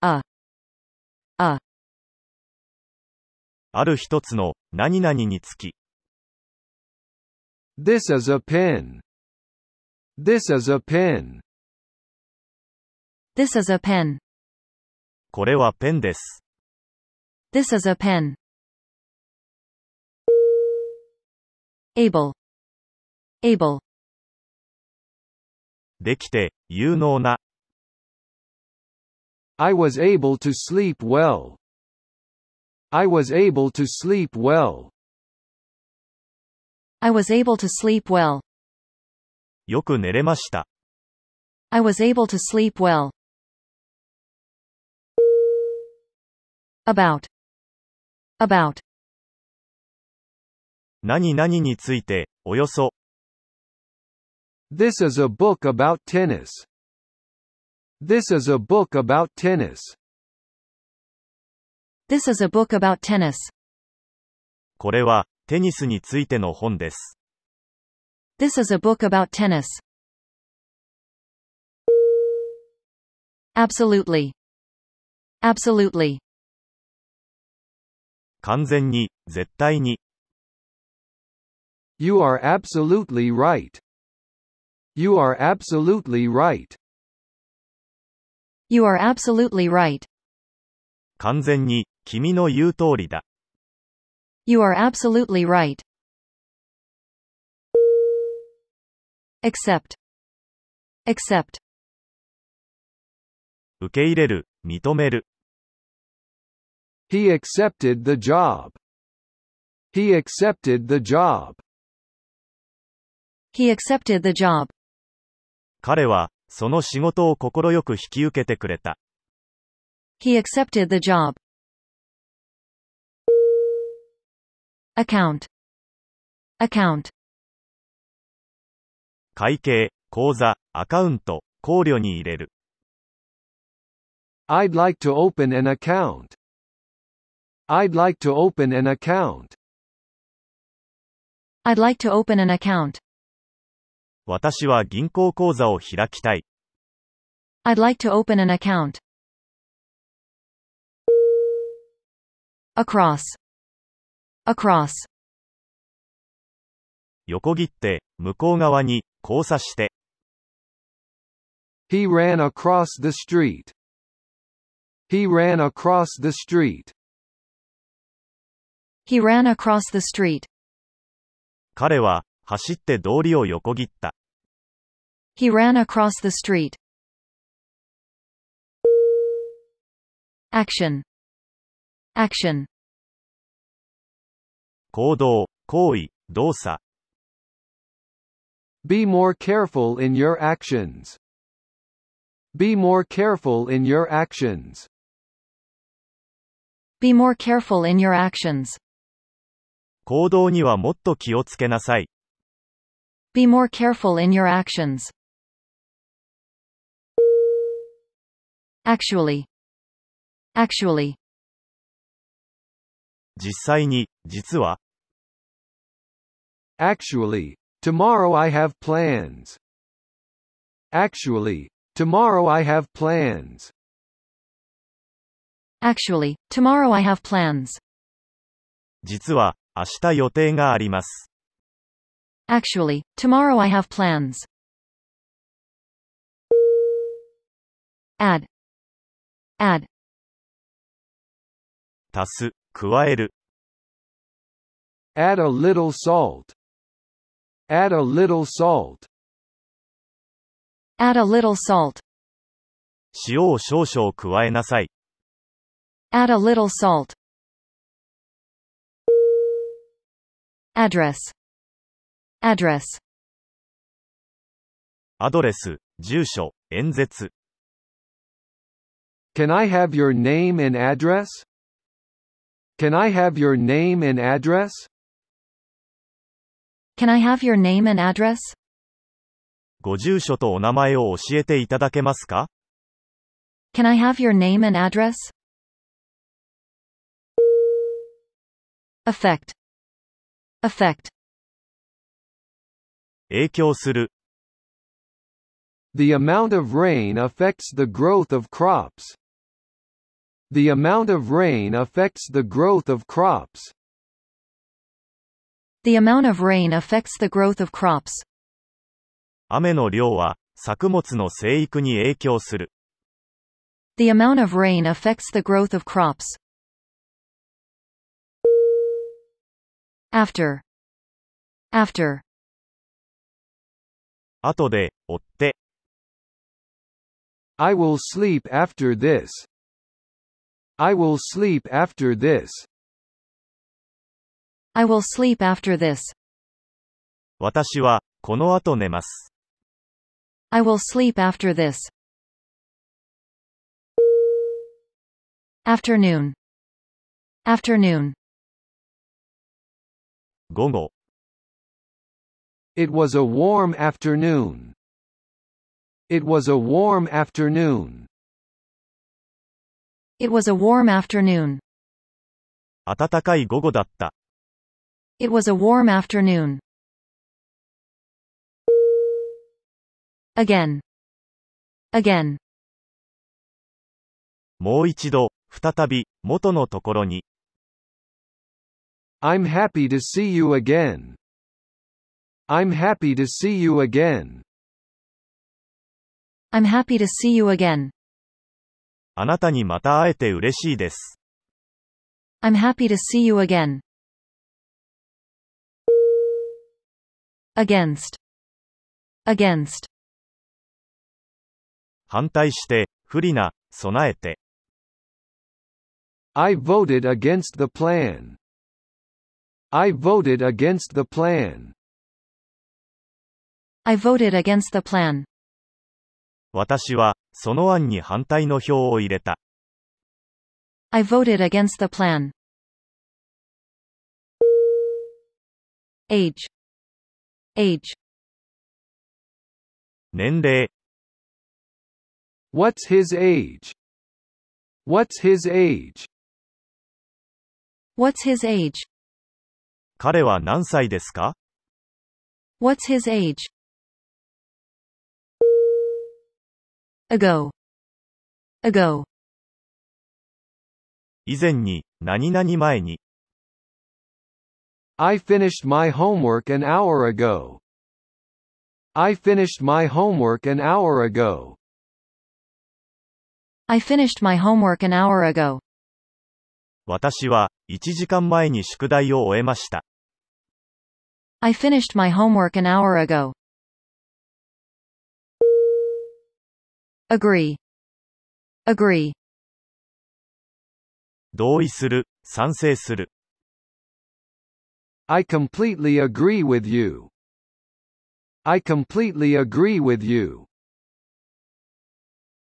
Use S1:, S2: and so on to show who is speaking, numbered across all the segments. S1: ああ
S2: ある一つの、何々につき、
S3: This is a pin. This is a pin.
S1: This is a pen.
S2: これはペンです。
S1: This is a pen. Able. Able.
S2: できて、有能な、
S3: I was able to sleep well. I was able to sleep well.
S1: I was able to sleep well.
S2: よく寝れました。
S1: I was able to sleep well. About. About.
S2: 何々について、およそ、
S3: This is a book about tennis. This is a book about tennis.
S1: This is a book about tennis.
S2: これは、テニスについての本です。
S1: This is a book about tennis. Absolutely. Absolutely.
S2: 完全に、絶対に、
S3: You are absolutely right. You are absolutely right.
S1: You are absolutely right.
S2: 完全に、君の言う通りだ。
S1: You are absolutely right. Accept. Accept.
S2: 受け入れる、認める。
S3: He accepted the job. He accepted the job.
S1: He accepted the job.
S2: 彼は、その仕事を快く引き受けてくれた。
S1: He accepted the job. Account. Account.
S2: 会計、口座、アカウント、考慮に入れる。
S3: I'd like to open an account. I'd like to open an account.
S1: I'd like to open an account.
S2: 私は銀行口座を開きたい。
S1: I'd like to open an account. Across. Across.
S2: 横切って、向こう側に、交差して、
S3: He ran across the street. He ran across the street.
S1: He ran across the street.
S2: 彼は、走って通りを横切った。
S1: He ran across the street. Action. Action.
S2: 行動、行為、動作。
S3: Be more careful in your actions. Be more careful in your actions.
S1: Be more careful in your actions.
S2: 行動にはもっと気をつけなさい。
S1: Be more careful in your actions. Actually. Actually.
S2: 実際に、実は、
S3: Actually, tomorrow I have plans. Actually, tomorrow I have plans.
S1: Actually, tomorrow I have plans.
S2: 実は、明日予定があります。
S1: Actually, tomorrow I have plans. Add. Add.
S2: 足す、加える。
S3: Add a little salt. Add a little salt.
S1: Add a little salt.
S2: 塩を少々加えなさい。
S1: Add a little salt. Address. Address.
S2: アドレス、住所、演説。
S3: Can I have your name and address? Can I have your name and address?
S1: Can I have your name and address?
S2: ご住所とお名前を教えていただけますか
S1: Can I have your name and address? Effect. Effect.
S2: 影響する。
S3: The amount of rain affects the growth of crops. The amount of rain affects the growth of crops.
S1: The amount of rain affects the growth of crops.
S2: 雨の量は、作物の生育に影響する。
S1: The amount of rain affects the growth of crops. After. After.
S2: 後で、追って、
S3: I will sleep after this. I will sleep after this.
S1: I will sleep after this.
S2: 私は、この後寝ます。
S1: I will sleep after this. Afternoon. Afternoon.
S2: 午後、
S3: It was a warm afternoon. It was a warm afternoon.
S1: It was a warm afternoon.
S2: 暖かい午後だった。
S1: It was a warm afternoon. Again. Again.
S2: もう一度、再び、元のところに。
S3: I'm happy to see you again. I'm happy to see you again.
S1: I'm happy to see you again.
S2: あなたにまた会えて嬉しいです。
S1: I'm happy to see you again. Against. Against.
S2: 反対して、不利な、備えて。
S3: I voted against the plan. I voted against the plan.
S1: I voted against the plan.
S2: 私は、その案に反対の票を入れた。
S1: I voted against the plan. Age. Age.
S2: 年齢、
S3: What's his age? What's his age?
S1: What's his age?
S2: 彼は何歳ですか
S1: What's his age? Ago. Ago.
S2: 以前に、何々前に。
S3: I finished my homework an hour ago. I finished my homework an hour ago.
S1: I finished my homework an hour ago.
S2: 私は、1時間前に宿題を終えました。
S1: I finished my homework an hour ago. Agree. Agree.
S2: 同意する、賛成する。
S3: I completely agree with you. I completely agree with you.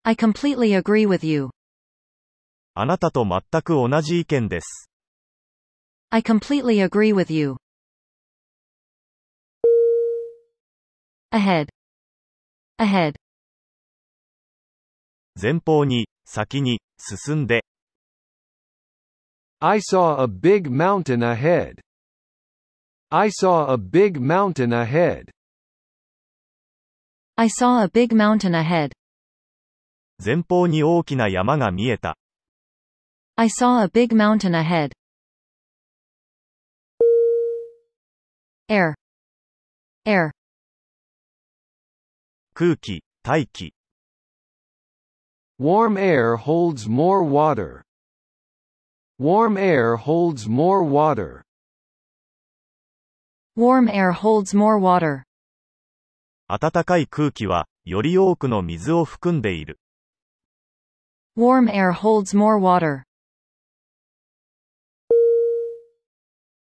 S1: I completely agree with you.
S2: あなたと全く同じ意見です。
S1: I completely agree with you. Ahead. Ahead.
S2: 前方に、先に、進んで。
S3: I saw a big mountain ahead. I saw a big mountain ahead.
S1: I saw a big mountain ahead.
S2: 前方に大きな山が見えた。
S1: I saw a big mountain ahead. Air. Air.
S2: 空気、大気。
S3: Warm air holds more water. Warm air holds more water.
S1: Warm air holds more water.
S2: 暖かい空気は、より多くの水を含んでいる。
S1: Warm air holds more water.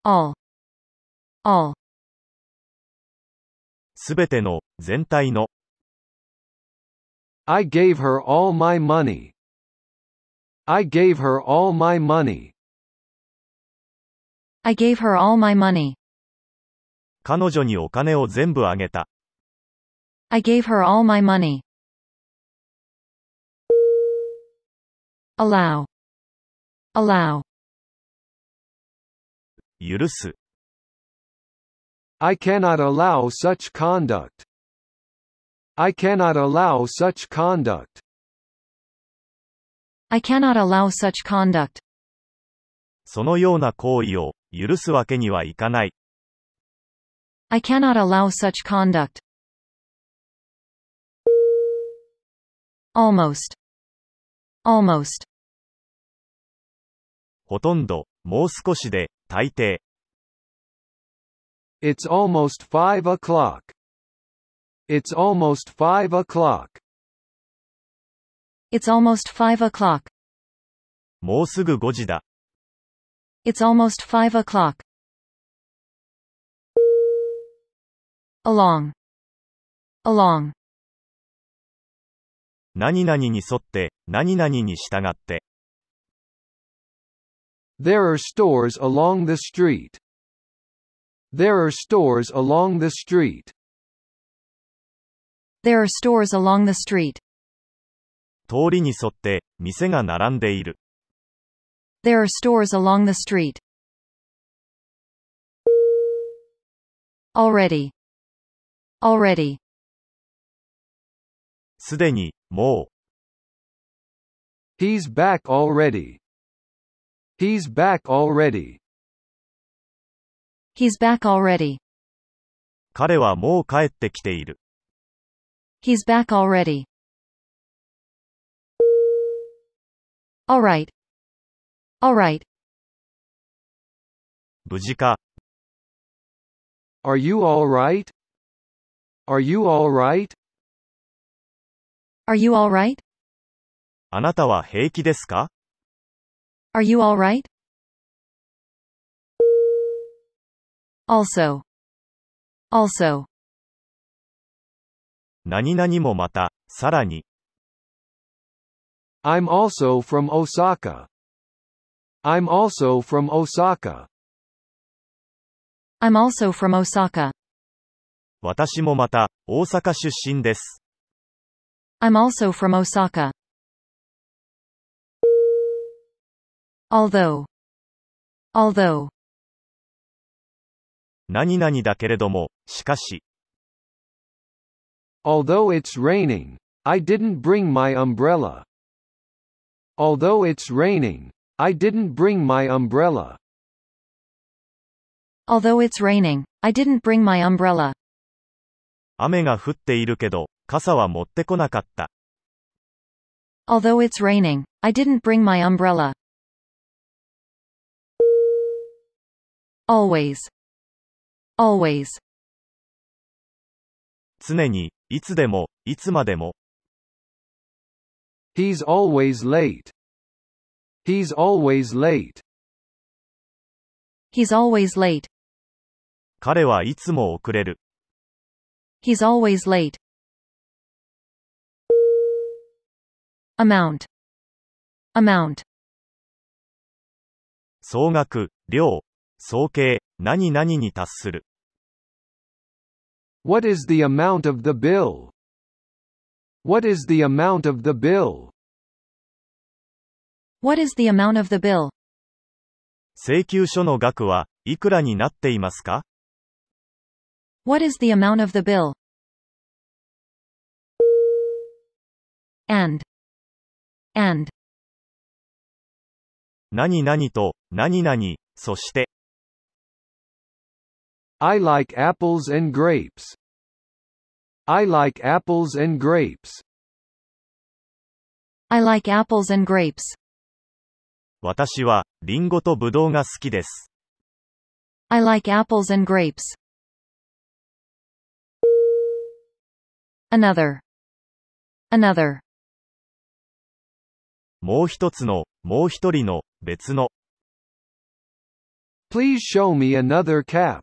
S1: All. All.
S2: すべての、全体の。
S3: I gave her all my money. I gave her all my money.
S1: I gave her all my money.
S2: 彼女にお金を全部あげた。
S1: I gave her all my money. Allow. Allow.
S2: 許す。
S3: I cannot allow such conduct. I cannot allow such conduct.
S1: I cannot allow such conduct.
S2: そのような行為を許すわけにはいかない。
S1: I cannot allow such conduct. Almost. Almost.
S2: ほとんど、もう少しで、大抵。
S3: It's almost 5 o'clock. It's almost 5 o'clock.
S1: It's almost 5 o'clock.
S2: もうすぐ5時だ。
S1: It's almost 5 o'clock. Along. Along.
S2: 何々に沿って、何々に従って。
S3: There are stores along the street. There are stores along the street.
S1: There are stores along the street.
S2: 通りに沿って、店が並んでいる。
S1: There are stores along the street. Already. Already.
S2: すでに、も
S3: He's back already. He's back already.
S1: He's back already.
S2: う、彼はもう帰ってきている。
S1: He's back already. Alright. Alright.
S2: 無事か、
S3: Are you alright? Are you alright?
S1: Are you alright?
S2: あなたは平気ですか
S1: Are you alright? Also. Also.
S2: 何々もまた、さらに、
S3: I'm also from Osaka. I'm also from Osaka.
S1: I'm also from Osaka.
S2: 私もまた、大阪出身です。
S1: I'm also from Osaka. Although. Although.
S2: 何々だけれども、しかし、
S3: Although it's raining, I didn't bring my umbrella. Although it's raining, I didn't bring my umbrella.
S1: Although it's raining, I didn't bring my umbrella.
S2: 雨が降っているけど、傘は持ってこなかった。
S1: Although it's raining, I didn't bring my umbrella. Always. Always.
S2: 常に、いつでも、いつまでも、
S3: He's always late. He's always late.
S1: He's always late.
S2: 彼はいつも遅れる。
S1: He's always late. Amount. Amount.
S2: 総額、量、総計、何々に達する。
S3: What is the amount of the bill? What is the amount of the bill?
S1: What is the amount of the bill?
S2: 請求書の額はいくらになっていますか
S1: What is the amount of the bill? And. And.
S2: 何々と、何々、そして、
S3: I like apples and grapes. I like apples and grapes.
S1: I like apples and grapes.
S2: 私は、リンゴとブドウが好きです。
S1: I like apples and grapes. Another. Another.
S2: もう一つの、もう一人の、別の、
S3: Please show me another cap.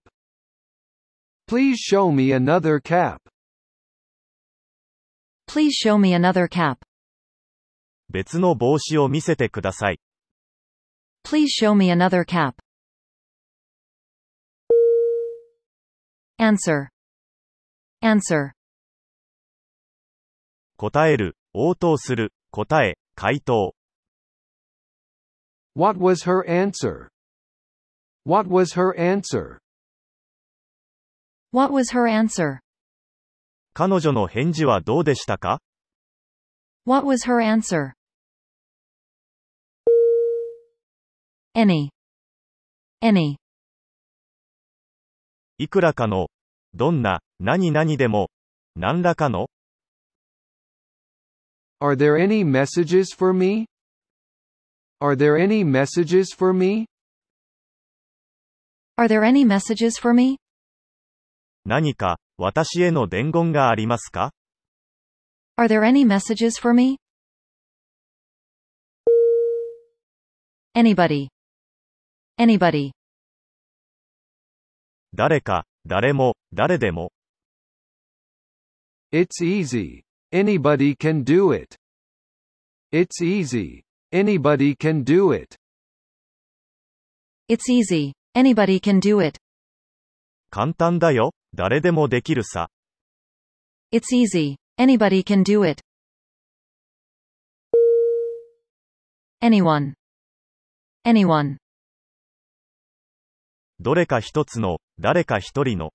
S3: Please show me another cap.
S1: Please show me another cap.
S2: 別の帽子を見せてください。
S1: Please show me another cap. Answer. Answer.
S2: 答える、応答する、答え、回答。
S3: What was her answer? What was her answer?
S1: What was her answer?
S2: 彼女の返事はどうでしたか
S1: What was her answer? any, any,
S2: いくらかの、どんな、何々でも、何らかの、
S3: Are there any messages for me? Are there any messages for me?
S1: are there any messages for me?
S2: 何か、私への伝言がありますか
S1: Are there any messages for me? Anybody. Anybody.
S2: 誰か、誰も、誰でも、
S3: It's easy. Anybody can do it. It's easy. Anybody can do it.
S1: It's easy. Anybody can do it.
S2: 簡単だよ、誰でもできるさ。
S1: It's easy. Anybody can do it. Anyone. Anyone.
S2: どれか一つの、誰か一人の、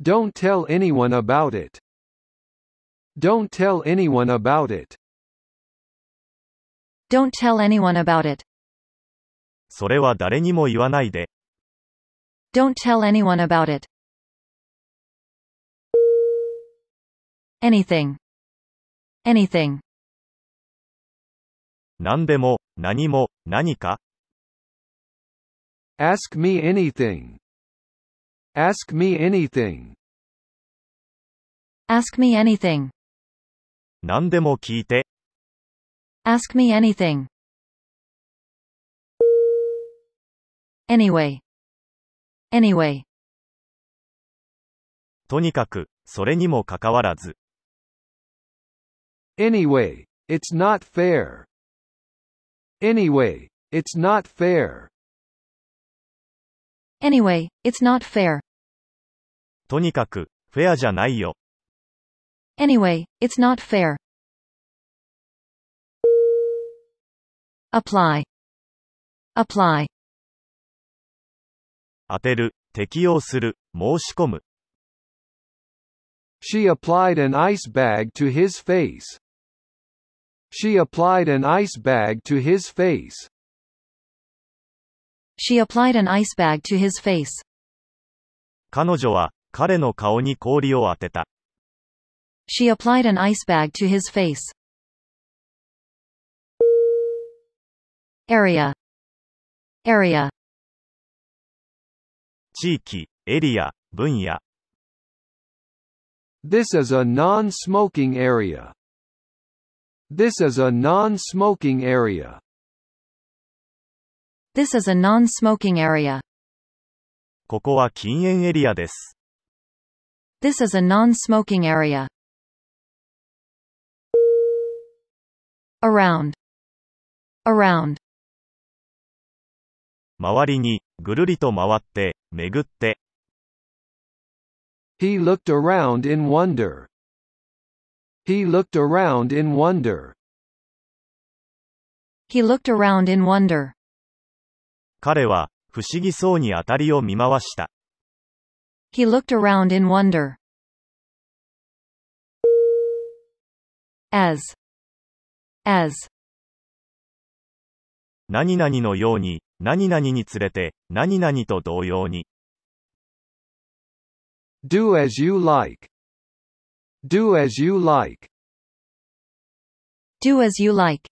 S3: Don't tell anyone about it. Don't tell anyone about it.
S1: Don't tell anyone about it.
S2: それは誰にも言わないで、
S1: Don't tell anyone about it. Anything. Anything.
S2: 何でも、何も、何か、
S3: Ask me anything. Ask me anything.
S1: Ask me anything.
S2: 何でも聞いて、
S1: Ask me anything. Anyway. Anyway.
S2: とにかく、それにもかかわらず、
S3: Anyway, it's not fair. Anyway, it's not fair.
S1: Anyway, it's not fair.
S2: とにかく、フェアじゃないよ。
S1: Anyway, it's not fair. Apply. Apply.
S2: 当てる、適用する、申し込む。
S3: She applied an ice bag to his face. She applied an ice bag to his face.
S1: She applied an ice bag to his face.
S2: 彼女は、彼の顔に氷を当てた。
S1: She applied an ice bag to his face. Area. Area.
S2: 地域、エリア、分野。
S3: This is a non-smoking area. This is a non-smoking area.
S1: This is a non-smoking area.
S2: ここは禁煙エリアです。
S1: This is a non-smoking area. Around. Around.
S2: 周りに、ぐるりと回って、巡って、
S3: He looked around in wonder. He looked around in wonder.
S1: He looked around in wonder.
S2: 彼は、不思議そうに当たりを見回した。
S1: He looked around in wonder. As. As.
S2: 何々のように、何々に連れて、何々と同様に、
S3: Do as you like. Do as you like.
S1: Do as you like.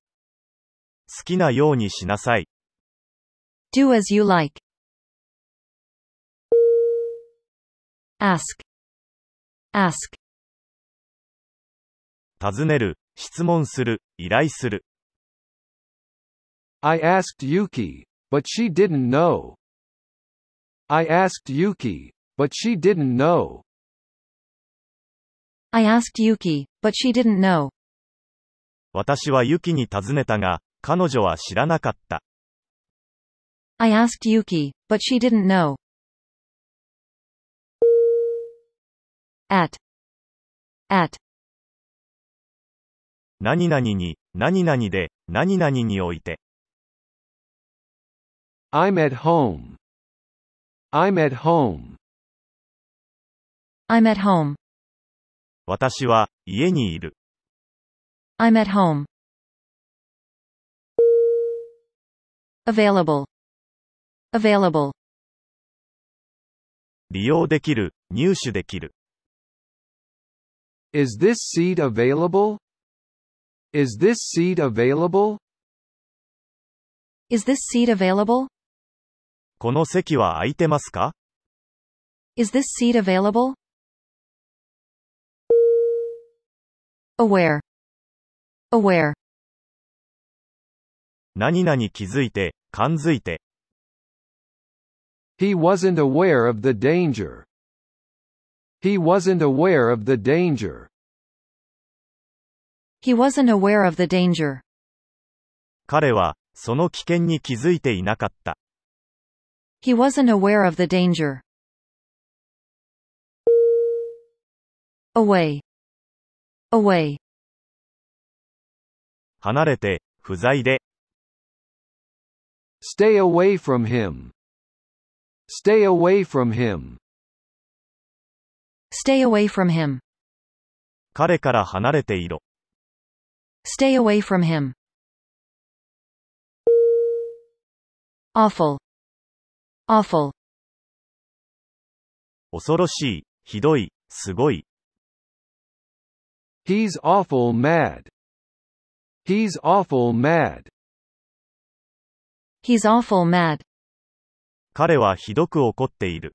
S2: 好きなようにしなさい。
S1: Do as you like. Ask. Ask.
S2: 尋ねる、質問する、依頼する。
S3: I asked Yuki, but she didn't know. I asked Yuki, but she didn't know.
S1: I asked Yuki, but she didn't know.
S2: 私はユキに尋ねたが、彼女は知らなかった。
S1: I asked Yuki, but she didn't know. At. At.
S2: 何々に、何々で、何々において、
S3: I'm at home. I'm at home.
S1: I'm at home.
S2: 私は、家にいる。
S1: I'm at home. available, available,
S2: 利用できる、入手できる。
S3: Is this seat available? Is this seat available?
S1: is this seat available?
S2: この席は空いてますか
S1: Is this seat available? Aware. Aware.
S2: 何々気づいて、感づいて。
S3: He wasn't aware of the danger. He wasn't aware of the danger.
S1: He wasn't aware of the danger.
S2: 彼は、その危険に気づいていなかった。
S1: He wasn't aware of the danger. Away. Away.
S2: 離れて、不在で。
S3: Stay away from him. Stay away from him.
S1: Stay away from him.
S2: 彼から離れていろ。
S1: Stay away from him. Awful. Awful.
S2: 恐ろしい、ひどい、すごい。
S3: He's awful mad. He's awful mad.
S1: He's awful mad.
S2: 彼はひどく怒っている。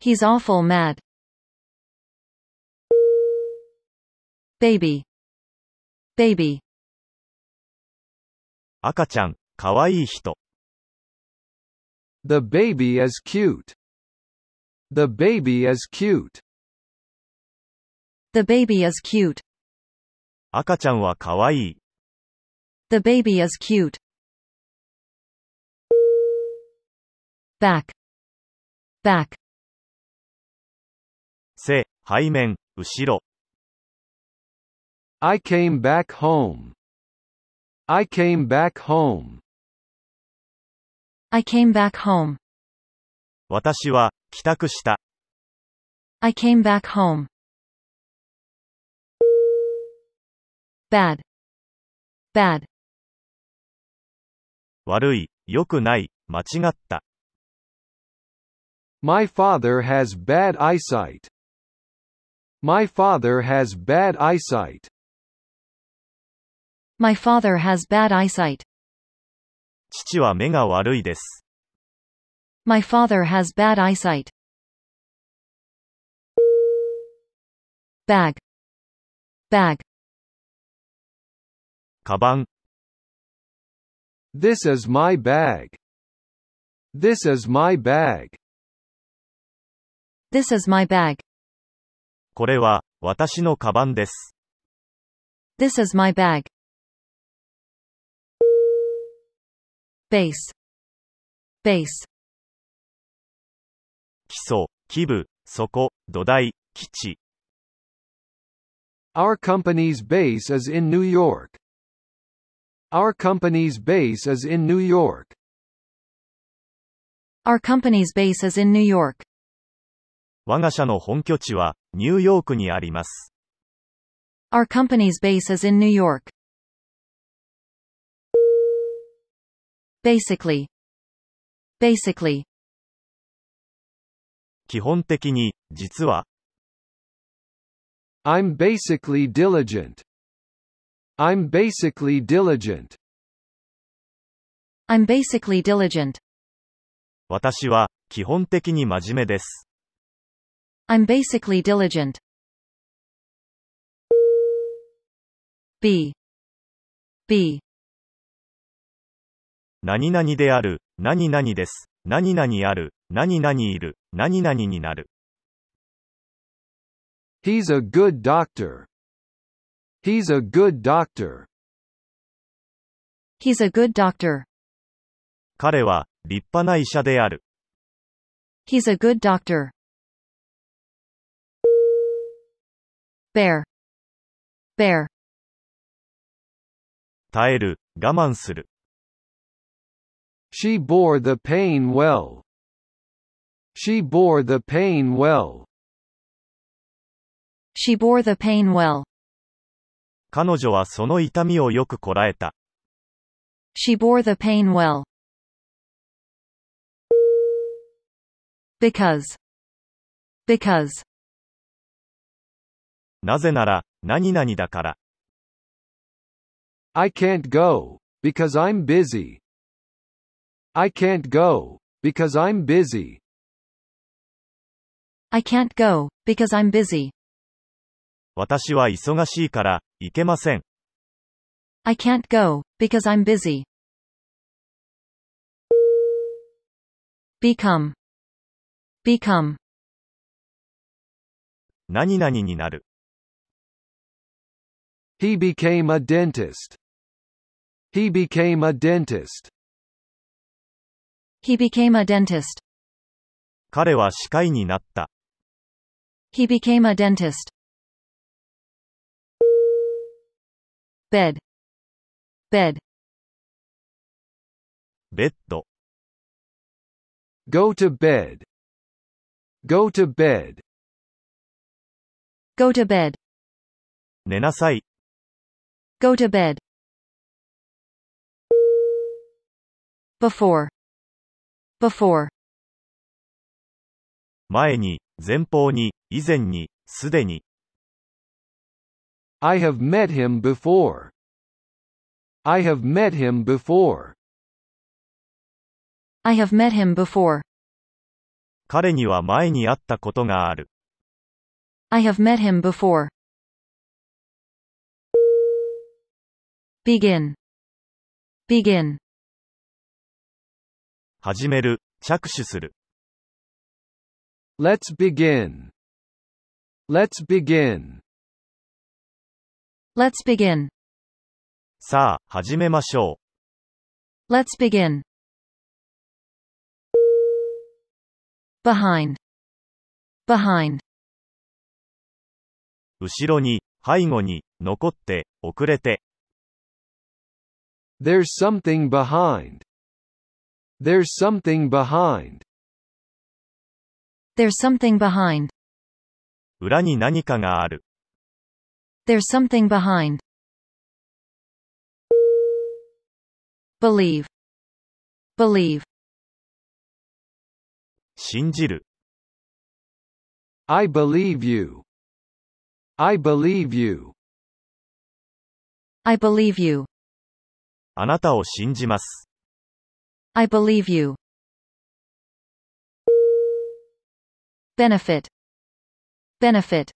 S1: He's awful mad. Baby. Baby.
S2: 赤ちゃん、かわいい人。
S3: The baby is cute. The baby is cute.
S1: The baby is cute.
S2: 赤ちゃんはかわいい。
S1: The baby is cute. Back. Back.
S2: 背、背面、後ろ。
S3: I came back home. I came back home.
S1: I came back home.
S2: 私は、帰宅した。
S1: I came back home. Bad. Bad.
S2: 悪い、良くない、間違った。
S3: My father has bad eyesight. My father has bad eyesight.
S1: My father has bad eyesight.
S2: 父は目が悪いです。
S1: My father has bad eyesight. Bag. Bag.
S2: カバン、
S3: This is my bag. This is my bag.
S1: This is my bag.
S2: これは、私のカバンです。
S1: This is my bag. Base. Base.
S2: 基礎、基部、底、土台、基地。
S3: Our company's base is in New York. Our company's base is in New York.
S1: Our company's base is in New York.
S2: 我が社の本拠地は、ニューヨークにあります。
S1: Our company's base is in New York. Basically. Basically.
S2: 基本的に、実は、
S3: I'm basically diligent. I'm basically diligent.
S1: I'm basically diligent.
S2: 私は、基本的に真面目です。
S1: I'm basically diligent. B. B.
S2: 何々である、何々です。何々ある、何々いる、何々になる。
S3: He's a good doctor. He's a good doctor.
S1: He's a good doctor.
S2: 彼は、立派な医者である。
S1: He's a good doctor. Bear. Bear.
S2: 耐える、我慢する。
S3: She bore the pain well. She bore the pain well.
S1: She bore the pain well.
S2: 彼女はその痛みをよくこらえた。
S1: She bore the pain well. Because. Because.
S2: なぜなら、何々だから。
S3: I can't go, because I'm busy. I can't go, because I'm busy.
S1: I can't go, because I'm busy.
S2: 私は忙しいから、行けません。
S1: I can't go, because I'm busy. Become. Become.
S2: 何々になる。
S3: He became a dentist. He became a dentist.
S1: He became a dentist.
S2: 彼は歯科医になった。
S1: He became a dentist. Bed. Bed.
S2: ベッド。
S3: Go to bed. Go to bed.
S1: Go to bed.
S2: 寝なさい。
S1: Go to bed. Before. Before.
S2: 前に、前方に、以前に、すでに。
S3: I have met him before. I have met him before.
S1: I have met him before.
S2: 彼には前に会ったことがある。
S1: I have met him before. Begin. Begin.
S2: 始める、着手する。
S3: Let's begin. Let's begin.
S1: Let's begin.
S2: さあ、始めましょ
S1: Let's begin. Behind. Behind.
S2: う。後ろに、背後に、残って、遅れて。
S3: There's something behind. There's something behind.
S1: There's something behind.
S2: 裏に何かがある。
S1: There's something behind. Believe. Believe.
S2: 信じる。
S3: I believe you. I believe you.
S1: I believe you.
S2: あなたを信じます。
S1: I believe you. Benefit. Benefit.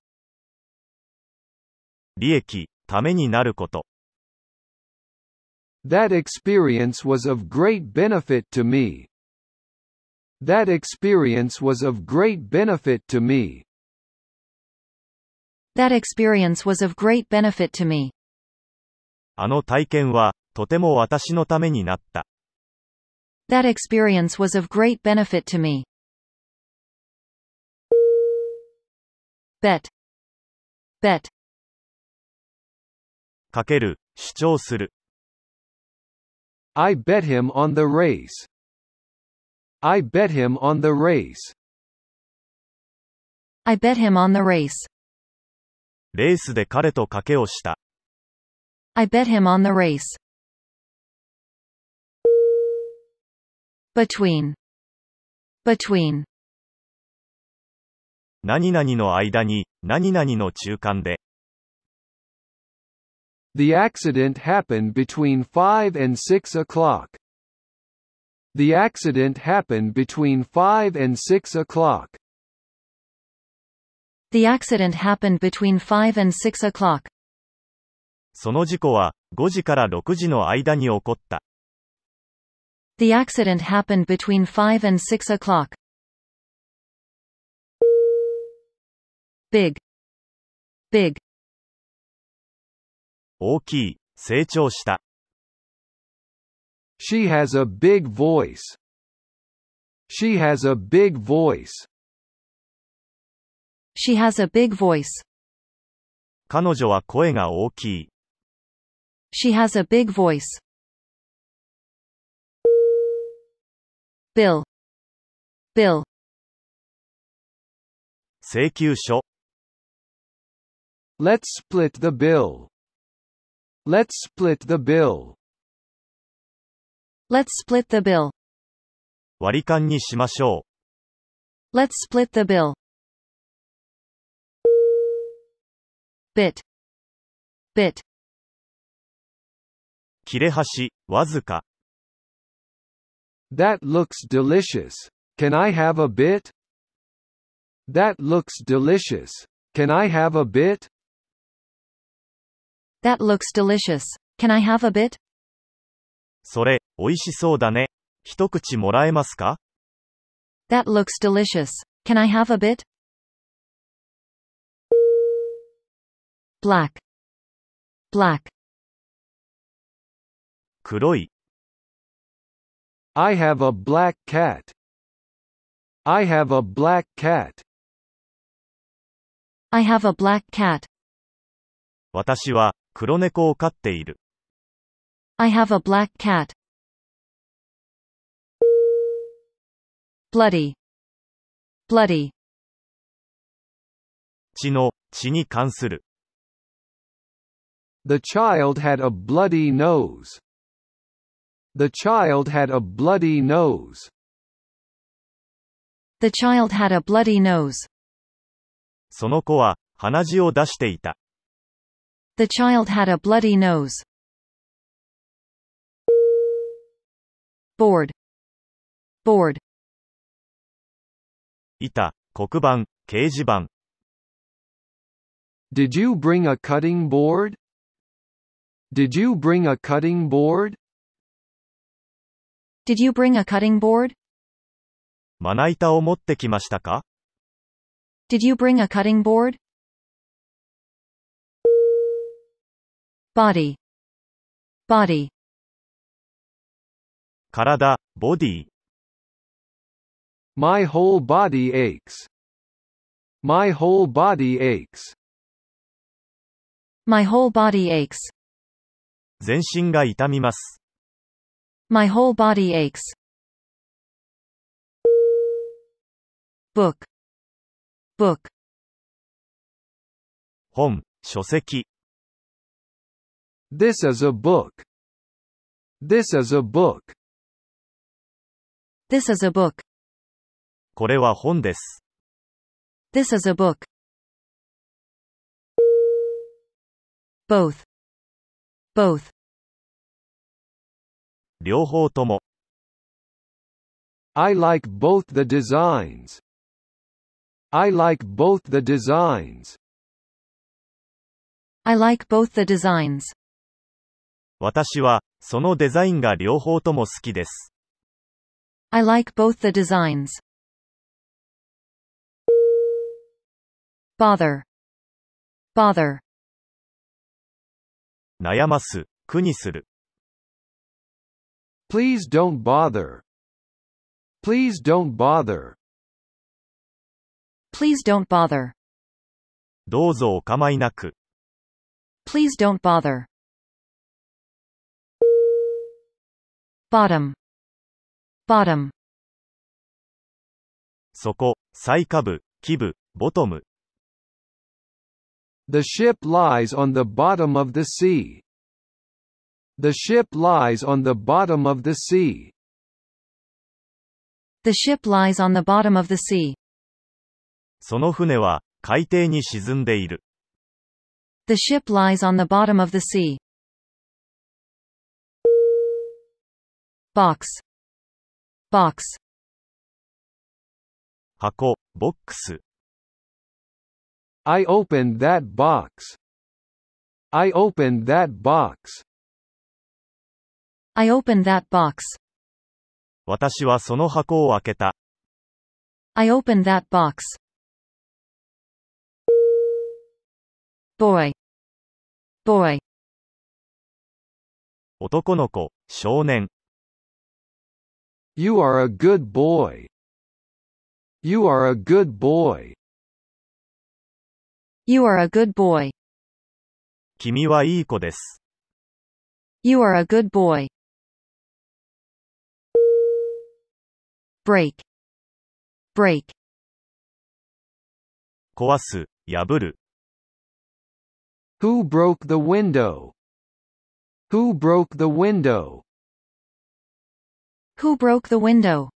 S2: 利益、ためになること。
S3: That experience was of great benefit to me. That experience was of great benefit to me.
S1: That experience was of great benefit to me.
S2: あの体験は、とても私のためになった。
S1: That experience was of great benefit to me. Bet. Bet.
S2: かける、主張する。
S3: I bet him on the race. I bet him on the race.
S1: I bet him on the race.
S2: レースで彼と賭けをした。
S1: I bet him on the race. Between. Between.
S2: 何々の間に、何々の中間で。
S3: The accident happened between 5 and 6 o'clock. The accident happened between 5 and 6 o'clock.
S1: The accident happened between 5 and 6 o'clock.
S2: その事故は、5時から6時の間に起こった。
S1: The accident happened between 5 and 6 o'clock. Big. Big.
S2: 大きい、成長した。
S3: She has a big voice. She has a big voice.
S1: She has a big voice.
S2: 彼女は声が大きい。
S1: She has a big voice. Bill. Bill.
S2: 請求書。
S3: Let's split the bill. Let's split the bill.
S1: Let's split the bill.
S2: 割り勘にしましょ
S1: Let's split the bill. Bit. Bit.
S2: う。切れ端、わずか。
S3: That looks delicious. Can I have a bit? That looks delicious. Can I have a bit?
S1: That looks delicious. Can I have a bit?
S2: それ、美味しそうだね。一口もらえますか
S1: That looks delicious. Can I have a bit? Black. Black.
S2: 黒い。
S3: I have a black cat. I have a black cat.
S1: I have a black cat.
S2: 私は、黒猫を飼っている。
S1: I have a black cat. Bloody. Bloody.
S2: 血の、血に関する。
S3: The child had a bloody nose. The child had a bloody nose.
S1: The child had a bloody nose.
S2: その子は、鼻血を出していた。
S1: The child had a bloody nose. Board. Board.
S2: 板、黒板、掲示板。
S3: Did you bring a cutting board? Did you bring a cutting board?
S1: Did you bring a cutting board?
S2: まな板を持ってきましたか
S1: Did you bring a cutting board? Body. Body.
S2: 体、ボディ。
S3: My whole body aches. My whole body aches.
S1: My whole body aches.
S2: 全身が痛みます。
S1: My whole body aches. Book. Book.
S2: 本、書籍。
S3: This is a book. This is a book.
S1: This is a book.
S2: これは本です。
S1: This is a book. Both. Both.
S2: 両方とも。
S3: I like both the designs. I like both the designs.
S1: I like both the designs.
S2: 私は、そのデザインが両方とも好きです。
S1: I like both the designs. Bother. Bother.
S2: 悩ます、苦にする。
S3: Please don't bother. Please don't bother.
S1: Please don't bother.
S2: どうぞお構いなく。
S1: Please don't bother. Bottom. Bottom.
S2: そこ、最下部、基部、ボトム。
S3: The ship lies on the bottom of the sea. The ship lies on the bottom of the sea.
S1: The ship lies on the bottom of the sea.
S2: その船は、海底に沈んでいる。
S1: The ship lies on the bottom of the sea. Box. Box.
S2: 箱、ボックス。
S3: I opened that box. I opened that box.
S1: I opened that box.
S2: 私はその箱を開けた。
S1: I opened that box. Boy. Boy.
S2: 男の子、少年。
S3: You are a good boy. You are a good boy.
S1: You are a good boy.
S2: 君はいい子です。
S1: You are a good boy. Break. Break.
S2: 壊す、破る。
S3: Who broke the window? Who broke the window?
S4: Who broke the window?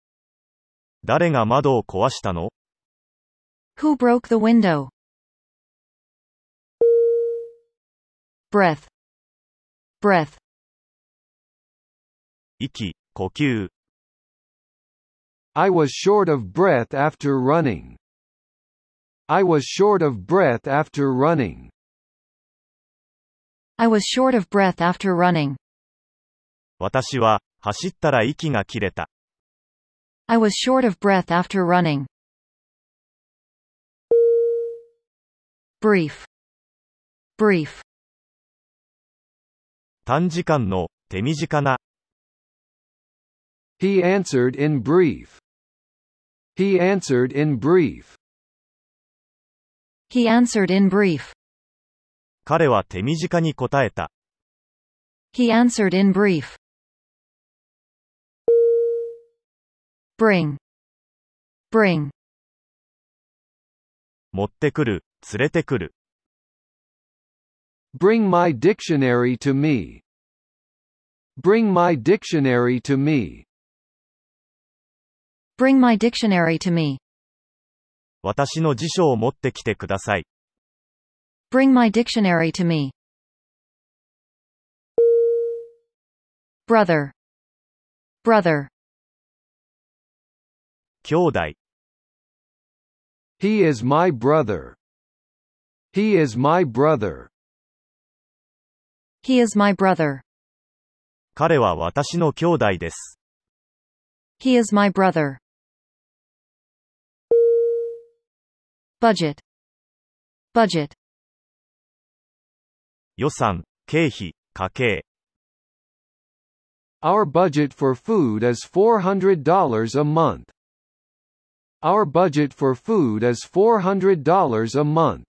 S5: 誰が窓を壊したの
S4: Who broke the window? Breath. Breath.
S5: 息、呼吸。
S3: I was short of breath after running. I was short of breath after running.
S4: I was short of breath after running.
S5: 私は、走ったら息が切れた。
S4: I was short of breath after running. Brief. Brief.
S5: 短時間の、手短な。
S3: He answered in brief. He answered in brief.
S4: He answered in brief.
S5: 彼は手短に答えた。
S4: He answered in brief. Bring. Bring.
S5: 持ってくる、連れてくる。
S3: Bring my dictionary to me. Bring my dictionary to me.
S4: Bring my dictionary to me.
S5: 私の辞書を持ってきてください。
S4: Bring my dictionary to me. Brother. Brother.
S5: 兄弟、
S3: He is my brother. He is my brother.
S4: He is my brother.
S5: 彼は私の兄弟です。
S4: He is my brother. Budget. Budget.
S5: 予算、経費、家計。
S3: Our budget for food is $400 a month. Our budget for food is $400 a month.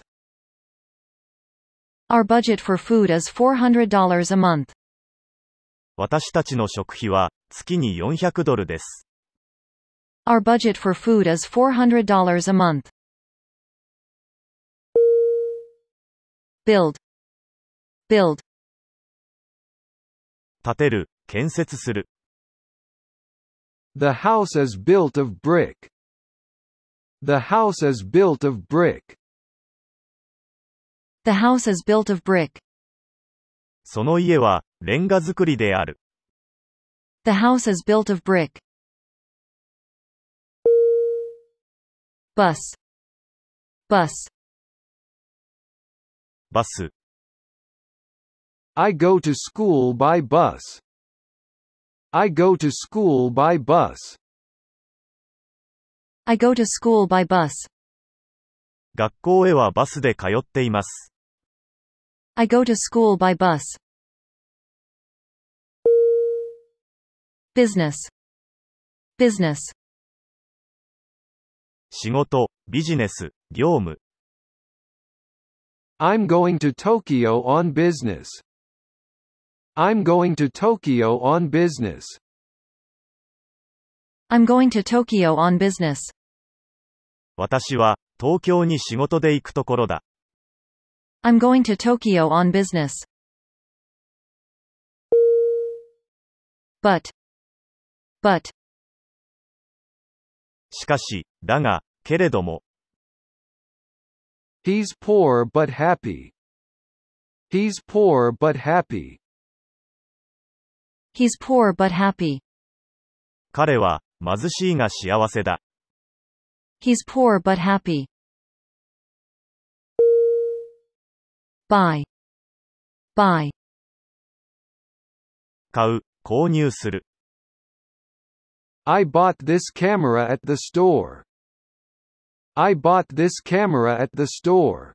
S4: Our budget for food is $400 a month.
S5: 私たちの食費は、月に400ドルです。
S4: Our budget for food is $400 a month. Build. Build.
S5: 建てる、建設する。
S3: The house is built of brick. The house is built of brick.
S4: The house is built of brick.
S5: その家は、レンガ造りである。
S4: The house is built of brick. Bus. Bus.
S5: バス、
S3: I go to school by bus. I go to school by bus.
S4: I go to school by bus.
S5: 学校へはバスで通っています。
S4: I go to school by bus. Business. Business.
S5: 仕事、ビジネス、業務。
S3: I'm going to Tokyo on business. I'm going to Tokyo on business.
S4: I'm going to Tokyo on business.
S5: 私は、東京に仕事で行くところだ。
S4: I'm going to Tokyo on business. But. But.
S5: しかし、だが、けれども、
S3: He's poor but happy. He's poor but happy.
S4: He's poor but happy.
S5: 彼は、貧しいが幸せだ。
S4: He's poor but happy. Buy. Buy.
S5: 買う、購入する。
S3: I bought this camera at the store. I bought this camera at the store.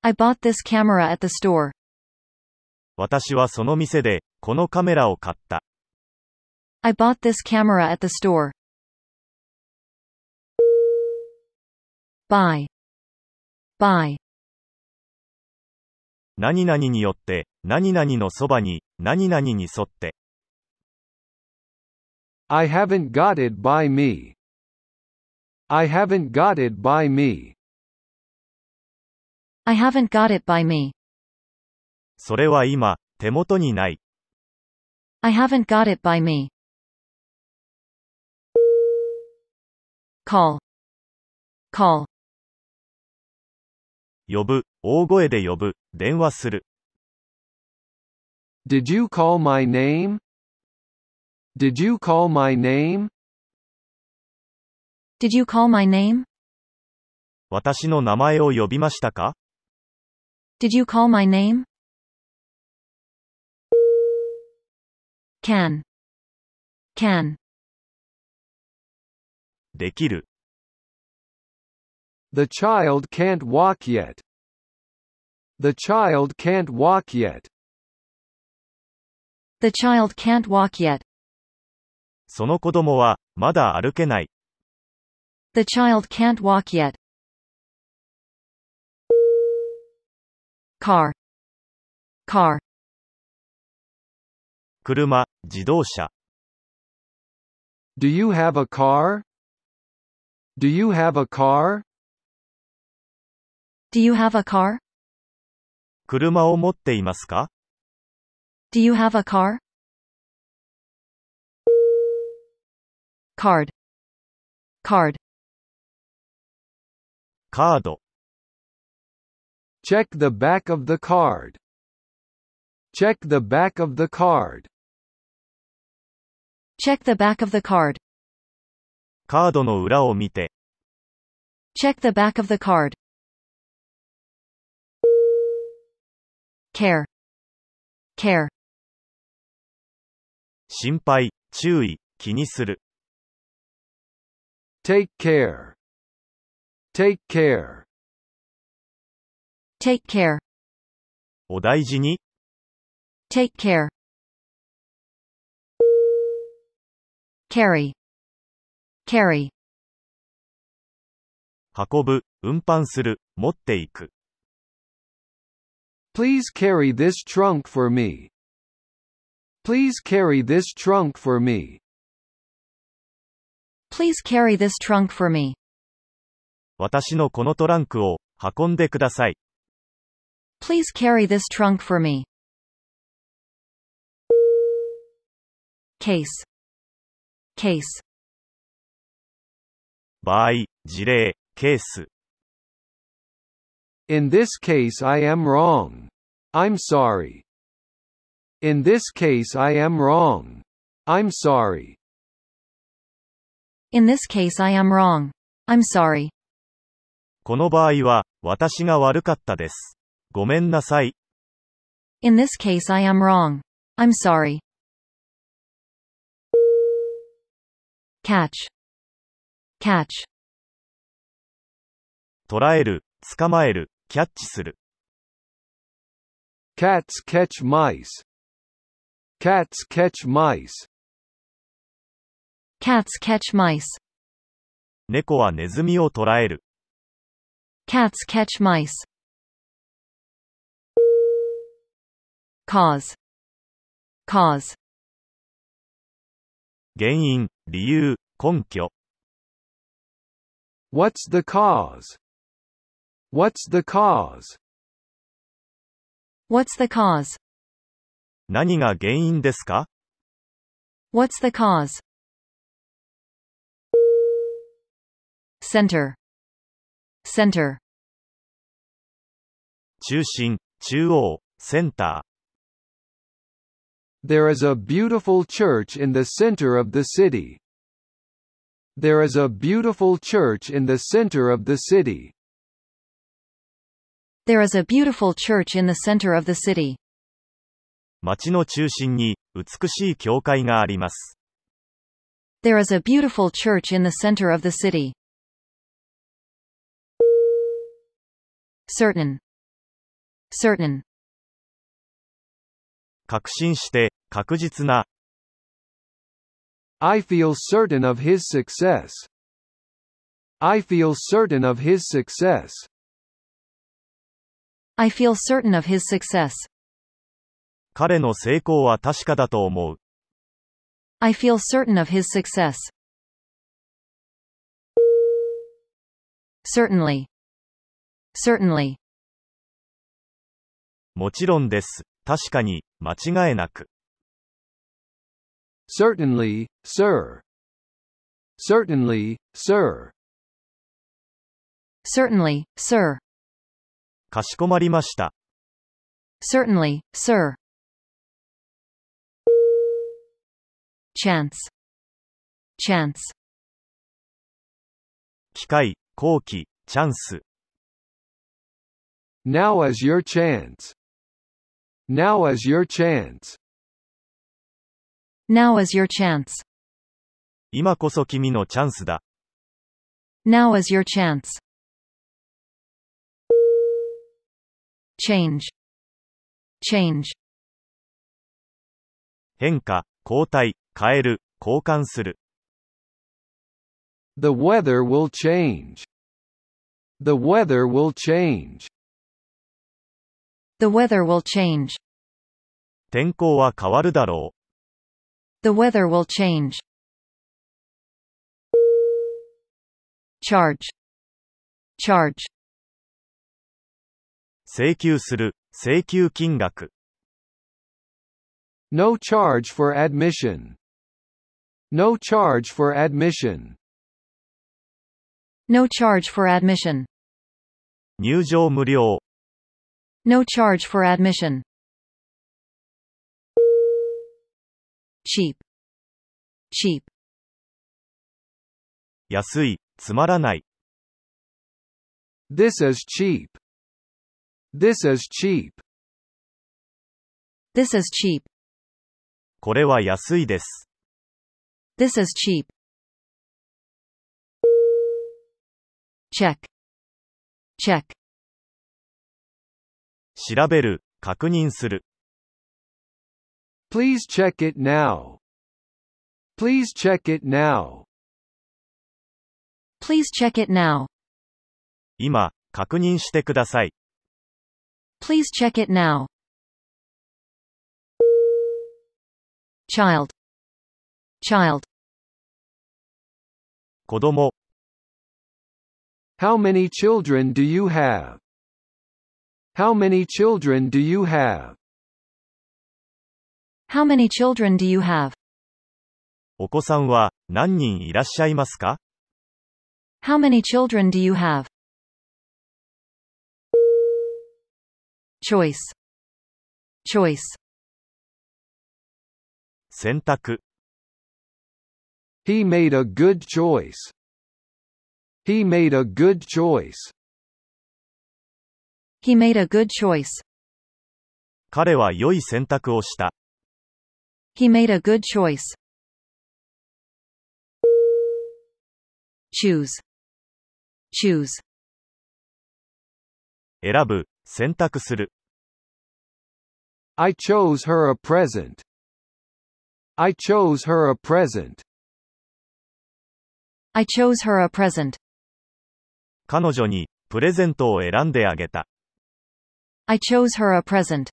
S4: I bought this camera at the store.
S5: 私はその店で、このカメラを買った。
S4: I bought this camera at the store. Buy. Buy.
S5: 何々によって、何々のそばに、何々に沿って。
S3: I haven't got it by me. I haven't got it by me.
S4: I haven't got it by me.
S5: それは今、手元にない。
S1: I haven't got it by me. Call. Call.
S2: 呼ぶ、大声で呼ぶ、電話する。
S3: Did you call my name? Did you call my name?
S1: Did you call my name?
S2: 私の名前を呼びましたか
S1: Did you call my name? Can. Can.
S2: できる。
S3: The child can't walk yet. The child can't walk yet.
S1: The child can't walk yet.
S2: その子供は、まだ歩けない。
S1: The child can't walk yet. Car. Car.
S2: 車、自動車。
S3: Do you have a car? Do you have a car?
S1: Do you have a car?
S2: 車を持っていますか
S1: Do you have a car? Card. Card.
S2: カード。
S3: Check the back of the card. Check the back of the card.
S1: Check the back of the card.
S2: カードの裏を見て。
S1: Check the back of the card. Care. Care.
S2: 心配、注意、気にする。
S3: Take care. Take care.
S1: Take care.
S2: お大事に。
S1: Take care. Carry. Carry.
S2: 運ぶ、運搬する、持っていく。
S3: Please carry this trunk for me. Please carry this trunk for me.
S1: Please carry this trunk for me.
S2: 私のこのトランクを、運んでください。
S1: Please carry this trunk for me. Case. Case.
S2: 場合、事例、ケース。
S3: In this case I am wrong. I'm sorry. In this case I am wrong. I'm sorry.
S1: In this case I am wrong. I'm sorry.
S2: この場合は、私が悪かったです。ごめんなさい。
S1: In this case I am wrong. I'm sorry. Catch. Catch.
S2: 捉える、捕まえる、キャッチする。
S3: Cats catch mice. Cats catch mice.
S1: Cats catch mice.
S2: 猫はネズミを捕らえる。
S1: Cats catch mice. Cause. Cause.
S2: 原因、理由、根拠。
S3: What's the cause? What's the cause?
S1: What's the cause?
S2: 何が原因ですか
S1: What's the cause? Center. Center.
S2: 中心、中央、センター。
S3: There is a beautiful church in the center of the city. There is a beautiful church in the center of the city.
S1: There is a beautiful church in the center of the city.
S2: 街の中心に、美しい教会があります。
S1: There is a beautiful church in the center of the city. Certain. Certain.
S2: 確信して、確実な。
S3: I feel certain of his success. I feel certain of his success.
S1: I feel certain of his success.
S2: 彼の成功は確かだと思う。
S1: I feel certain of his success. Certainly. Certainly.
S2: もちろんです。確かに、間違いなく。
S3: Certainly, sir. Certainly, sir.
S1: Certainly, sir.
S2: かしこまりました。
S1: Certainly, sir. Chance. Chance.
S2: 機会、好機、チャンス。
S3: Now is your chance. Now is your chance.
S1: Now is your chance.
S2: 今こそ君のチャンスだ。
S1: Now is your chance. Change. Change.
S2: 変化、交代、変える、交換する。
S3: The weather will change. The weather will change.
S1: The weather will change.
S2: 天候は変わるだろ
S1: The weather will change. Charge. Charge.
S2: う。請求する、請求金額。
S3: No charge for admission. No charge for admission.
S1: No charge for admission.
S2: 入場無料。
S1: No charge for admission. Cheap. Cheap.
S2: 安い、つまらない。
S3: This is cheap. This is cheap.
S1: This is cheap.
S2: これは安いです。
S1: This is cheap. Check. Check.
S2: 調べる、確認する。
S3: Please check it now. Please check it now.
S1: Please check it now.
S2: 今、確認してください。
S1: Please check it now. Child. Child.
S2: 子供、
S3: How many children do you have? How many children do you have?
S1: How many children do you have?
S2: お子さんは何人いらっしゃいますか
S1: How many children do you have? Choice. Choice.
S2: 選択。
S3: He made a good choice. He made a good choice.
S1: He made a good choice.
S2: 彼は良い選択をした。
S1: He made a good choice. Choose. Choose.
S2: 選ぶ、選択する。
S3: I chose her a present. I chose her a present.
S1: I chose her a present.
S2: 彼女に、プレゼントを選んであげた。
S1: I chose her a present.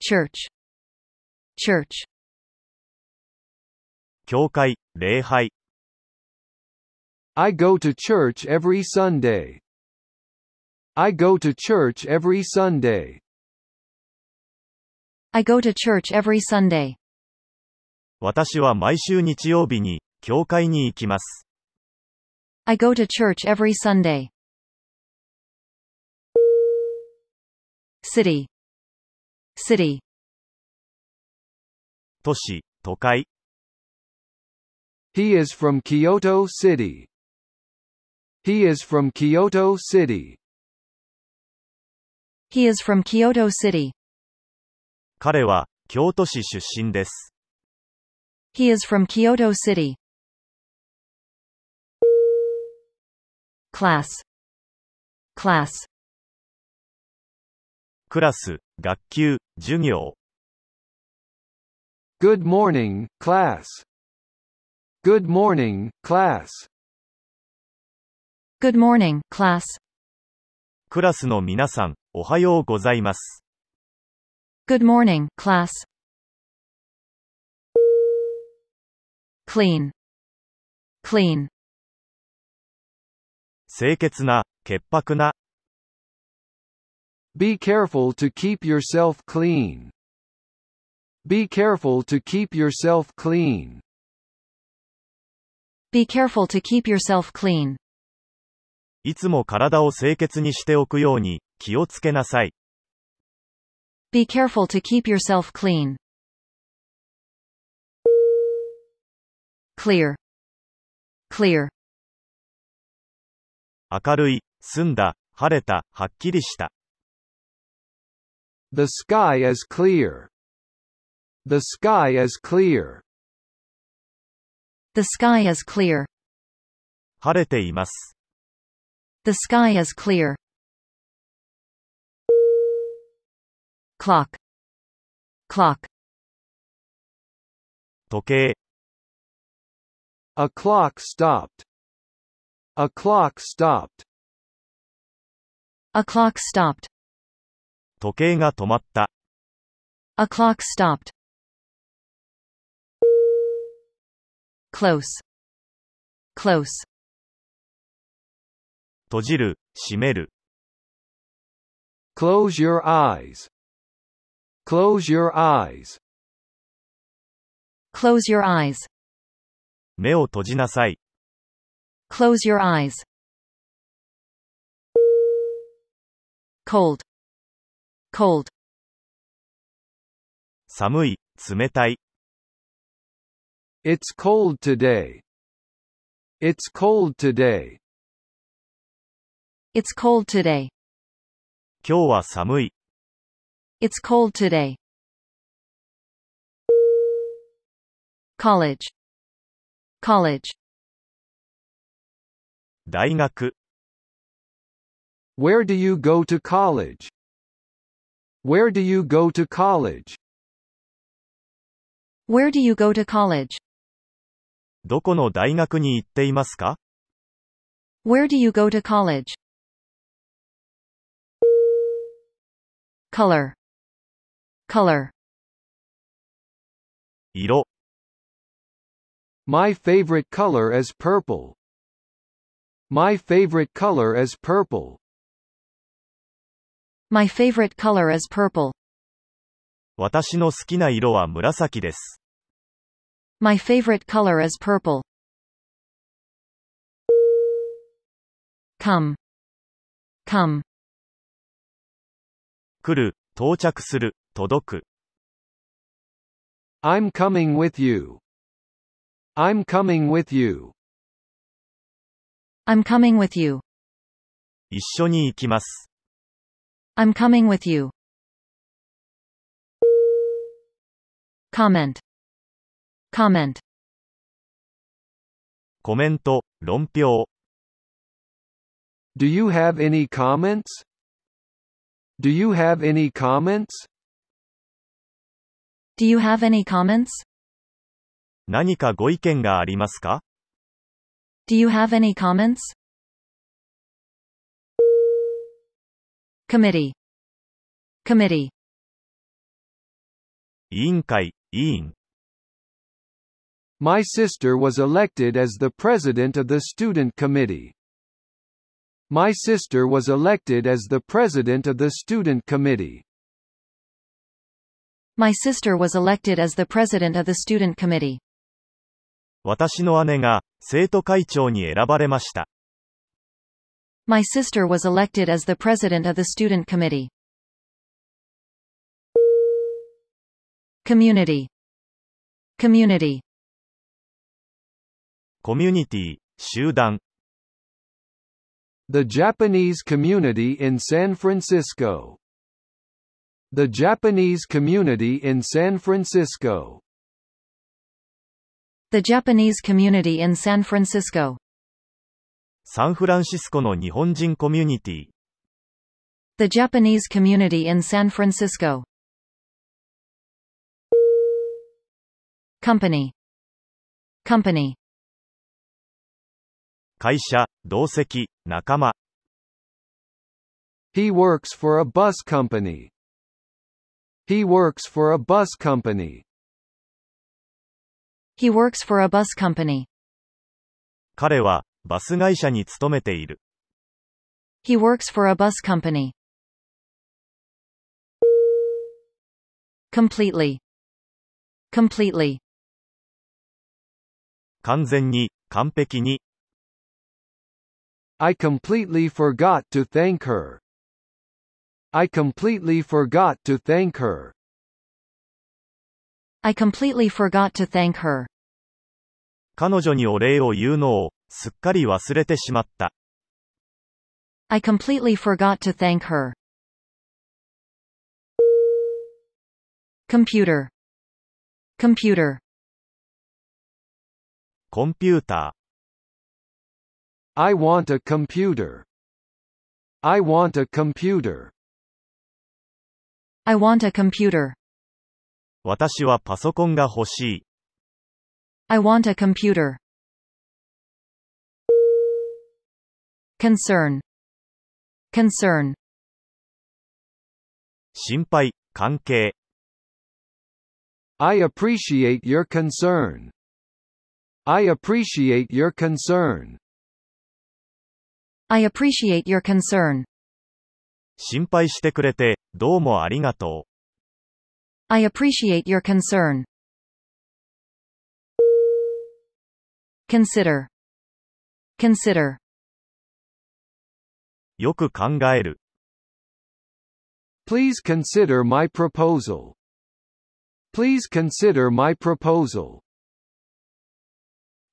S1: Church. Church.
S2: 教会、礼拝。
S3: I go to church every Sunday. I go to church every Sunday.
S1: I go to church every Sunday.
S2: 私は毎週日曜日に、教会に行きます。
S1: I go to church every Sunday. City. City.
S2: 都市、都会。
S3: He is from Kyoto City. He is from Kyoto City.
S1: He is from Kyoto City.
S2: 彼は、京都市出身です。
S1: He is from Kyoto City. Class. Class.
S2: クラス、学級、授業。
S3: Good morning, class. Good morning, class.
S1: Good morning, class.
S2: クラスの皆さん、おはようございます。
S1: Good morning, class. Clean. Clean.
S2: 清潔な、潔白な、
S3: Be careful to keep yourself clean. Be careful to keep yourself clean.
S1: Be careful to keep yourself clean.
S2: いつも体を清潔にしておくように、気をつけなさい。
S1: Be careful to keep yourself clean. Clear. Clear.
S2: 明るい、澄んだ、晴れた、はっきりした。
S3: The sky is clear. The sky is clear.
S1: The sky is clear.
S2: 晴れています。
S1: The sky is clear. Clock. Clock.
S2: 時計、
S3: A clock stopped. A clock stopped.
S1: A clock stopped.
S2: 時計が止まった。
S1: A clock stopped. Close. Close.
S2: 閉じる、閉める。
S3: Close your eyes. Close your eyes.
S1: Close your eyes.
S2: 目を閉じなさい。
S1: Close your eyes. Cold. Cold.
S2: 寒い、冷たい。
S3: It's cold today. It's cold today.
S1: It's cold today.
S2: 今日は寒い。
S1: It's cold today. College. College.
S2: 大学、
S3: Where do you go to college? Where do you go to college?
S1: Where do you go to college?
S2: どこの大学に行っていますか
S1: Where do you go to college? Color. Color.
S2: 色、
S3: My favorite color is purple. My favorite color is purple.
S1: My favorite color is purple.
S2: 私の好きな色は紫です。
S1: My favorite color is purple. Come. Come.
S2: 来る、到着する、届く。
S3: I'm coming with you. I'm coming with you.
S1: I'm coming with you.
S2: 一緒に行きます。
S1: I'm coming with you. Comment. Comment.
S2: コメント、論評。
S3: Do you have any comments? Do you have any comments?
S1: Do you have any comments?
S2: 何かご意見がありますか
S1: Do you have any comments? Committee. Committee.
S2: 委員会、委員。
S3: My sister was elected as the president of the student committee. My sister was elected as the president of the student committee.
S1: My sister was elected as the president of the student committee.
S2: 私の姉が、生徒会長に選ばれました。
S1: My sister was elected as the president of the student committee. Community. Community.
S2: コミュニティ、集団。
S3: The Japanese community in San Francisco. The Japanese community in San Francisco.
S1: The Japanese community in San Francisco.
S2: サンフランシスコの日本人コミュニティ。
S1: The Japanese community in San Francisco. Company. Company.
S2: 会社、同席、仲間。
S3: He works for a bus company. He works for a bus company.
S1: He works for a bus company.
S2: 彼は、バス会社に勤めている。
S1: He works for a bus company. Completely. Completely.
S2: 完全に、完璧に、
S3: I completely forgot to thank her. I completely forgot to thank her.
S1: I completely forgot to thank her.
S2: 彼女にお礼を言うのを、すっかり忘れてしまった。
S1: I completely forgot to thank her. Computer. Computer.
S2: コンピュータ
S3: I want a computer. I want a computer.
S1: I want a computer.
S2: ー。私はパソコンが欲しい。
S1: I want a computer. Concern. Concern.
S2: 心配、関係。
S3: I appreciate your concern. I appreciate your concern.
S1: I appreciate your concern.
S2: 心配してくれて、どうもありがと
S1: I appreciate your concern. Consider. Consider.
S2: う。よく考える。
S3: Please consider my proposal. Please consider my proposal.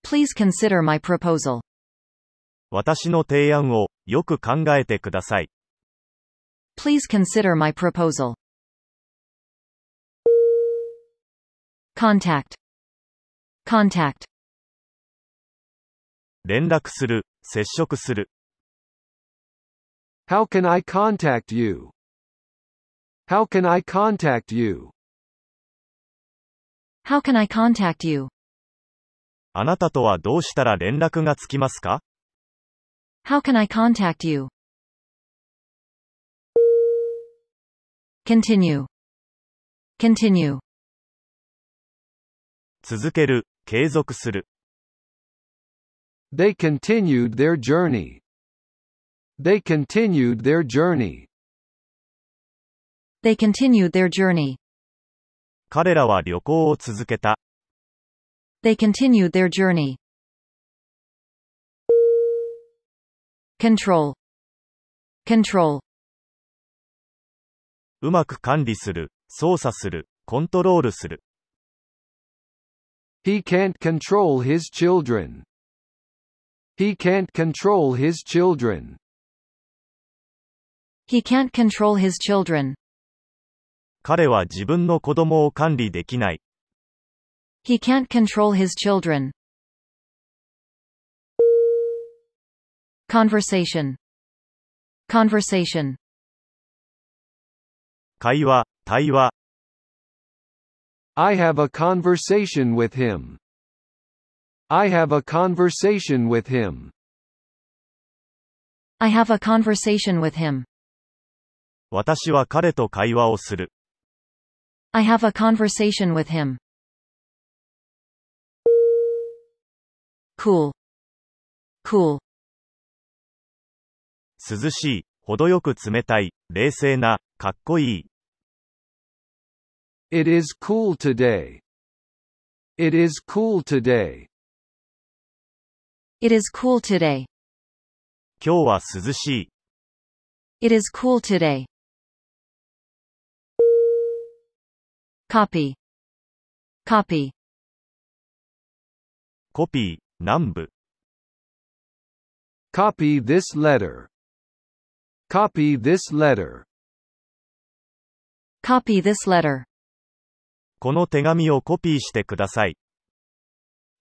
S1: Please consider my proposal.
S2: 私の提案を、よく考えてください。
S1: Please consider my proposal. Contact. Contact.
S2: 連絡する、接触する。
S3: How can I contact you? How can I contact you?
S1: How can I contact you?
S2: あなたとはどうしたら連絡がつきますか
S1: How can I contact you? Continue. Continue.
S2: 続ける、継続する。
S3: They continued their journey. They continued their journey.
S1: They continued their journey.
S2: 彼らは旅行を続けた。
S1: They continued their journey. Control. Control.
S2: うまく管理する、操作する、コントロールする。
S3: He can't control his children. He can't control his children.
S1: He can't control his children.
S2: 彼は自分の子供を管理できない。
S1: He can't control his children. Conversation. Conversation.
S2: 会話、対話。
S3: I have a conversation with him. I have a conversation with him.
S1: I have a conversation with him.
S2: 私は彼と会話をする。
S1: I have a conversation with him. Cool. Cool.
S2: 涼しい、程よく冷たい、冷静な、かっこいい。
S3: It is cool today. It is cool today.
S1: It is cool today.
S2: 今日は涼しい。
S1: It is cool today. Copy. Copy.
S2: コピー、南部。
S3: Copy this letter. Copy this letter.
S1: Copy this letter.
S2: この手紙をコピーしてください。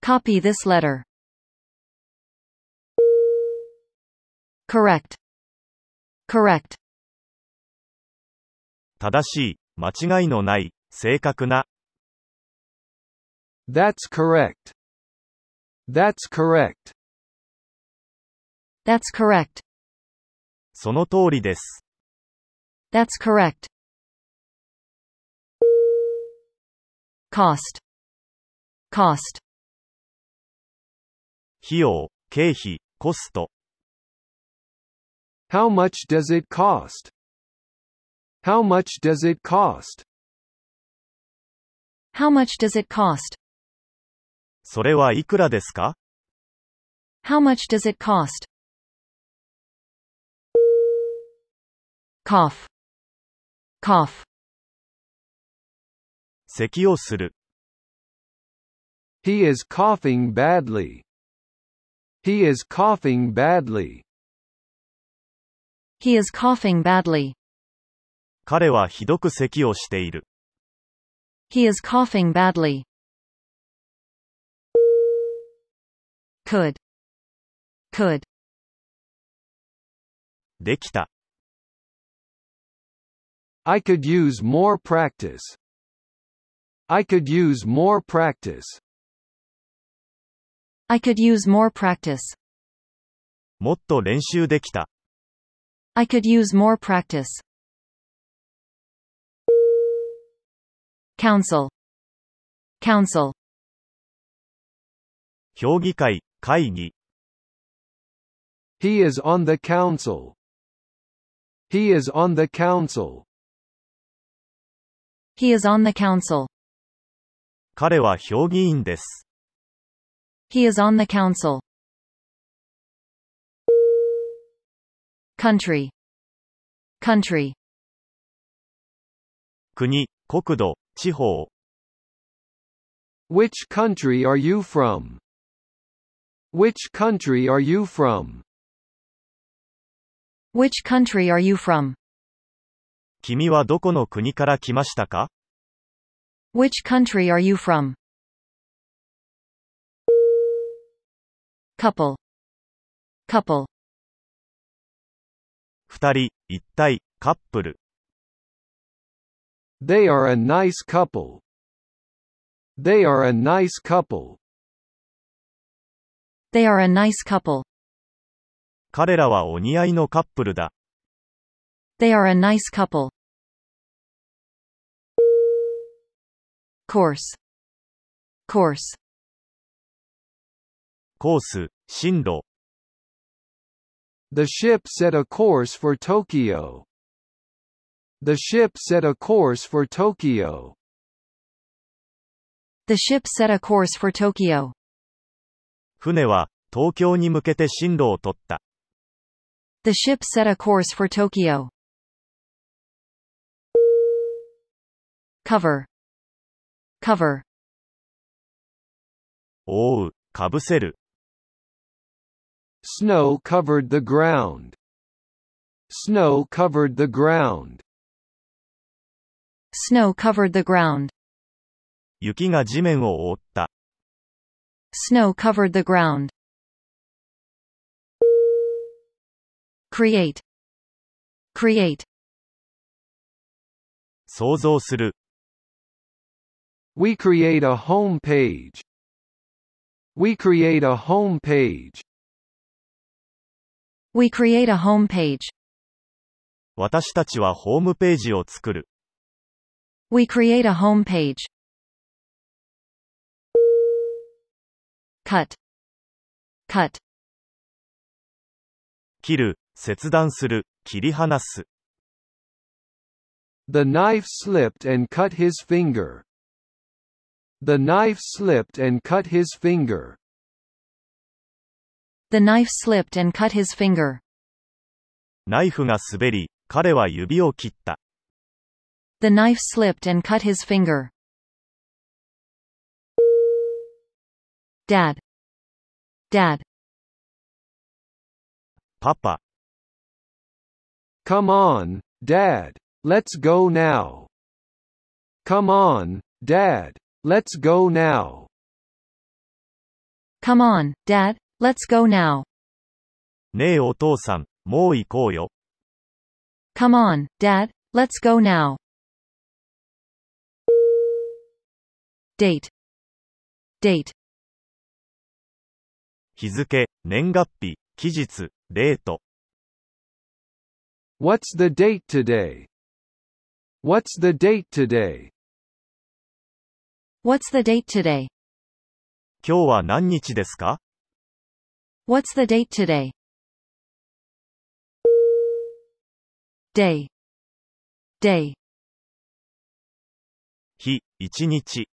S1: Copy this letter. Correct. Correct.
S2: 正しい、間違いのない、正確な。
S3: That's correct. That's correct.
S1: That's correct.
S2: その通りです。
S1: That's correct. Cost. Cost.
S2: 費用、経費、コスト。
S3: How much does it cost? How much does it cost?
S1: How much does it cost?
S2: それはいくらですか
S1: How much does it cost? Cough. Cough.
S2: 咳をする。
S3: He is coughing badly. He is coughing badly.
S1: He is coughing badly.
S2: 彼はひどく咳をしている。
S1: He is coughing badly. Could. Could.
S2: できた。
S3: I could use more practice. I could use more practice.
S1: I could use more practice.
S2: もっと練習できた。
S1: I could use more practice. Council. Council.
S2: 評議会、会議。
S3: He is on the council. He is on the council.
S1: He is on the council.
S2: 彼は評議員です。
S1: He is on the council. Country. Country.
S2: 国、国土、地方。
S3: Which country are you from? Which country are you from?
S1: Which country are you from?
S2: 君はどこの国から来ましたか
S1: Which country are you from? Couple. Couple.
S2: 二人、一体、カップル。
S3: They are a nice couple. They are a nice couple.
S1: They are a nice couple.
S2: 彼らはお似合いのカップルだ。
S1: They are a nice couple. Course. Course.
S2: コース、進路。
S3: The ship set a course for Tokyo. The ship set a course for Tokyo.
S1: The ship set a course for Tokyo.
S2: 船は、東京に向けて進路を取った。
S1: The ship set a course for Tokyo. Cover. Cover.
S2: 覆う、かぶせる。
S3: Snow covered the ground. Snow covered the ground.
S1: Snow covered the ground.
S2: 雪が地面を覆った。
S1: Snow covered the ground. Create. Create.
S2: 想像する。
S3: We create a home page. We create a home page.
S1: We create a home page.
S2: 私たちはホームページを作る。
S1: We create a home page. Cut. Cut.
S2: 切る、切断する、切り離す。
S3: The knife slipped and cut his finger. The knife slipped and cut his finger.
S1: The knife slipped and cut his finger.
S2: ナイフが滑り、彼は指を切った。
S1: The knife slipped and cut his finger. Dad. Dad.
S2: パパ、
S3: Come on, Dad. Let's go now. Come on, Dad. Let's go now.
S1: Come on, Dad. Let's go now.
S2: ねえお父さん、もう行こうよ。
S1: Come on, Dad. Let's go now. Date. Date.
S2: 日付、年月日、期日、デート。
S3: What's the date today? What's the date today?
S1: What's the date today?
S2: 今日は何日ですか
S1: What's the date today? Day. Day.
S2: 日、一日。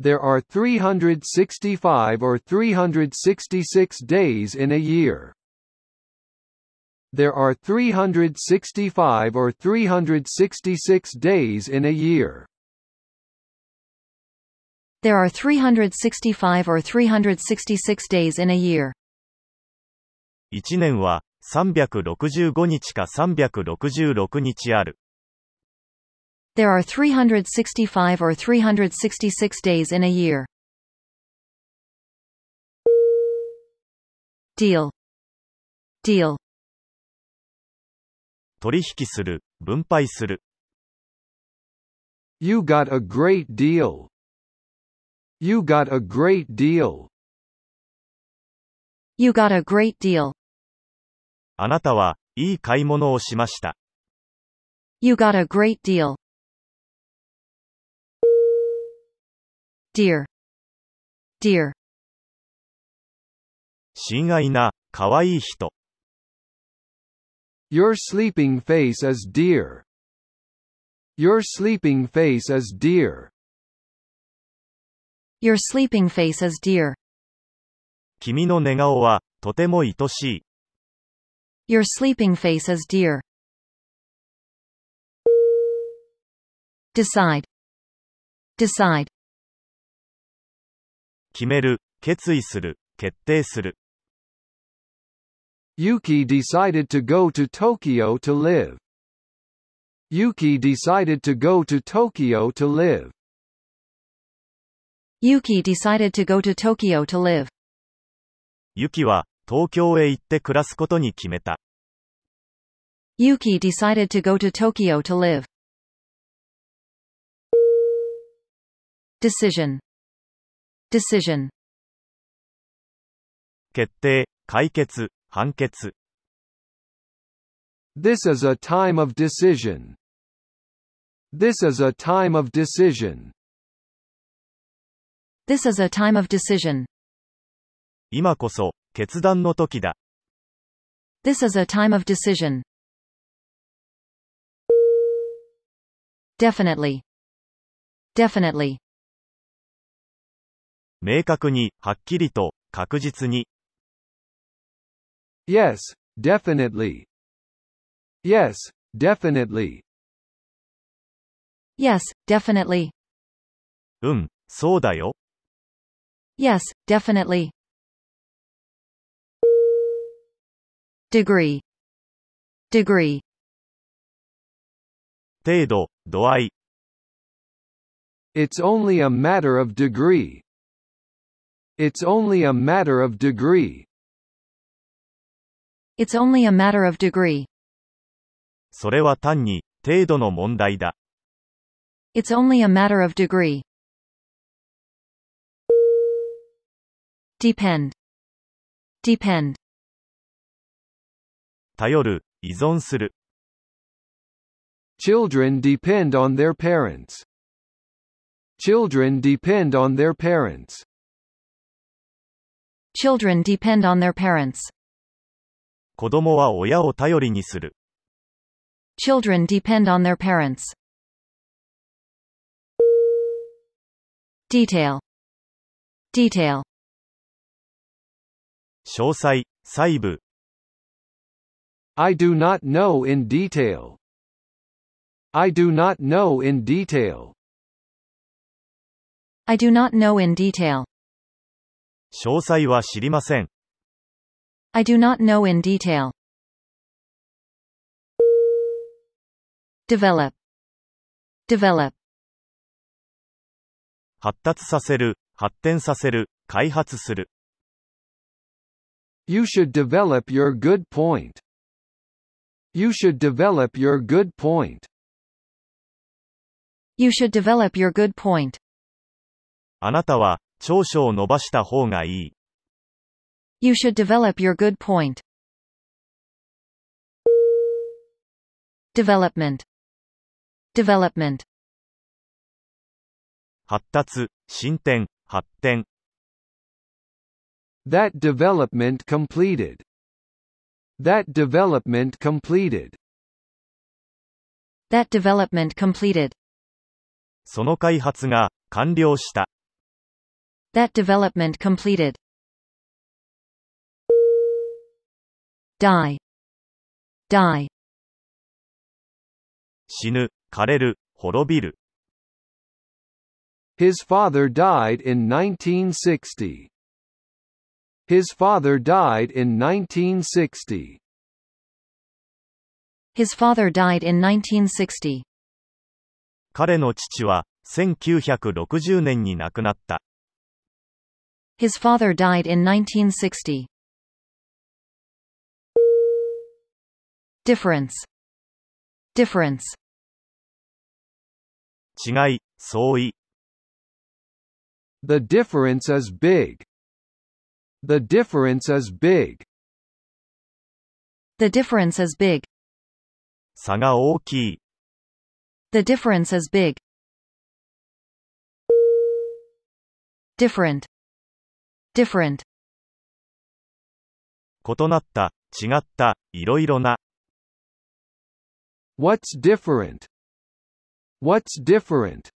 S3: There are 365 or 366 days in a year. There are 365 or 366 days in a year.
S4: There are 365 or 366 days in a year.
S5: 1年は365日か366日ある。
S4: There are 365 or 366 days in a year. Deal. Deal.
S5: 取引する、分配する。
S3: You got a great deal. You got a great deal.
S4: You got a great deal.
S5: あなたは、いい買い物をしました。
S4: You got a great deal. Dear. Dear.
S5: 親愛な、可愛い人。
S3: Your sleeping face is dear. Your sleeping face is dear.
S4: Your sleeping face is dear.
S5: 君の寝顔は、とても愛しい。
S4: Your sleeping face is dear. Decide. Decide.
S5: 決める、決意する、決定する。
S3: Yuki decided to go to Tokyo to live. Yuki decided to go to Tokyo to live.
S4: Yuki decided to go to Tokyo to live.
S5: ユキは、東京へ行って暮らすことに決めた。
S4: Yuki decided to go to Tokyo to live. Decision. Decision.
S5: 決定、解決、判決。
S3: This is a time of decision. This is a time of decision.
S4: This is a time of decision.
S5: 今こそ、決断の時だ。
S4: This is a time of decision. Definitely. Definitely.
S5: 明確に、はっきりと、確実に。
S3: Yes, definitely. Yes, definitely.
S4: Yes, definitely.
S5: うん、そうだよ。
S4: Yes, definitely. Degree. Degree.
S5: 程度、度合い。
S3: It's only a matter of degree. It's only a matter of degree.
S4: It's only a matter of degree.
S5: それは単に、程度の問題だ。
S4: It's only a matter of degree. Depend. Depend.
S5: 頼る、依存する。
S3: Children depend on their parents. Children depend on their parents.
S4: Children depend on their parents.
S5: 子供は親を頼りにする。
S4: Children depend on their parents. Detail. Detail.
S5: 詳細、細部。
S3: I do not know in detail. I do not know in detail.
S4: I do not know in detail.
S5: 詳細は知りません。
S4: I do not know in detail. Develop. Develop.
S5: 発達させる、発展させる、開発する。
S3: You should develop your good point. You should develop your good point.
S4: You should develop your good point.
S5: あなたは、長所を伸ばした方がいい。
S4: You should develop your good point. Development. Development.
S5: 発達、進展、発展。
S3: That development completed. That development completed.
S4: That development completed.
S5: その開発が、完了した。
S1: That development completed. Die. Die.
S2: 死ぬ、枯れる、滅びる。
S3: His father died in 1960. His father died in 1960.
S1: His father died in 1960.
S2: 彼の父は、1960年に亡くなった。
S1: His father died in 1960. Difference. Difference.
S2: 違い、相違。
S3: The difference is big. The difference is big.
S1: The difference is big.
S2: 差が大きい。
S1: The difference is big. Different. Different.
S2: 異なった、違った、いろいろな。
S3: What's different? What's different?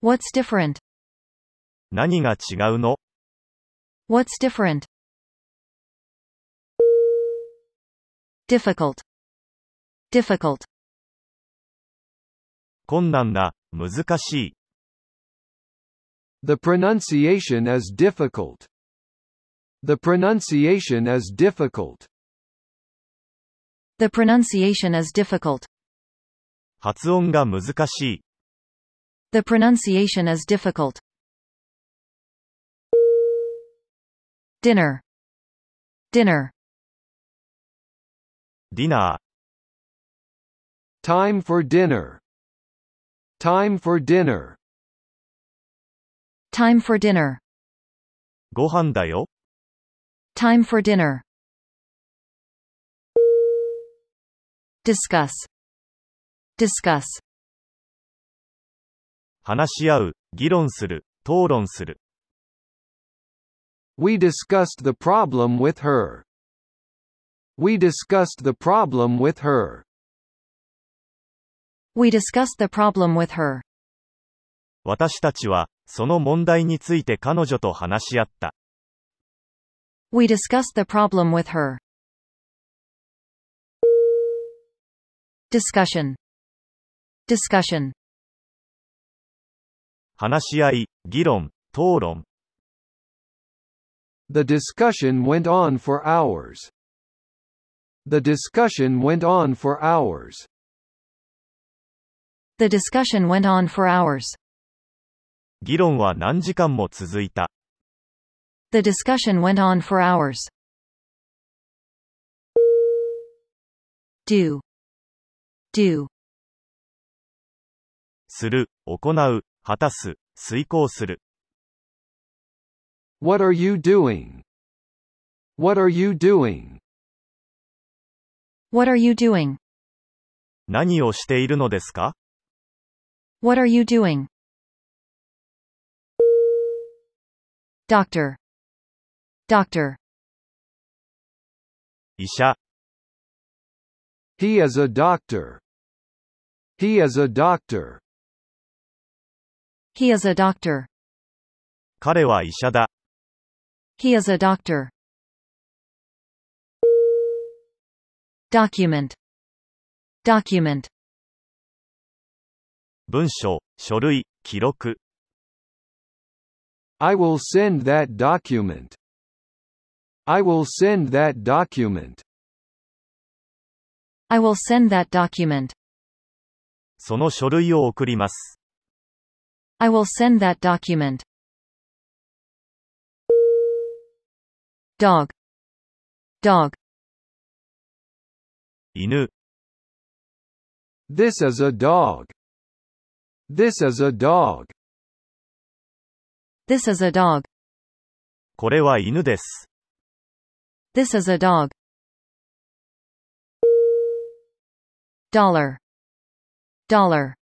S1: What's different?
S2: 何が違うの
S1: What's different? Difficult. Difficult.
S2: 困難な、難しい。
S3: The pronunciation is difficult. The pronunciation is difficult.
S1: The pronunciation is difficult.
S2: 発音が難しい。
S1: The pronunciation is difficult. Dinner. Dinner.
S2: ディナー。
S3: Time for dinner. Time for dinner.
S1: Time for dinner.
S2: ご飯だよ。
S1: Time for dinner. Discuss. Discuss.
S2: 話し合う、議論する、討論する。
S3: We discussed the problem with her. We discussed the problem with her.
S1: We discussed the problem with her.
S2: 私たちは、その問題について彼女と話し合った。
S1: We discussed the problem with her. Discussion. Discussion.
S2: 話し合い、議論、討論。
S3: The discussion went on for hours. The discussion went on for hours.
S1: The discussion went on for hours.
S2: 議論は何時間も続いた。
S1: The discussion went on for hours. Do. Do.
S2: する、行う、果たす、遂行する。
S3: What are you doing? What are you doing?
S1: What are you doing?
S2: 何をしているのですか
S1: What are you doing? Doctor. Doctor.
S2: 医者、
S3: He is a doctor. He is a doctor.
S1: He is a doctor.
S2: 彼は医者だ。
S1: He is a doctor. Document. Document.
S2: 文章、書類、記録。
S3: I will send that document. I will send that document.
S1: I will send that document.
S2: その書類を送ります。
S1: I will send that document. Dog. Dog.
S2: 犬、
S3: This is a dog. This is a dog.
S1: This is a dog.
S2: これは犬です。
S1: This is a dog. Dollar. Dollar.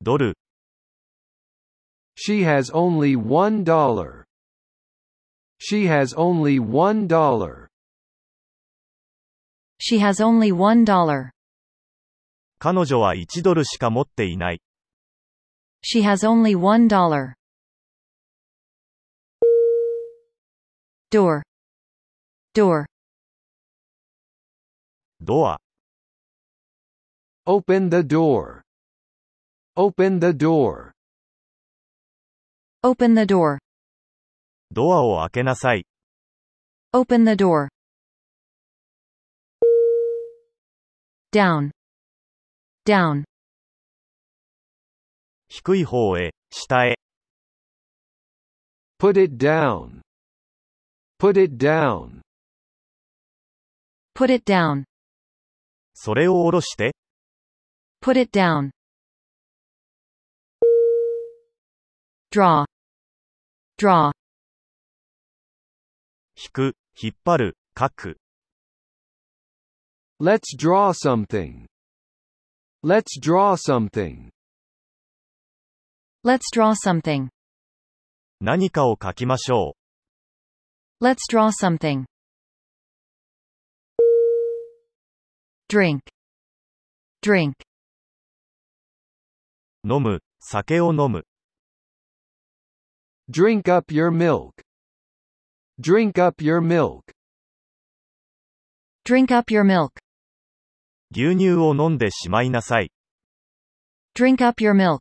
S2: ドル、
S3: She has only one dollar. She has only one dollar.
S1: She has only one dollar.
S2: 彼女は1ドルしか持っていない。
S1: She has only one dollar. Door. Door.
S2: ドア、
S3: Open the door. Open the door.
S1: Open the door.
S2: ドアを開けなさい。
S1: Open the door. Down. Down.
S2: 低い方へ、下へ、
S3: Put it down. Put it down.
S1: Put it down.
S2: それを下ろして、
S1: Put it down. Draw. Draw.
S2: 引く、引っ張る、書く。
S3: Let's draw something. Let's draw something.
S1: Let's draw something.
S2: 何かを書きましょ
S1: Let's draw something. Drink. Drink.
S2: う。飲む、酒を飲む。
S3: Drink up your milk. Drink up your milk.
S1: Drink up your milk.
S2: 牛乳を飲んでしまいなさい。
S1: Drink up your milk.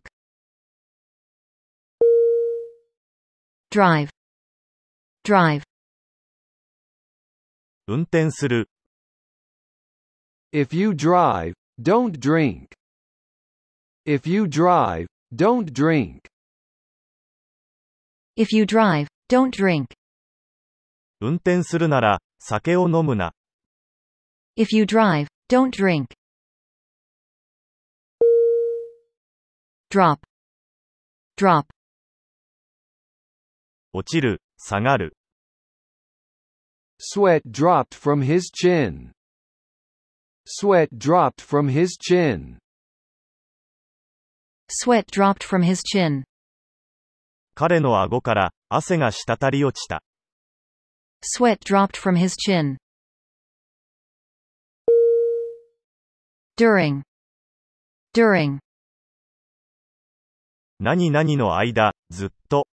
S1: Drive. Drive.
S2: 運転する。
S3: If you drive, don't drink. If you drive, don't drink.
S1: If you drive, don't drink.
S2: 運転するなら、酒を飲むな。
S1: If you drive, don't drink. Drop. Drop.
S2: 落ちる、下がる。
S3: Sweat dropped from his chin. Sweat dropped from his chin.
S1: Sweat dropped from his chin.
S2: 彼の顎から、汗が滴り落ちた。
S1: Sweat dropped from his chin. During. During.
S2: 何々の間、ずっと。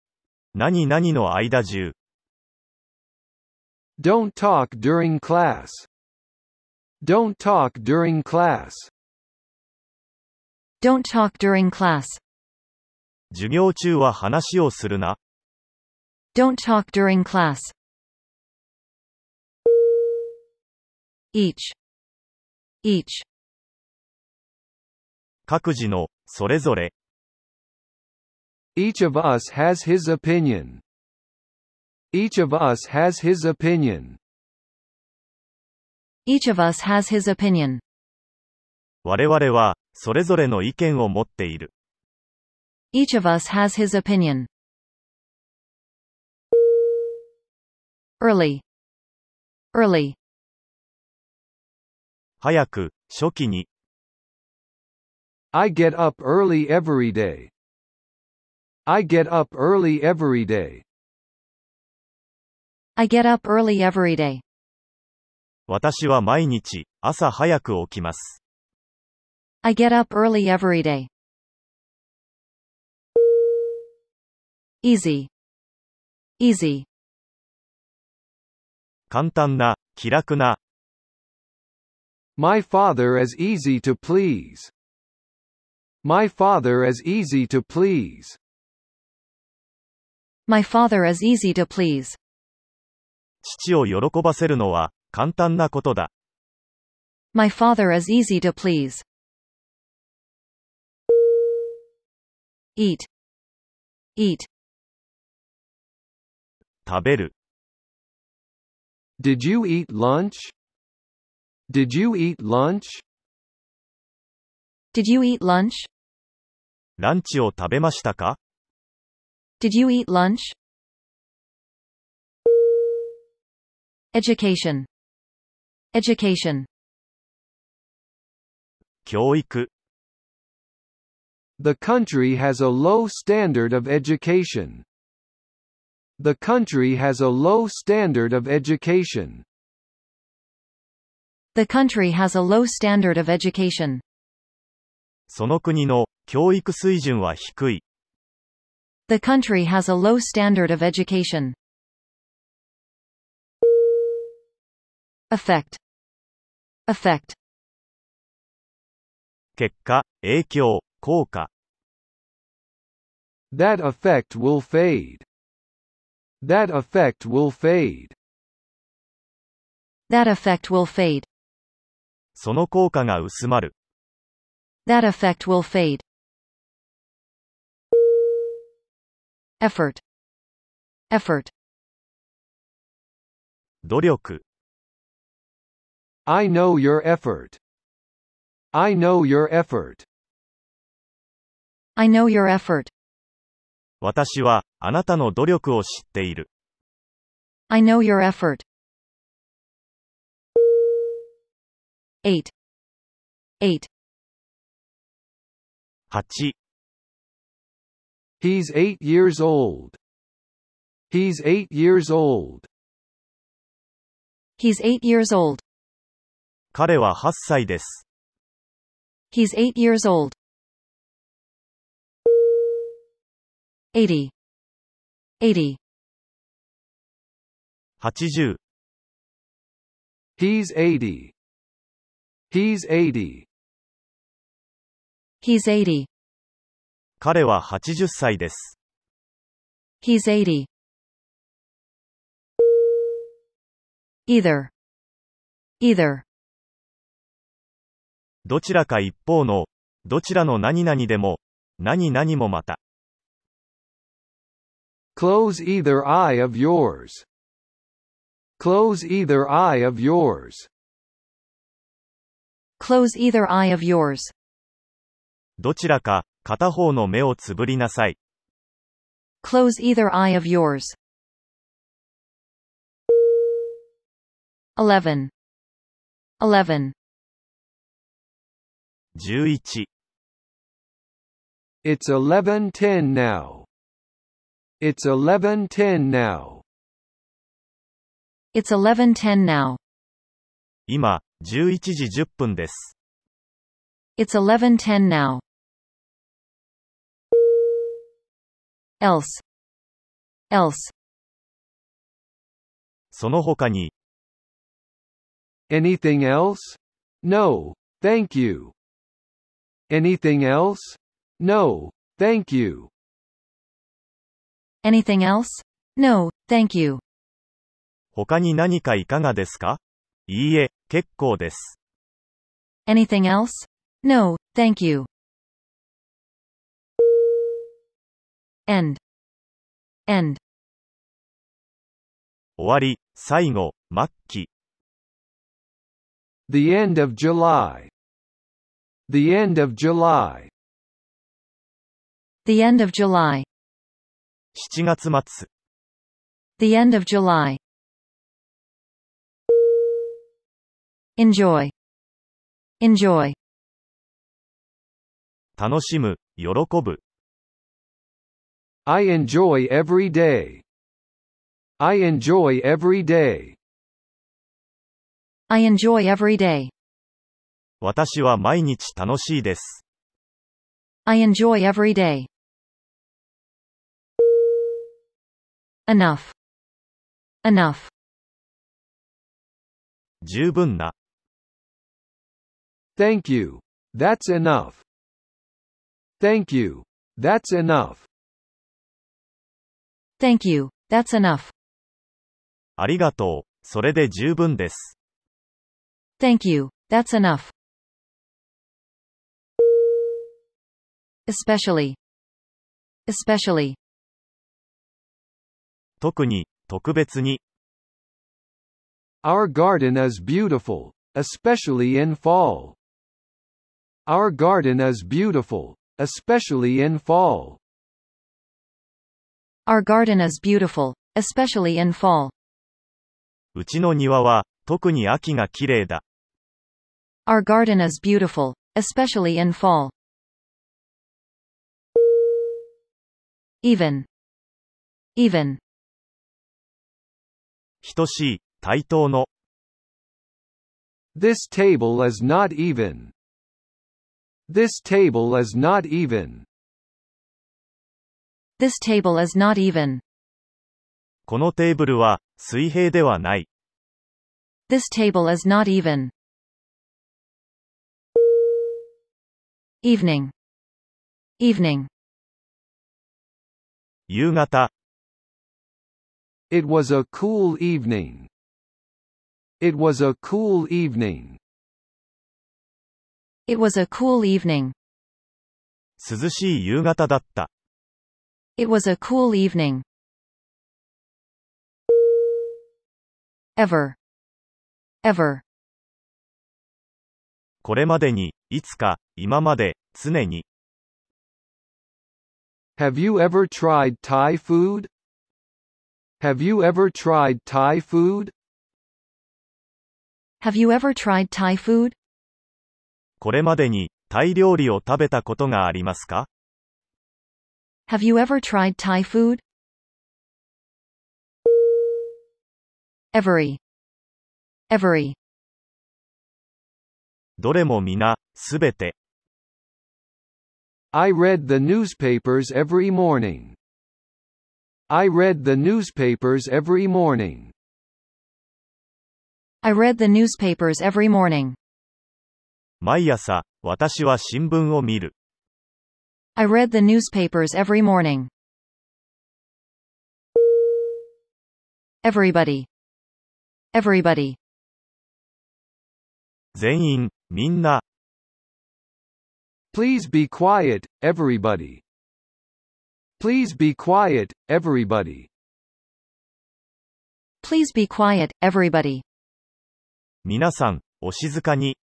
S2: 何々の間中。
S3: Don't talk during class. Don't talk during class.
S1: Don't talk during class.
S2: 授業中は話をするな。
S1: Don't talk during class. Each. Each.
S2: 各自の、それぞれ。
S3: Each of us has his opinion. Each of us has his opinion.
S1: Each of us has his opinion.
S2: 我々は、それぞれの意見を持っている。
S1: Each of us has his opinion. Early. Early.
S2: 早く、初期に。
S3: I get up early every day. I get up early every day.
S1: I get up early every day.
S2: 私は毎日、朝早く起きます。
S1: I get up early every day. Easy. Easy.
S2: 簡単な、気楽な、
S3: My father is easy to please. My father is easy to please.
S1: My father is easy to please.
S2: 父を喜ばせるのは、簡単なことだ。
S1: My father is easy to please. Eat. Eat.
S2: 食べる。
S3: Did you eat lunch? Did you eat lunch?
S1: Did you eat lunch?
S2: ランチを食べましたか
S1: Did you eat lunch? Education. Education.
S2: 教育。
S3: The country has a low standard of education. The country has a low standard of education.
S1: The country has a low standard of education.
S2: その国の、教育水準は低い。
S1: The country has a low standard of education. Effect. Effect.
S2: 結果、影響、効果、
S3: That effect will fade. That effect will fade.
S1: That effect will fade.
S2: その効果が薄まる、
S1: That effect will fade. Effort. Effort.
S2: 努力、
S3: I know your effort. I know your effort.
S1: I know your effort.
S2: 私は、あなたの努力を知っている、
S1: I know your effort. 8. 8.
S2: 8、
S3: He's eight years old. He's eight years old.
S1: He's 8 years old.
S2: 彼は8歳です、
S1: He's 8 years old. 80. 80.
S2: 80、
S3: He's 80. He's 80.
S1: He's 80.
S2: 彼は80歳です、
S1: He's 80. Either. Either.
S2: どちらか一方の、どちらの何々でも、何々もまた、
S3: Close either eye of yours. Close either eye of yours.
S1: Close either eye of yours.
S2: どちらか、片方の目をつぶりなさい、
S1: Close either eye of yours. 11. 11.
S2: 11、
S3: It's 11:10 now. It's 11:10 now.
S1: It's 11:10 now.
S2: 今、11時10分です、
S1: It's 11:10 now. Else. Else.
S2: その他に、
S3: Anything else? No, thank you. Anything else? No, thank you.
S1: Anything else? No, thank you.
S2: 他に何かいかがですかいいえ、結構です。
S1: Anything else? No, thank you. End. End.
S2: 終わり、最後、末期、
S3: The end of July. The end of July.
S1: The end of July.
S2: 7月末、
S1: The end of July. Enjoy. Enjoy.
S2: 楽しむ、喜ぶ、
S3: I enjoy every day. I enjoy every day.
S1: I enjoy every day.
S2: 私は毎日楽しいです。
S1: I enjoy every day. Enough. Enough.
S2: 十分な、
S3: Thank you. That's enough. Thank you. That's enough.
S1: Thank you. That's enough.
S2: ありがとう、それで十分です。
S1: Thank you. That's enough. Especially. Especially.
S2: 特に、特別に、
S3: Our garden is beautiful, especially in fall. Our garden is beautiful, especially in fall.
S1: Our garden is beautiful, especially in fall.
S2: うちの庭は、特に秋が綺麗だ。
S1: Our garden is beautiful, especially in fall. Even. Even.
S2: 等しい、対等の、
S3: This table is not even. This table is not even.
S6: This table is not even.
S5: このテーブルは水平ではない。
S6: This table is not even. Evening. Evening.
S5: 夕方、
S3: It was a cool evening. It was a cool evening.
S6: It was a cool evening.
S5: 涼しい夕方だった。
S6: It was a cool evening. Ever. Ever.
S5: これまでに、いつか、今まで、常に。
S3: Have you ever tried Thai food? Have you ever tried Thai food?
S6: Have you ever tried Thai food?
S5: これまでに、タイ料理を食べたことがありますか
S6: Have you ever tried Thai food? Every. Every.
S5: どれも皆、すべて。
S3: I read the newspapers every morning. I read the newspapers every morning.
S6: I read the newspapers every morning.
S5: 毎朝、私は新聞を見る。
S6: I read the newspapers every morning. Everybody. Everybody.
S5: 全員、みんな、
S3: Please be quiet, everybody. Please be quiet, everybody.
S6: Please be quiet, everybody.
S5: 皆さん、お静かに。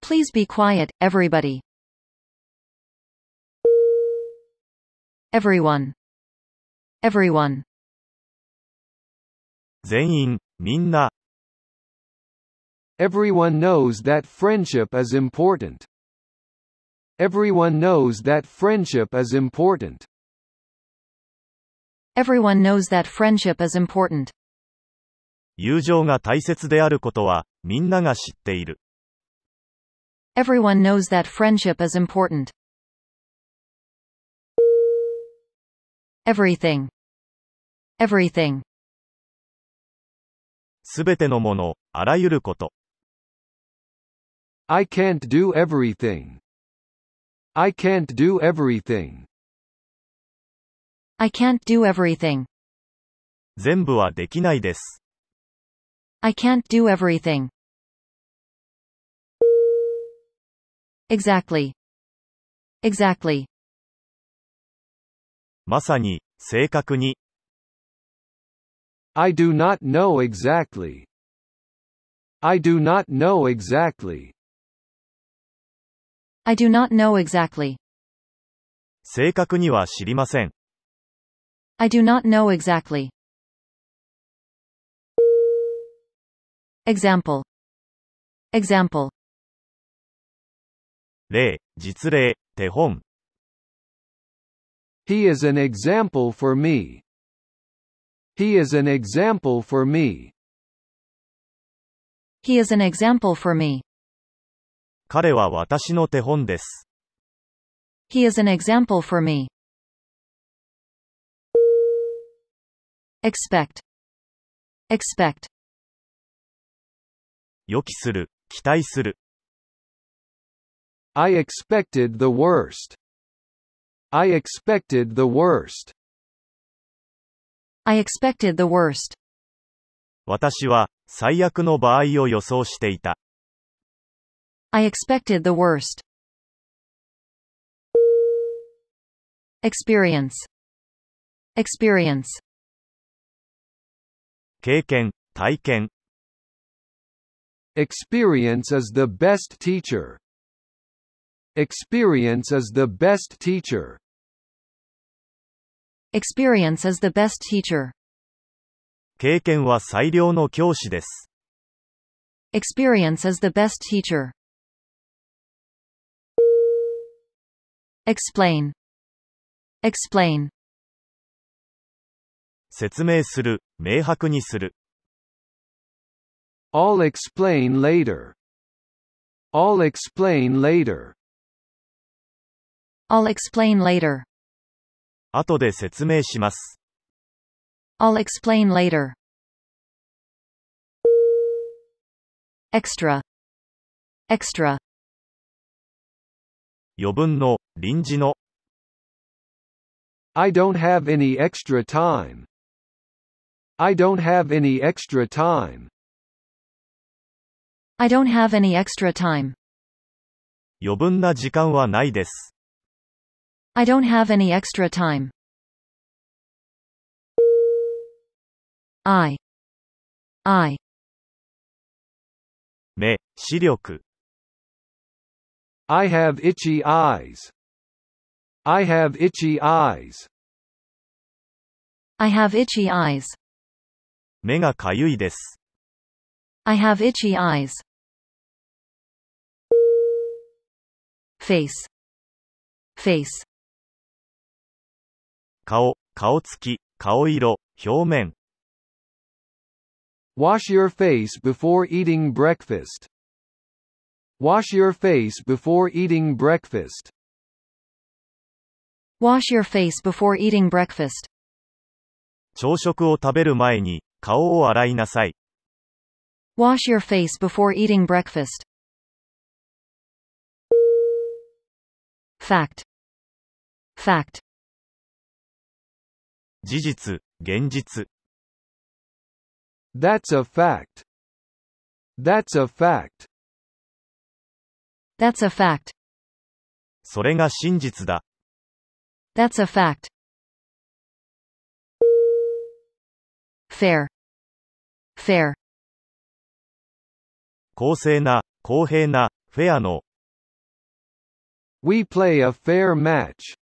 S6: Please be quiet, everybody. Everyone. Everyone.
S5: 全員、みんな、
S3: Everyone knows that friendship is important. Everyone knows that friendship is important.
S6: Everyone knows that friendship is important.
S5: 友情が大切であることは、みんなが知っている。
S6: Everyone knows that friendship is important. Everything. Everything.
S5: すべてのもの、あらゆること。
S3: I can't do everything. I can't do everything.
S6: I can't do everything.
S5: 全部はできないです。
S6: I can't do everything. Exactly. Exactly.
S5: まさに、正確に、
S3: I do not know exactly. I do not know exactly.
S6: I do not know exactly.
S5: 正確には知りません。
S6: I do not know exactly. Example. Example.
S5: 例、実例、手本。
S3: He is an example for me. He is an example for me.
S6: He is an example for me.
S5: 彼は私の手本です。
S6: He is an example for me. Expect. Expect.
S5: 予期する、期待する。
S3: I expected the worst. I expected the worst.
S6: I expected the worst.
S5: 私は、最悪の場合を予想していた。
S6: I expected the worst. Experience. Experience.
S5: 経験、体験。
S3: Experience is the best teacher. Experience is the best teacher.
S6: Experience is the best teacher.
S5: 経験は最良の教師です。
S6: Experience is the best teacher. Explain. Explain.
S5: 説明する、明白にする。
S3: I'll explain later. I'll explain later.
S6: I'll explain later.
S2: 後で説明します。
S1: I'll explain later. Extra. Extra.
S2: 余分の、臨時の、
S3: I don't have any extra time. I don't have any extra time.
S1: I don't have any extra time.
S2: 余分な時間はないです。
S1: I don't have any extra time. I. I.
S2: 目、視力、
S3: I have itchy eyes. I have itchy eyes.
S1: I have itchy eyes.
S2: 目がかゆいです。
S1: I have itchy eyes. Face. Face.
S2: 顔、顔つき、顔色、表面、
S3: Wash your face before eating breakfast. Wash your face before eating breakfast.
S1: Wash your face before eating breakfast.
S2: 朝食を食べる前に、顔を洗いなさい。
S1: Wash your face before eating breakfast. Fact. Fact.
S2: 事実、現実、
S3: That's a fact. That's a fact.
S1: That's a fact.
S2: それが真実だ。
S1: That's a fact. Fair. Fair.
S2: 公正な、公平な、フェアの、
S3: We play a fair match.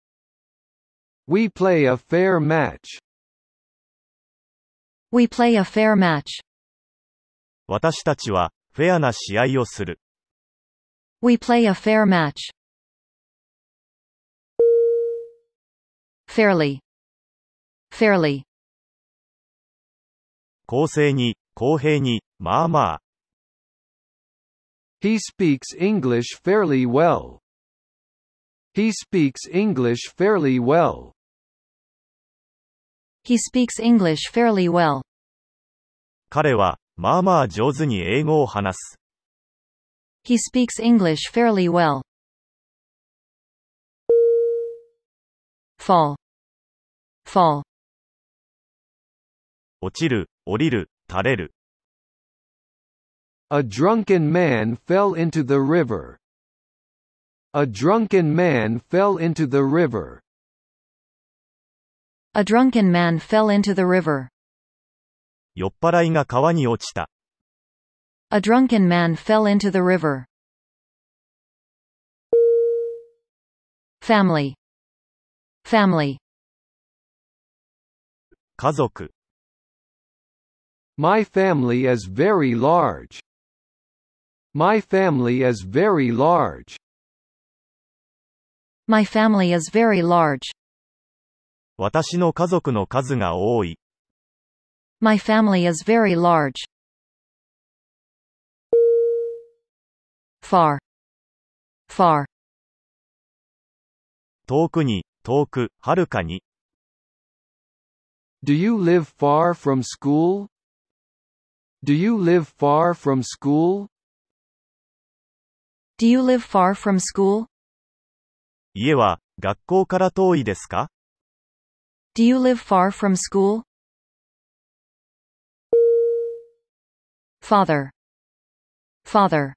S3: We play a fair match.
S1: We play a fair match.
S2: 私たちは、フェアな試合をする。
S1: We play a fair match. Fairly. Fairly.
S2: 公正に、公平に、まあまあ、
S3: He speaks English fairly well. He speaks English fairly well.
S1: He speaks English fairly well.
S2: 彼は、まあまあ上手に英語を話す。
S1: He speaks English fairly well. Fall. Fall.
S2: 落ちる、降りる、垂れる。
S3: A drunken man fell into the river. A drunken man fell into the river.
S1: A drunken man fell into the river.
S2: 酔っ払いが川に落ちた。
S1: A drunken man fell into the river. Family. Family.
S2: 家族。
S3: My family is very large. My family is very large.
S1: My family is very large.
S2: 私の家族の数が多い。
S1: My family is very large. Far. Far.
S2: 遠くに、遠く、遥かに。
S3: Do you live far from school? Do you live far from school?
S1: Do you live far from school?
S2: 家は、学校から遠いですか
S1: Do you live far from school? Father. Father.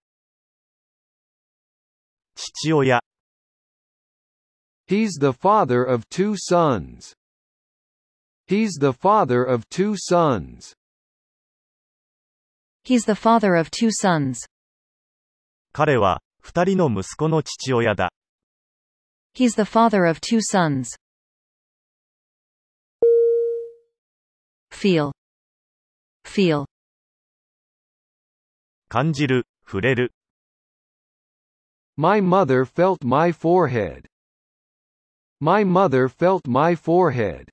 S2: 父親。
S3: He's the father of two sons. He's the father of two sons.
S1: He's the father of two sons.
S2: 彼は、二人の息子の父親だ。
S1: He's the father of two sons. Feel. Feel.
S2: 感じる、触れる。
S3: My mother felt my forehead. My mother felt my forehead.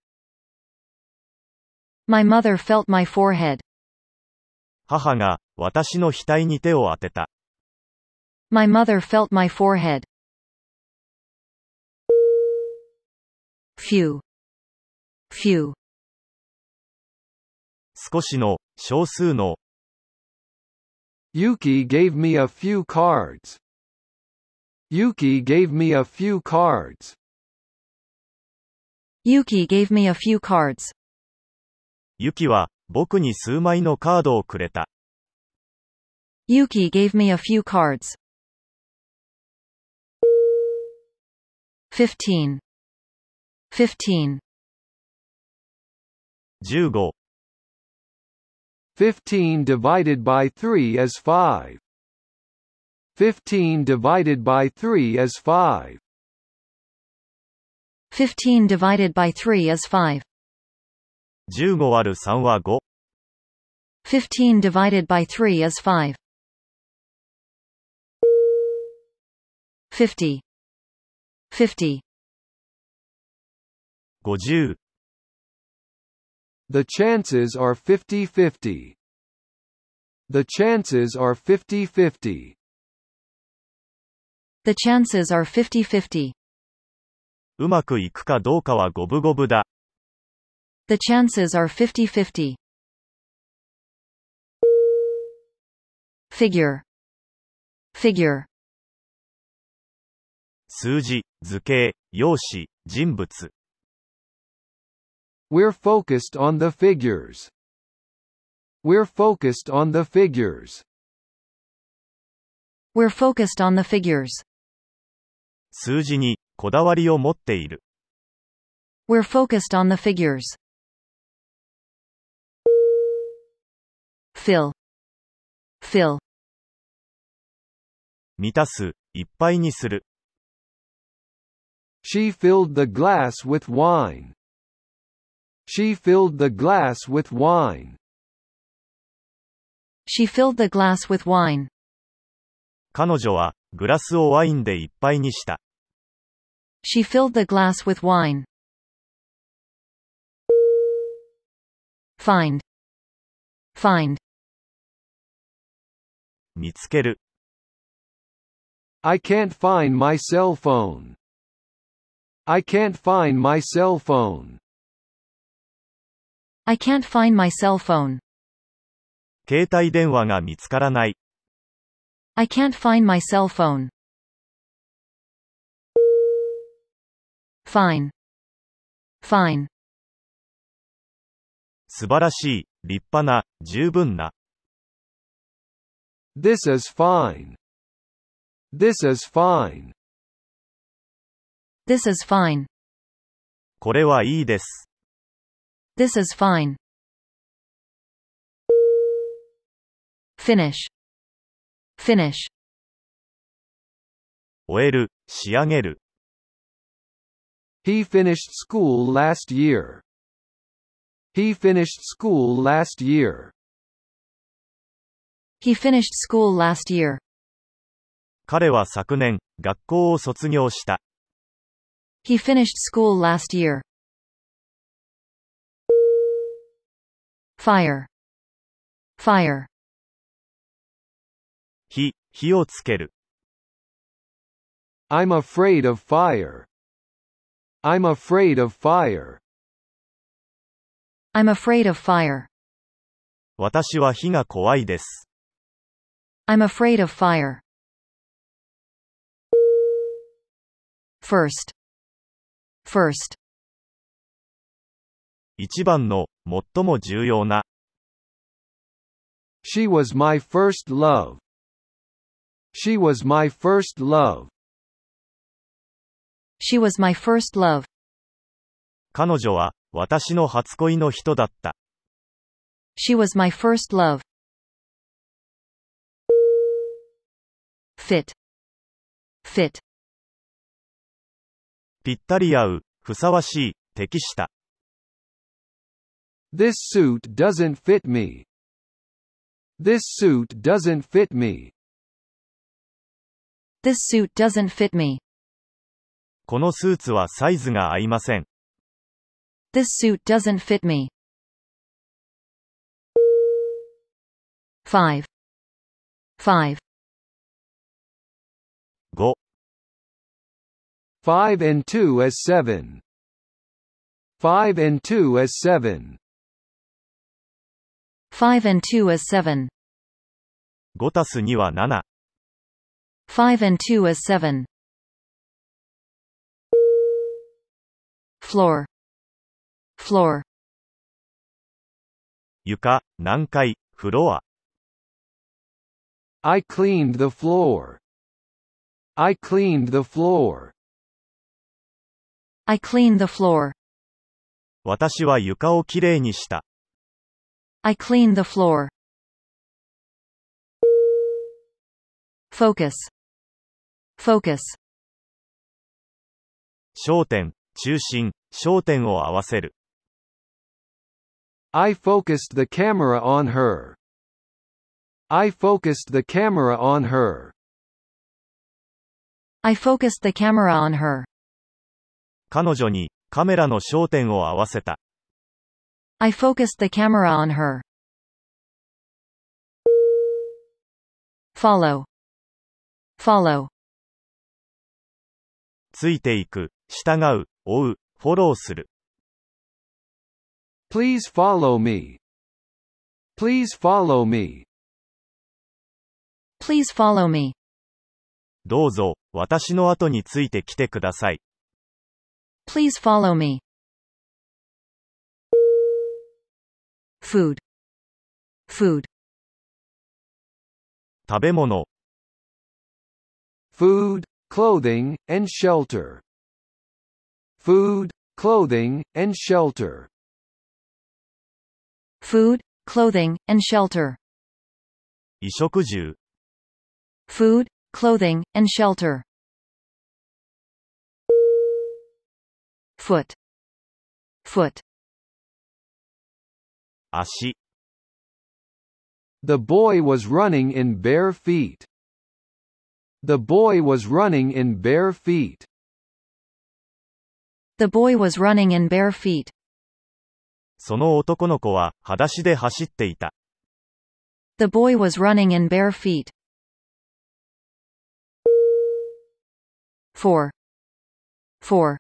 S1: My mother felt my forehead.
S2: 母が、私の額に手を当てた。
S1: My mother felt my forehead. Few. few,
S2: 少しの、少数の、
S3: Yuki gave me a few cards. Yuki gave me a few cards.
S1: Yuki gave me a few cards.
S2: ユキは、僕に数枚のカードをくれた。
S1: Yuki gave me a few cards. 15. 15.
S2: 15、
S3: 15 divided by 3 is 5. 15 divided by 3 is 5.
S1: 15 divided by 3 is 5.
S2: 15割る3は5、
S1: 15 divided by 3 is 5. 50. 50.
S2: 50。
S3: The chances are 50 50. The chances are 50 50.
S1: The chances are 50 50.
S2: うまくいくかどうかは五分五分だ。
S1: The chances are 50 50. Figure. Figure.
S2: 数字、図形、用紙、人物。
S3: We're focused on the figures. We're focused on the figures.
S1: We're focused on the figures.
S2: 数字に、こだわりを持っている。
S1: We're focused on the figures. Fill. Fill.
S2: 満たす、いっぱいにする。
S3: She filled the glass with wine. She filled the glass with wine.
S1: She filled the glass with wine.
S2: 彼女は、グラスをワインでいっぱいにした。
S1: She filled the glass with wine. Find. Find.
S2: 見つける。
S3: I can't find my cell phone. I can't find my cell phone.
S1: I can't find my cell phone.
S2: 携帯電話が見つからない。
S1: I can't find my cell phone. Fine. Fine.
S2: 素晴らしい、立派な、十分な。
S3: This is fine. This is fine.
S1: This is fine.
S2: これはいいです。
S1: This is fine. Finish. Finish.
S2: 終える、仕上げる。
S3: He finished school last year. He finished school last year.
S1: He finished school last year.
S2: 彼は昨年、学校を卒業した。
S1: He finished school last year. Fire. Fire.
S2: 火、火をつける。
S3: I'm afraid of fire. I'm afraid of fire.
S1: I'm afraid of fire.
S2: 私は火が怖いです。
S1: I'm afraid of fire. First. First.
S2: 一番の、最も重要な。
S3: She was my first love. She was my first love.
S1: She was my first love.
S2: 彼女は、私の初恋の人だった。
S1: She was my first love. Fit. Fit.
S2: ぴったり合う、ふさわしい、適した。
S3: This suit doesn't fit me. This suit doesn't fit me.
S1: This suit doesn't fit me.
S2: このスーツはサイズが合いません。
S1: This suit doesn't fit me. 5. 5.
S2: 5、
S3: 5 and 2 is 7.
S7: 5 and 2 as 7.
S1: 5 and 2 is 7.
S2: 5たす2は7。
S1: 5 and 2 is 7. Floor. Floor.
S2: 床、何階、フロア。
S7: I cleaned the floor. I cleaned the floor.
S1: I cleaned the floor.
S2: 私は床をきれいにした。
S1: I cleaned the floor. Focus. Focus.
S2: 焦点、中心、焦点を合わせる。
S7: I focused the camera on her. I focused the camera on her.
S1: I focused the camera on her.
S2: 彼女に、カメラの焦点を合わせた。
S1: I focused the camera on her. Follow. Follow.
S2: ついていく、従う、追う、フォローする。
S7: Please follow me. Please follow me.
S1: Please follow me.
S2: どうぞ、私の後についてきてください。
S1: Please follow me. Food. Food.
S2: 食べ物、
S7: Food, clothing, and shelter. Food, clothing, and shelter.
S1: Food, clothing, and shelter.
S2: 衣食住、
S1: Food, clothing, and shelter. Foot. Foot.
S2: 足、
S7: The boy was running in bare feet. The boy was running in bare feet.
S1: The boy was running in bare feet.
S2: その男の子は、裸足で走っていた。
S1: The boy was running in bare feet. Four. Four.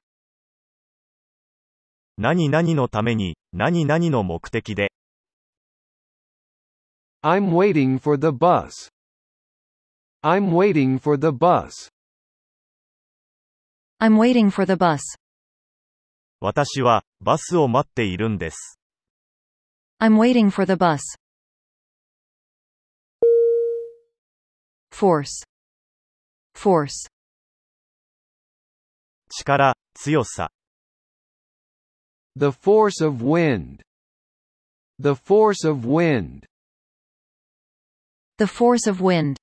S2: 何々のために、何々の目的で、
S7: I'm waiting for the bus. I'm waiting for the bus.
S1: I'm waiting for the bus.
S2: 私は、バスを待っているんです。
S1: I'm waiting for the bus. Force. Force.
S2: 力、強さ、
S7: The force of wind. The force of wind.
S1: The force of wind.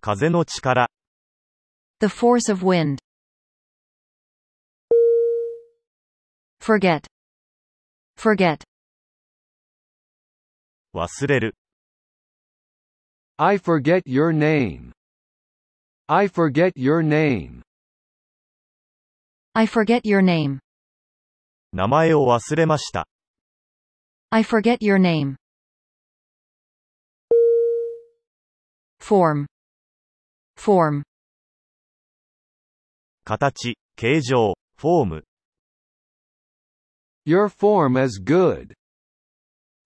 S2: 風の力、
S1: The force of wind. Forget. Forget.
S2: 忘れる、
S7: I forget your name. I forget your name.
S1: I forget your name.
S2: 名前を忘れました。
S1: I forget your name. Form. Form.
S2: 形、形状、フォーム、
S7: Your form is good.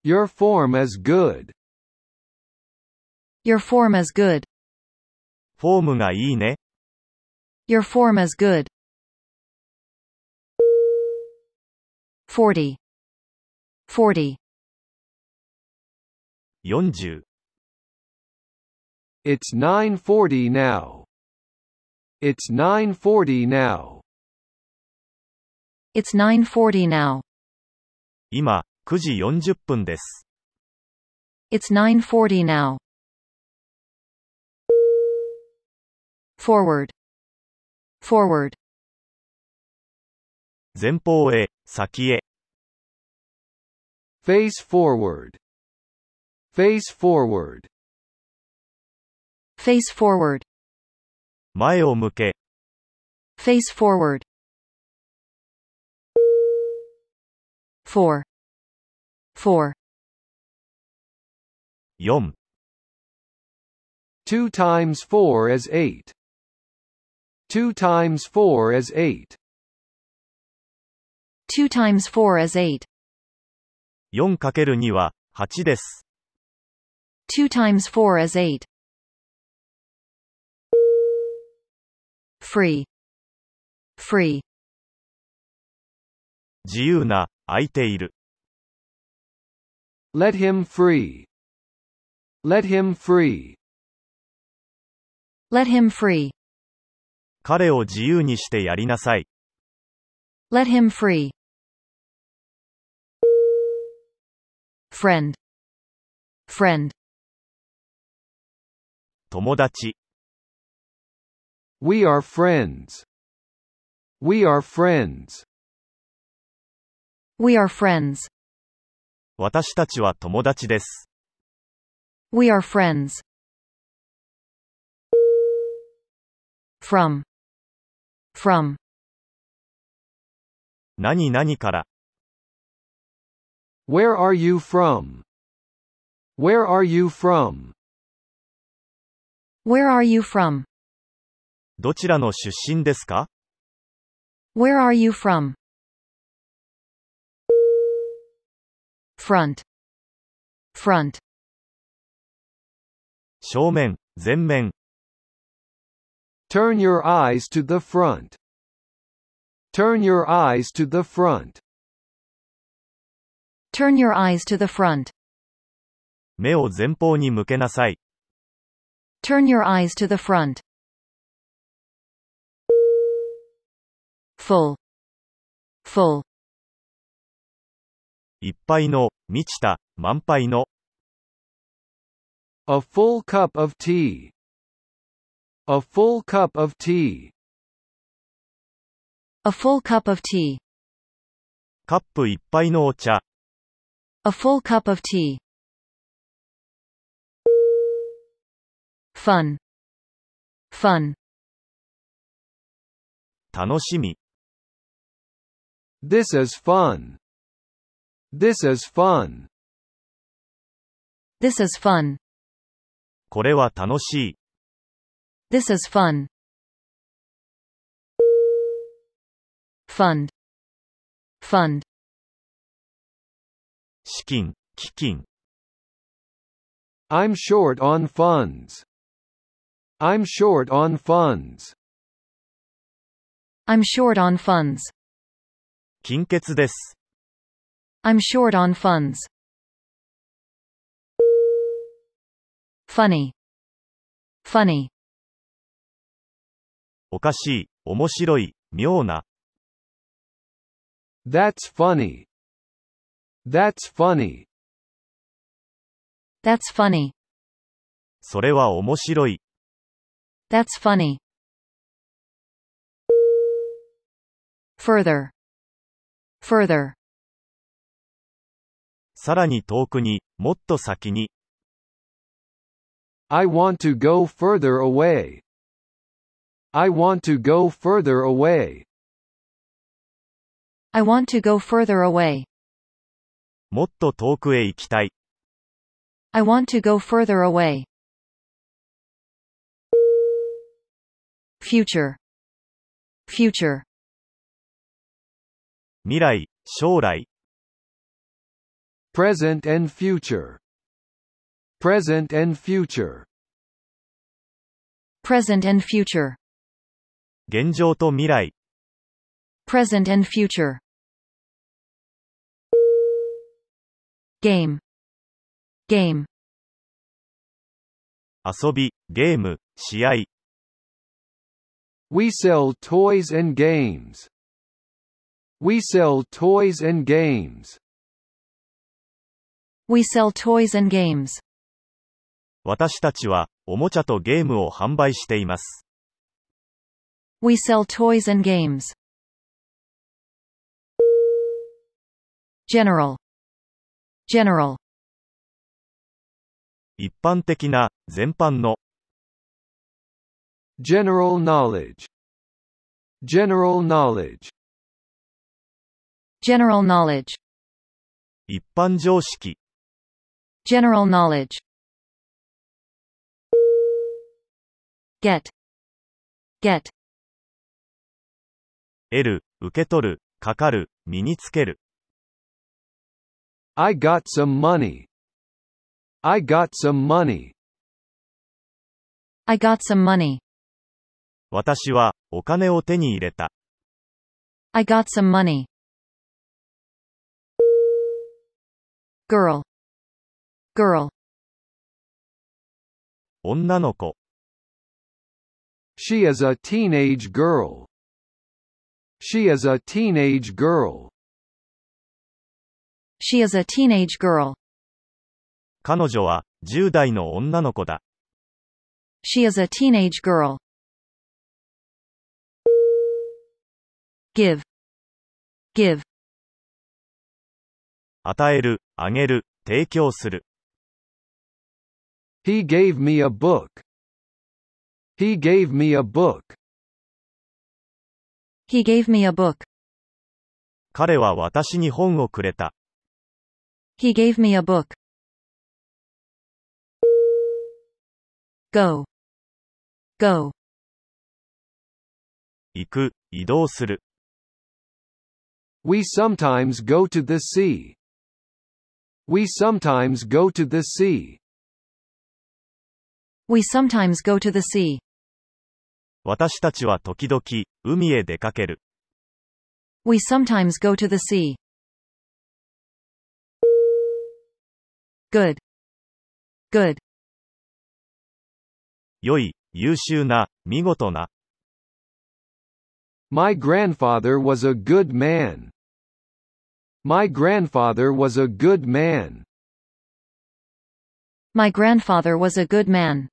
S7: Your form is good.
S1: Your form is good.
S2: フォームがいいね。
S1: Your form is good. 40. 40.
S2: 40、
S7: It's 9:40 now. It's 9:40 now.
S1: It's 9:40 now.
S2: 今、9時40分です。
S1: It's 9:40 now. Forward. Forward.
S2: 前方へ、先へ、
S7: Face forward. Face forward.
S1: Face forward.
S2: 前を向け、
S1: Face forward. 4. 4.
S2: 4、
S7: 2 times 4 is 8. 2 times 4 is 8.
S1: 2 times 4 is 8.
S2: 4×2 は8です。
S1: 2 times 4 is 8. Free. Free.
S2: 自由な、空いている。
S3: Let him free. Let him free.
S1: Let him free.
S2: 彼を自由にしてやりなさい。
S1: Let him free. Friend. Friend.
S2: 友達。
S3: We are friends. We are friends.
S1: We are friends.
S2: 私たちは友達です。
S1: We are friends. From. From.
S2: 何々から。
S3: Where are you from? Where are you from?
S1: Where are you from?
S2: どちらの出身ですか
S1: Where are you from? Front. Front.
S2: 正面、前面。
S3: Turn your eyes to the front. Turn your eyes to the front.
S1: Turn your eyes to the front.
S2: 目を前方に向けなさい。
S1: Turn your eyes to the front. Full. Full.
S2: いっぱいの、満ちた、満杯の。
S3: A full cup of tea. A full cup of tea.
S1: A full cup of tea.
S2: カップいっぱいのお茶。
S1: A full cup of tea. Fun. Fun.
S2: 楽しみ。
S3: This is fun. This is fun.
S1: This is fun.
S2: これは楽しい。
S1: This is fun. Fund. Fund.
S2: 資金、基金。
S3: I'm short on funds. I'm short on funds.
S1: I'm short on funds.
S2: 金欠です。
S1: I'm short on funds. Funny. Funny.
S2: おかしい、面白い、妙な。
S3: That's funny. That's funny.
S1: That's funny.
S2: それは面白い。
S1: That's funny. Further. Further.
S2: さらに遠くに、もっと先に。
S3: I want to go further away. I want to go further away.
S1: I want to go further away.
S2: もっと遠くへ行きたい。
S1: I want to go further away. Future. Future.
S2: 未来、将来。
S3: Present and future. Present and future.
S1: Present and future.
S2: 現状と未来。
S1: Present and future. Game. Game.
S2: 遊び、ゲーム、試合。
S3: We sell toys and games. We sell toys and games.
S1: We sell toys and games.
S2: 私たちは、おもちゃとゲームを販売しています。
S1: We sell toys and games. General. General.
S2: 一般的な、全般の。
S3: General knowledge. General knowledge.
S1: General knowledge.
S2: 一般常識。
S1: General knowledge. Get. Get.
S2: 得る、受け取る、かかる、
S5: 身につける。
S3: I got some money. I got some money.
S4: I got some money.
S5: 私は、お金を手に入れた。
S4: I got some money. Girl. Girl.
S5: 女の子。
S3: She is a teenage girl. She is a teenage girl.
S4: She is a teenage girl.
S5: 彼女は、10代の女の子だ。
S4: She is a teenage girl. Give. Give.
S5: 与える、あげる、提供する。
S3: He gave me a book. He gave me a book.
S4: He gave me a book.
S5: 彼は私に本をくれた。
S4: He gave me a book. Go. Go.
S5: 行く、移動する。
S3: We sometimes go to the sea. We sometimes go to the sea.
S4: We sometimes go to the sea.
S5: 私たちは時々、海へ出かける。
S4: We sometimes go to the sea. Good. Good.
S5: 良い、優秀な、見事な。
S3: My grandfather was a good man. My grandfather was a good man.
S4: My grandfather was a good man.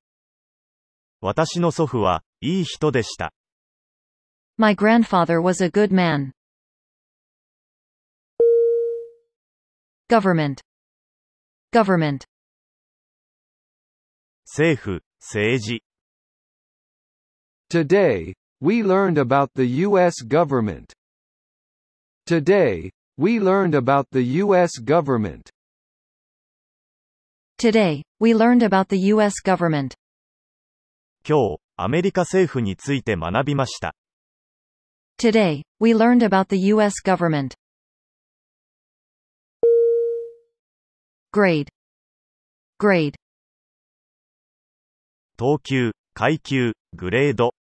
S5: 私の祖父は、いい人でした。
S4: My grandfather was a good man. Government. Government.
S5: 政府、政治。
S3: Today, we learned about the U.S. government. Today, we learned about the U.S. government.
S4: Today, we learned about the U.S. government.
S5: 今日、アメリカ政府について学びました。
S4: Today, we learned about the U.S. government. Grade. Grade.
S5: 等級、階級、グレード。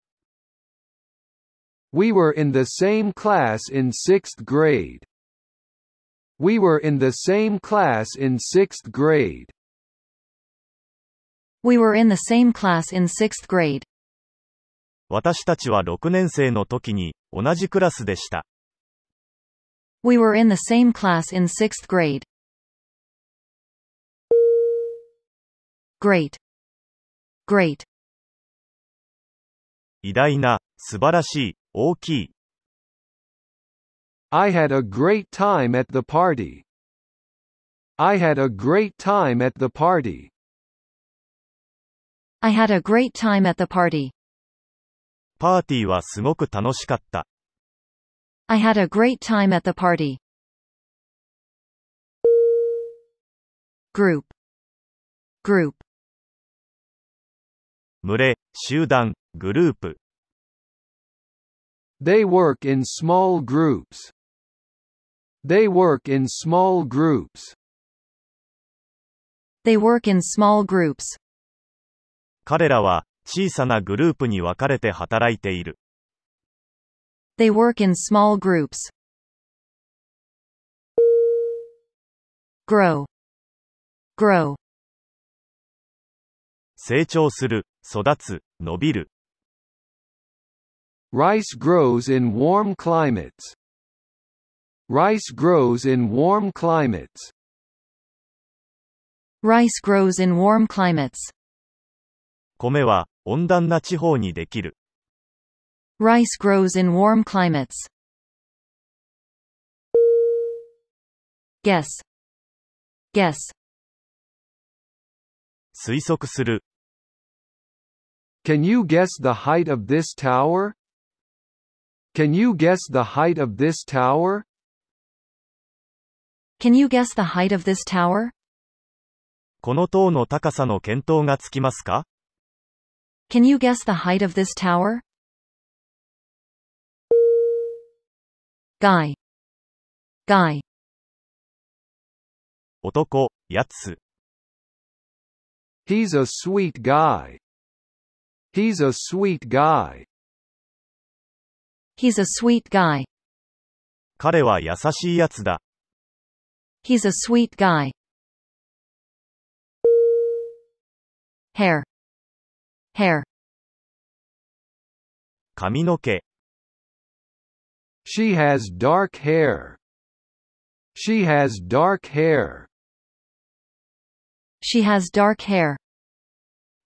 S3: We were in the same class in sixth grade. We were in the same class in sixth grade.
S4: We were in the same class in sixth grade.
S5: 私たちは6年生の時に、同じクラスでした。
S4: We were in the same class in sixth grade. Great. Great.
S5: 偉大な、素晴らしい、大きい。
S3: I had a great time at the party. I had a great time at the party.
S4: I had a great time at the party.
S5: パーティーはすごく楽しかった。
S4: I had a great time at the party. Group. Group.
S5: 群れ、集団、グループ。
S3: They work in small groups. They work in small groups.
S4: They work in small groups.
S5: 彼らは、小さなグループに分かれて働いている。
S4: They work in small groups. Grow. Grow.
S5: 成長する、育つ、伸びる。
S3: Rice grows in warm climates. Rice grows in warm climates.
S4: Rice grows in warm climates.
S5: 米は、温暖な地方にできる。
S4: Rice grows in warm climates. Guess. Guess.
S5: 推測する。
S3: Can you guess the height of this tower? Can you guess the height of this tower?
S4: Can you guess the height of this tower?
S5: この塔の高さの検討がつきますか
S4: Can you guess the height of this tower? Guy.
S1: guy,
S2: 男、やつ。
S3: He's a sweet guy. He's a sweet guy.
S1: he's a sweet guy,
S2: 彼は優しいやつだ。
S1: he's a sweet guy. Hair, hair,
S2: 髪の毛、
S3: She has dark hair. She has dark hair.
S1: she has dark hair,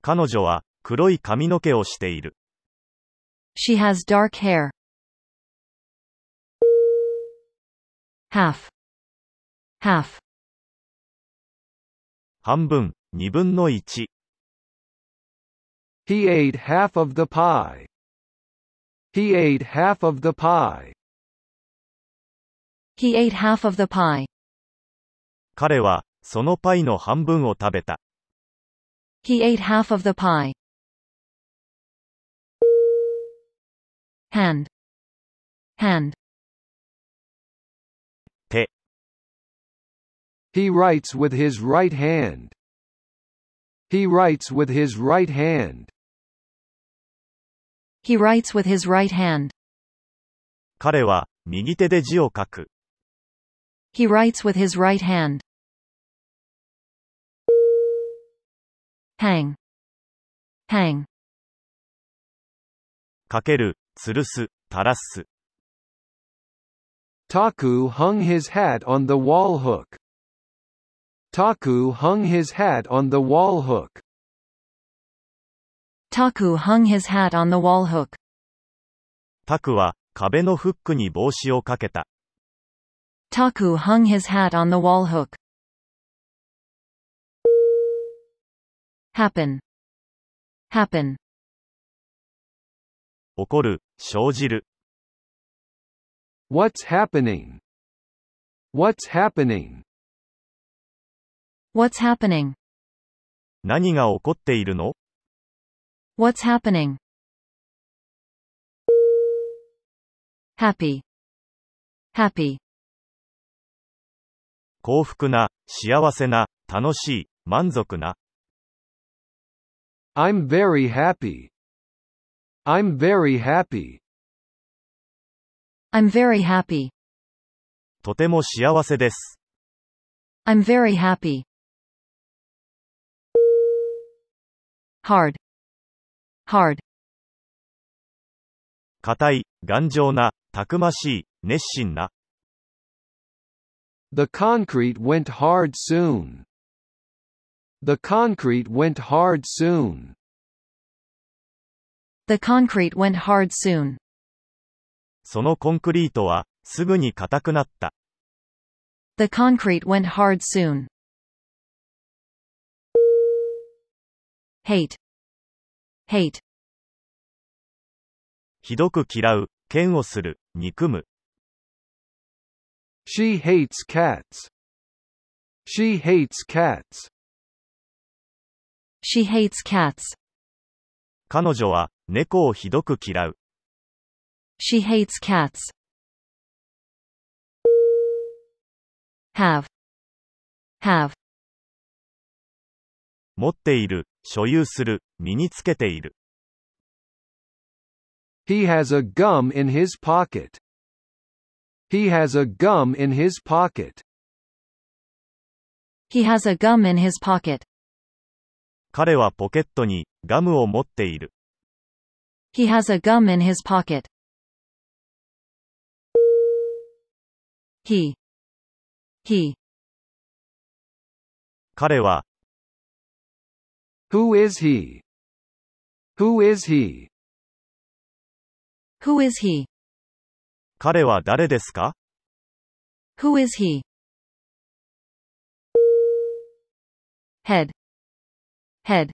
S2: 彼女は黒い髪の毛をしている。
S1: she has dark hair. Half, half,
S2: 半分、二分の一。
S3: He ate half of the pie. He ate half of the pie.
S1: he ate half of the pie,
S2: 彼は、そのパイの半分を食べた。
S1: he ate half of the pie. Hand, hand,
S3: He writes with his right hand. He writes with his right hand.
S1: he writes with his right hand,
S2: 彼は、右手で字を書く。
S1: he writes with his right hand. Hang, hang,
S2: かける、吊るす、垂らす。
S3: Taku hung his hat on the wall hook. Taku hung his hat on the wall hook.
S1: Taku hung his hat on the wall hook.
S2: タクは、壁のフックに帽子をかけた。
S1: Taku hung his hat on the wall hook. Happen. Happen.
S2: 起こる、生じる。
S3: What's happening? What's happening?
S1: What's happening?
S2: 何が起こっているの
S1: What's happening? Happy. Happy.
S2: 幸福な、幸せな、楽しい、満足な。
S3: I'm very happy. I'm very happy.
S1: I'm very happy.
S2: とても幸せです。
S1: I'm very happy. Hard. Hard.
S2: 硬い、頑丈な、たくましい、熱心な。
S3: The concrete went hard soon. The concrete went hard soon.
S1: The concrete went hard soon.
S2: そのコンクリートは、すぐに硬くなった。
S1: The concrete went hard soon. Hate. Hate.
S2: ひどく嫌う、嫌悪する、憎む。
S3: She hates cats. She hates cats.
S1: She hates cats.
S2: 彼女は、猫をひどく嫌う。
S1: She hates cats. Have. Have.
S2: 持っている、所有する、身につけている。
S3: He has a gum in his pocket. He has a gum in his pocket.
S1: He has a gum in his pocket.
S2: 彼はポケットに、ガムを持っている。
S1: He has a gum in his pocket. He. He.
S2: 彼は、
S3: Who is he? Who is he?
S1: Who is he?
S2: 彼は誰ですか
S1: Who is he? Head. Head.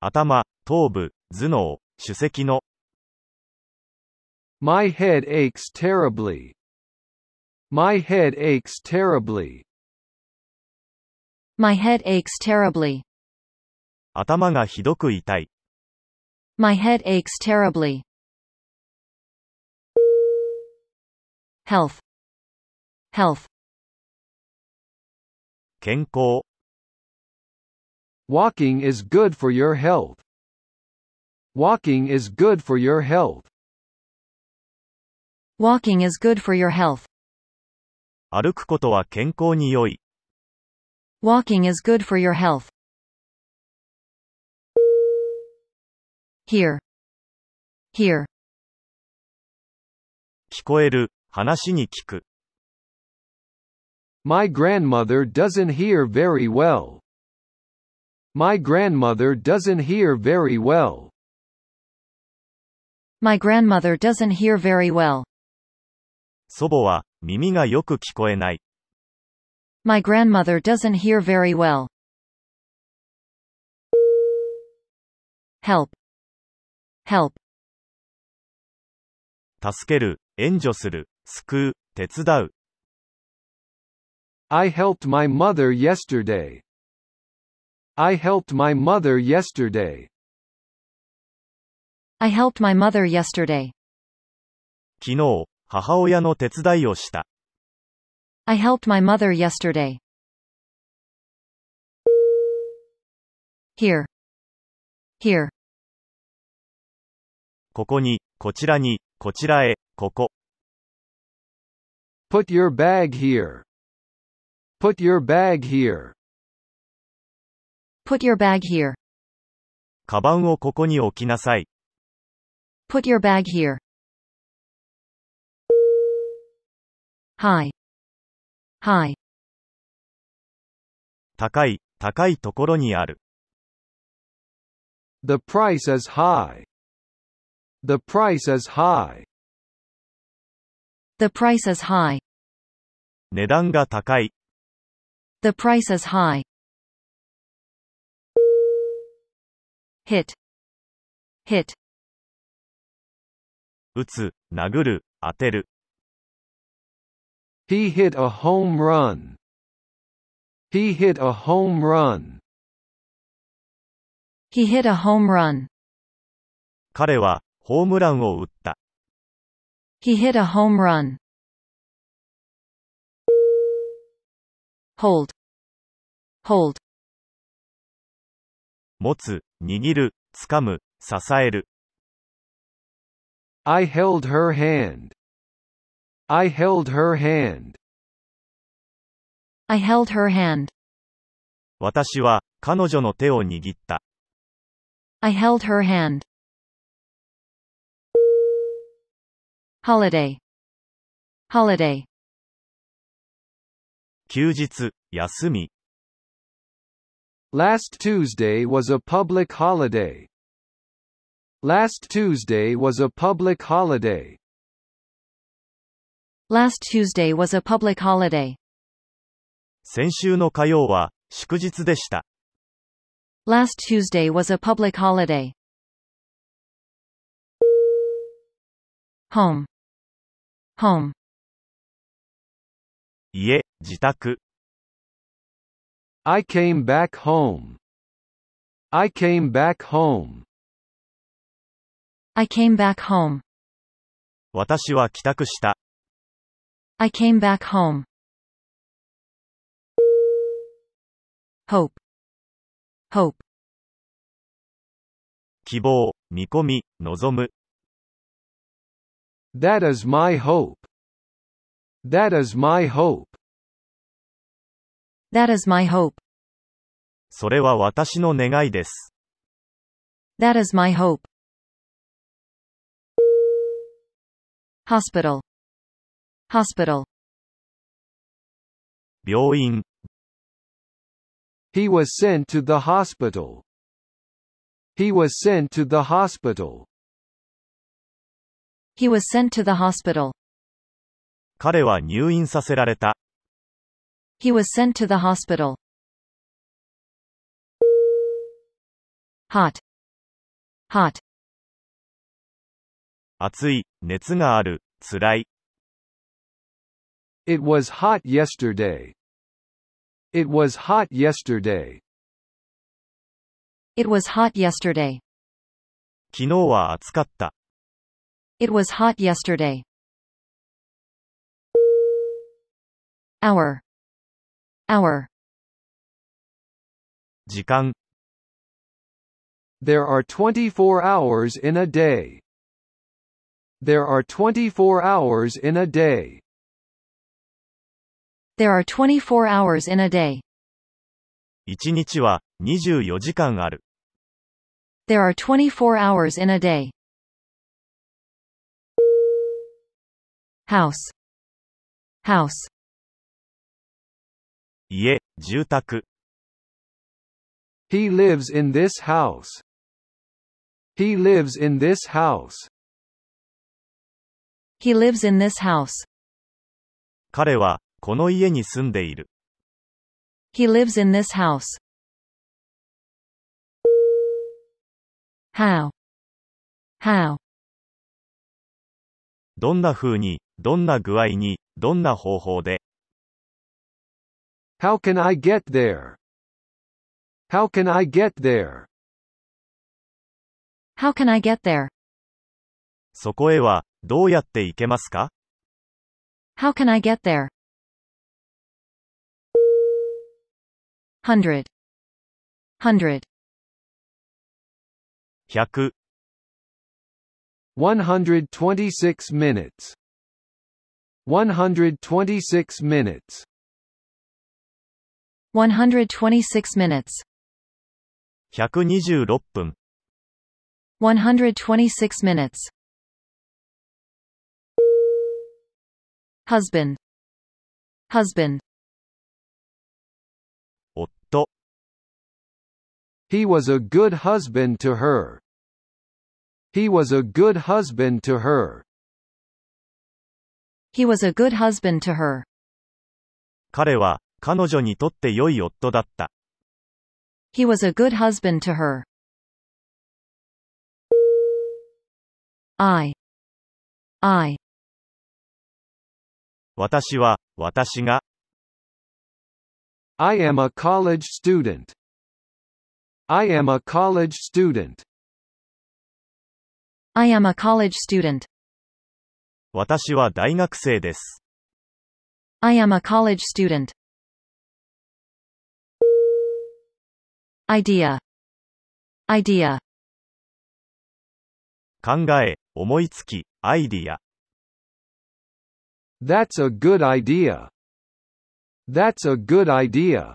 S2: 頭、頭部、頭脳、主席の。
S3: My head aches terribly. My head aches terribly.
S1: My head aches terribly.
S2: 頭がひどく痛い。
S1: My head aches terribly. health, health,
S2: 健康、
S3: Walking is good for your health. Walking is good for your health.
S1: walking is good for your health,
S2: 歩くことは健康に良い、
S1: walking is good for your health. Here, here,
S2: 聞こえる、話に聞く、
S3: My grandmother doesn't hear very well. My grandmother doesn't hear very well.
S1: my grandmother doesn't hear very well.
S2: 祖母は耳がよく聞こえない、
S1: My grandmother doesn't hear very well. Help. Help.
S2: 助ける、援助する、救う、手伝う、
S3: I helped my mother yesterday. I helped my mother yesterday.
S1: I helped my mother yesterday.
S2: 昨日、母親の手伝いをした、
S1: I helped my mother yesterday. Here. Here.
S2: ここに、こちらに、こちらへ、ここ、
S3: Put your bag here. Put your bag here.
S1: Put your bag here.
S2: カバンをここに置きなさい、
S1: Put your bag here. Hi. Hi.
S2: 高い、高いところにある、
S3: The price is high. The price is high.
S1: The price is high.
S2: 値段が高い、
S1: The price is high. Hit. Hit.
S2: 打つ、殴る、当てる、
S3: He hit a home run. He hit a home run.
S1: He hit a home run.
S2: 彼は、ホームランを打った、
S1: He hit a home run. Hold. Hold.
S2: 持つ、握る、掴む、支える、
S3: I held her hand. I held her hand.
S1: I held her hand.
S2: 私は、彼女の手を握った、
S1: I held her hand. Holiday. Holiday.
S2: 休日、休み、
S3: Last Tuesday was a public holiday. Last Tuesday was a public holiday.
S1: Last Tuesday was a public holiday.
S2: 先週の火曜は、祝日でした。
S1: Last Tuesday was a public holiday. Home. Home.
S2: 家、自宅、
S3: I came back home. I came back home.
S1: I came back home.
S2: 私は帰宅した、
S1: I came back home. Hope. Hope.
S2: 希望、見込み、望む、
S3: That is my hope. That is my hope.
S1: That is my hope.
S2: それは私の願いです。
S1: That is my hope. Hospital. Hospital.
S2: 病院、
S3: He was sent to the hospital. He was sent to the hospital.
S1: He was sent to the hospital.
S2: 彼は入院させられた、
S1: He was sent to the hospital. Hot. Hot.
S2: 暑い、熱がある、辛い、
S3: It was hot yesterday. It was hot yesterday.
S1: It was hot yesterday.
S2: 昨日は暑かった、
S1: It was hot yesterday. hour hour
S2: 時間、
S3: There are 24 hours in a day. There are 24 hours in a day.
S1: there are 24 hours in a day
S2: 1日は24時間ある。
S1: there are 24 hours in a day house house
S2: 家、住宅、
S3: He lives in this house. He lives in this house.
S1: he lives in this house
S2: 彼はこの家に住んでいる。
S1: he lives in this house how how
S2: どんな風に、どんな具合に、どんな方法で、
S3: How can I get there? How can I get there?
S1: how can i get there
S2: そこへはどうやって行けますか
S1: How can I get there? 100 100
S2: ?100、
S3: 126 minutes. 126 minutes.
S1: 126 minutes
S2: 126分、
S1: 126 minutes husband husband
S2: 夫、
S3: He was a good husband to her. He was a good husband to her.
S1: he was a good husband to her
S2: 彼は彼女にとって良い夫だった。
S1: he was a good husband to her i i
S2: 私は、私が、
S3: I am a college student. I am a college student.
S1: i am a college student
S2: 私は大学生です。
S1: I am a college student. Idea. Idea.
S2: 考え、思いつき、アイディア。
S3: That's a good idea. That's a good idea.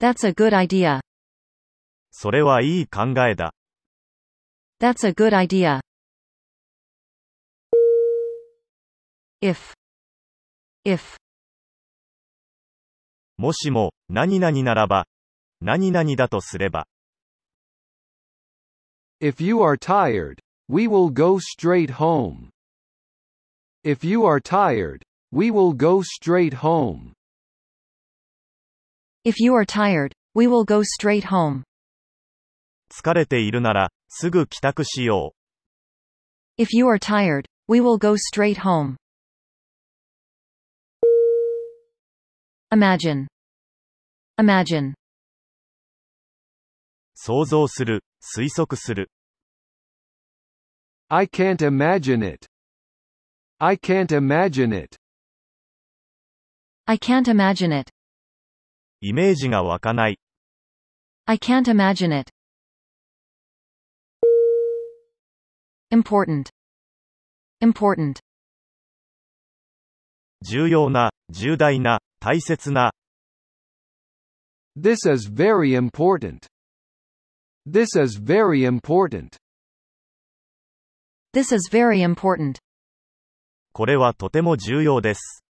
S1: That's a good idea.
S2: それはいい考えだ。
S1: That's a good idea. If. If.
S2: もしも、何々ならば、何々だとすれば、
S3: If you are tired, we will go straight home. If you are tired, we will go straight home.
S1: If you are tired, we will go straight home.
S2: 疲れているなら、すぐ帰宅しよう。
S1: If you are tired, we will go straight home. Imagine. Imagine.
S2: 想像する、推測する。
S3: I can't imagine it. I can't imagine it.
S1: I can't imagine it.
S2: イメージが湧かない。
S1: I can't imagine it. Important. Important.
S2: 重要な、重大な、大切な、
S3: This is very important. This is very important.
S1: This is very important.
S2: これはとても重要です。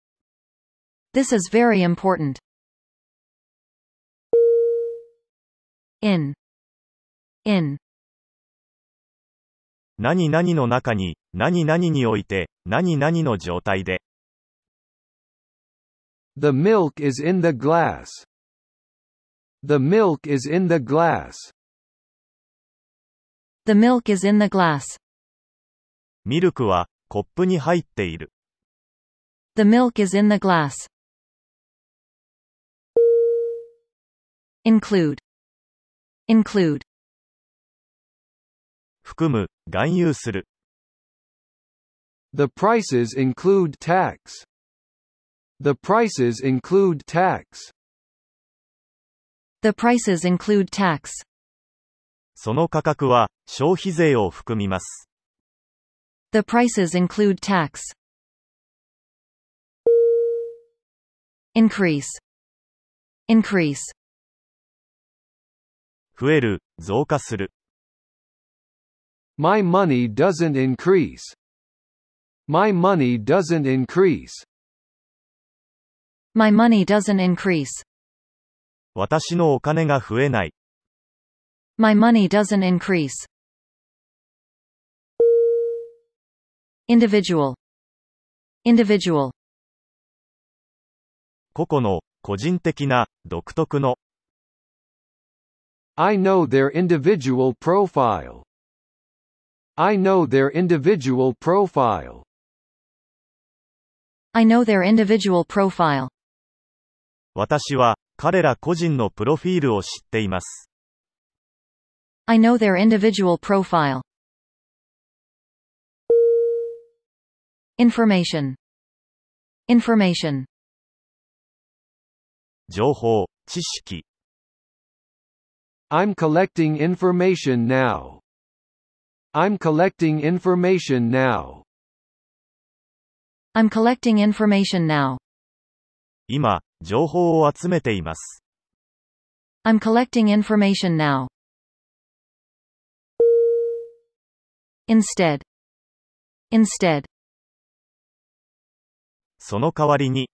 S1: This is very important. In. In.
S2: 何々の中に、何々において、何々の状態で、
S3: The milk is in the glass. The milk is in the glass.
S1: The milk is in the glass.
S2: ミルクは、コップに入っている。
S1: The milk is in the glass. Include. Include.
S2: 含む、含有する。
S3: The prices include tax. The prices include tax.
S1: The prices include tax.
S2: その価格は、消費税を含みます。
S1: The prices include tax. Increase. Increase.
S2: 増える、増加する。
S3: My money doesn't increase. My money doesn't increase.
S1: My money doesn't increase.
S2: 私のお金が増えない。
S1: My money doesn't increase. Individual. Individual.
S2: 個々の、個人的な、独特の。
S3: I know their individual profile. I know their individual profile.
S1: I know their individual profile.
S2: 私は、彼ら個人のプロフィールを知っています。
S1: I know their individual profile. Information. Information.
S2: 情報、知識。
S3: I'm collecting information now. I'm collecting information now.
S1: I'm collecting information now.
S2: 今、情報を集めています。
S1: I'm collecting information now. Instead. Instead.
S2: その代わりに、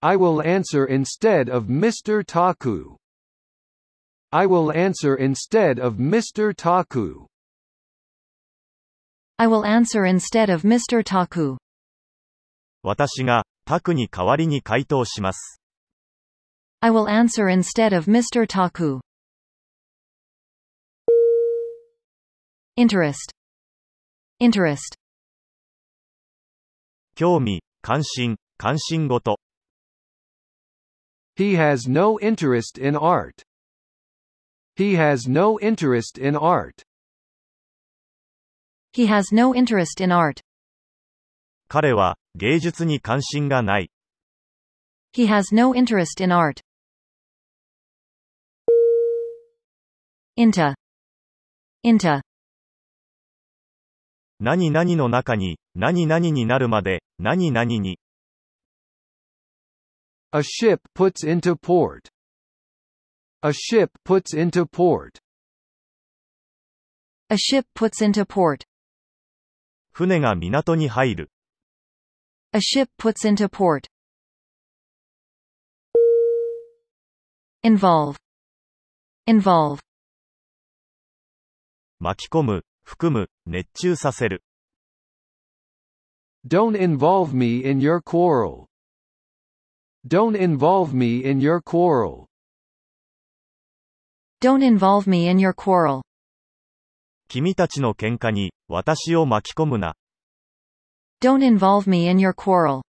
S3: I will answer instead of Mr. Taku. I will answer instead of Mr. Taku.
S1: I will answer instead of Mr. Taku.
S2: 私が、タクに代わりに回答します。
S1: I will answer instead of Mr. Taku. Interest. Interest.
S2: 興味、関心、関心ごと。
S3: He has no interest in art. He has no interest in art.
S1: He has no interest in art.
S2: 彼は、芸術に関心がない。
S1: He has no interest in art. Into. Into.
S2: 何々の中に、何々になるまで、何々に。
S3: A ship puts into port. A ship puts into port.
S1: A ship puts into port.
S2: 船が港に入る。
S1: A ship puts into port. Involve. Involve.
S2: 巻き込む、含む、熱中させる。
S3: Don't involve me in your quarrel. Don't involve me in your quarrel.
S1: Don't involve me in your quarrel.
S2: 君たちの喧嘩に、私を巻き込むな。
S1: Don't involve me in your quarrel.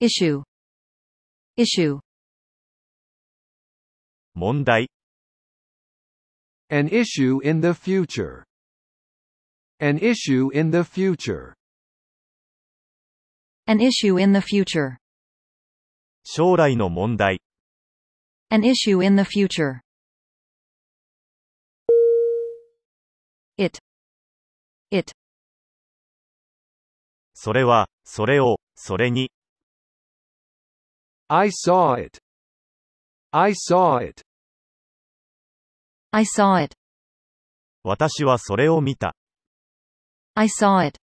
S1: Issue. Issue.
S2: 問題。
S3: An issue in the future. An issue in the future.
S1: An issue in the future.
S2: 将来の問題。
S1: An issue in the future. It. It.
S2: それは、それを、それに。
S3: I saw it. I saw it.
S1: I saw it.
S2: 私はそれを見た。
S1: I saw it.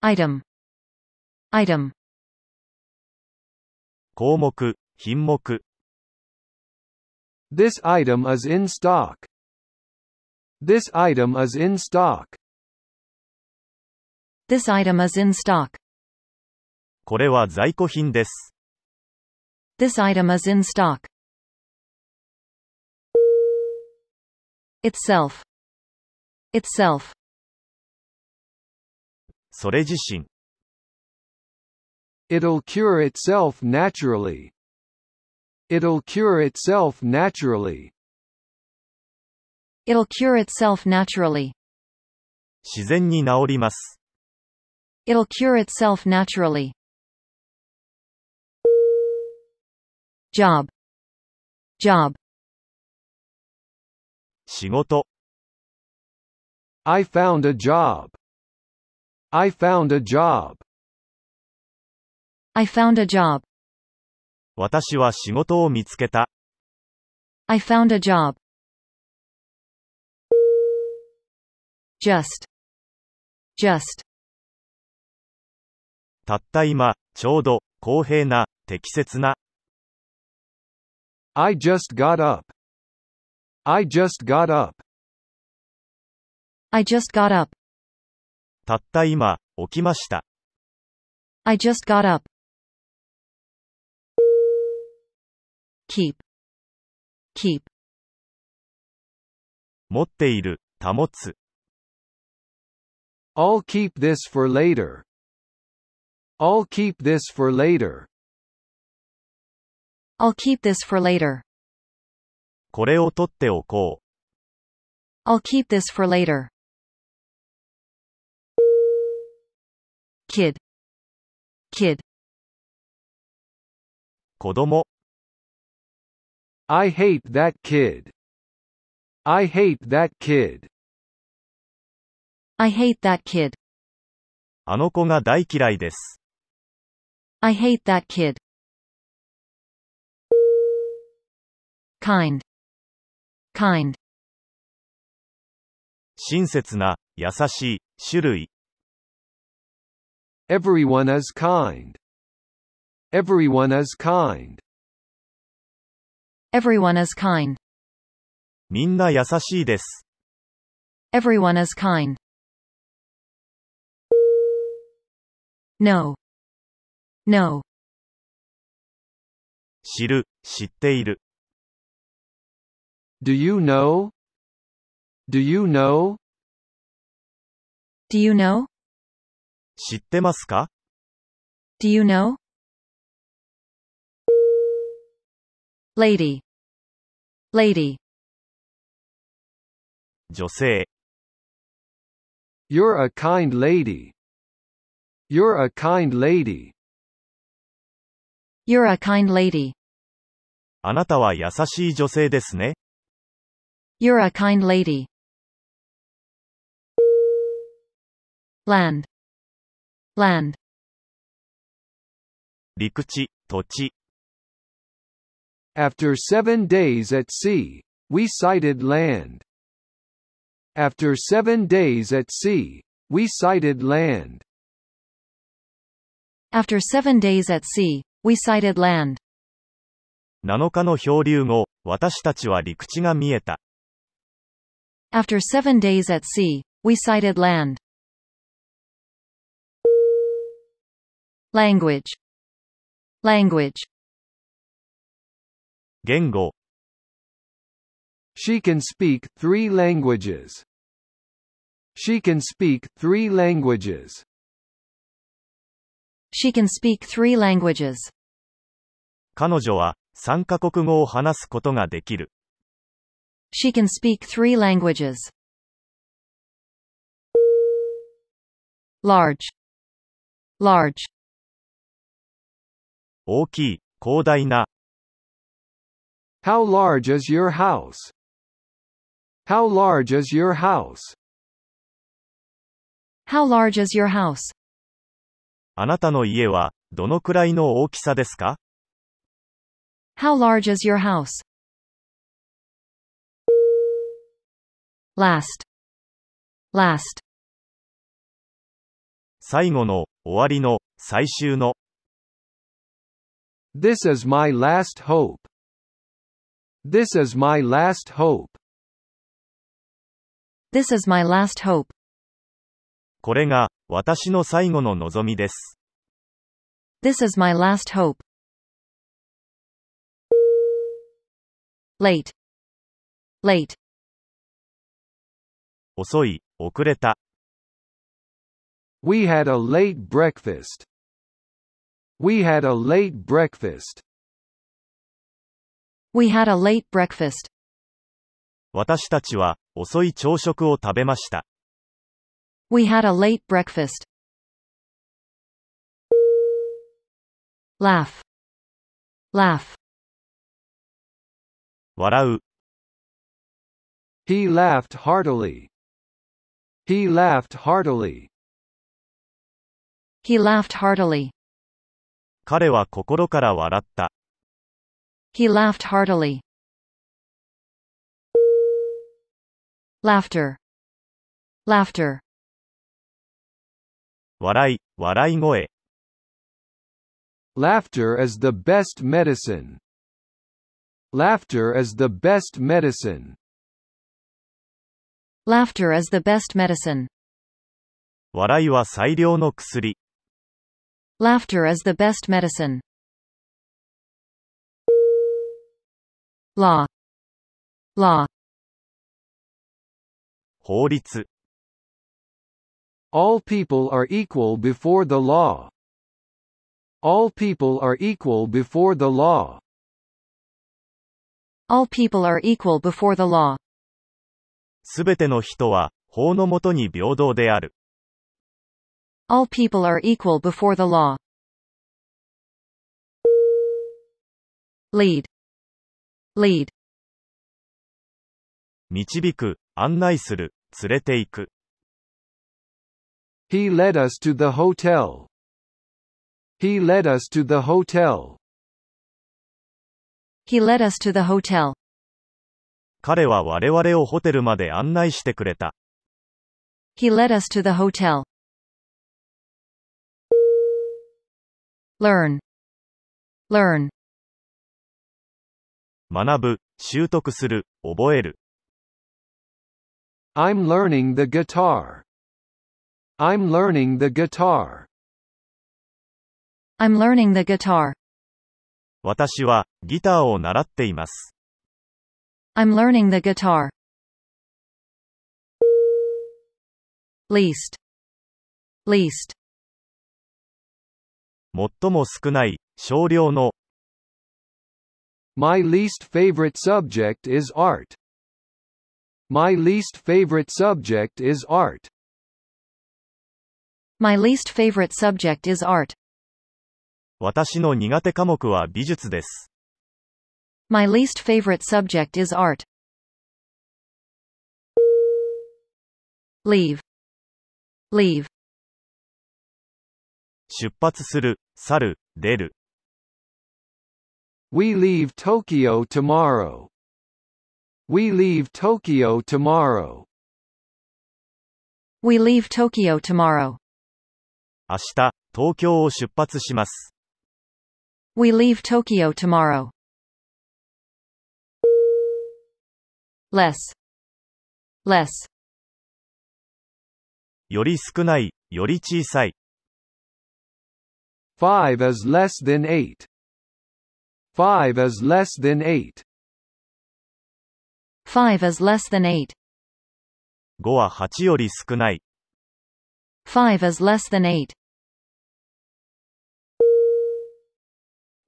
S1: Item. Item.
S2: 項目、品目。
S3: This item is in stock. This item is in stock.
S1: This item is in stock.
S2: これは在庫品です。
S1: This item is in stock. Itself. Itself.
S2: それ自身。
S3: It'll cure itself naturally. It'll cure itself naturally.
S1: It'll cure itself naturally.
S2: 自然に治ります。
S1: It'll cure itself naturally. Job. Job.
S2: 仕事、
S3: I found a job. I found a job.
S1: I found a job.
S2: 私は仕事を見つけた。
S1: I found a job. Just. Just.
S2: たった今、ちょうど、公平な、適切な、
S3: I just got up. I just got up.
S1: I just got up.
S2: たった今、起きました。
S1: I just got up. Keep. Keep.
S2: 持っている、保つ。
S3: I'll keep this for later. I'll keep this for later.
S1: I'll keep this for later.
S2: これを取っておこう。
S1: I'll keep this for later. Kid. Kid.
S2: 子供、
S3: I hate that kid. I hate that kid.
S1: I hate that kid.
S2: あの子が大嫌いです。
S1: I hate that kid. Kind. Kind.
S2: 親切な、優しい、種類。
S3: Everyone is kind. Everyone is kind.
S1: Everyone is kind.
S2: みんな優しいです。
S1: Everyone is kind. No. No.
S2: 知る、知っている。
S3: Do you know? Do you know?
S1: Do you know?
S2: 知ってますか
S1: Do you know? Lady. Lady.
S2: 女性、
S3: You're a kind lady. You're a kind lady.
S1: You're a kind lady.
S2: あなたは優しい女性ですね。
S1: You're a kind lady. Land. Land.
S2: 陸地、土地。
S3: After seven days at sea, we sighted land. After seven days at sea, we sighted land.
S1: After seven days at sea, we sighted land.
S2: 7日の漂流後、私たちは陸地が見えた。
S1: After seven days at sea, we sighted land. Language. Language.
S2: 言語、
S3: She can speak three languages. She can speak three languages.
S1: She can speak three languages.
S2: 彼女は3カ国語を話すことができる。
S1: She can speak three languages. Large. Large.
S2: 大きい、広大な、
S3: How large is your house? How large is your house?
S1: How large is your house?
S2: あなたの家はどのくらいの大きさですか
S1: How large is your house? Last. Last.
S2: 最後の、終わりの、最終の、
S3: This is my last hope. This is my last hope.
S1: This is my last hope.
S2: これが私の最後の望みです。
S1: This is my last hope. Late. Late.
S2: 遅い、遅れた、
S3: We had a late breakfast. We had a late breakfast.
S1: We had a late breakfast.
S2: 私たちは遅い朝食を食べました。
S1: We had a late breakfast. Laugh. Laugh.
S2: 笑う、
S3: He laughed heartily. He laughed heartily.
S1: He laughed heartily.
S2: 彼は心から笑った、
S1: He laughed heartily. Laughter. Laughter.
S2: 笑い、笑い声、
S3: Laughter is the best medicine. Laughter is the best medicine.
S1: Laughter is the best medicine.
S2: 笑いは最良の薬、
S1: Laughter is the best medicine. Law. Law.
S2: 法律、
S3: All people are equal before the law. All people are equal before the law.
S1: All people are equal before the law.
S2: すべての人は、法のもとに平等である。
S1: All people are equal before the law. Lead. Lead.
S2: 導く、案内する、連れて行く。
S3: He led us to the hotel. He led us to the hotel.
S1: He led us to the hotel.
S2: 彼は我々をホテルまで案内してくれた。
S1: He led us to the hotel. Learn. Learn.
S2: 学ぶ、習得する、覚える。
S3: I'm learning the guitar. I'm learning the guitar.
S1: I'm learning the guitar.
S2: 私は、ギターを習っています。
S1: I'm learning the guitar. Least. Least.
S2: 最も少ない、少量の、
S3: My least favorite subject is art. My least favorite subject is art.
S1: My least favorite subject is art.
S2: 私の苦手科目は美術です。
S1: My least favorite subject is art. Leave. Leave.
S2: 出発する、去る、出る。
S3: We leave Tokyo tomorrow. We leave Tokyo tomorrow.
S1: We leave Tokyo tomorrow.
S2: 明日、東京を出発します。
S1: We leave Tokyo tomorrow. Less. Less.
S2: より少ない、より小さい。
S3: 5 is less than 8. 5 is less than 8.
S1: 5 is less than 8.
S2: 5は8より少ない。
S1: 5 is less than 8.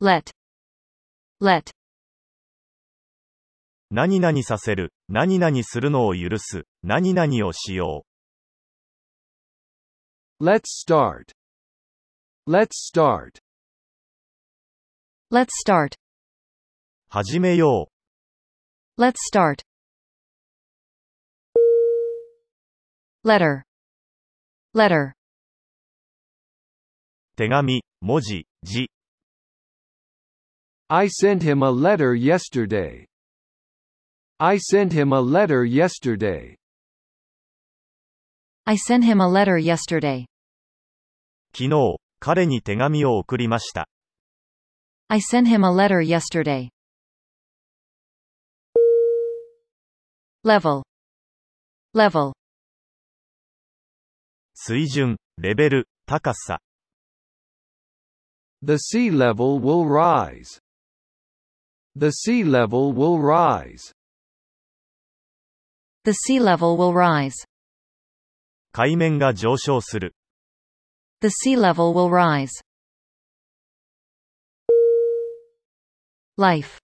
S1: Let. Let.
S2: 何々させる、何々するのを許す、何々をしよ
S3: Let's start. Let's start.
S1: Let's start.
S2: う。始めよ
S1: Let's start. Letter. Letter.
S2: う。手紙、文字、字。
S3: I sent him a letter yesterday. I sent him a letter yesterday.
S1: I sent him a letter yesterday.
S2: 昨日、彼に手紙を送りました。
S1: I sent him a letter yesterday. Level. Level.
S2: 水準、レベル、高さ。
S3: The sea level will rise. The sea level will rise.
S1: The sea level will rise.
S2: 海面が上昇する。
S1: The sea level will rise. Life.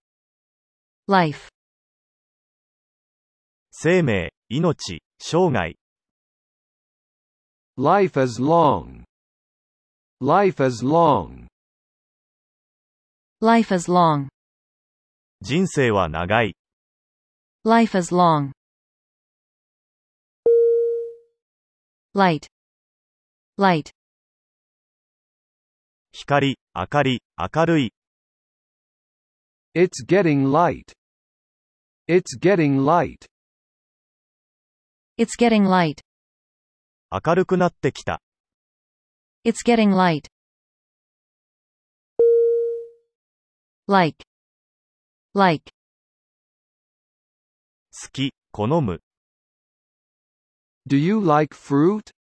S1: Life.
S2: 生命、命、生涯。
S3: Life is long. Life is long.
S1: Life is long.
S2: 人生は長い。
S1: Life is long. Light. Light.
S2: 光、明かり、明るい。
S3: It's getting light. It's getting light.
S1: It's getting light.
S2: 明るくなってきた。
S1: It's getting light. Like. Like.
S2: 好き、好む。
S3: Do you like fruit?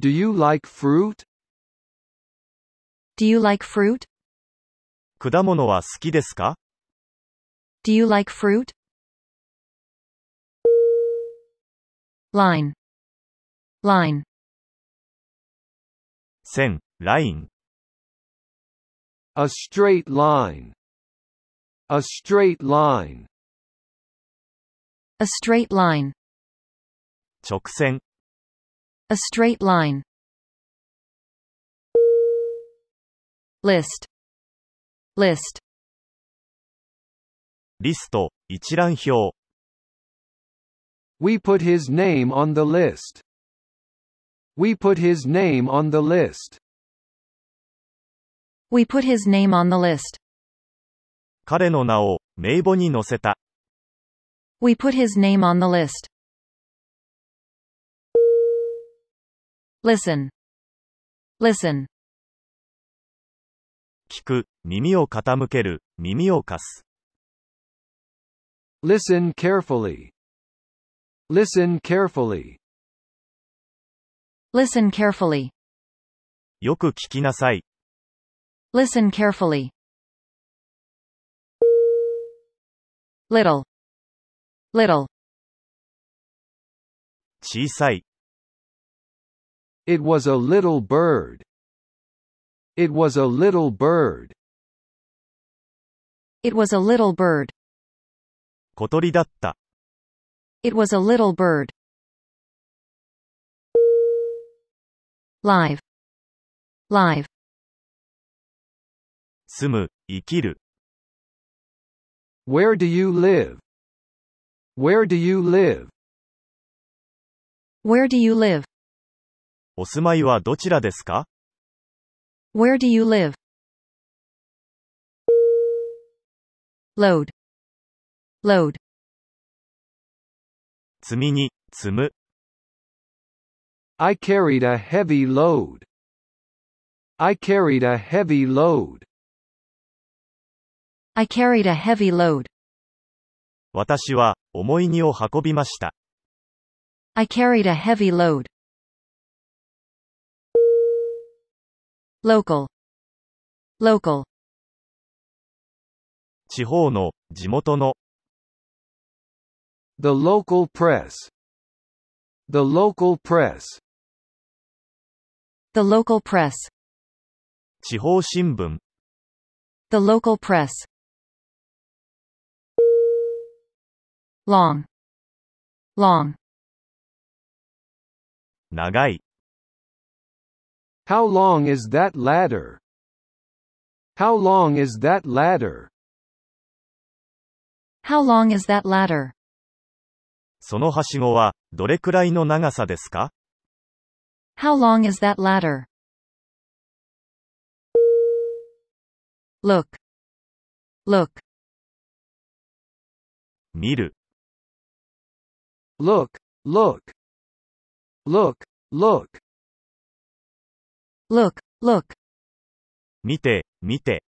S3: Do you like fruit?
S1: Do you like fruit?
S2: 果物は好きですか
S1: Do you like fruit? Line. Line.
S2: 線、ライン。
S3: A straight line. A straight line.
S1: A straight line.
S2: 直線。
S1: A straight line. List. List.
S2: リスト、一覧表。
S3: We put his name on the list. We put his name on the list.
S1: We put his name on the list.
S2: 彼の名を名簿に載せた。
S1: We put his name on the list. Listen. Listen.
S2: 聞く、耳を傾ける、耳を貸す。
S3: Listen carefully. Listen carefully.
S1: Listen carefully.
S2: よく聞きなさい。
S1: Listen carefully. Little. Little.
S2: 小さい。
S3: It was a little bird. It was a little bird.
S1: It was a little bird.
S2: 小鳥だった。
S1: It was a little bird. Live. Live.
S2: 住む、生きる。
S3: Where do you live? Where do you live?
S1: Where do you live?
S2: お住まいはどちらですか
S1: Where do you live? Load. Load.
S2: 積みに、積む。
S3: I carried a heavy load. I carried a heavy load.
S1: I carried a heavy load.
S2: 私は、重い荷を運びました。
S1: I carried a heavy load. Local. Local.
S2: 地方の、地元の、
S3: The local press. The local press.
S1: The local press.
S2: 地方新聞。
S1: The local press. Long. Long.
S2: 長い。
S3: How long is that ladder? How long is that ladder?
S1: How long is that ladder?
S2: そのはしごは、どれくらいの長さですか
S1: How long is that ladder? Look. Look.
S2: 見る。
S3: Look, look. Look, look.
S1: Look. Look.
S2: 見て、見て。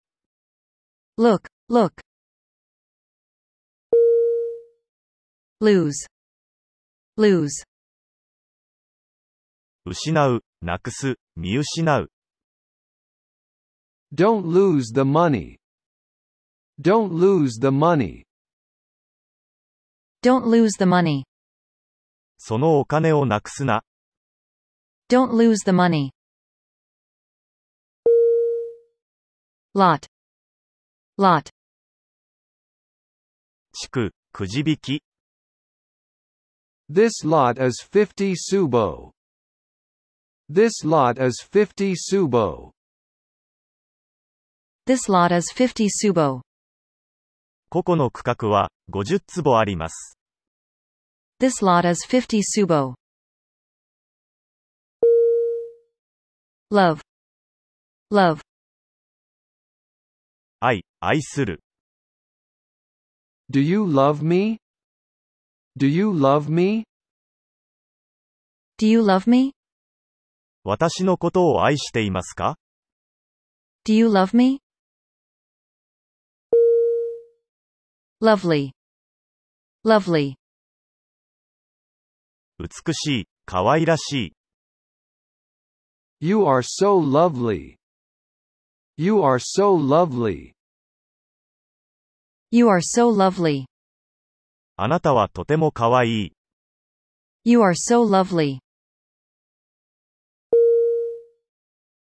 S1: Look. Look. Lose. Lose.
S2: 失う、なくす、見失う。
S3: Don't lose the money. Don't lose the money.
S1: Don't lose the money.
S2: そのお金をなくすな。
S1: Don't lose the money. Lot. Lot.
S2: 地区、くじ引き。
S3: This lot is 50 subo. This lot is 50 subo.
S1: This lot is 50 subo.
S2: 個々の区画は50坪あります。
S1: This lot is 50 subo. Love. Love.
S2: 愛、愛する。
S3: Do you love me? Do you love me?
S1: Do you love me?
S2: 私のことを愛していますか
S1: Do you love me? Lovely. Lovely.
S2: 美しい、可愛らしい。
S3: You are so lovely. You are so lovely.
S1: You are so lovely.
S2: あなたはとても可愛い。
S1: You are so lovely.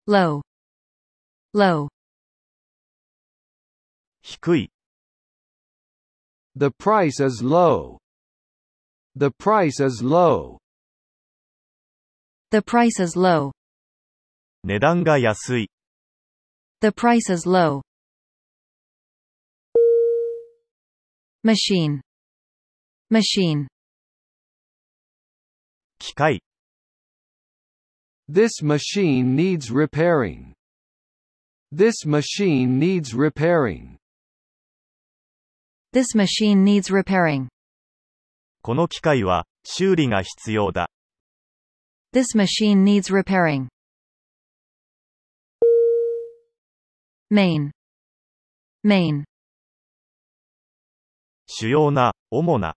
S1: Low. Low.
S2: 低い。
S3: The price is low. The price is low.
S1: The price is low.
S2: 値段が安い。
S1: The price is low. Machine. Machine.
S2: 機械。
S3: This machine needs repairing. This machine needs repairing.
S1: This machine needs repairing.
S2: この機械は修理が必要だ。
S1: This machine needs repairing. Main. Main.
S2: 主要な、主な。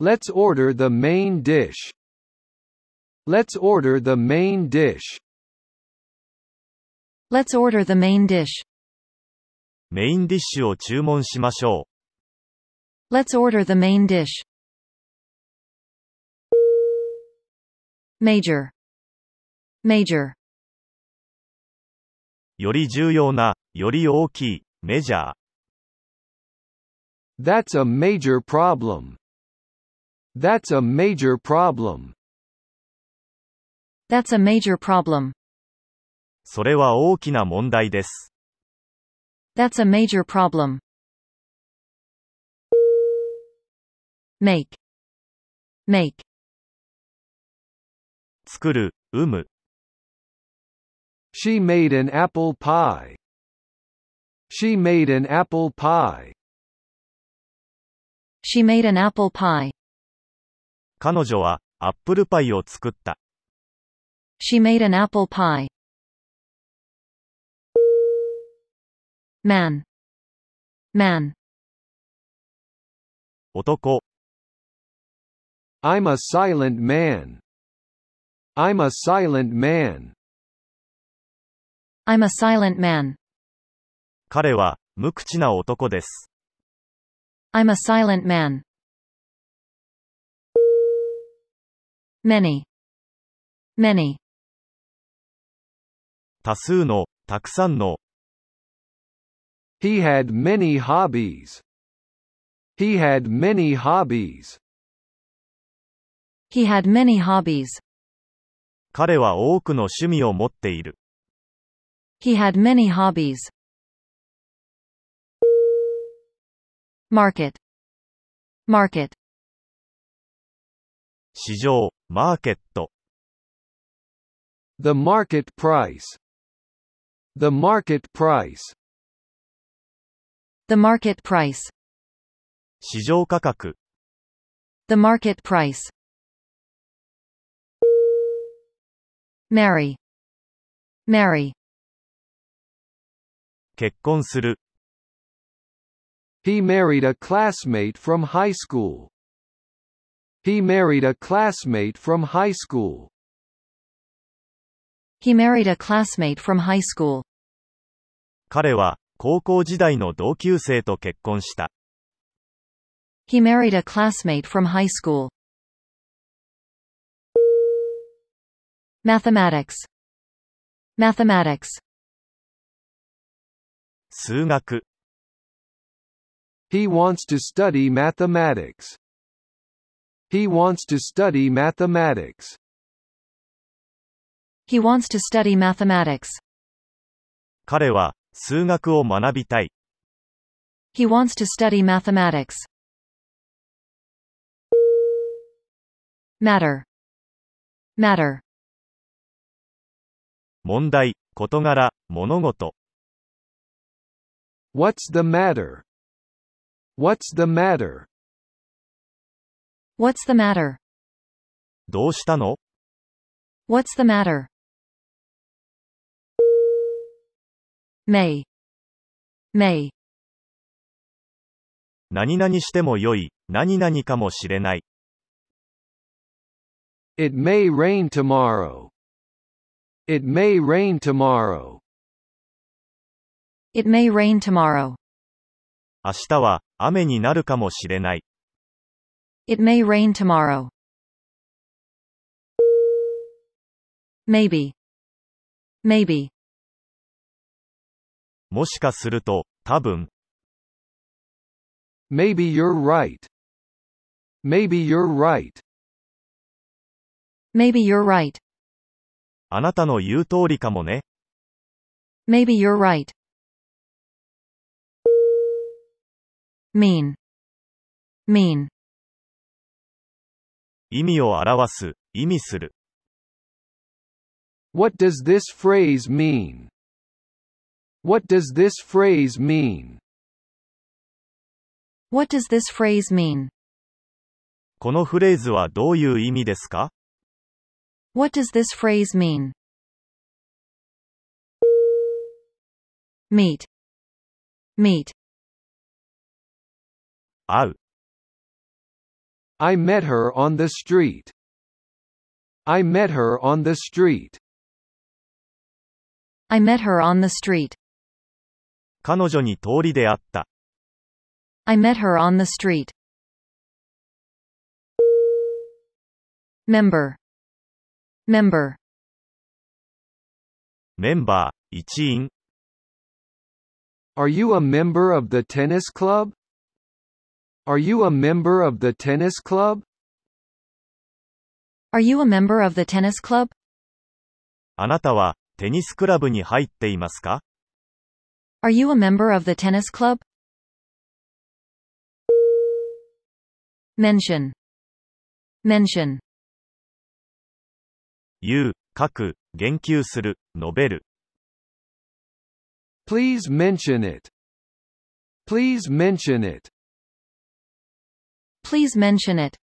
S3: Let's order the main dish. Let's order the main dish.
S1: Let's order the main dish.
S2: メインディッシュを注文しましょ
S1: Let's order the main dish. Major. Major.
S2: う。より重要な、より大きい、メジャー。
S3: That's a major problem. That's a major problem.
S1: That's a major problem.
S2: それは大きな問題です。
S1: That's a major problem. Make. Make.
S2: 作る、生む。
S3: She made an apple pie. She made an apple pie.
S1: She made an apple pie.
S2: 彼女は、アップルパイを作った。
S1: She made an apple pie. Man. Man.
S2: 男、
S3: I'm a silent man. I'm a silent man.
S1: I'm a silent man.
S2: 彼は、無口な男です。
S1: I'm a silent man. Many. Many.
S2: 多数の、たくさんの、
S3: He had many hobbies. He had many hobbies.
S1: He had many hobbies.
S2: 彼は多くの趣味を持っている。
S1: He had many hobbies. Market. Market.
S2: 市場、マーケット。
S3: The market price. The market price.
S1: The market price.
S2: 市場価格、
S1: The market price. Marry. Marry.
S2: 結婚する。
S3: He married a classmate from high school. He married a classmate from high school.
S1: He married a classmate from high school.
S2: 彼は、高校時代の同級生と結婚した。
S1: He married a classmate from high school. Mathematics. Mathematics.
S2: 数学、
S3: He wants to study mathematics. He wants to study mathematics.
S1: He wants to study mathematics.
S2: 彼は数学を学びたい。
S1: He wants to study mathematics. Matter. Matter.
S2: 問題、事柄、物事。
S3: What's the matter? What's the matter?
S1: What's the matter?
S2: どうしたの
S1: What's the matter? May. May.
S2: 何々してもよい、何々かもしれない。
S3: It may rain tomorrow. It may rain tomorrow.
S1: It may rain tomorrow.
S2: 明日は雨になるかもしれない。
S1: It may rain tomorrow. Maybe. Maybe.
S2: もしかすると、多分、
S3: Maybe you're right. Maybe you're right.
S1: Maybe you're right.
S2: あなたの言う通りかもね。
S1: Maybe you're right. Mean. Mean.
S2: 意味を表す、意味する。
S3: What does this phrase mean? What does this phrase mean?
S1: What does this phrase mean?
S2: このフレーズはどういう意味ですか
S1: What does this phrase mean? Meet. Meet.
S2: 会う。
S3: I met her on the street. I met her on the street.
S1: I met her on the street.
S2: 彼女に通りであった。
S1: I met her on the street. Member. Member.
S2: メンバー、一員。
S3: Are you a member of the tennis club? Are you a member of the tennis club?
S1: Are you a member of the tennis club?
S2: あなたは、テニスクラブに入っていますか
S1: Are you a member of the tennis club? Mention. Mention.
S2: 言う、書く、言及する、述べる。
S3: Please mention it. Please mention it.
S1: Please mention it.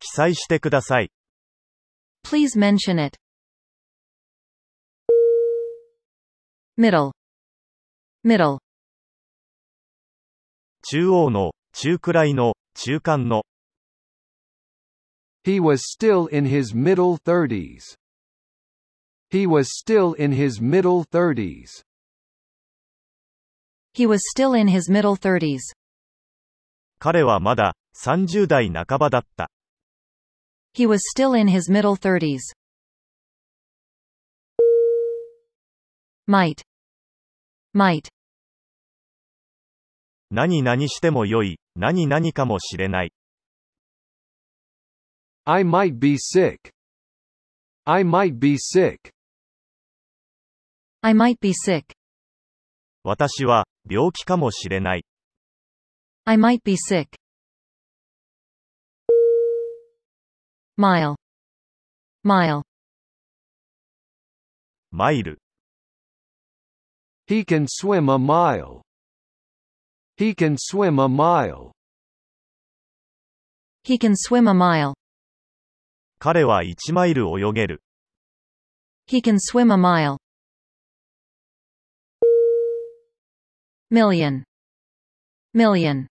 S2: 記載してください。
S1: Please mention it. Middle. Middle.
S2: 中央の、中くらいの、中間の。
S3: He was still in his middle 30s. He was still in his middle 30s.
S1: He was still in his middle 30s.
S2: 彼はまだ、30代半ばだった。
S1: He was still in his middle 30s. Might. Might.
S2: 何々してもよい、何々かもしれない。
S3: I might be sick. I might be sick.
S1: I might be sick.
S2: 私は、病気かもしれない。
S1: I might be sick. Mile. Mile.
S2: マイル。
S3: He can swim a mile. He can swim a mile.
S1: He can swim a mile.
S2: 彼は1マイル泳げる。
S1: He can swim a mile. Million. Million.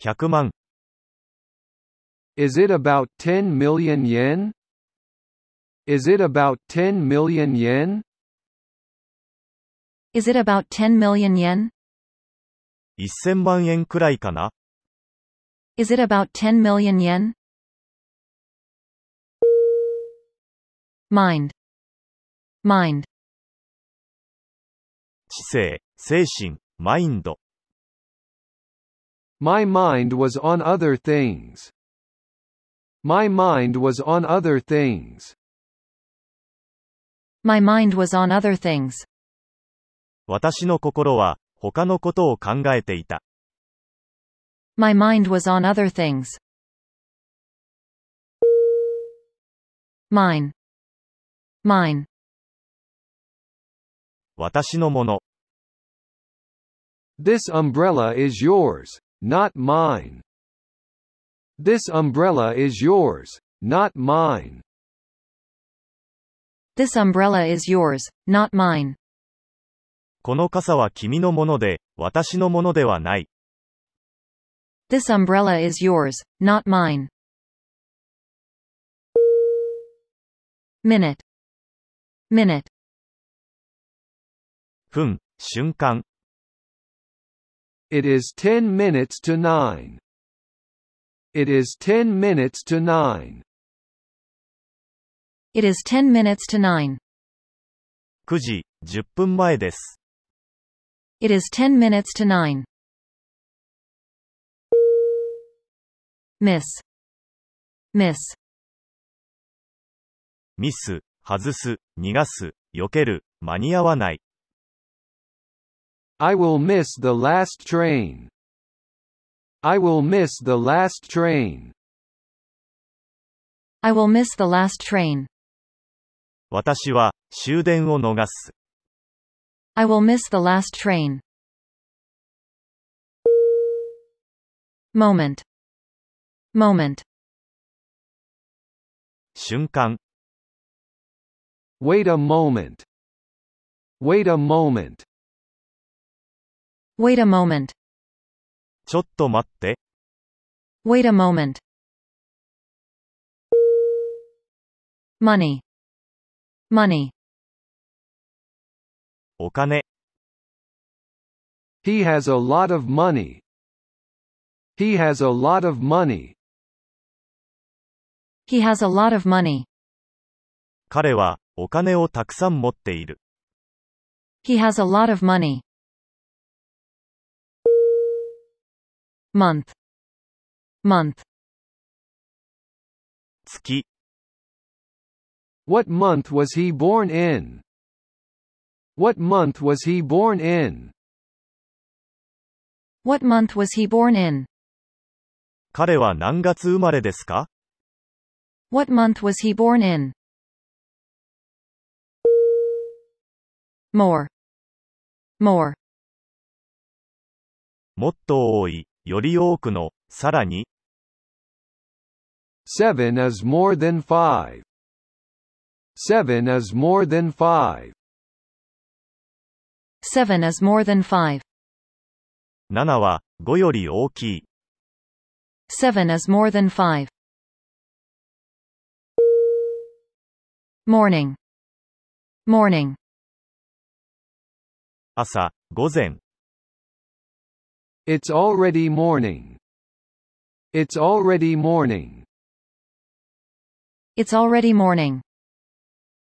S2: 100万。
S3: Is it about 10 million yen? Is it about 10 million yen?
S1: Is it about 10 million yen?
S2: 1000万円くらいかな
S1: Is it about 10 million yen? Mind. Mind.
S2: 知性、精神、マインド。
S3: My mind was on other things. My mind was on other things.
S1: My mind was on other things.
S2: 私の心は他のことを考えていた。
S1: My mind was on other things. Mine. Mine.
S2: 私のもの。
S3: This umbrella is yours, not mine. This umbrella is yours, not mine.
S1: This umbrella is yours, not mine.
S2: この傘は君のもので、私のものではない。
S1: This umbrella is yours, not mine. Minute. Minute.
S2: 分、瞬間。
S3: It is 10 minutes to 9. It is 10 minutes to 9.
S1: It is 10 minutes to 9.
S2: 9時、10分前です。
S1: It is 10 minutes to 9. Miss. Miss.
S2: ミス、外す、逃がす、避ける、間に合わない。
S3: I will miss the last train. I will miss the last train.
S1: I will miss the last train.
S2: 私は終電を逃す。
S1: I will miss the last train. Moment. Moment.
S2: 瞬間。
S3: Wait a moment. Wait a moment.
S1: Wait a moment.
S2: ちょっと待って。
S1: Wait a moment. Money. Money.
S2: お金。
S3: He has a lot of money. He has a lot of money.
S1: He has a lot of money.
S2: 彼はお金をたくさん持っている。
S1: He has a lot of money. Month. Month.
S2: 月。
S3: What month was he born in? What month was he born in?
S1: What month was he born in?
S2: 彼は何月生まれですか
S1: What month was he born in? More. More.
S2: もっと多い、より多くの、さらに、
S3: Seven is more than five. Seven is more than five.
S1: Seven is more than five.
S2: 7は5より大きい。
S1: Seven is more than five. Morning. Morning.
S2: 朝、午前、
S3: It's already morning. It's already morning.
S1: It's already morning.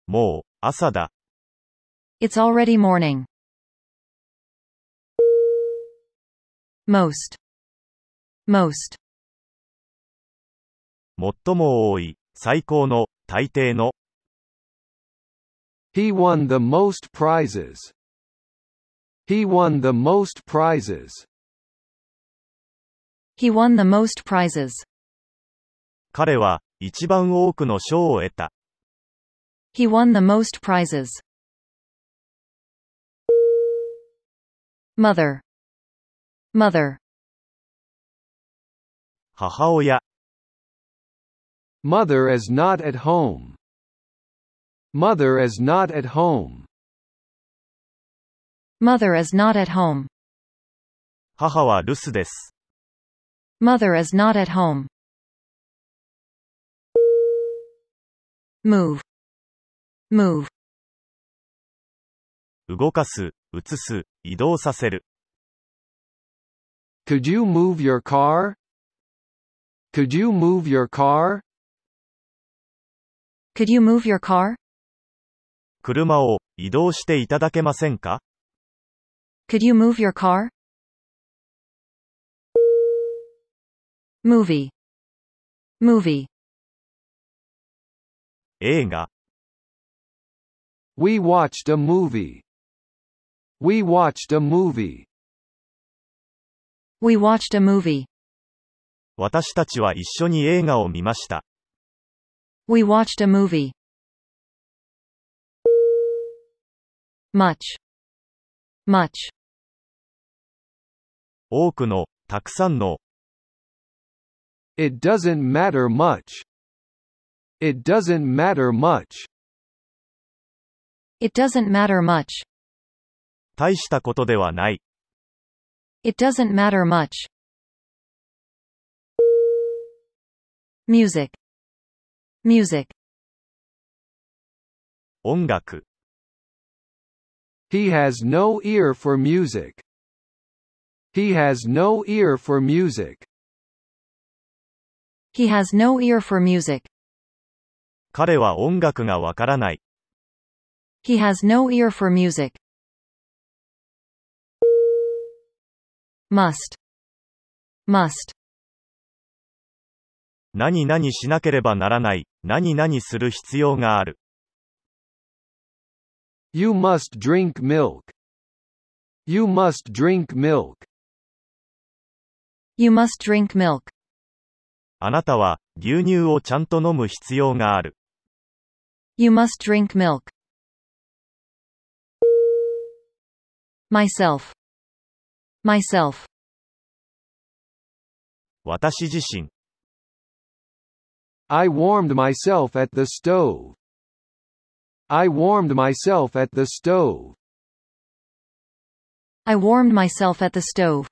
S2: もう、朝だ。
S1: It's already morning. Most. Most.
S2: 最も多い、最高の、大抵の、
S3: He won the most prizes. He won the most prizes.
S1: He won the most prizes.
S2: 彼は一番多くの賞を得た。
S1: He won the most prizes. Mother. Mother.
S2: 母親、
S3: Mother is not at home. Mother is not at home.
S1: Mother is not at home.
S2: 母は留守です。
S1: Mother is not at home. Move. Move.
S2: 動かす、移す、移動させる。
S3: Could you move your car? Could you move your car?
S1: Could you move your car?
S2: 車を移動していただけませんか
S1: Could you move your car? Movie. Movie.
S2: 映画、
S3: We watched a movie. We watched a movie.
S1: We watched a movie.
S2: 私たちは一緒に映画を見ました。
S1: We watched a movie. Much. Much.
S2: 多くの、たくさんの、
S3: It doesn't matter much. It doesn't matter much.
S1: It doesn't matter much.
S2: 大したことではない。
S1: It doesn't matter much. Music. Music.
S2: 音楽。
S3: He has no ear for music. He has no ear for music.
S1: He has no ear for music.
S2: 彼は音楽がわからない。
S1: He has no ear for music. Must. Must.
S2: 何々しなければならない。何々する必要がある。
S3: You must drink milk. You must drink milk.
S1: You must drink milk.
S2: あなたは、牛乳をちゃんと飲む必要がある。
S1: You must drink milk. Myself. Myself.
S2: 私自身。
S3: I warmed myself at the stove. I warmed myself at the stove.
S1: I warmed myself at the stove.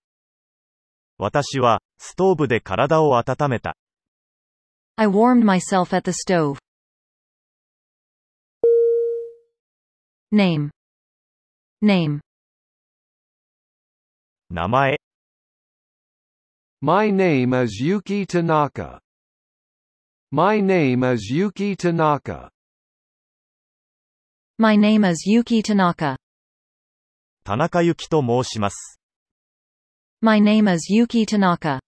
S2: 私は、ストーブで体を温めた。
S1: I warmed myself at the stove. Name. Name.
S2: 名前。
S3: My name is Yuki Tanaka. My name is Yuki Tanaka.
S1: My name is Yuki Tanaka.
S2: 田中幸と申します。
S1: My name is Yuki Tanaka.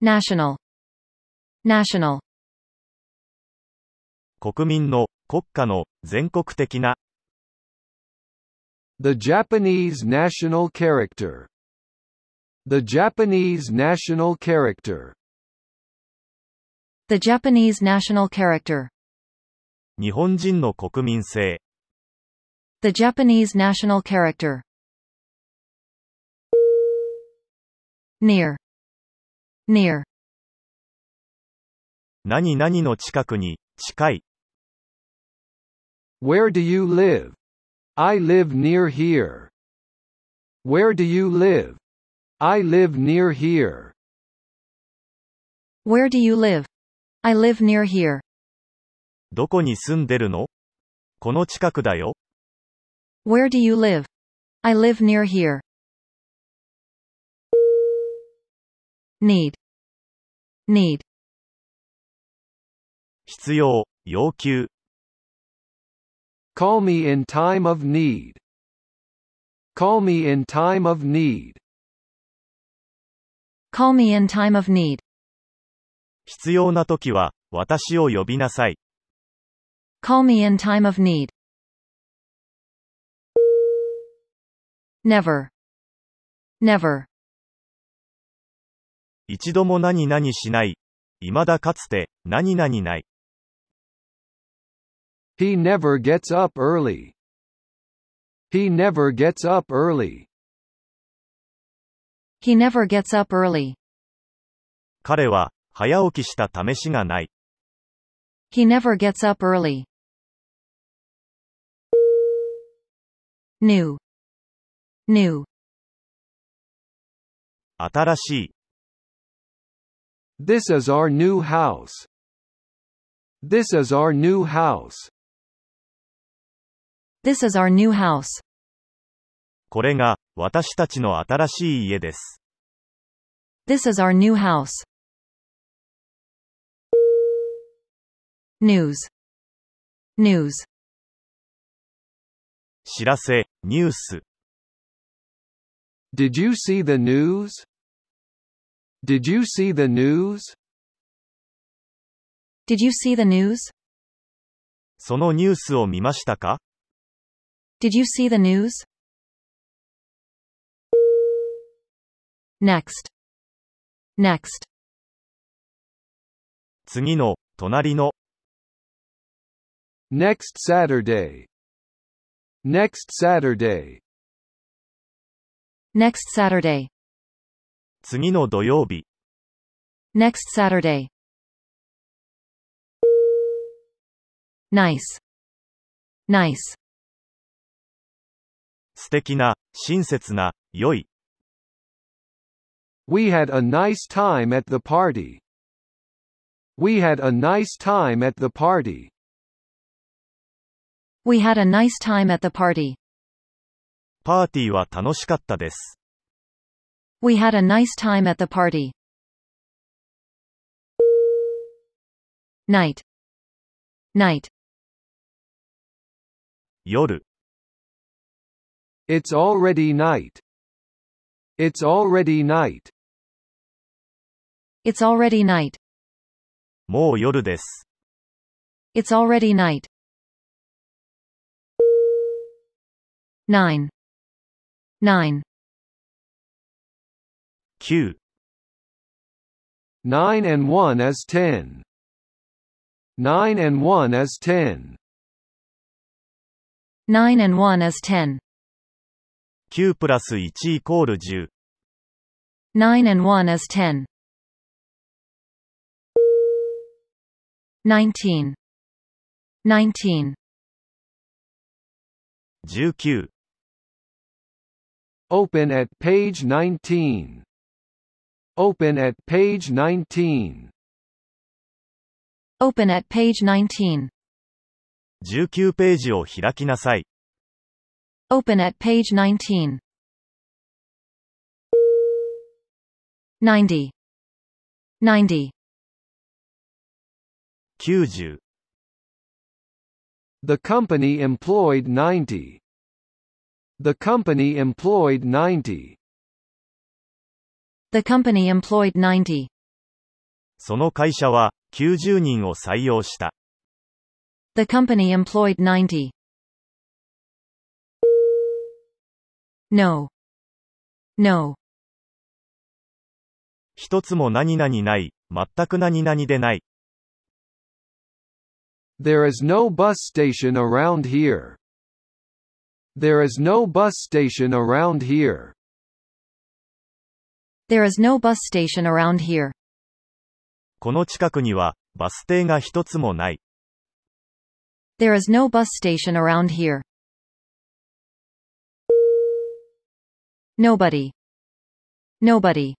S1: National. National.
S2: 国民の、国家の、全国的な、
S3: The Japanese national character. The Japanese national character.
S1: The Japanese national character.
S2: 日本人の国民性。
S1: The Japanese national character. Near. Near.
S2: 何々の近くに、近い。
S3: Where do you live? I live near here. Where do you live? I live near here.
S1: Where do you live? I live near here.
S2: どこに住んでるのこの近くだよ。
S1: Where do you live? I live near here. Need. Need.
S2: 必要、要求。
S3: Call me in time of need. Call me in time of need.
S1: Call me in time of need.
S2: 必要な時は、私を呼びなさい。
S1: Call me in time of need. Never. Never.
S2: 一度も何々しない。未だかつて、何々ない。
S3: He never gets up early. He never gets up early.
S1: He never gets up early.
S2: 彼は、早起きした試しがない。
S1: He never gets up early. New. New.
S2: 新しい。
S3: This is our new house. This is our new house.
S1: This is our new house.
S2: これが、私たちの新しい家です。
S1: This is our new house. News. News.
S2: 知らせ、ニュース。
S3: Did you see the news? Did you see the news?
S1: Did you see the news?
S2: そのニュースを見ましたか
S1: Did you see the news? Next. Next.
S2: 次の、隣の、
S3: Next Saturday. Next Saturday.
S1: Next Saturday.
S2: 次の土曜日、
S1: Next Saturday. Nice. Nice.
S2: 素敵な、親切な、良い。
S3: We had a nice time at the party. We had a nice time at the party.
S1: We had a nice time at the party.
S2: パーティーは楽しかったです。
S1: We had a nice time at the party. Night. Night.
S2: 夜、
S3: It's already night. It's already night.
S1: It's already night.
S2: もう夜です。
S1: It's already night. 9. 9.
S2: 9、
S3: 9 and 1 is 10. 9 and 1 is 10.
S1: 9 and 1 is 10.
S2: 9プラス1イコール10、
S1: 9 and 1 is 10. 19. 19.
S2: 19、
S3: Open at page 19. Open at page 19.
S1: Open at page 19.
S2: 19ページを開きなさい。
S1: Open at page 19. 90. 90.
S2: 90、
S3: The company employed 90. The company employed 90.
S1: The company employed 90.
S2: その会社は、90人を採用した。
S1: The company employed 90. No. No.
S2: 一つも何々ない、全く何々でない。
S3: There is no bus station around here. There is no bus station around here.
S1: There is no bus station around here.
S2: この近くには、バス停が一つもない。
S1: There is no bus station around here. Nobody. Nobody.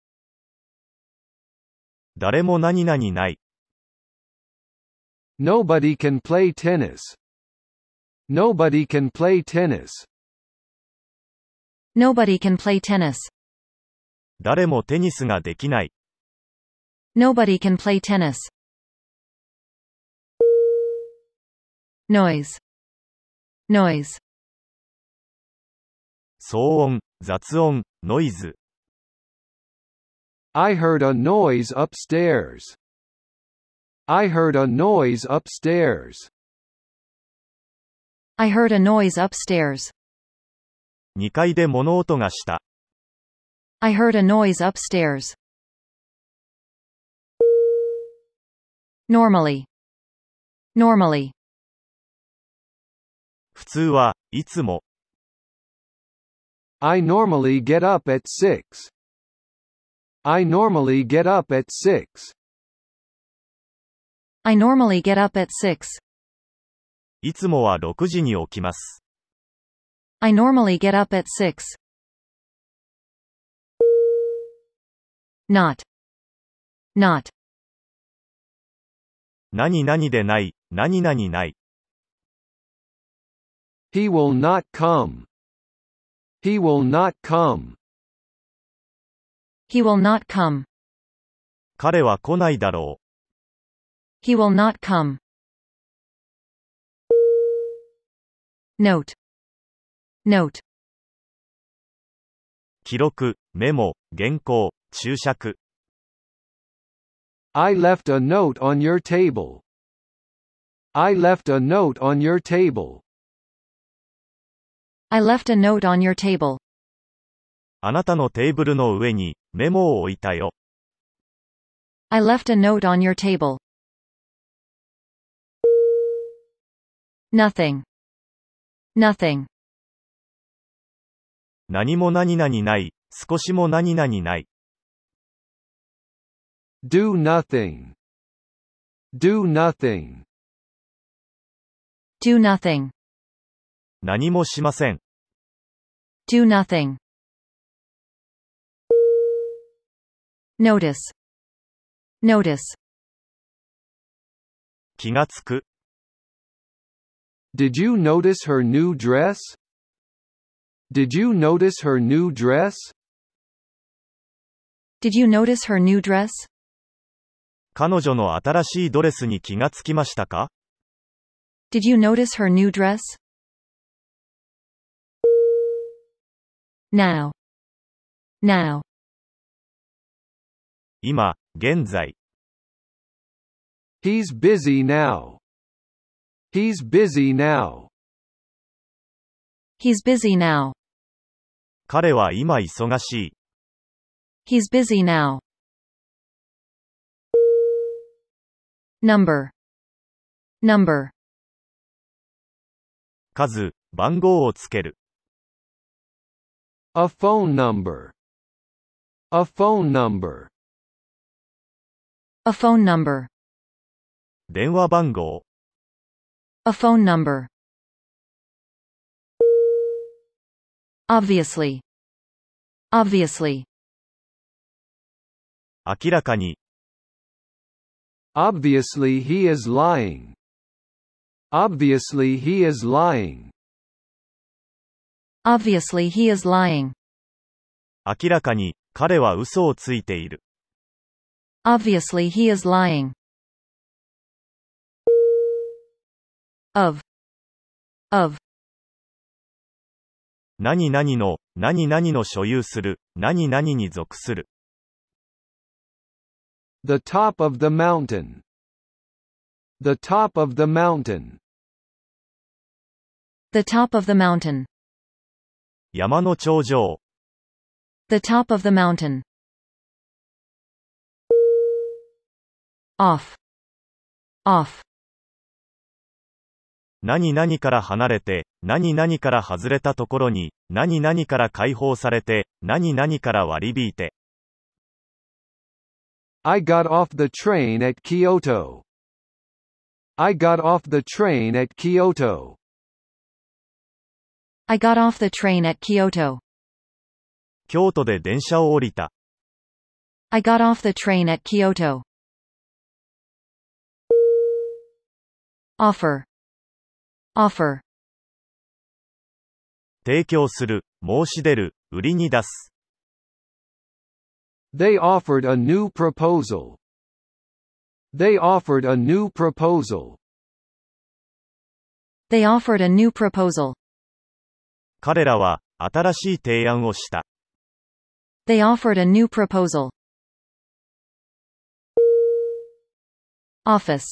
S2: 誰も何々ない。
S3: Nobody can play tennis. Nobody can play tennis.
S1: Nobody can play tennis.
S2: 誰もテニスができない。
S1: Nobody can play tennis. Noise. Noise.
S2: 騒音、雑音、ノイズ。
S3: I heard a noise upstairs. I heard a noise upstairs.
S1: I heard a noise upstairs.
S2: 2階で物音がした。
S1: I heard a noise upstairs. Normally. Normally.
S2: 普通はいつも
S3: I normally get up at 6. I normally get up at 6.
S1: I normally get up at 6.
S2: いつもは6時に起きます。
S1: I normally get up at 6. Not. Not.
S2: 何々でない、何々ない。
S3: He will not come. He will not come.
S1: He will not come.
S2: 彼は来ないだろ
S1: He will not come. Note. Note.
S2: う。記録、メモ、原稿、注釈。
S3: I left a note on your table. I left a note on your table.
S1: I left a note on your table.
S2: あなたのテーブルの上にメモを置いたよ。
S1: I left a note on your table. Nothing. Nothing.
S2: 何も何々ない、少しも何々ない。
S3: Do nothing. Do nothing.
S1: Do nothing.
S2: 何もしません。
S1: Do nothing. Notice. Notice.
S2: 気がつく。
S3: Did you notice her new dress? Did you notice her new dress?
S1: Did you notice her new dress?
S2: 彼女の新しいドレスに気がつきましたか
S1: Did you notice her new dress? Now. Now.
S2: 今、現在。
S3: He's busy now. He's busy now.
S1: He's busy now.
S2: 彼は今忙しい。
S1: He's busy now. Number. Number.
S2: 数、番号をつける。
S3: A phone number. A phone number.
S1: A phone number.
S2: 電話番号。
S1: A phone number. Obviously. Obviously.
S2: 明らかに、
S3: Obviously he is lying. Obviously he is lying.
S1: Obviously he is lying.
S2: 明らかに、彼は嘘をついている。
S1: Obviously he is lying. Of. Of.
S2: 何々の、何々の所有する、何々に属する。
S3: The top of the mountain. The top of the mountain.
S1: The top of the mountain.
S2: 山の頂上。
S1: The top of the mountain. Off. Off.
S2: 何々から離れて、何々から外れたところに、何々から解放されて、何々から割り引いて。
S3: I got off the train at Kyoto. I got off the train at Kyoto.
S1: I got off the train at Kyoto.
S2: 京都で電車を降りた。
S1: I got off the train at Kyoto. Offer. Offer.
S2: 提供する、申し出る、売りに出す。
S3: They offered a new proposal. They offered a new proposal.
S1: They offered a new proposal.
S2: 彼らは、新しい提案をした。
S1: They offered a new proposal. Office.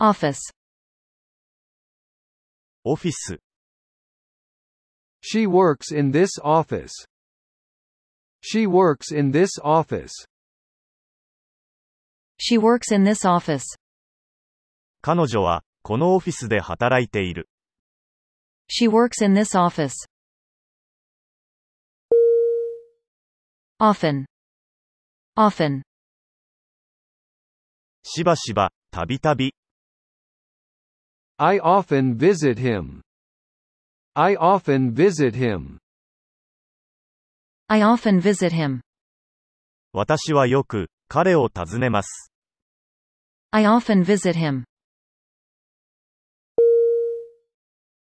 S1: Office.
S2: オフィス。
S3: She works in this office. She works in this office.
S1: She works in this office.
S2: 彼女は、このオフィスで働いている。
S1: She works in this office. Often. Often.
S2: しばしば、たびたび。
S3: I often visit him. I often visit him.
S1: I often visit him.
S2: 私はよく、彼を訪ねます。
S1: I often visit him.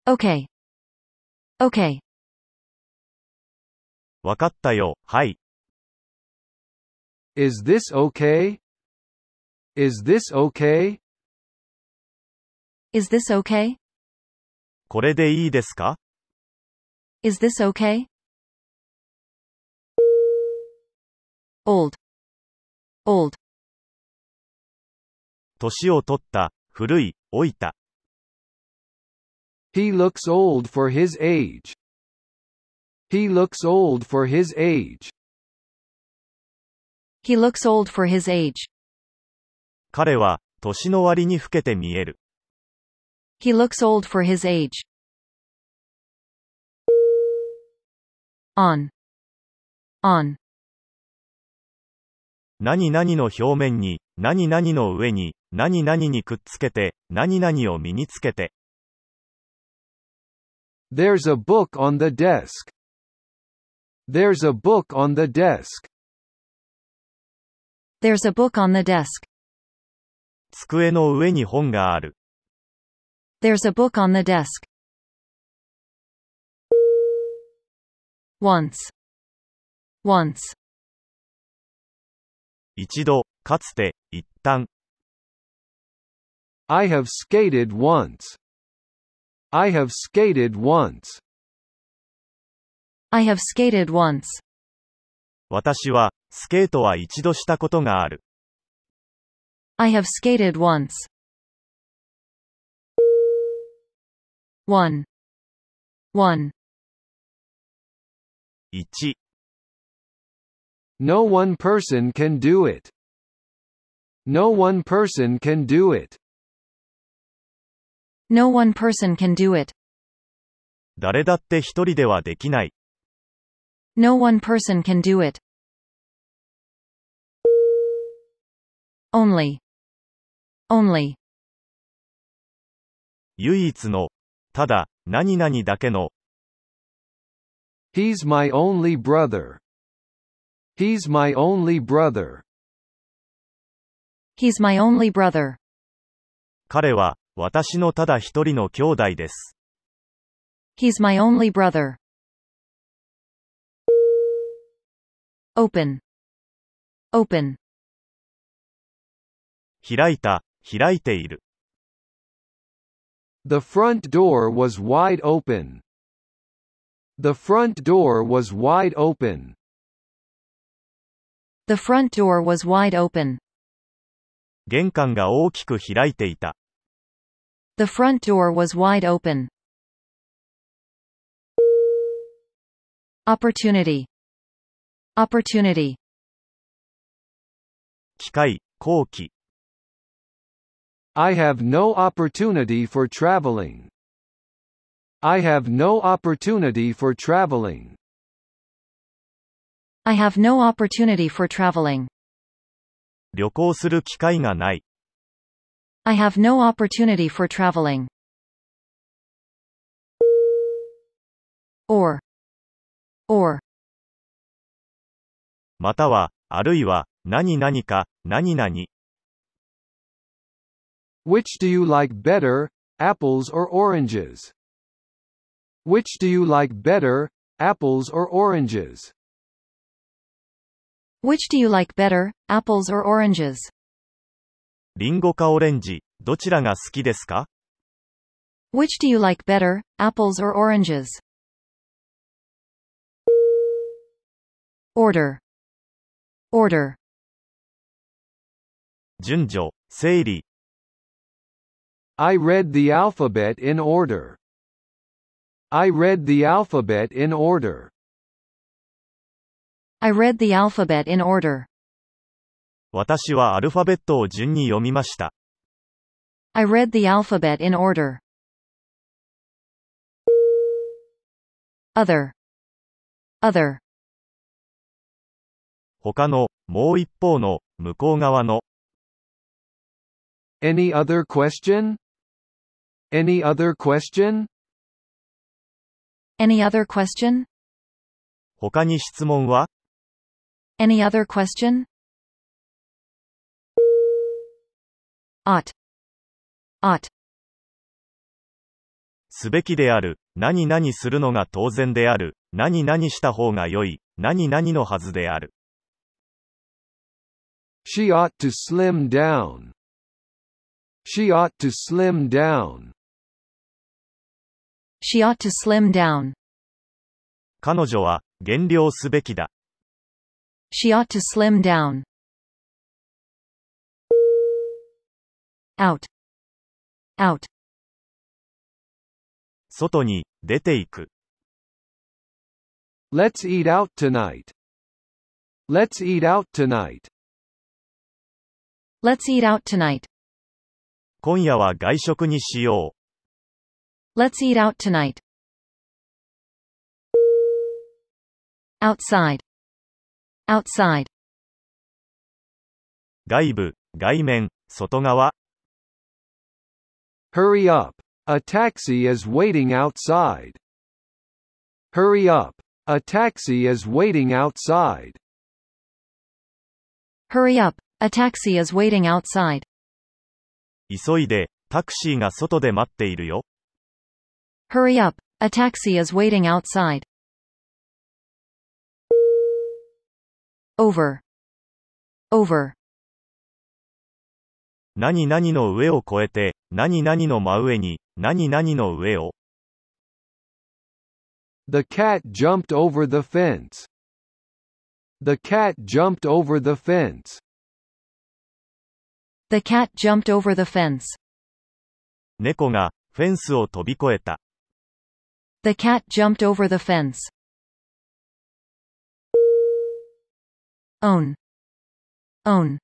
S1: Okay. Okay.
S2: わかったよ、はい。
S3: Is this okay? Is this okay?
S1: Is this okay?
S2: これでいいですか
S1: Is this okay? Old. Old.
S2: 年を取った、古い、
S5: 老いた。
S3: He looks old for his age. He looks old for his age.
S4: He looks old for his age.
S5: 彼は、年の割に老けて見える。
S4: He looks old for his age. On. On.
S5: 何々の表面に、何々の上に、何々にくっつけて、何々を身につけて。
S3: There's a book on the desk. There's a book on the desk.
S4: There's a book on the desk.
S5: 机の上に本がある。
S4: There's a book on the desk. Once. Once.
S5: 一度、かつて、一旦。
S3: I have skated once. I have skated once.
S4: I have skated once.
S5: 私は、スケートは一度したことがある。
S4: I have skated once. 1. 1.
S5: 1、
S3: No one person can do it. No one person can do it.
S4: No one person can do it.
S5: 誰だって一人ではできない。
S4: No one person can do it. Only. Only.
S5: 唯一の、ただ、何々だけの、
S3: He's my only brother. He's my only brother.
S4: He's my only brother.
S5: 彼は、私のただ一人の兄弟です。
S4: He's my only brother. Open. Open.
S5: 開いた、開いている。
S3: The front door was wide open. The front door was wide open.
S4: The front door was wide open.
S5: 玄関が大きく開いていた。
S4: The front door was wide open. Opportunity. Opportunity.
S5: 機械、後期。
S3: I have no opportunity for traveling. I have no opportunity for traveling.
S4: I have no opportunity for traveling.
S5: 旅行する機会がない。
S4: I have no opportunity for traveling. Or. Or.
S5: または、あるいは、何々か、何々。
S3: Which do you like better, apples or oranges? Which do you like better, apples or oranges?
S4: Which do you like better, apples or oranges?
S5: リンゴかオレンジ、どちらが好きですか
S4: Which do you like better, apples or oranges? Order. Order.
S5: 順序、整理。
S3: I read the alphabet in order. I read the alphabet in order.
S4: I read the alphabet in order.
S5: 私はアルファベットを順に読みました。
S4: I read the alphabet in order. Other. Other.
S5: 他の、もう一方の、向こう側の、
S3: Any other question? Any other question?
S4: Any other question?
S5: 他に質問は
S4: Any other question? Ought. Ought.
S5: すべきである、何々するのが当然である、何々した方が良い、何々のはずである。
S3: She ought to slim down. She ought to slim down.
S4: She ought to slim down.
S5: 彼女は、減量すべきだ。
S4: She ought to slim down. Out. out,
S5: 外に、出ていく。
S3: Let's eat out tonight. Let's eat out tonight.
S4: let's eat out tonight,
S5: 今夜は外食にしよう。
S4: let's eat out tonight. Outside, outside,
S5: 外部、外面、外側。
S3: Hurry up. A taxi is waiting outside. Hurry up. A taxi is waiting outside.
S4: hurry up, a taxi is waiting outside.
S5: 急いで、タクシーが外で待っているよ。
S4: Hurry up, a taxi is waiting outside. Over. Over.
S5: 何々の上を越えて、何々の真上に、何々の上を。
S3: The cat jumped over the fence. The cat jumped over the fence.
S4: The cat jumped over the fence.
S5: 猫が、フェンスを飛び越えた。
S4: The cat jumped over the fence. Own. Own.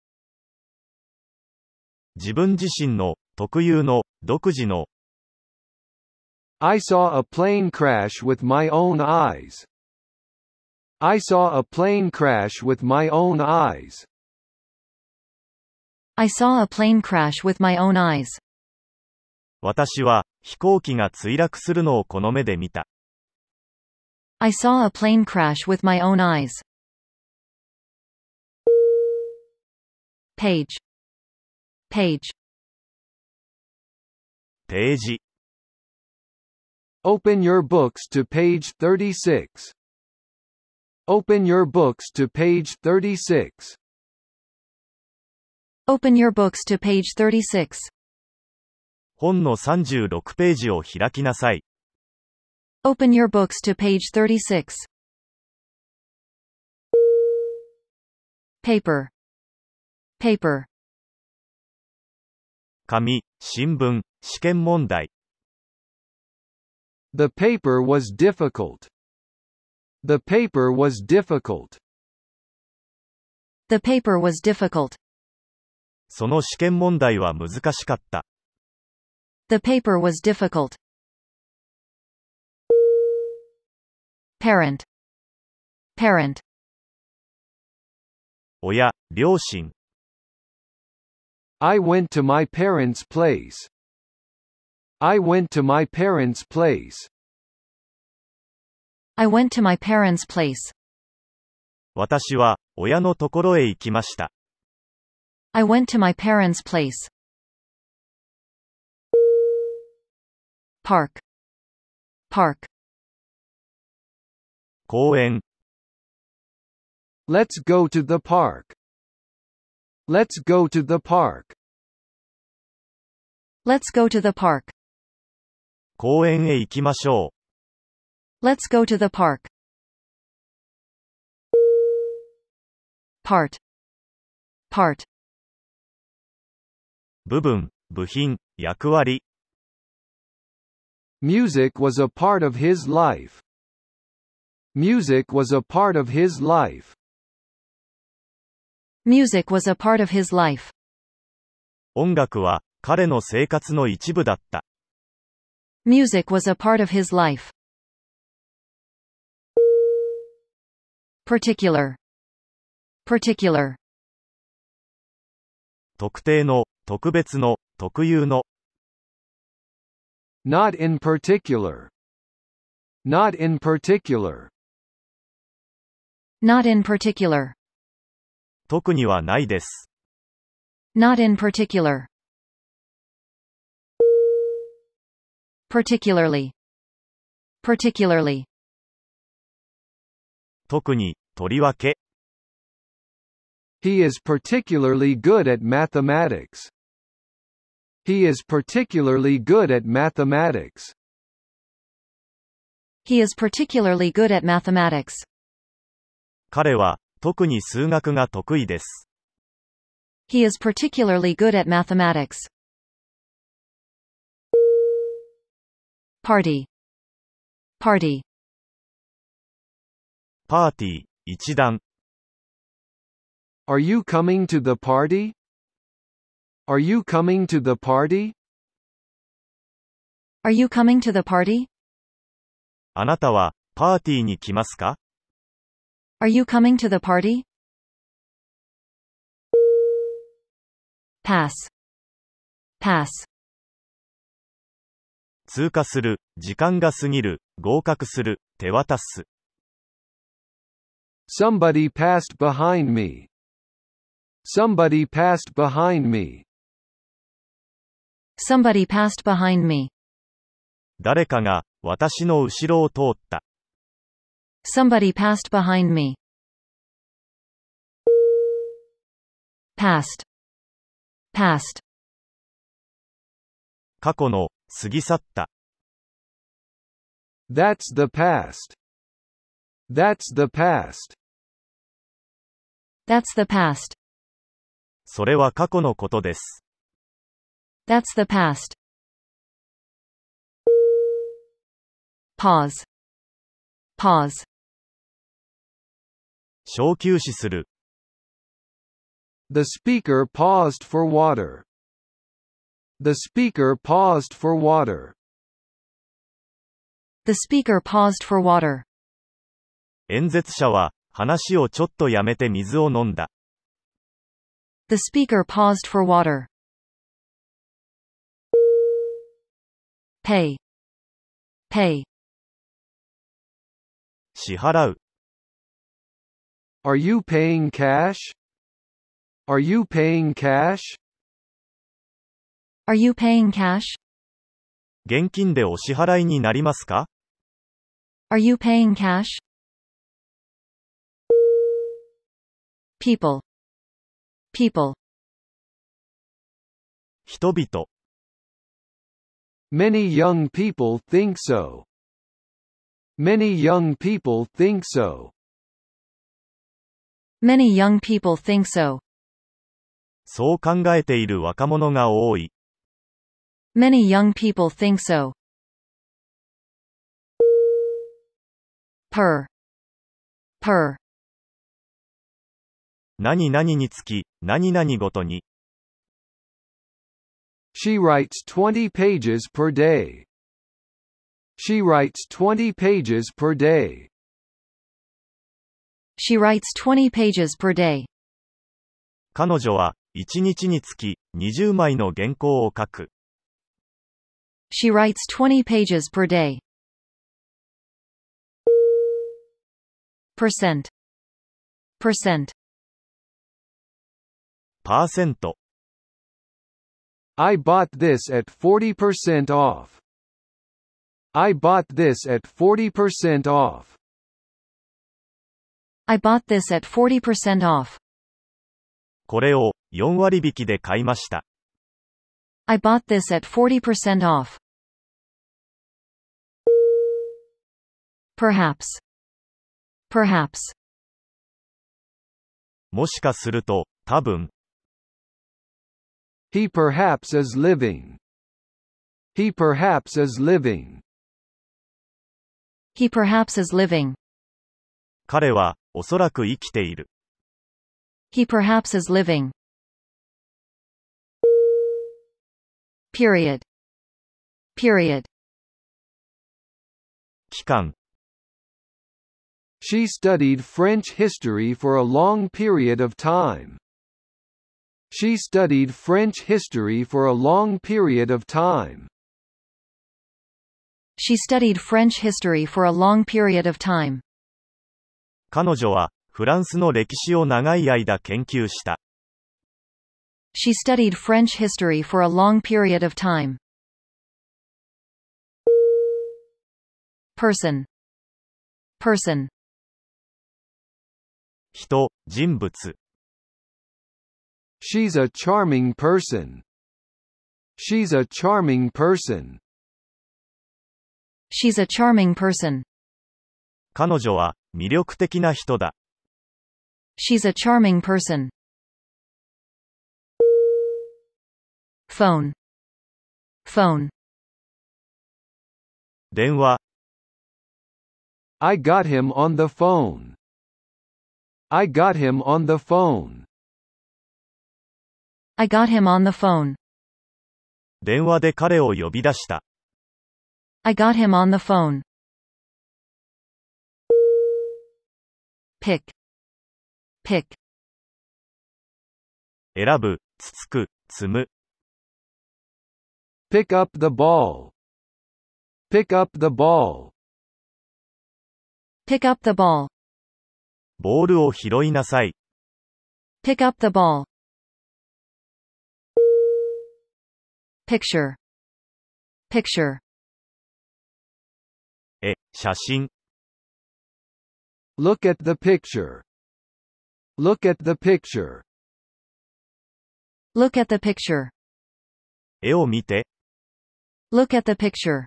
S5: 自分自身の、特有の、独自の、
S3: I saw a plane crash with my own eyes. I saw a plane crash with my own eyes.
S4: I saw a plane crash with my own eyes.
S5: 私は、飛行機が墜落するのをこの目で見た。
S4: I saw a plane crash with my own eyes. Page. Page.
S5: ページ。
S3: Open your books to page 36. Open your books to page 36.
S4: Open your books to page 36.
S5: 本の36ページを開きなさい。
S4: Open your books to page 36. Paper. Paper.
S5: 紙、新聞、試験問題。
S3: The paper was difficult. The paper was difficult.
S4: The paper was difficult.
S5: その試験問題は難しかった。
S4: The paper was difficult. Parent. Parent.
S5: 親、両親。
S3: I went to my parents' place. I went to my parents' place.
S4: I went to my parents' place.
S5: 私は、親のところへ行きました。
S4: I went to my parents' place. Park. Park.
S5: 公園、
S3: Let's go to the park. Let's go to the park.
S4: Let's go to the park.
S5: 公園へ行きましょ
S4: Let's go to the park. Part. Part.
S5: う。部分、部品、役割。
S3: Music was a part of his life. Music was a part of his life.
S4: Music was a part of his life.
S5: 音楽は、彼の生活の一部だった。
S4: Music was a part of his life. Particular. Particular.
S5: 特定の、特別の、特有の、
S3: Not in particular. Not in particular.
S4: Not in particular.
S5: 特にはないです。
S4: Not in particular. Particularly. Particularly.
S5: 特に、とりわけ、
S3: He is particularly good at mathematics. He is particularly good at mathematics.
S4: He is particularly good at mathematics.
S5: 彼は、特に数学が得意です。
S4: He is particularly good at mathematics. party party
S5: パーティー、一団、
S3: Are you coming to the party? Are you coming to the party?
S4: Are you coming to the party?
S5: あなたは、パーティーに来ますか
S4: Are you coming to the party? Pass. Pass.
S5: 通過する、時間が過ぎる、合格する、手渡す。
S3: Somebody passed behind me. Somebody passed behind me.
S4: Somebody passed behind me.
S5: 誰かが、私の後ろを通った。
S4: Somebody passed behind me. Past. Past.
S5: 過去の、過ぎ去った。
S3: That's the past. That's the past.
S4: That's the past.
S5: それは過去のことです。
S4: That's the past. Pause. Pause.
S5: 小休止する。
S3: The speaker paused for water. The speaker paused for water.
S4: The speaker paused for water.
S5: 演説者は、話をちょっとやめて水を飲んだ。
S4: The speaker paused for water. Pay. Pay.
S5: 支払う。
S3: Are you paying cash? Are you paying cash?
S4: Are you paying cash?
S5: 現金でお支払いになりますか
S4: Are you paying cash? People. People.
S5: 人々。
S3: Many young people think so. Many young people think so.
S4: Many young people think so.
S5: そう考えている若者が多い。
S4: Many young people think so. Per. Per.
S5: 何々につき、何々ごとに。
S3: She writes 20 pages per day. She writes 20 pages per day.
S4: She writes 20 pages per day.
S5: 彼女は、1日につき、20枚の原稿を書く。
S4: She writes 20 pages per day. Percent. Percent.
S5: パーセント。
S3: I bought this at 40% off. I bought this at 40% off.
S4: I bought this at 40% off.
S5: これを、4割引きで買いました。
S4: I bought this at 40% off. Perhaps. Perhaps.
S5: もしかすると、多分、
S3: He perhaps is living. He perhaps is living.
S4: He perhaps is living.
S5: 彼は、おそらく生きている。
S4: He perhaps is living. Period. Period.
S5: 期間、
S3: She studied French history for a long period of time. She studied French history for a long period of time.
S4: She studied French history for a long period of time.
S5: 彼女は、フランスの歴史を長い間研究した。
S4: She studied French history for a long period of time. Person. Person.
S5: 人、人物。
S3: She's a charming person. She's a charming person.
S4: She's a charming person.
S5: 彼女は、魅力的な人だ。
S4: She's a charming person. Phone. Phone.
S5: 電話、
S7: I got him on the phone. I got him on the phone.
S6: I got him on the phone.
S5: 電話で彼を呼び出した。
S6: I got him on the phone. Pick. Pick.
S5: 選ぶ、つつく、積む、
S7: Pick up the ball. Pick up the ball.
S6: Pick up the ball.
S5: ボールを拾いなさい。
S6: Pick up the ball. Picture. Picture.
S5: 絵、写真、
S7: Look at the picture. Look at the picture.
S6: Look at the picture.
S5: 絵を見て、
S6: Look at the picture.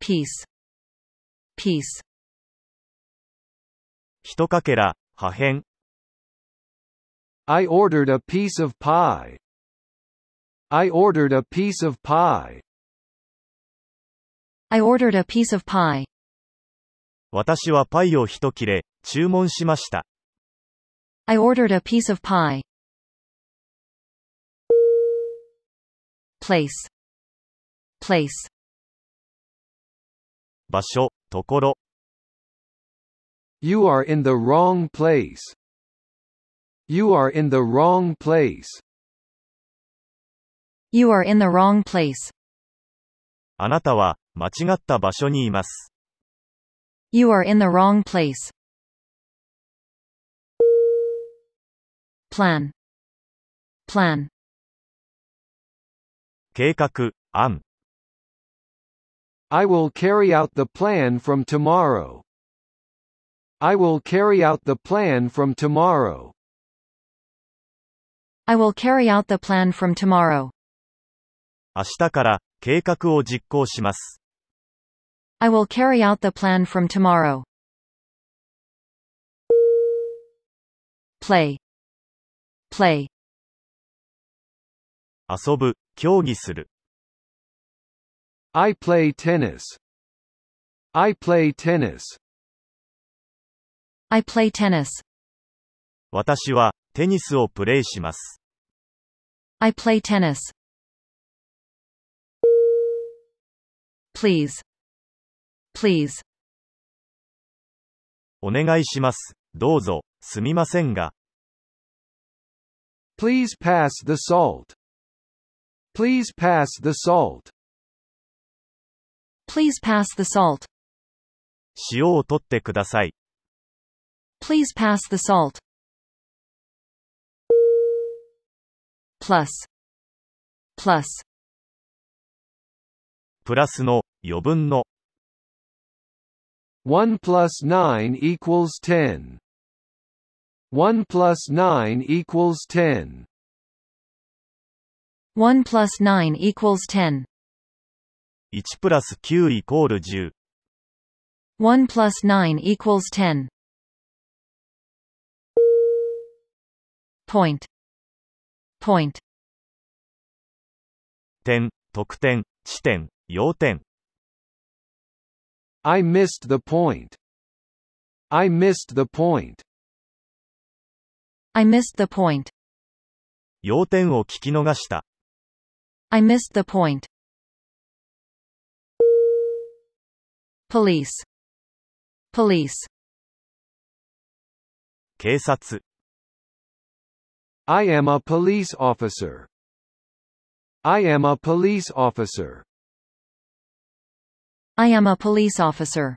S6: Piece. Piece.
S5: 一かけら、破片、
S7: I ordered a piece of pie. I ordered a piece of pie.
S6: I ordered a piece of pie.
S5: 私はパイを一切れ、注文しました。
S6: I ordered a piece of pie. Place. Place.
S5: 場所、ところ、
S7: You are in the wrong place. You are in the wrong place.
S6: You are in the wrong place.
S5: あなたは、間違った場所にいます。
S6: You are in the wrong place. Plan. Plan.
S5: 計画、案、
S7: I will carry out the plan from tomorrow. I will carry out the plan from tomorrow.
S6: I will carry out the plan from tomorrow.
S5: 明日から、計画を実行します。
S6: I will carry out the plan from tomorrow. Play. Play.
S5: 遊ぶ、競技する。
S7: I play tennis. I play tennis.
S6: I play tennis.
S5: 私は、テニスをプレイします。
S6: I play tennis. Please. Please.
S5: お願いします。どうぞ、すみませんが、
S7: Please pass the salt. Please pass the salt.
S6: Please pass the salt.
S5: 塩を取ってください。
S6: Please pass the salt. Plus. Plus.
S5: プラスの、余分の、
S7: 1 plus 9 equals 10. 1 plus 9 equals 10.
S6: 1 plus 9 equals 10.
S5: 1プラス9イコール10。
S6: 1 plus 9 equals 10. Point. Point.
S5: 点、得点、地点、要点。
S7: I missed the point. I missed the point.
S6: I missed the point.
S5: 要点を聞き逃した。
S6: I missed the point. Police. Police.
S5: 警察。
S7: I am a police officer. I am a police officer.
S6: I am a police officer.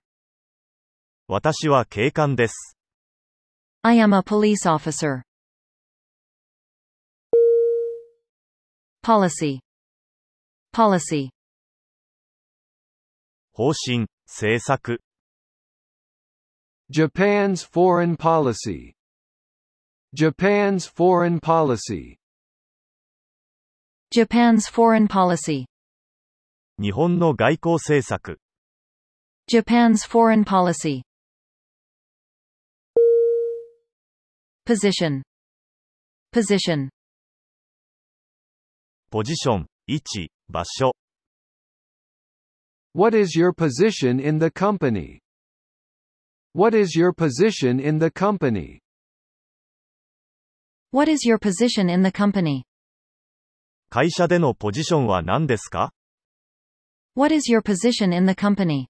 S5: 私は警官です。
S6: I am a police officer. Policy. Policy.
S5: 方針、政策。
S7: Japan's foreign policy. Japan's foreign policy.
S6: Japan's foreign policy.
S5: 日本の外交政策。
S6: Japan's foreign policy. Position. Position.
S5: ポジション、位置、場所。
S3: What is your position in the company? What is your position in the company?
S1: What is your position in the company?
S2: 会社でのポジションは何ですか
S1: What is your position in the company?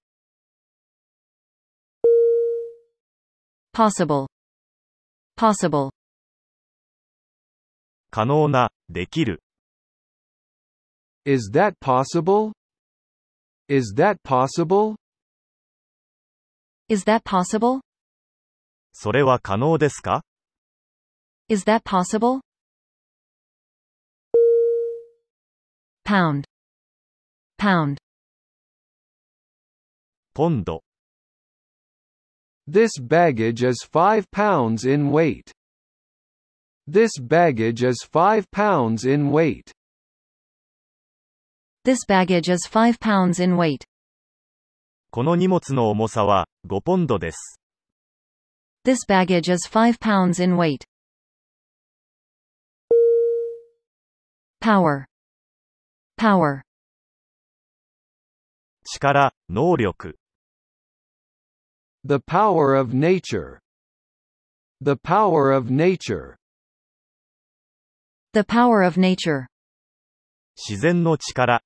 S1: Possible. Possible.
S2: 可能な、できる。
S3: Is that possible? Is that possible?
S1: Is that possible?
S2: それは可能ですか
S1: Is that possible? Pound. Pound.
S2: ポンド。
S3: This baggage is 5 pounds in weight. This baggage is 5 pounds in weight.
S1: This baggage is 5 pounds in weight.
S2: この荷物の重さは、5ポンドです。
S1: This baggage is 5 pounds in weight. Power. Power.
S2: 力、能力。
S3: The power of nature. The power of nature.
S1: The power of nature.
S2: 自然の力。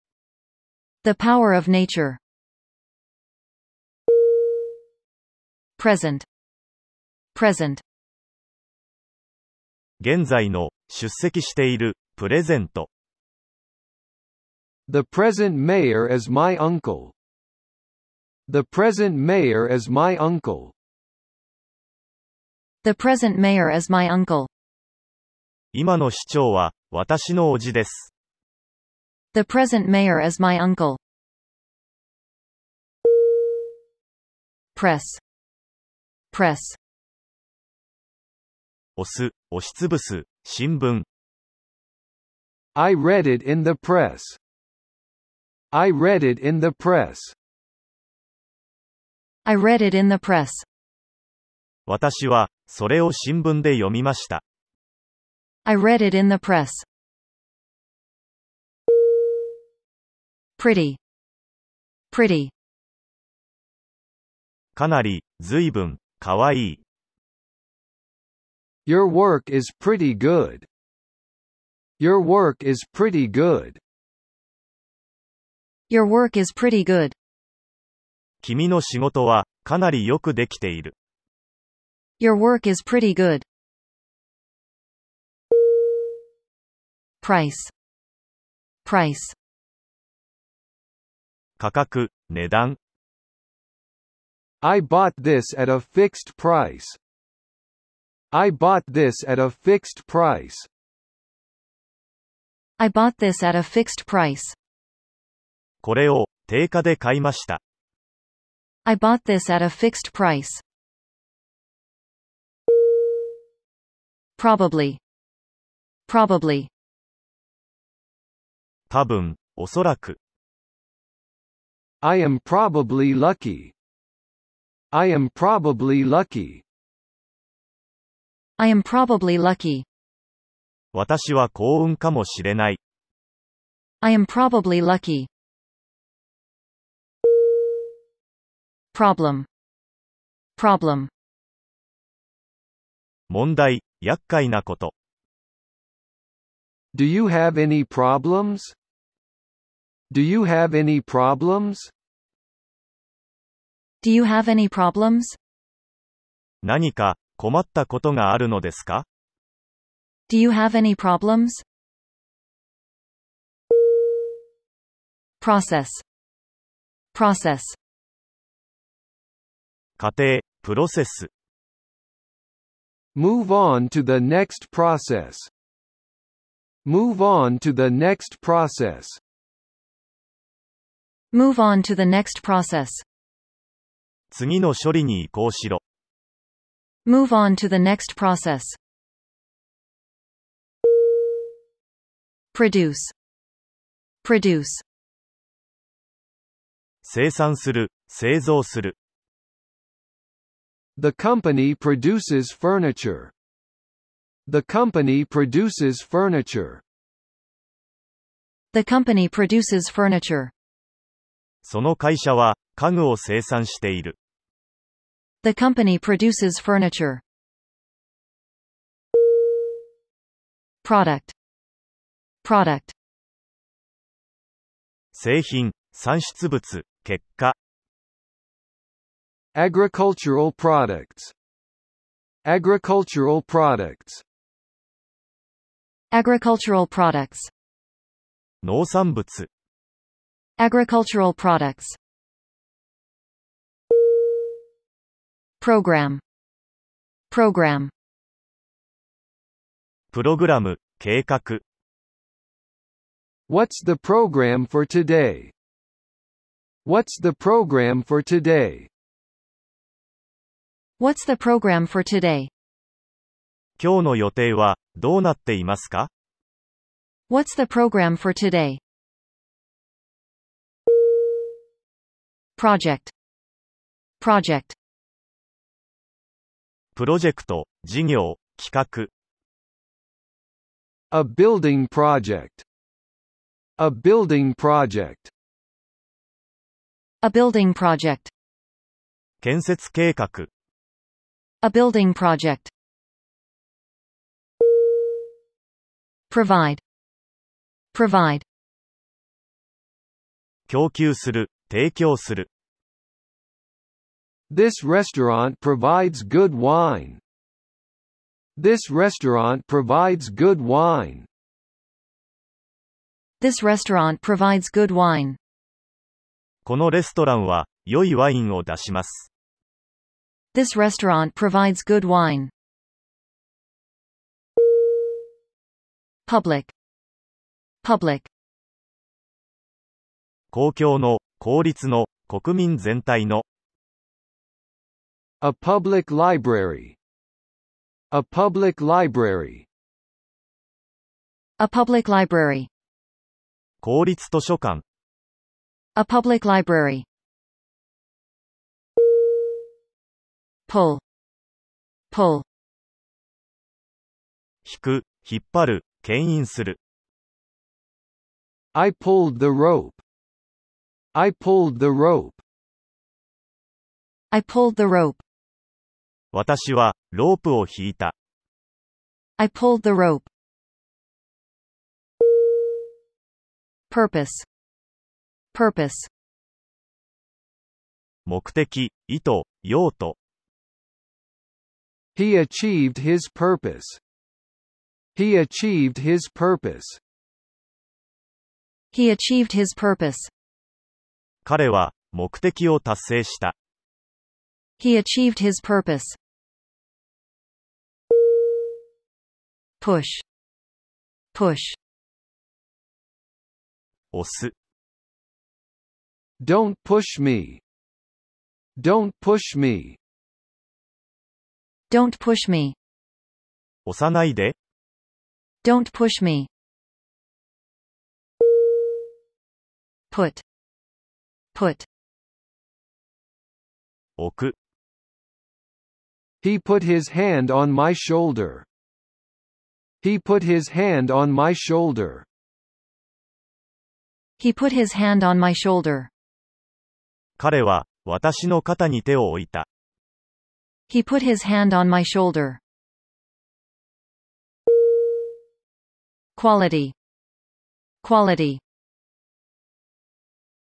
S1: The power of nature. Present. Present.
S2: 現在の、出席している、プレゼント。
S3: The present mayor is my uncle. The present mayor is my uncle.
S1: The present mayor is my uncle.
S2: 今の市長は、私の叔父です。
S1: The present mayor is my uncle. Press. Press.
S2: 押す、押しつぶす、新聞。
S3: I read it in the press. I read it in the press.
S1: I read it in the press.
S2: 私は、それを新聞で読みました。
S1: I read it in the press. Pretty. Pretty.
S2: かなり、ずいぶん、かわいい。
S3: Your work is pretty good. Your work is pretty good.
S1: Your work is pretty good.
S2: 君の仕事は、かなりよくできている。
S1: Your work is pretty good. Price. Price.
S2: 価格、値段。
S3: I bought this at a fixed price. I bought this at a fixed price.
S1: I bought this at a fixed price.
S2: これを、定価で買いました。
S1: I bought this at a fixed price. Probably. Probably.
S2: 多分、おそらく。
S3: I am probably lucky. I am probably lucky.
S1: I am probably lucky.
S2: 私は幸運かもしれない。
S1: I am probably lucky. Problem. Problem.
S2: 問題、厄介なこと。
S3: Do you have any problems? Do you have any problems?
S1: Do you have any problems?
S2: 何か、困ったことがあるのですか
S1: Do you have any problems? Process. Process.
S2: 過程、プロセス。
S3: Move on to the next process. Move on to the next process.
S1: Move on to the next process.
S2: 次の処理に移行しろ。
S1: Move on to the next process. Produce. Produce.
S2: 生産する、製造する。
S3: The company produces furniture. The company produces furniture.
S1: The company produces furniture.
S2: その会社は、家具を生産している。
S1: The company produces furniture. Product. Product.
S2: 製品、産出物、結果、
S3: Agricultural products. Agricultural products.
S1: Agricultural products.
S2: 農産物、
S1: Agricultural products. Program. Program.
S2: プログラム、計画、
S3: What's the program for today? What's the program for today?
S1: What's the program for today?
S2: 今日の予定は、どうなっていますか
S1: What's the program for today? Project. Project.
S2: プロジェクト、事業、企画、
S3: A building project. A building project.
S1: A building project.
S2: 建設計画、
S1: A building project. Provide. Provide.
S2: 供給する、提供する、
S3: This restaurant provides good wine. This restaurant provides good wine.
S1: This restaurant provides good wine.
S2: このレストランは、良いワインを出します。
S1: This restaurant provides good wine. Public. Public.
S2: 公共の、公立の、国民全体の、
S3: A public library. A public library.
S1: A public library.
S2: 公立図書館、
S1: A public library. Pull. Pull.
S2: 引く、引っ張る、牽引する、
S3: I pulled the rope. I pulled the rope.
S1: I pulled the rope.
S2: 私は、ロープを引いた、
S1: I pulled the rope. Purpose. Purpose.
S2: 目的、意図、用途、
S3: He achieved his purpose. He achieved his purpose.
S1: He achieved his purpose.
S2: 彼は、目的を達成した、
S1: He achieved his purpose. Push. Push.
S2: 押す、
S3: Don't push me. Don't push me.
S1: Don't push me.
S2: 押さないで、
S1: Don't push me. Put. Put.
S2: 置く、
S3: He put his hand on my shoulder. He put his hand on my shoulder.
S1: He put his hand on my shoulder.
S2: 彼は、私の肩に手を置いた、
S1: He put his hand on my shoulder. Quality. Quality.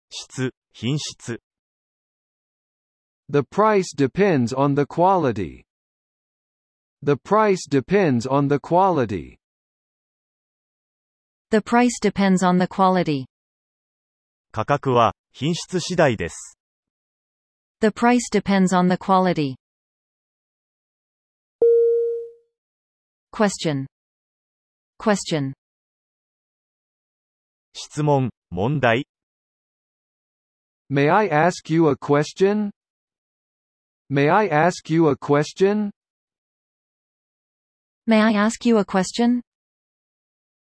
S2: 質、品質、
S3: The price depends on the quality. The price depends on the quality.
S1: The price depends on the quality.
S2: 価格は、品質次第です。
S1: The price depends on the quality. Question. Question.
S2: 質問、問題、
S3: May I ask you a question? May I ask you a question?
S1: May I ask you a question?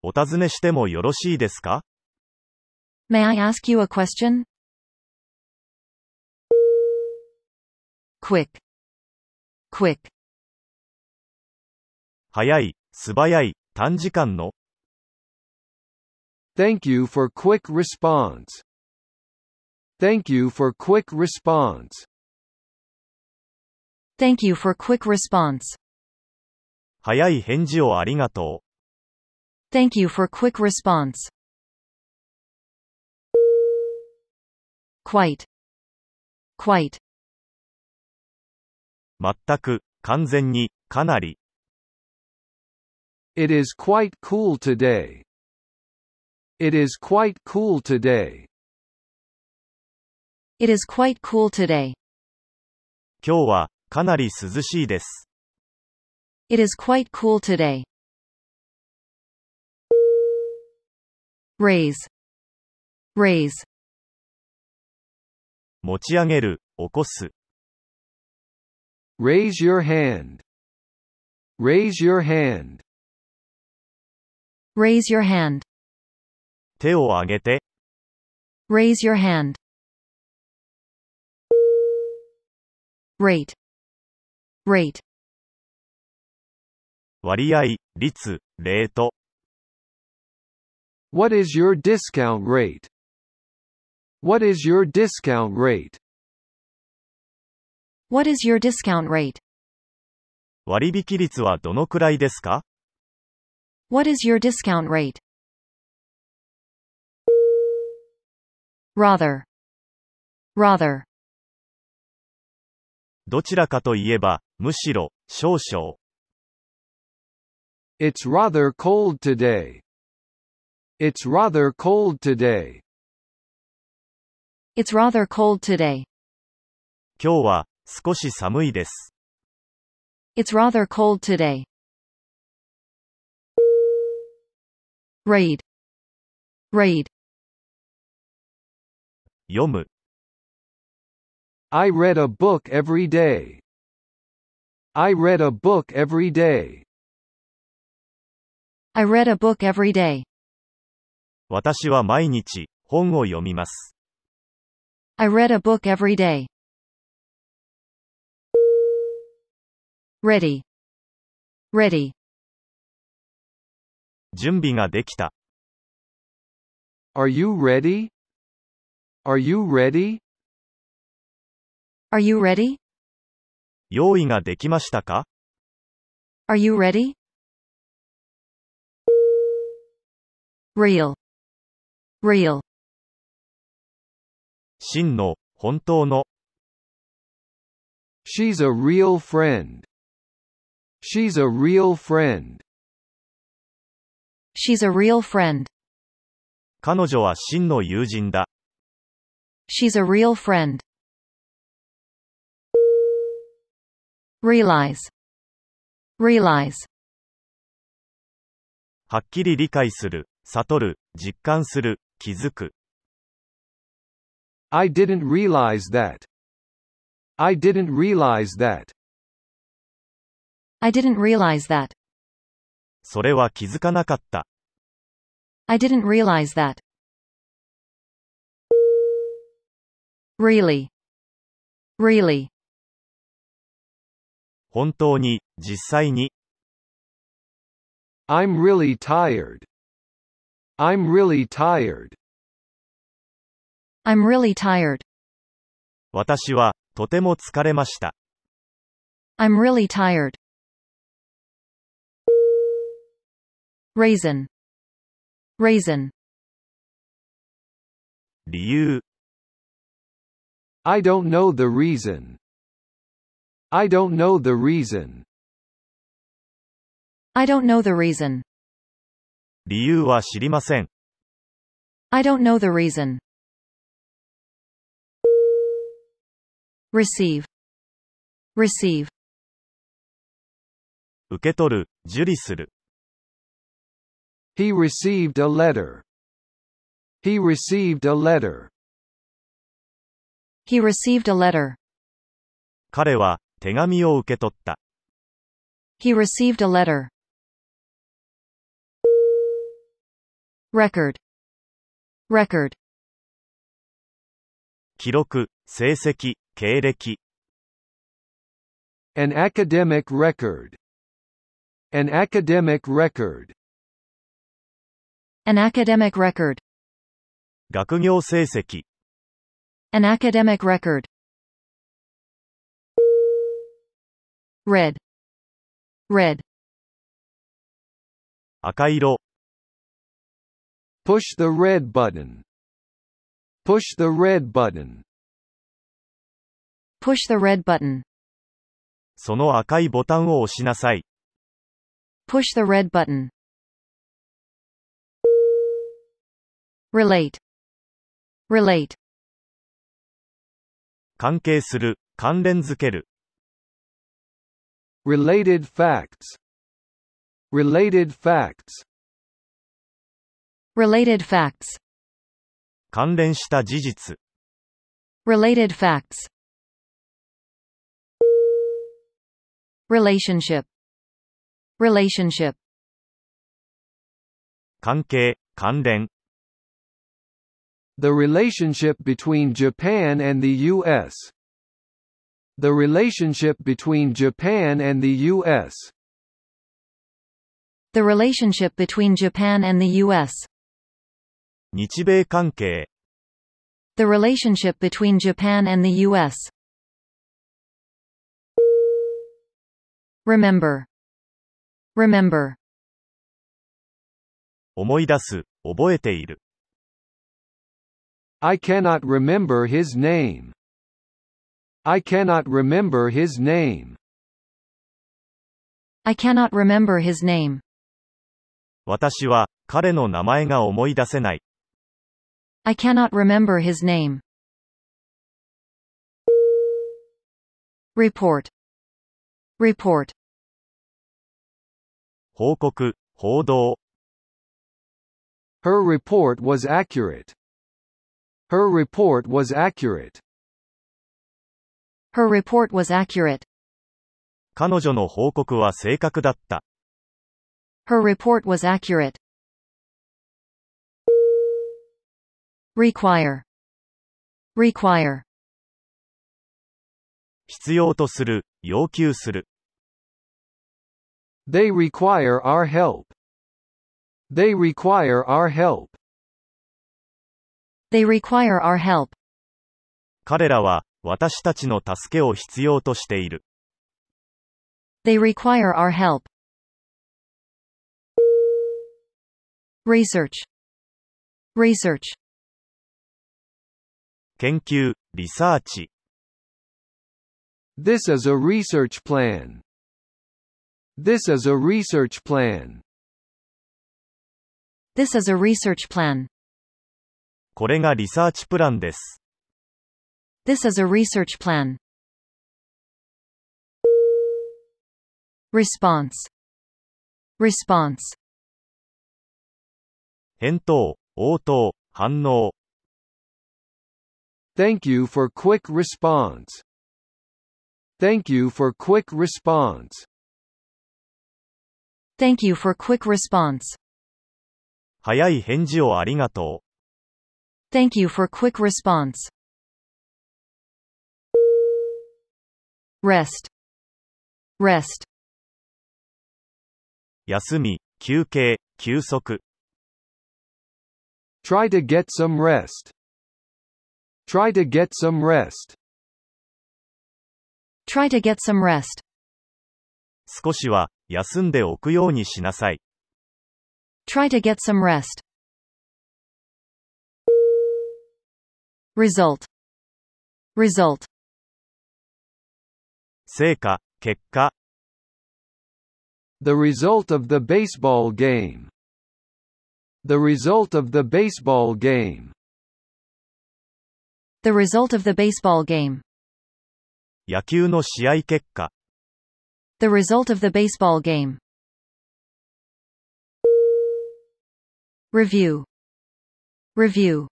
S2: お尋ねしてもよろしいですか
S1: May I ask you a question? Quick. Quick.
S2: 早い、素早い、短時間の、
S3: Thank you for quick response.
S7: Thank you for quick response.
S6: Thank you for quick response.
S2: 早い返事をありがと
S6: Thank you for quick response. Quite. Quite.
S2: う。全く、完全に、かなり。
S7: It is quite cool today. It is quite cool today.
S6: It is quite cool today.
S2: 今日は、かなり涼しいです。
S6: It is quite cool today. Raise. Raise.
S2: 持ち上げる、起こす。
S7: Raise your hand. Raise your hand.
S6: Raise your hand.
S2: 手を上げて、
S6: Raise your hand. Rate. Rate.
S2: 割合、率、レート。
S7: What is your discount rate? What is your discount rate?
S6: What is your discount rate?
S2: 割引率はどのくらいですか
S6: What is your discount rate? Rather. Rather.
S2: どちらかといえば、むしろ、少々。
S7: It's rather cold today. It's rather cold today.
S6: It's rather cold today.
S2: 今日は、少し寒いです。
S6: It's rather cold today. Read. Read.
S2: 読む。
S7: I read a book every day. I read a book every day.
S6: I read a book every day.
S2: 私は毎日、本を読みます。
S6: I read a book every day. Ready. Ready.
S2: 準備ができた。
S7: Are you ready? Are you ready?
S6: Are you ready?
S2: 用意ができましたか
S6: Are you ready? Real. Real.
S2: 真の、本当の、
S7: She's a real friend. She's a real friend.
S6: She's a real friend.
S2: 彼女は真の友人だ。
S6: She's a real friend. Realize. Realize.
S2: はっきり理解する、悟る、実感する、気づく。
S7: I didn't realize that. I didn't realize that.
S6: I didn't realize that.
S2: それは気づかなかった。
S6: I didn't realize that. Really. Really.
S2: 本当に、実際に、
S7: I'm really tired. I'm really tired.
S6: I'm really tired.
S2: 私は、とても疲れました。
S6: I'm really tired. Raisin. Raisin.
S2: 理由、
S7: I don't know the reason. I don't know the reason.
S6: I don't know the reason.
S2: 理由は知りません。
S6: I don't know the reason. Receive. Receive.
S2: 受け取る、受理する。
S7: He received a letter. He received a letter.
S6: He received a letter.
S2: 彼は、手紙を受け取った。
S6: He received a letter. Record. Record.
S2: 記録、成績、経歴。
S7: An academic record. An academic record.
S6: An academic record.
S2: 学業成績。
S6: An academic record. Red. Red.
S5: 赤色、
S3: Push the red button. Push the red button.
S6: Push the red button.
S5: その赤いボタンを押しなさい。
S6: Push the red button. Relate. Relate.
S5: 関係する、関連づける、
S3: Related facts. Related facts.
S6: Related facts.
S5: 関連した事実、
S6: Related facts. Relationship. Relationship.
S5: 関係、関連、
S3: The relationship between Japan and the U.S. The relationship between Japan and the U.S.
S6: The relationship between Japan and the U.S.
S5: 日米関係、
S6: The relationship between Japan and the U.S. Remember. Remember.
S5: 思い出す、覚えている。
S3: I cannot remember his name. I cannot remember his name.
S6: I cannot remember his name.
S5: 私は、彼の名前が思い出せない。
S6: I cannot remember his name. Report. Report.
S5: 報告、報道、
S3: Her report was accurate. Her report was accurate.
S6: Her report was accurate.
S5: 彼女の報告は正確だった。
S6: Her report was accurate. Require. Require.
S5: 必要とする、要求する、
S3: They require our help. They require our help.
S6: They require our help.
S5: 彼らは、私たちの助けを必要としている。
S6: They require our help. Research. Research.
S5: 研究、リサーチ、
S3: This is a research plan. This is a research plan.
S6: This is a research plan.
S5: これがリサーチプランです。
S6: This is a research plan. Response. Response.
S5: 返答、応答、反応、
S3: Thank you for quick response. Thank you for quick response.
S6: Thank you for quick response.
S5: 早い返事をありがとう。
S6: Thank you for quick response. Rest. Rest.
S5: 休み、休憩、休息、
S3: Try to get some rest. Try to get some rest.
S6: Try to get some rest.
S5: 少しは、休んでおくようにしなさい。
S6: Try to get some rest. Result. Result.
S5: 成果、結果、
S3: The result of the baseball game. The result of the baseball game.
S6: The result of the baseball game.
S5: 野球の試合結果、
S6: The result of the baseball game. Review. Review.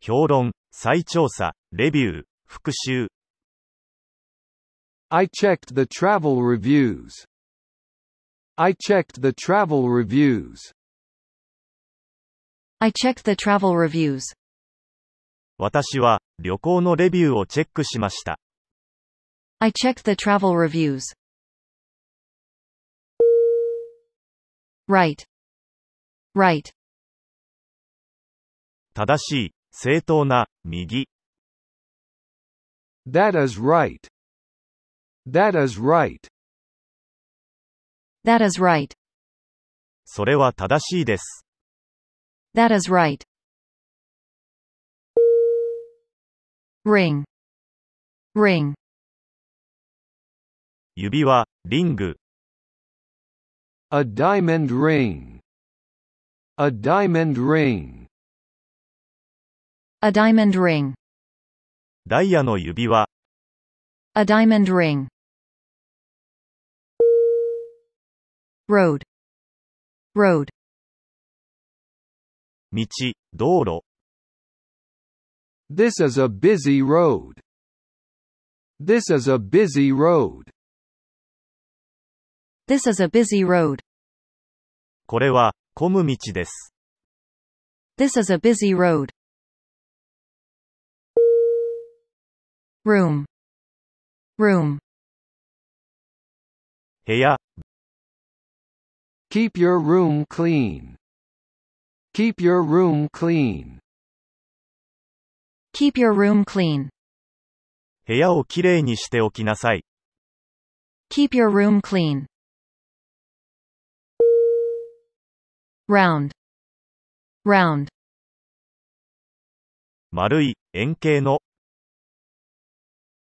S5: 評論、再調査、レビュー、復習、
S3: I checked the travel reviews. I checked the travel reviews.
S6: I checked the travel reviews.
S5: 私は、旅行のレビューをチェックしました。
S6: I checked the travel reviews. Right. Right.
S5: 正しい、
S2: 正当な、右。
S3: That is right. That is right.
S1: That is right.
S2: それは正しいです。
S1: That is right. Ring. Ring.
S2: 指輪、リング、
S3: A diamond ring. A diamond ring.
S1: A diamond ring.
S2: ダイヤの指輪、
S1: A diamond ring. Road. Road.
S2: 道、道路。
S3: This is a busy road. This is a busy road.
S1: This is a busy road.
S2: これは、混む道です。
S1: This is a busy road. Room. Room.
S2: 部屋、
S3: Keep your room clean. Keep your room clean.
S1: Keep your room clean.
S2: 部屋をきれいにしておきなさい。
S1: Keep your room clean. Round. Round.
S2: 丸い、円形の、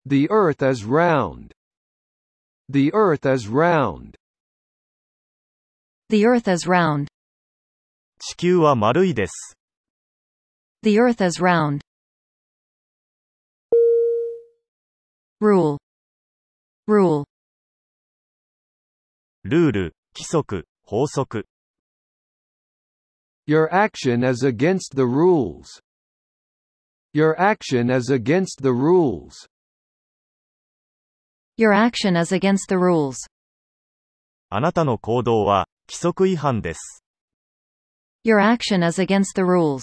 S3: The earth is round. The earth is round.
S1: The earth is round.
S2: 地球は丸いです。
S1: The earth is round. Rule. Rule.
S2: ルール、規則、法則。
S3: Your action is against the rules. Your action is against the rules.
S1: Your action is against the rules.
S2: あなたの行動は、規則違反です。
S1: Your action is against the rules.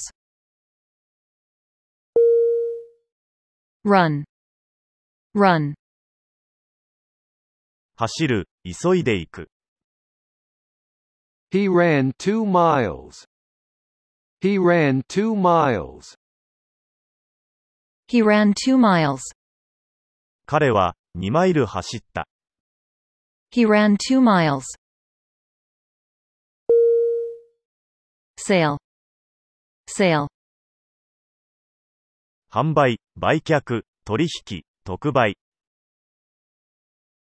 S1: Run. Run.
S2: 走る、急いでいく。
S3: He ran two miles. He ran two miles.
S1: He ran two miles.
S2: 彼は、2マイル走った。
S1: He ran two miles. Sale. Sale.
S2: 販売、売却、取引、特売。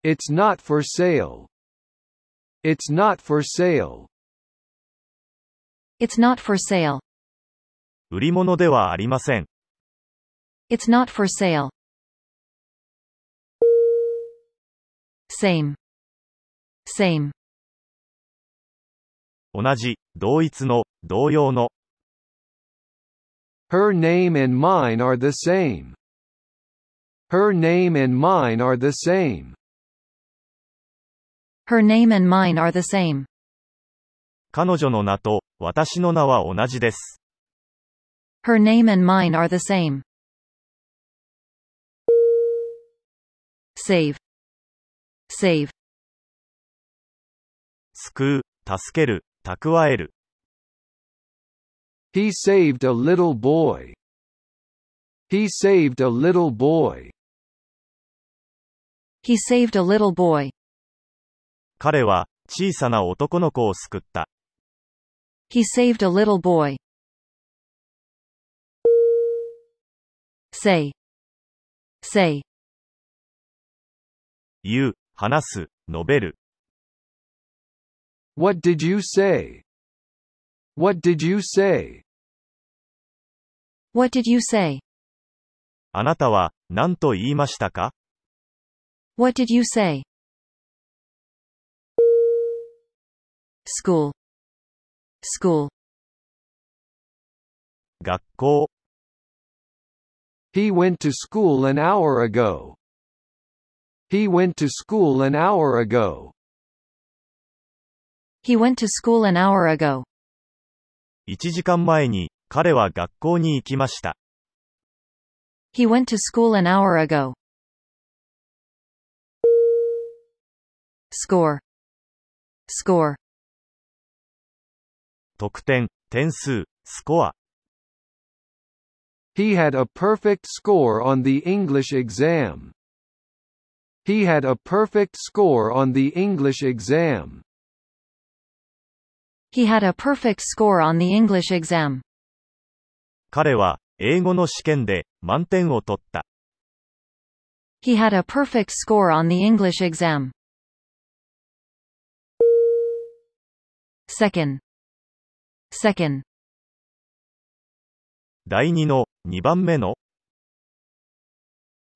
S3: It's not for sale. It's not for sale.
S1: It's not for sale.
S2: 売り物ではありません。
S1: It's not for sale. Same. Same.
S2: 同じ、同一の、同様の、
S3: Her name and mine are the same. Her name and mine are the same.
S1: Her name and mine are the same.
S2: 彼女の名と、私の名は同じです。
S1: Her name and mine are the same. Save. Save.
S2: 救う、助ける、蓄える。
S3: He saved a little boy. He saved a little boy.
S1: He saved a little boy.
S2: 彼は、小さな男の子を救った。
S1: He saved a little boy. Say. Say.
S2: 言う、話す、述べる。
S3: What did you say? What did you say?
S1: What did you say?
S2: あなたは、何と言いましたか
S1: What did you say? School. School.
S2: 学校、
S3: He went to school an hour ago. He went to school an hour ago.
S1: He went to school an hour ago.
S2: 1時間前に、彼は学校に行きました。
S1: He went to school an hour ago. Score. Score.
S2: 得点、点数、スコア。
S3: He had a perfect score on the English exam. He had a perfect score on the English exam.
S4: He had a perfect score on the English exam.
S5: 彼は、英語の試験で、満点を取った。
S4: He had a perfect score on the English exam. Second. Second.
S5: 第2の、2番目の、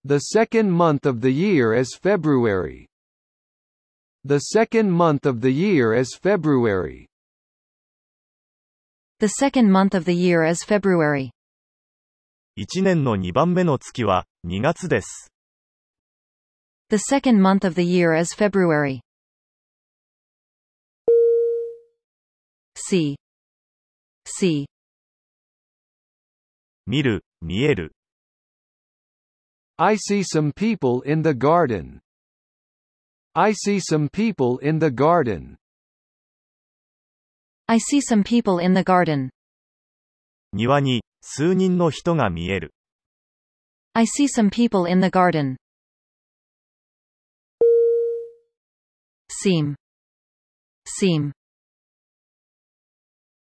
S3: The second month of the year is February. The second month of the year is February.
S4: The second month of the year is February.
S5: 1年の2番目の月は、2月です。
S4: The second month of the year is February. C. C.
S5: 見る、見える。
S3: I see some people in the garden. I see some people in the garden.
S4: I see some people in the garden.
S5: 庭に、数人の人が見える。
S4: I see some people in the garden. Seem. Seem.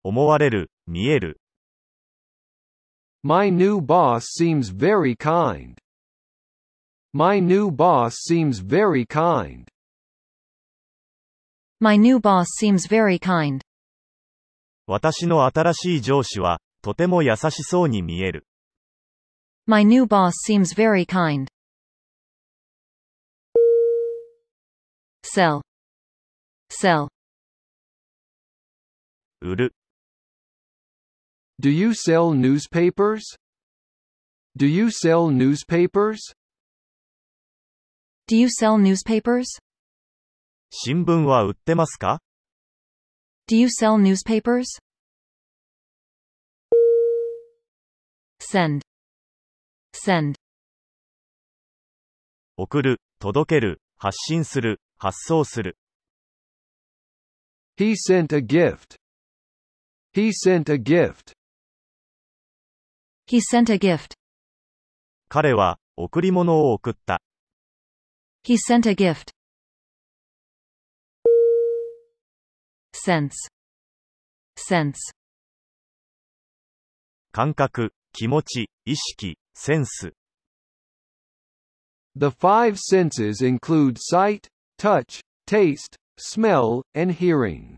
S5: 思われる、見える。
S3: My new boss seems very kind. My new boss seems very kind.
S4: My new boss seems very kind.
S5: 私の新しい上司は、とても優しそうに見える。
S4: My new boss seems very kind. Sell. Sell.
S5: 売る。
S3: Do you sell newspapers? Do you sell newspapers?
S4: Do you sell newspapers?
S5: 新聞は売ってますか
S4: Do you sell newspapers? Send. Send.
S5: 送る、届ける、発信する、発送する。
S3: He sent a gift. He sent a gift.
S4: He sent a gift.
S5: 彼は、贈り物を送った。
S4: He sent a gift. Sense. Sense.
S5: 感覚、気持ち、意識、センス。
S3: The five senses include sight, touch, taste, smell, and hearing.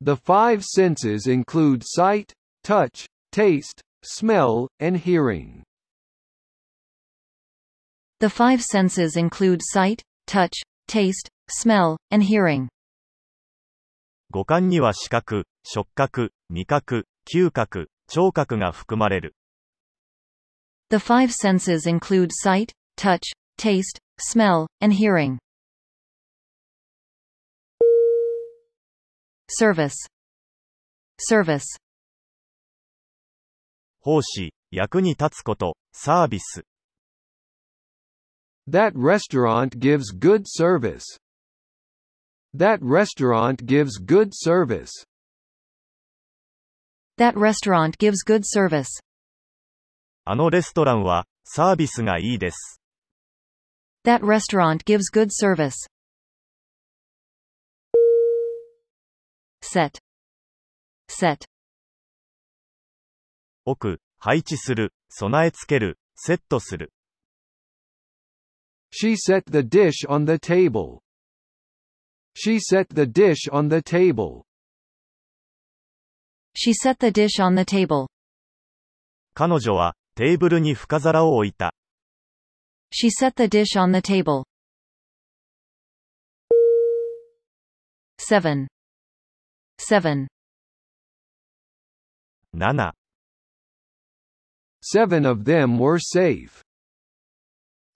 S3: The five senses include sight, touch, taste, smell, and hearing.
S4: The five senses include sight, touch, taste, smell, and hearing.
S5: 五感には視覚、触覚、味覚、嗅覚、聴覚が含まれる。
S4: The five senses include sight, touch, taste, smell, and hearing. Service. Service.
S5: 奉仕、役に立つこと、サービス。
S3: That restaurant gives good service. That restaurant gives good service.
S4: That restaurant gives good service.
S5: あのレストランは、サービスがいいです。
S4: That restaurant gives good service. Set. Set.
S5: 置く、配置する、備え付ける、セットする。
S3: She set the dish on the table. She set the dish on the table.
S4: She set the dish on the table.
S5: 彼女は、テーブルに深皿を置いた。
S4: She set the dish on the table. 7. 7.
S5: 7、
S3: Seven of them were safe.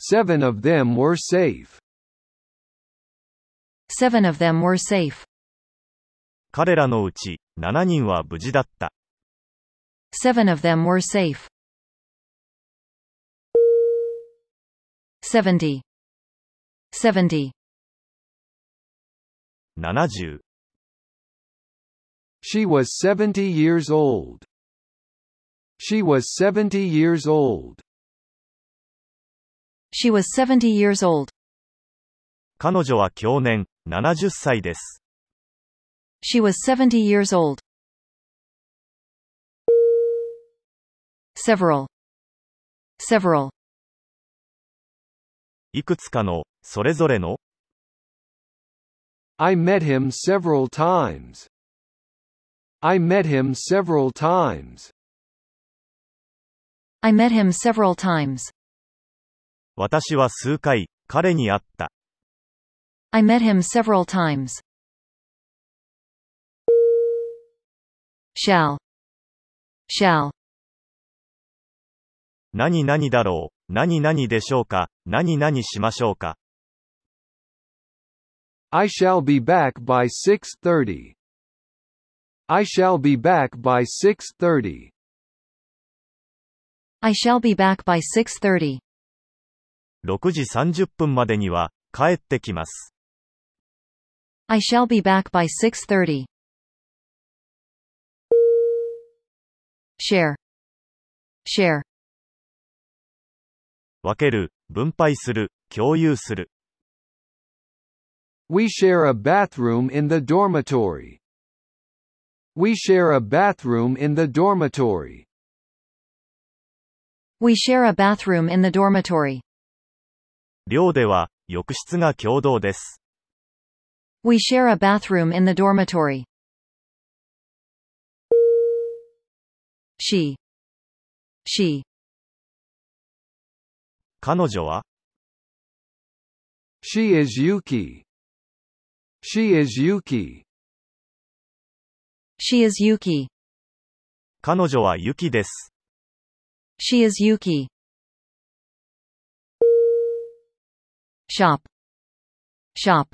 S3: Seven of them were safe.
S4: Seven of them were safe.
S5: 彼らのうち、7人は無事だった。
S4: Seven of them were safe. 70. 70.
S5: 70、
S3: She was 70 years old. She was 70 years old.
S4: She was 70 years old.
S5: 彼女は去年、70歳です。
S4: She was 70 years old. Several. Several.
S5: いくつかの、それぞれの、
S3: I met him several times. I met him several times.
S4: I met him several times.
S5: 私は数回、彼に会った。
S4: I met him several times. Shall. Shall.
S5: 何々だろう、何々でしょうか、何々しましょうか。
S3: I shall be back by 6:30. I shall be back by 6:30.
S4: I shall be back by 6.30.
S5: 6時30分までには、帰ってきます。
S4: I shall be back by 6.30. Share. Share.
S5: 分ける、分配する、共有する。
S3: We share a bathroom in the dormitory. We share a bathroom in the dormitory.
S4: We share a bathroom in the dormitory.
S5: 寮では、浴室が共同です。
S4: We share a bathroom in the dormitory. She. She.
S5: 彼女は、
S3: She is Yuki. She is Yuki.
S4: She is Yuki.
S5: 彼女は雪です。
S4: She is Yuki. Shop. Shop.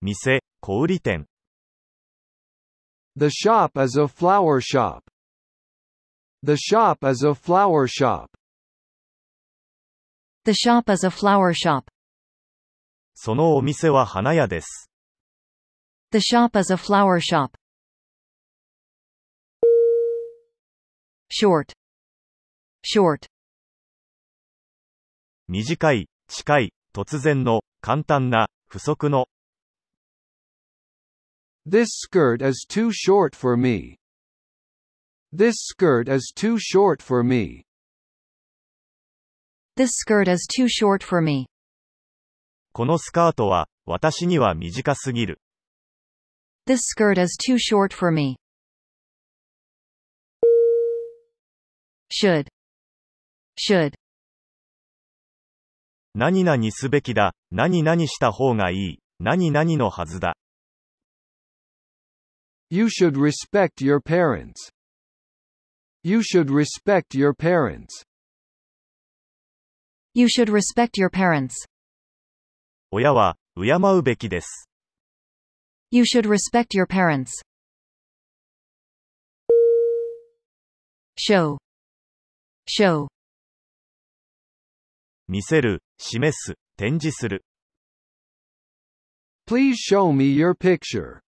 S5: 店、小売店。
S3: The shop is a flower shop. The shop is a flower shop.
S4: The shop is a flower shop.
S5: そのお店は花屋です。
S4: The shop is a flower shop. Short. Short.
S5: 短い、近い、突然の、簡単な、不足の、
S3: This skirt is too short for me. This skirt is too short for me.
S4: This skirt is too short for me.
S5: このスカートは、私には短すぎる。
S4: This skirt is too short for me. Should. Should.
S5: 何々すべきだ、何々した方がいい、何々のはずだ。
S3: You should respect your parents. You should respect your parents.
S4: You should respect your parents.
S5: 親は、敬うべきです。
S4: You should respect your parents. Show. Show.
S5: 見せる、示す、展示する。
S3: Please show me your picture.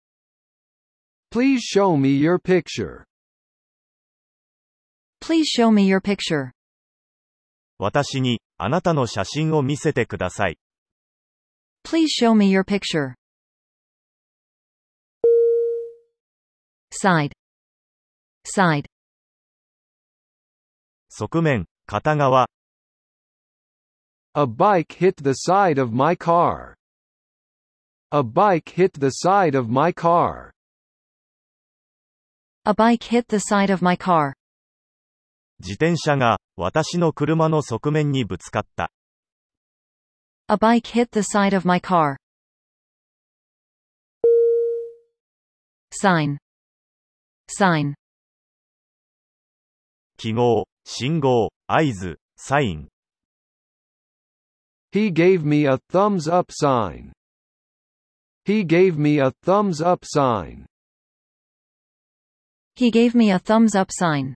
S3: Please show me your picture.
S4: Please show me your picture.
S5: 私に、あなたの写真を見せてください。
S4: Please show me your picture. Side. Side.
S5: 側面、片側、
S3: A bike hit the side of my car. A bike hit the side of my car.
S4: A bike hit the side of my car.
S5: 自転車が、私の車の側面にぶつかった。
S4: A bike hit the side of my car. Sign. Sign.
S5: 記号、信号、合図、サイン。
S3: He gave me a thumbs up sign. He gave me a thumbs up sign.
S4: He gave me a thumbs up sign.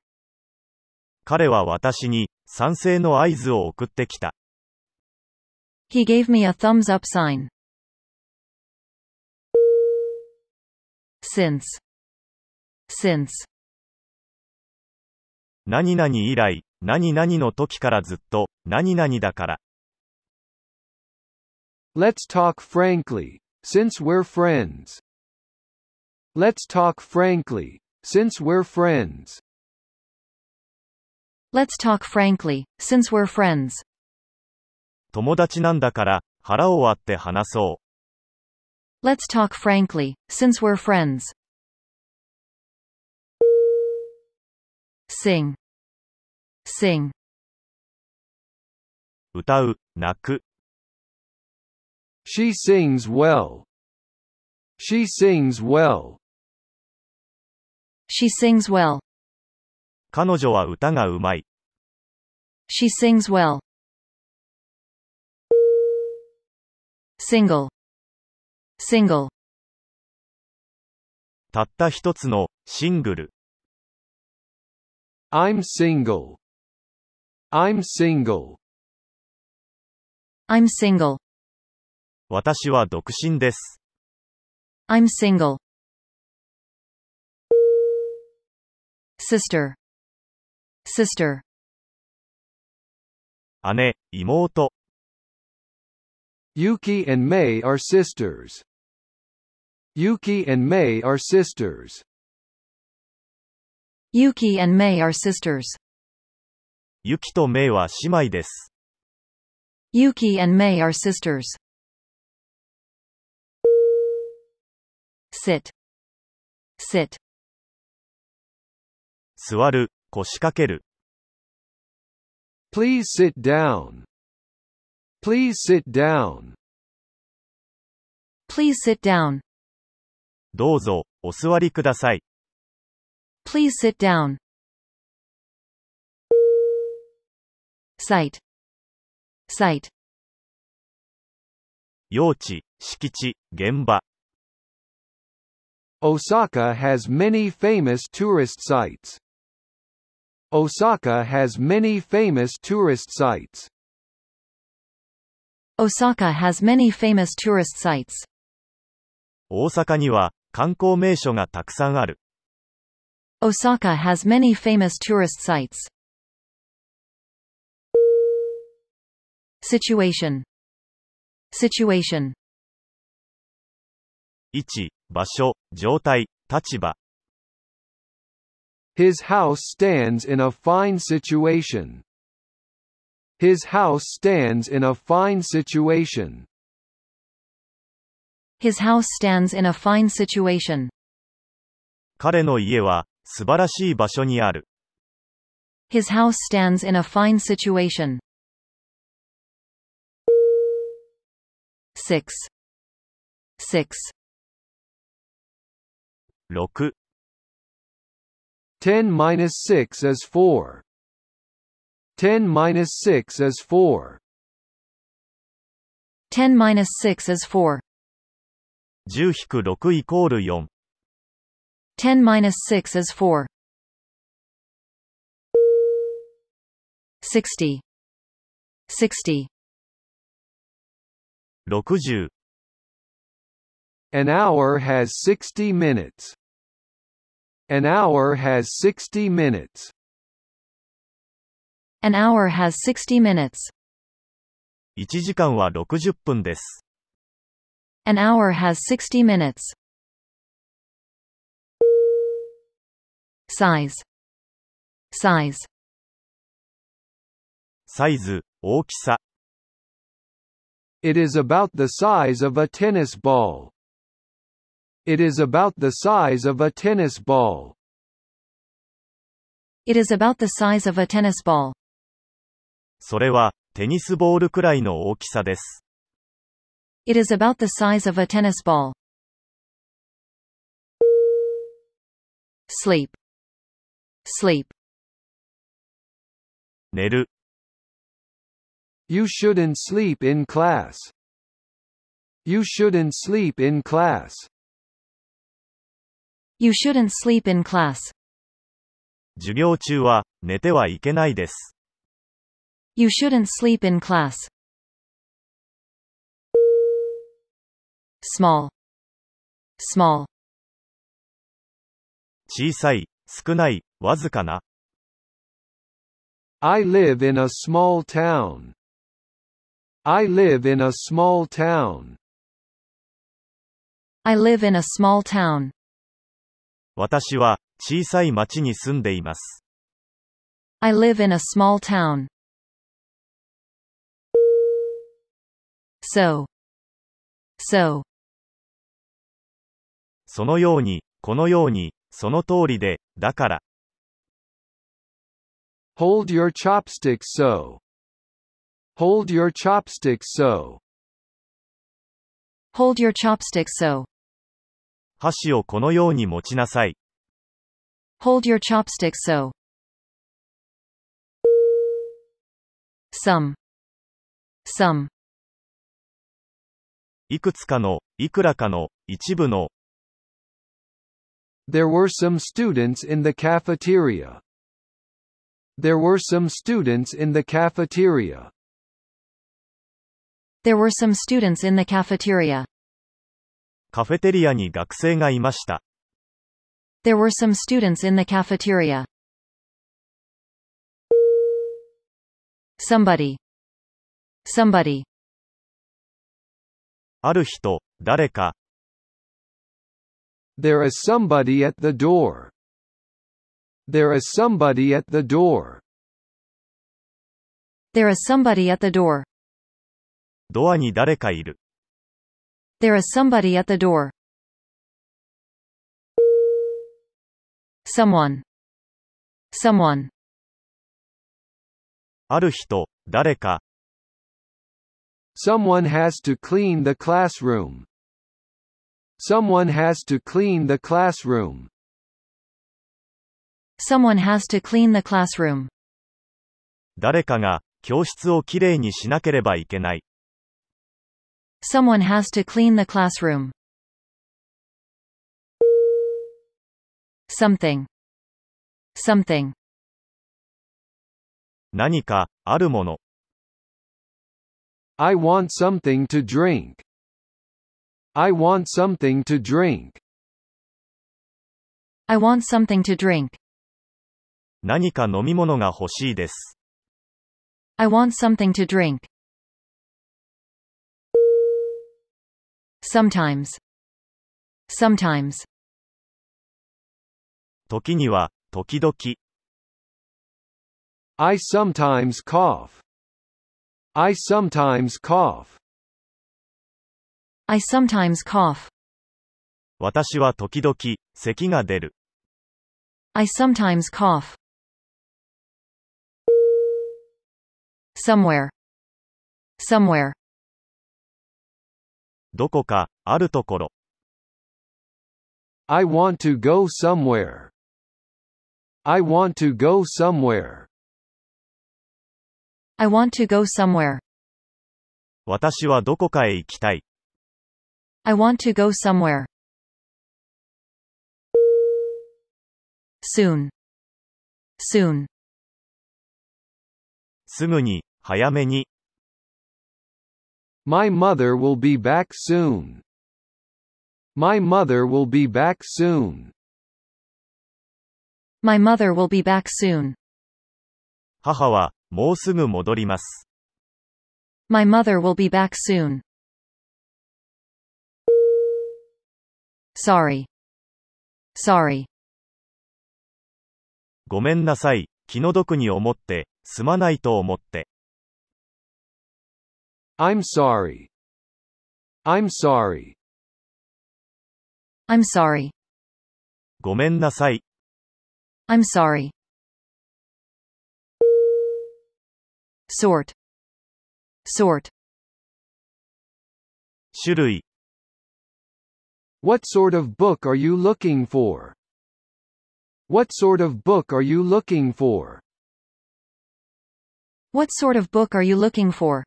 S5: 彼は私に、賛成の合図を送ってきた。
S4: He gave me a thumbs up sign. Since. Since.
S2: 何々以来、何々の時からずっと、何々だから。
S3: Let's talk frankly, since we're friends. Let's talk frankly, since we're friends.
S1: Let's talk frankly, since we're friends.
S2: 友達なんだから、腹を割って話そ
S1: Let's talk frankly, since we're friends. Sing. Sing.
S2: う。歌う、泣く。
S3: She sings well. She sings well.
S1: She sings well.
S2: 彼女は歌がうまい。
S1: She sings well. Single. Single.
S2: たった一つの、シングル。
S3: I'm single. I'm single.
S1: I'm single.
S2: 私は独身です。
S1: I'm single. Sister. Sister.
S2: 姉、妹。
S3: Yuki and May are sisters. Yuki and May are sisters.
S1: Yuki and May are sisters.
S2: ユキとメイは姉妹です。
S1: Yuki and May are sisters. Sit. Sit.
S2: 座る、腰掛ける。
S3: Please sit down. Please sit down.
S1: Please sit down.
S2: どうぞ、お座りください。
S1: Please sit down. Site. Site.
S2: 用地、敷地、現場。
S3: Osaka has many famous tourist sites. Osaka has many famous tourist sites.
S1: Osaka has many famous tourist sites.
S2: 大阪には、観光名所がたくさんある。
S1: Osaka has many famous tourist sites. Situation. Situation.
S2: 位置、場所、状態、立場。
S3: His house stands in a fine situation. His house stands in a fine situation.
S1: His house stands in a fine situation.
S2: 彼の家は、素晴らしい場所にある。
S1: His house stands in a fine situation. 6. 6.
S2: 6、
S3: 10 minus 6 is 4. 10 minus 6 is 4.
S1: 10 minus 6 is 4.
S2: 10引く6イコール4。
S1: 10 minus 6 is 4. 60. 60.
S2: 60、
S3: An hour has 60 minutes. An hour has 60 minutes.
S1: An hour has 60 minutes.
S2: 1時間は60分です。
S1: An hour has 60 minutes. Size. Size.
S2: サイズ、大きさ。
S3: It is about the size of a tennis ball. It is about the size of a tennis ball.
S1: It is about the size of a tennis ball.
S2: それは、テニスボールくらいの大きさです。
S1: It is about the size of a tennis ball. Sleep. Sleep.
S2: 寝る、
S3: You shouldn't sleep in class. You shouldn't sleep in class.
S1: You shouldn't sleep in class.
S2: 授業中は、寝てはいけないです。
S1: You shouldn't sleep in class. Small. Small.
S2: 小さい、少ない、わずかな。
S3: I live in a small town. I live in a small town.
S1: I live in a small town.
S2: 私は小さい町に住んでいます。
S1: I live in a small town. So. So.
S2: そのように、このように、その通りで、だから、
S3: Hold your chopsticks so. Hold your chopsticks so.
S1: Hold your chopsticks so.
S2: 箸をこのように持ちなさい。
S1: Hold your chopsticks so. Some. Some.
S2: いくつかの、いくらかの、一部の、
S3: There were some students in the cafeteria. There were some students in the cafeteria.
S1: There were some students in the cafeteria.
S2: カフェテリアに学生がいました。
S1: There were some students in the cafeteria. Somebody. Somebody.
S2: ある人、誰か、
S3: There is somebody at the door. There is somebody at the door.
S1: There is somebody at the door.
S2: ドアに誰かいる。
S1: There is somebody at the door. Someone. Someone.
S2: ある人、誰か、
S3: Someone has to clean the classroom. Someone has to clean the classroom.
S1: Someone has to clean the classroom.
S2: 誰かが、教室をきれいにしなければいけない。
S1: Someone has to clean the classroom. Something. Something.
S2: 何か、あるもの。
S3: I want something to drink. I want something to drink.
S1: I want something to drink.
S2: 何か飲み物が欲しいです。
S1: I want something to drink. Sometimes. Sometimes.
S2: 時には、時々、
S3: I sometimes cough. I sometimes cough.
S1: I sometimes cough.
S2: 私は時々、咳が出る。
S1: I sometimes cough. Somewhere. Somewhere.
S2: どこか、あるところ。
S3: I want to go somewhere. I want to go somewhere.
S1: I want to go somewhere.
S2: 私はどこかへ行きたい。
S1: I want to go somewhere. Soon. Soon.
S2: すぐに、早めに、
S3: My mother will be back soon. My mother will be back soon.
S1: My mother will be back soon.
S2: 母は、もうすぐ戻ります。
S1: My mother will be back soon. Sorry. Sorry.
S2: ごめんなさい。気の毒に思って、すまないと思って。
S3: I'm sorry. I'm sorry.
S1: I'm sorry.
S2: ごめんなさい。
S1: I'm sorry. Sort. Sort.
S2: 種類、
S3: What sort of book are you looking for? What sort of book are you looking for?
S1: What sort of book are you looking for?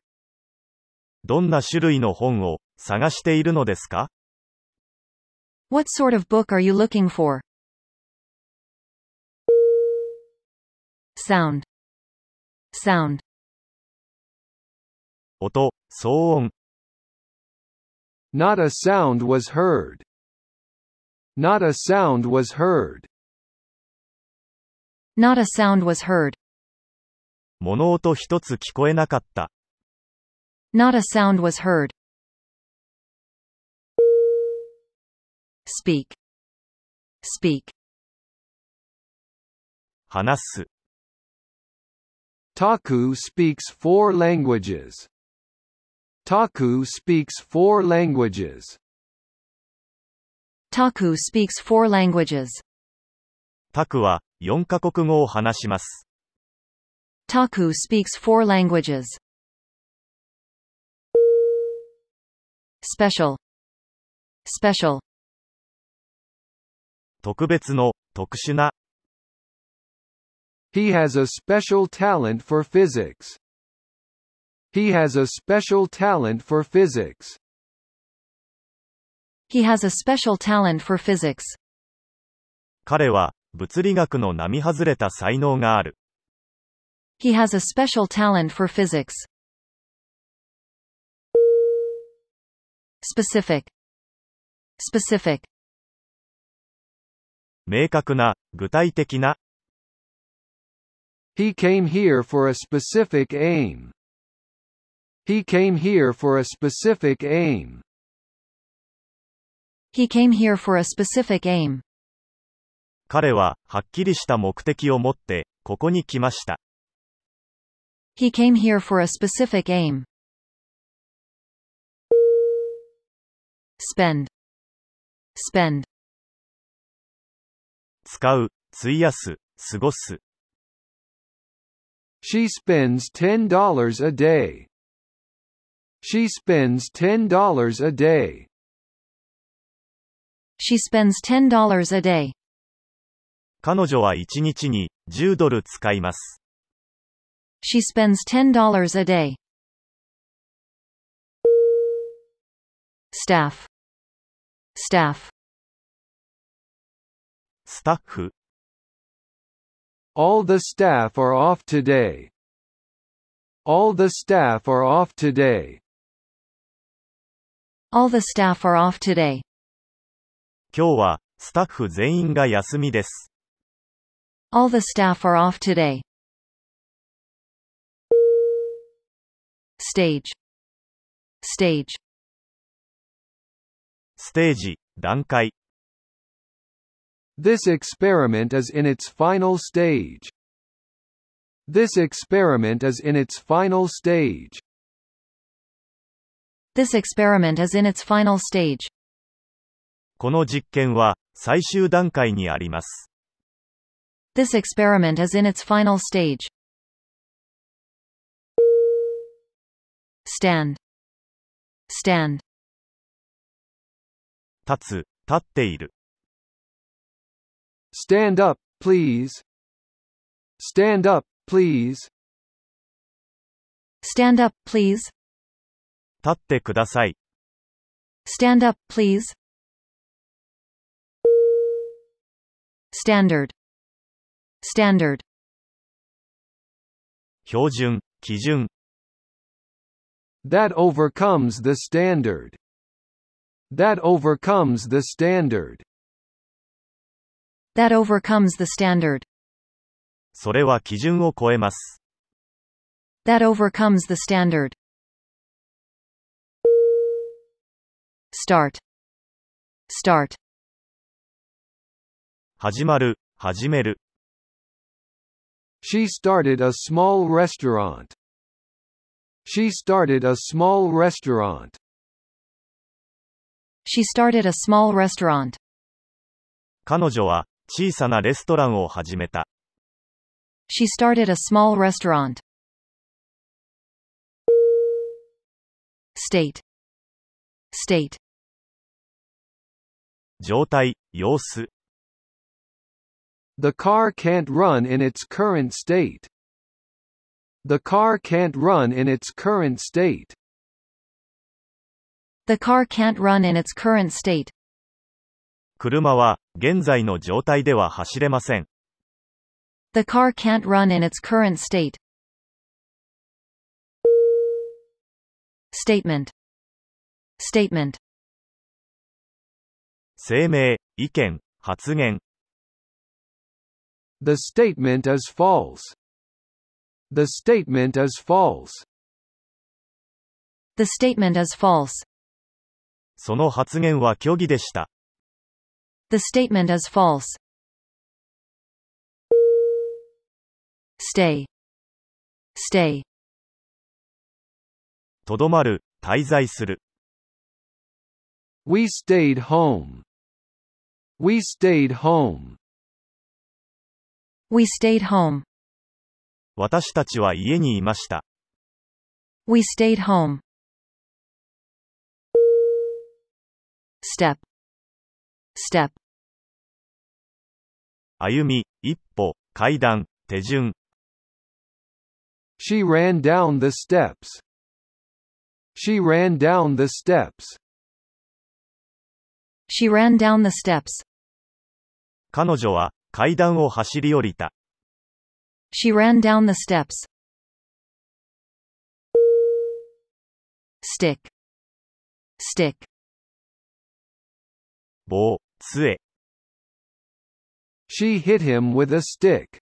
S2: どんな種類の本を探しているのですか
S1: What sort of book are you looking for? Sound. Sound.
S2: 音、騒音、
S3: Not a sound was heard. Not a sound was heard.
S1: Not a sound was heard.
S5: 物音一つ聞こえなかった。
S4: Not a sound was heard. Speak. Speak.
S5: 話す。
S3: Taku speaks four languages. Taku speaks four languages.
S4: Taku speaks four languages.
S5: タクは4カ国語を話します。
S4: Taku speaks four languages. Special. Special.
S5: 特別の、特殊な、
S3: He has a special talent for physics. He has a special talent for physics.
S4: He has a special talent for physics.
S5: 彼は物理学の並外れた才能がある。
S4: He has a special talent for physics. Specific. Specific.
S5: 明確な、具体的な、
S3: He came here for a specific aim. He came here for a specific aim.
S4: He came here for a specific aim.
S5: 彼ははっきりした目的を持って、ここに来ました。
S4: He came here for a specific aim. Spend. Spend.
S5: 使う、費やす、過ごす。
S3: She spends $10 a day. She spends $10 a day.
S4: She spends $10 a day.
S5: 彼女は1日に10ドル使います。
S4: She spends $10 a day. Staff. Staff.
S5: スタッフ、
S3: All the staff are off today. All the staff are off today.
S4: All the staff are off today.
S5: 今日はスタッフ全員が休みです。
S4: All the staff are off today. Stage. Stage.
S5: ステージ、段階。
S3: This experiment is in its final stage. This experiment is in its final stage.
S4: This experiment is in its final stage.
S5: この実験は最終段階にあります。
S4: This experiment is in its final stage. Stand. Stand.
S5: 立つ、立っている。
S3: Stand up, please. Stand up, please.
S4: Stand up, please.
S5: 立ってください。
S4: Stand up, please. Standard. Standard.
S5: 標準、基準。
S3: That overcomes the standard. That overcomes the standard.
S4: That overcomes the standard.
S5: それは基準を超えます。
S4: That overcomes the standard. Start. Start.
S5: 始まる、始める。
S3: She started a small restaurant. She started a small restaurant.
S4: She started a small restaurant.
S5: 彼女は小さなレストランを始めた。
S4: She started a small restaurant. State. State.
S5: 状態、様子。
S3: The car can't run in its current state. The car can't run in its current state.
S4: The car can't run in its current state.
S5: 車は現在の状態では走れません。
S4: The car can't run in its current state. Statement. Statement.
S5: 声明、意見、発言。
S3: The statement is false. The statement is false.
S1: The statement is false.
S2: その発言は虚偽でした。
S1: The statement is false. Stay. Stay.
S2: とどまる、滞在する。
S3: We stayed home. We stayed home.
S1: We stayed home.
S2: 私たちは家にいました。
S1: We stayed home. Step. Step.
S2: 歩み、一歩、階段、手順。
S3: She ran down the steps. She ran down the steps.
S1: She ran down the steps.
S2: 彼女は、階段を走り降りた。
S1: She ran down the steps. Stick. Stick.
S2: 棒、杖。
S3: She hit him with a stick.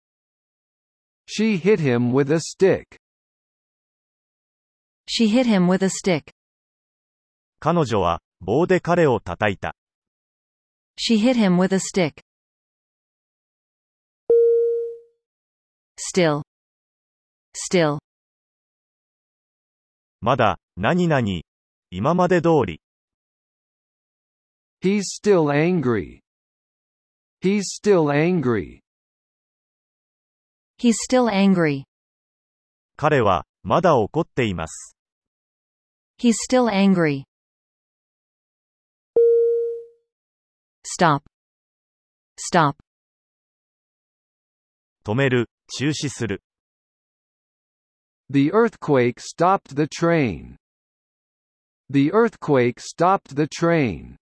S3: She hit him with a stick.
S1: She hit him with a stick.
S2: 彼女は、棒で彼を叩いた。
S1: She hit him with a stick. Still. Still.
S2: まだ、何々。今まで通り。
S3: He's still angry. He's still angry.
S1: He's still angry.
S2: 彼は、まだ怒っています。
S1: He's still angry. Stop. Stop.
S2: 止める、中止する。
S3: The earthquake stopped the train. The earthquake stopped the train.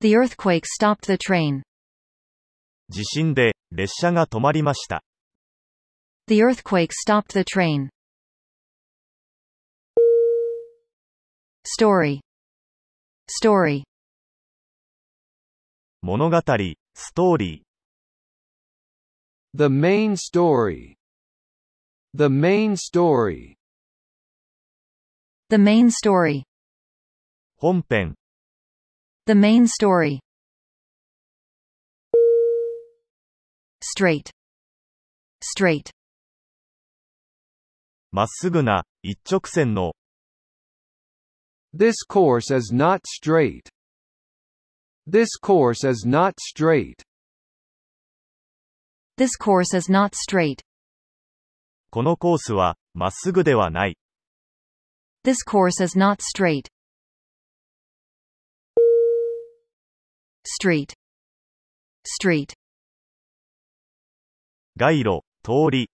S1: The earthquake stopped the train.
S2: 地震で、列車が止まりました。
S1: The earthquake stopped the train. Story. Story.
S2: 物語、ストーリー。
S3: The main story. The main story.
S1: The main story.
S2: 本編、
S1: The main story. Straight. Straight.
S2: まっすぐな、一直線の、
S3: This course is not straight. This course is not straight.
S1: This course is not straight.
S2: このコースは、まっすぐではない。
S1: This course is not straight. Street. Street.
S2: 街路、通り。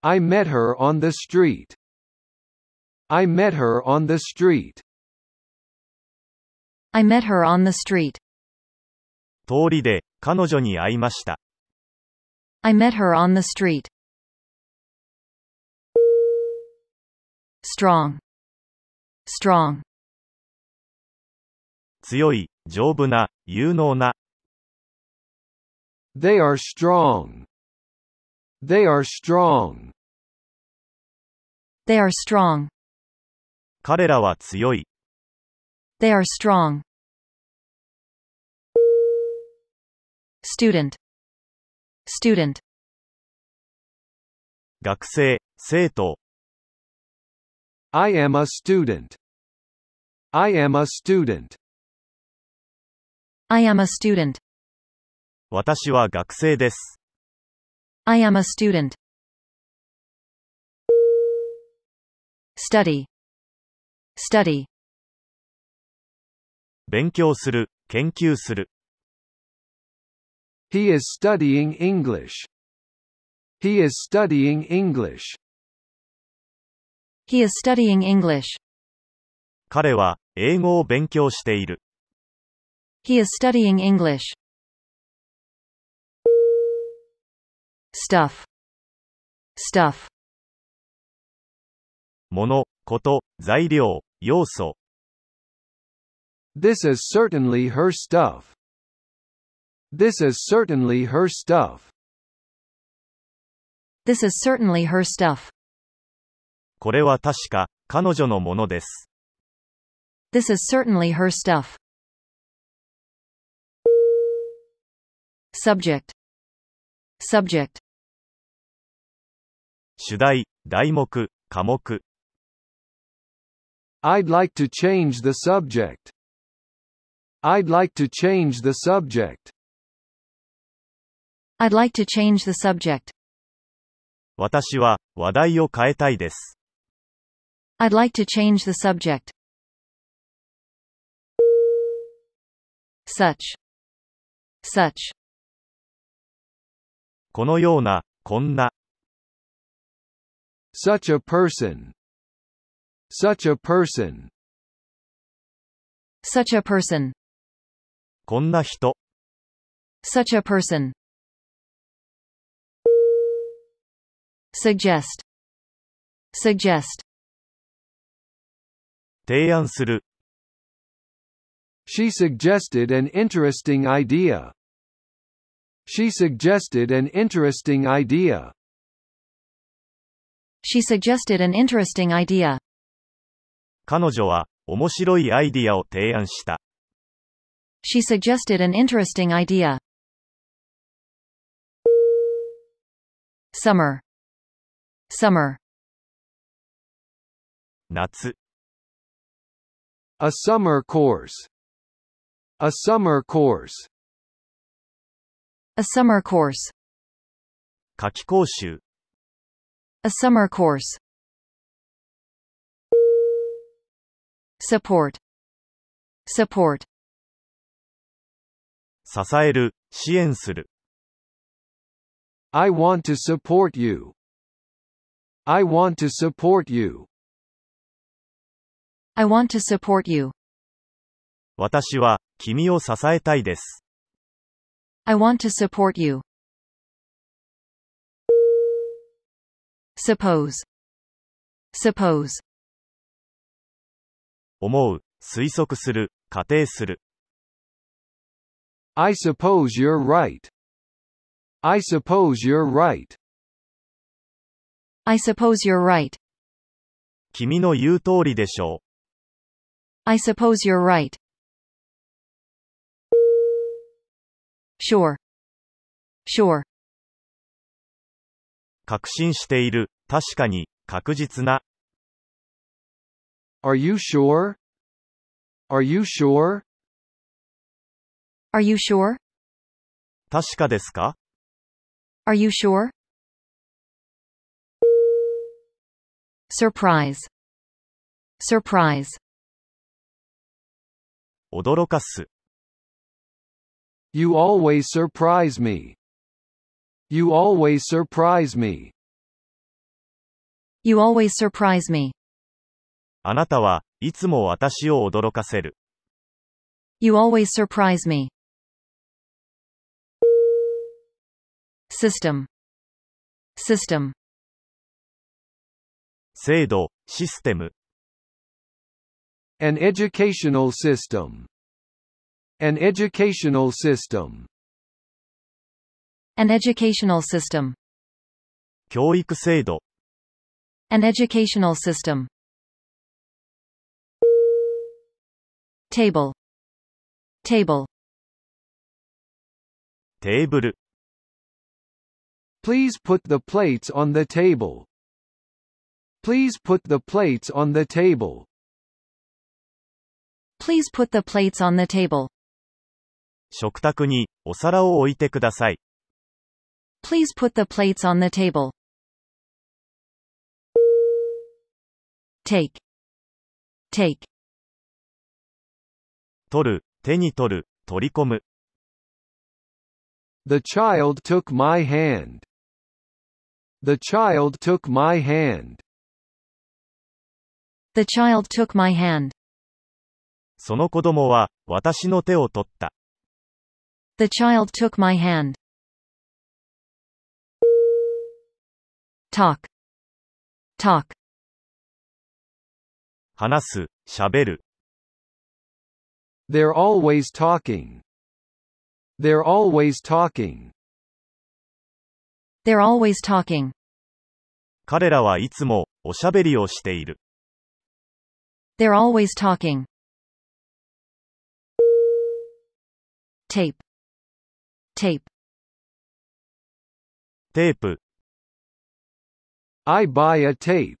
S3: I met her on the street. I met her on the street.
S1: I met her on the street.
S2: 通りで、彼女に会いました。
S1: I met her on the street. Strong. Strong.
S2: 強い、丈夫な、有能な。
S3: They are strong. They are strong.
S1: They are strong.
S2: 彼らは強い。
S1: They are strong. Student. Student.
S2: 学生、生徒。
S3: I am a student. I am a student.
S1: I am a student.
S2: 私は学生です。
S1: I am a student. Study. Study.
S2: 勉強する、研究する。
S3: He is studying English. He is studying English.
S1: He is studying English.
S2: 彼は、英語を勉強している。
S1: He is studying English. Stuff. Stuff.
S2: 物、こと、材料、要素。
S3: This is certainly her stuff. This is certainly her stuff.
S1: This is certainly her stuff.
S2: これは確か、彼女のものです。
S1: This is certainly her stuff. Subject. Subject.
S2: 主題、題目、科目。
S3: I'd like to change the subject. I'd like to change the subject.
S1: I'd like to change the subject.
S2: 私は、話題を変えたいです。
S1: I'd like to change the subject. Such. Such.
S2: このような、こんな、
S3: Such a person. Such a person.
S1: Such a person.
S2: こんな人。
S1: Such a person. Suggest. Suggest.
S2: 提案する。
S3: She suggested an interesting idea. She suggested an interesting idea.
S1: She suggested an interesting idea.
S2: 彼女は、面白いアイディアを提案した。
S1: She suggested an interesting idea. Summer. Summer.
S2: 夏。
S3: A summer course. A summer course.
S1: A summer course.
S2: 夏期講習。
S1: A summer course. Support. Support.
S2: 支える、支援する。
S3: I want to support you. I want to support you.
S1: I want to support you.
S2: 私は、君を支えたいです。
S1: I want to support you. Suppose. Suppose.
S2: 思う、推測する、仮定する。
S3: I suppose you're right. I suppose you're right.
S1: I suppose you're right.
S2: 君の言う通りでしょう。
S1: I suppose you're right. Sure. Sure.
S2: 確信している、確かに、確実な。
S3: Are you sure? Are you sure?
S1: Are you sure?
S2: 確かですか
S1: Are you sure? Surprise. Surprise.
S2: 驚かす。
S3: You always surprise me. You always surprise me.
S1: You always surprise me.
S2: あなたはいつも私を驚かせる。
S1: You always surprise me. System. System.
S2: 制度、システム、
S3: An educational system. An educational system.
S1: An educational system.
S2: 教育制度、
S1: An educational system. Table. Table.
S2: テーブル、
S3: Please put the plates on the table. Please put the plates on the table.
S1: Please put the plates on the table.
S2: 食卓にお皿を置いてください。
S1: Please put the plates on the table. Take. Take.
S2: 取る、手に取る、取り込む。
S3: The child took my hand. The child took my hand.
S1: The child took my hand.
S2: その子供は私の手を取った。
S1: The child took my hand. Talk. Talk.
S2: 話す、喋る。
S3: They're always talking. They're always talking.
S1: They're always talking.
S5: 彼らはいつも、おしゃべりをしている。
S4: They're always talking. Tape. Tape.
S5: テープ、
S3: I buy a tape.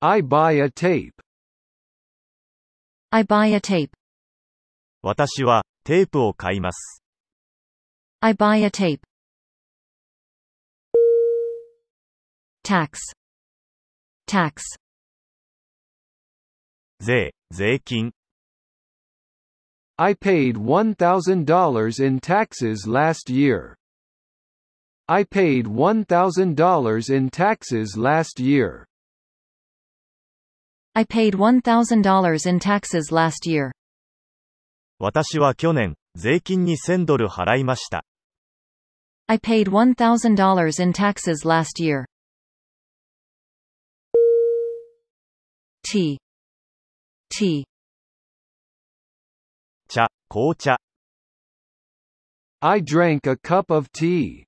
S3: I buy a tape.
S4: I buy a tape.
S5: 私は、テープを買います。
S4: I buy a tape. Tax. Tax.
S5: 税、税金。
S3: I paid $1,000 in taxes last year. I paid $1,000 in taxes last year.
S4: I paid $1,000 in taxes last year.
S5: 私は去年、税金に1000ドル払いました。
S4: I paid $1,000 in taxes last year. Tea. Tea.
S5: 茶、紅茶。
S3: I drank a cup of tea.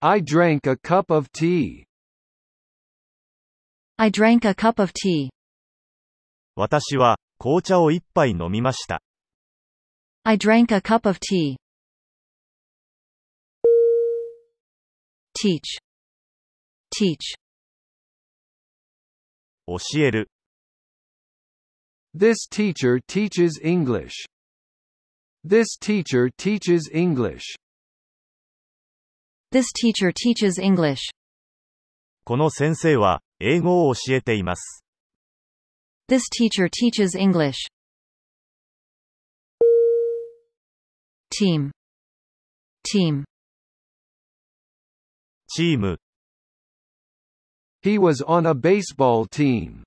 S3: I drank a cup of tea.
S4: I drank a cup of tea.
S5: 私は、紅茶を一杯飲みました。
S4: I drank a cup of tea. Teach. Teach.
S5: 教える。
S3: This teacher teaches English. This teacher teaches English.
S4: This teacher teaches English.
S5: この先生は、英語を教えています。
S4: This teacher teaches English. Team. Team.
S5: チーム、
S3: He was on a baseball team.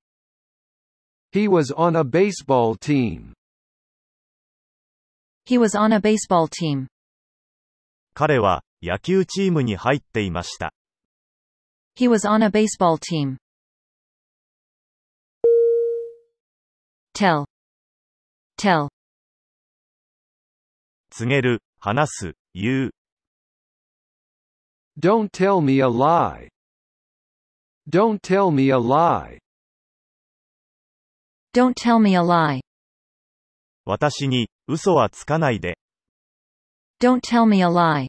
S3: He was on a baseball team.
S4: He was on a baseball team.
S5: 彼は、野球チームに入っていました。
S4: He was on a baseball team. Tell. Tell.
S5: 告げる、話す、言う。
S3: Don't tell me a lie. Don't tell me a lie.
S4: Don't tell me a lie.
S5: 私に、嘘はつかないで。
S4: Don't tell me a lie.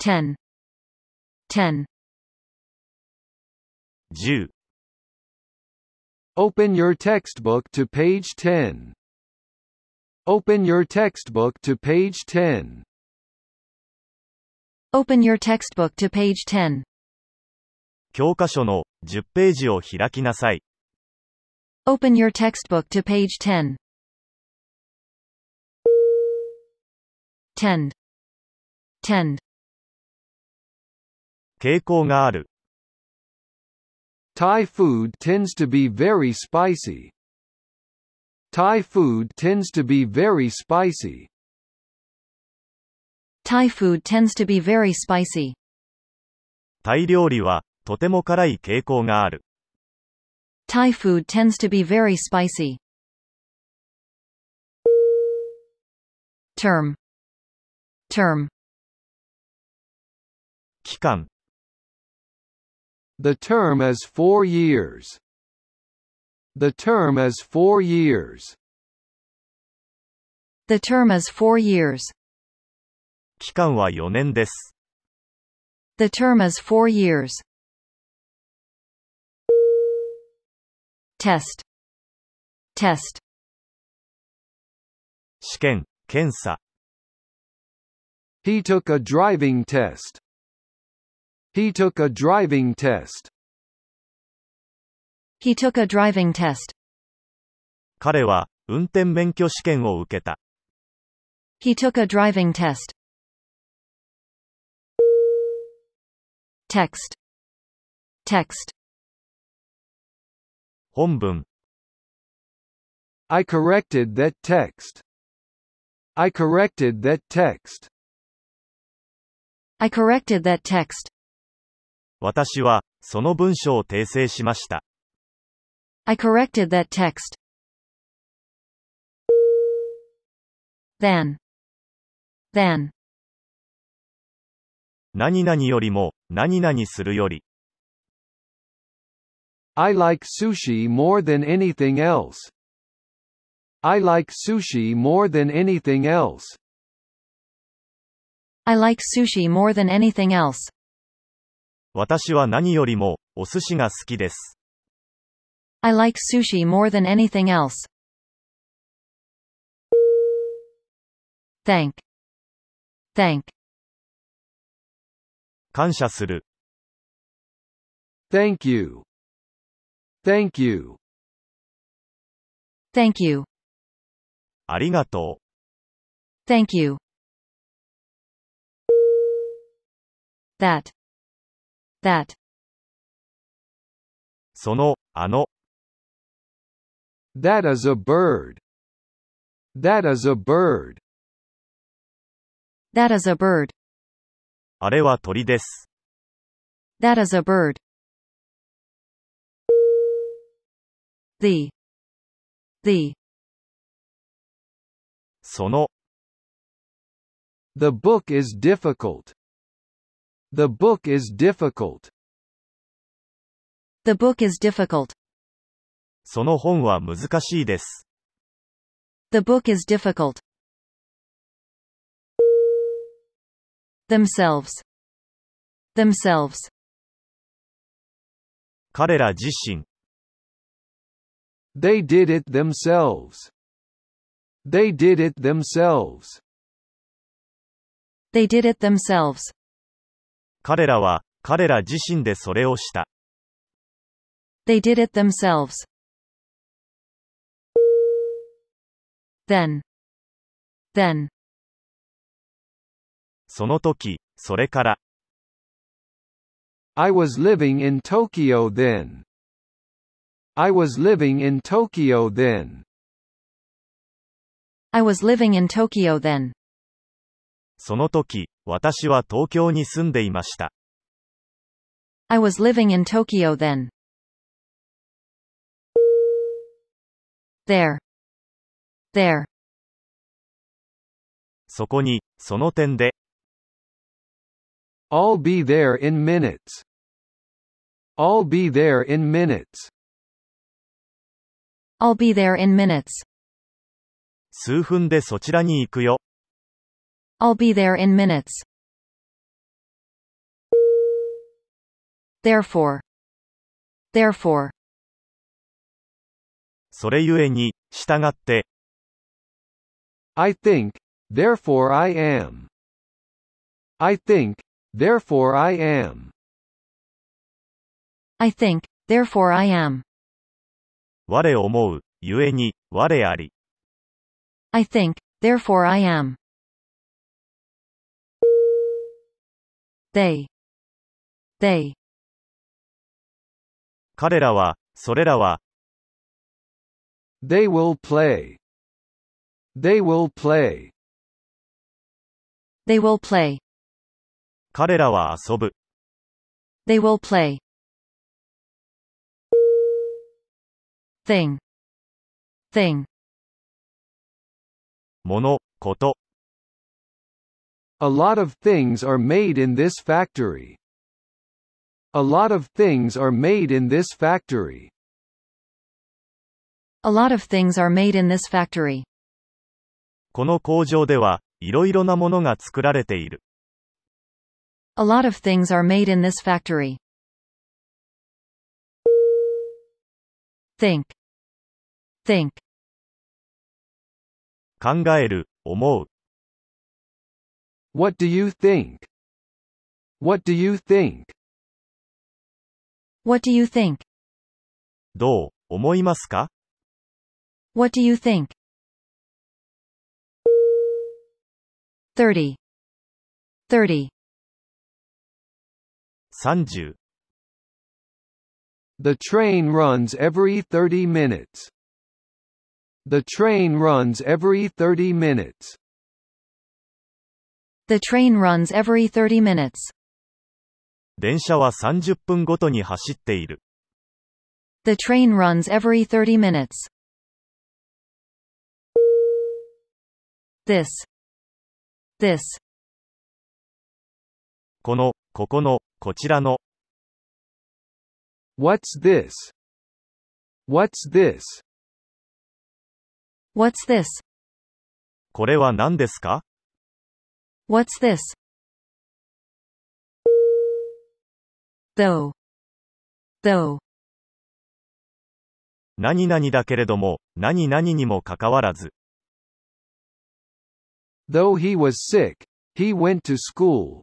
S4: 10. 10.
S5: 10、
S3: Open your textbook to page 10. Open your textbook to page 10.
S4: Open your textbook to page 10.
S5: 教科書の、10ページを開きなさい。
S4: Open your textbook to page 10. Tend. Tend.
S5: 傾向がある。
S3: Thai food tends to be very spicy. Thai food tends to be very spicy.
S4: Thai food tends to be very spicy.
S5: タイ料理は、とても辛い傾向がある。
S4: Thai food tends to be very spicy. Term. Term.
S5: 期間、
S3: The term is four years. The term is four years.
S4: The term is four years.
S5: 期間は4年です。
S4: The term is four years. Test. Test.
S5: 試験、検査。
S3: He took a driving test. He took a driving test.
S4: He took a driving test.
S5: 彼は、運転免許試験を受けた。
S4: He took a driving test. Text. Text.
S5: 本文、
S3: I corrected that text. I corrected that text.
S4: I corrected that text.
S5: 私は、その文章を訂正しました。
S4: I corrected that text. Then. Then.
S2: 何々よりも、何々するより。
S3: I like sushi more than anything else. I like sushi more than anything else.
S1: I like sushi more than anything else.
S2: 私は何よりも、お寿司が好きです。
S1: I like sushi more than anything else. Thank. Thank.
S2: 感謝する。
S3: Thank you. Thank you.
S1: Thank you.
S2: ありがと
S1: Thank you. That. That.
S2: う。その、あの、
S3: That is a bird. That is a bird.
S1: That is a bird.
S2: あれは鳥です。
S1: That is a bird. The. The.
S2: その、
S3: The book is difficult. The book is difficult.
S1: The book is difficult.
S2: その本は難しいです。
S1: The book is difficult. Themselves. Themselves.
S2: 彼ら自身、
S3: They did it themselves. They did it themselves.
S1: They did it themselves.
S2: 彼らは、彼ら自身でそれをした。
S1: They did it themselves. Then. Then.
S2: その時、それから、
S3: I was living in Tokyo then. I was living in Tokyo then.
S1: I was living in Tokyo then.
S2: その時、私は東京に住んでいました。
S1: I was living in Tokyo then. There. There.
S2: そこに、その点で、
S3: I'll be there in minutes. I'll be there in minutes.
S1: I'll be there in minutes.
S2: 数分でそちらに行くよ。
S1: I'll be there in minutes. Therefore. Therefore.
S2: それゆえに、従って、
S3: I think, therefore I am. I think, therefore I am.
S1: I think, therefore I am.
S2: 我思う、ゆえに、我あり。
S1: I think, therefore I am. They. They.
S2: 彼らは、それらは、
S3: They will play. They will play.
S1: They will play.
S2: 彼らは遊ぶ。
S1: They will play. Thing. Thing.
S2: もの、こと、
S3: A lot of things are made in this factory. A lot of things are made in this factory.
S1: A lot of things are made in this factory.
S2: この工場では、いろいろなものが作られている。
S1: A lot of things are made in this factory. Think. Think.
S2: 考える、思う。
S3: What do you think? What do you think?
S1: What do you think?
S2: どう、思いますか
S1: What do you think? 30. 30.
S2: 30、
S3: The train runs every 30 minutes. The train runs every 30 minutes.
S1: The train runs every 30 minutes.
S2: 電車は30分ごとに走っている。
S1: The train runs every 30 minutes. This. This.
S2: ここの、ここの、こちらの、
S3: What's this? What's this?
S1: What's this?
S2: これは何ですか
S1: What's this? Though. Though.
S2: 何々だけれども、何々にもかかわらず、
S3: Though he was sick, he went to school.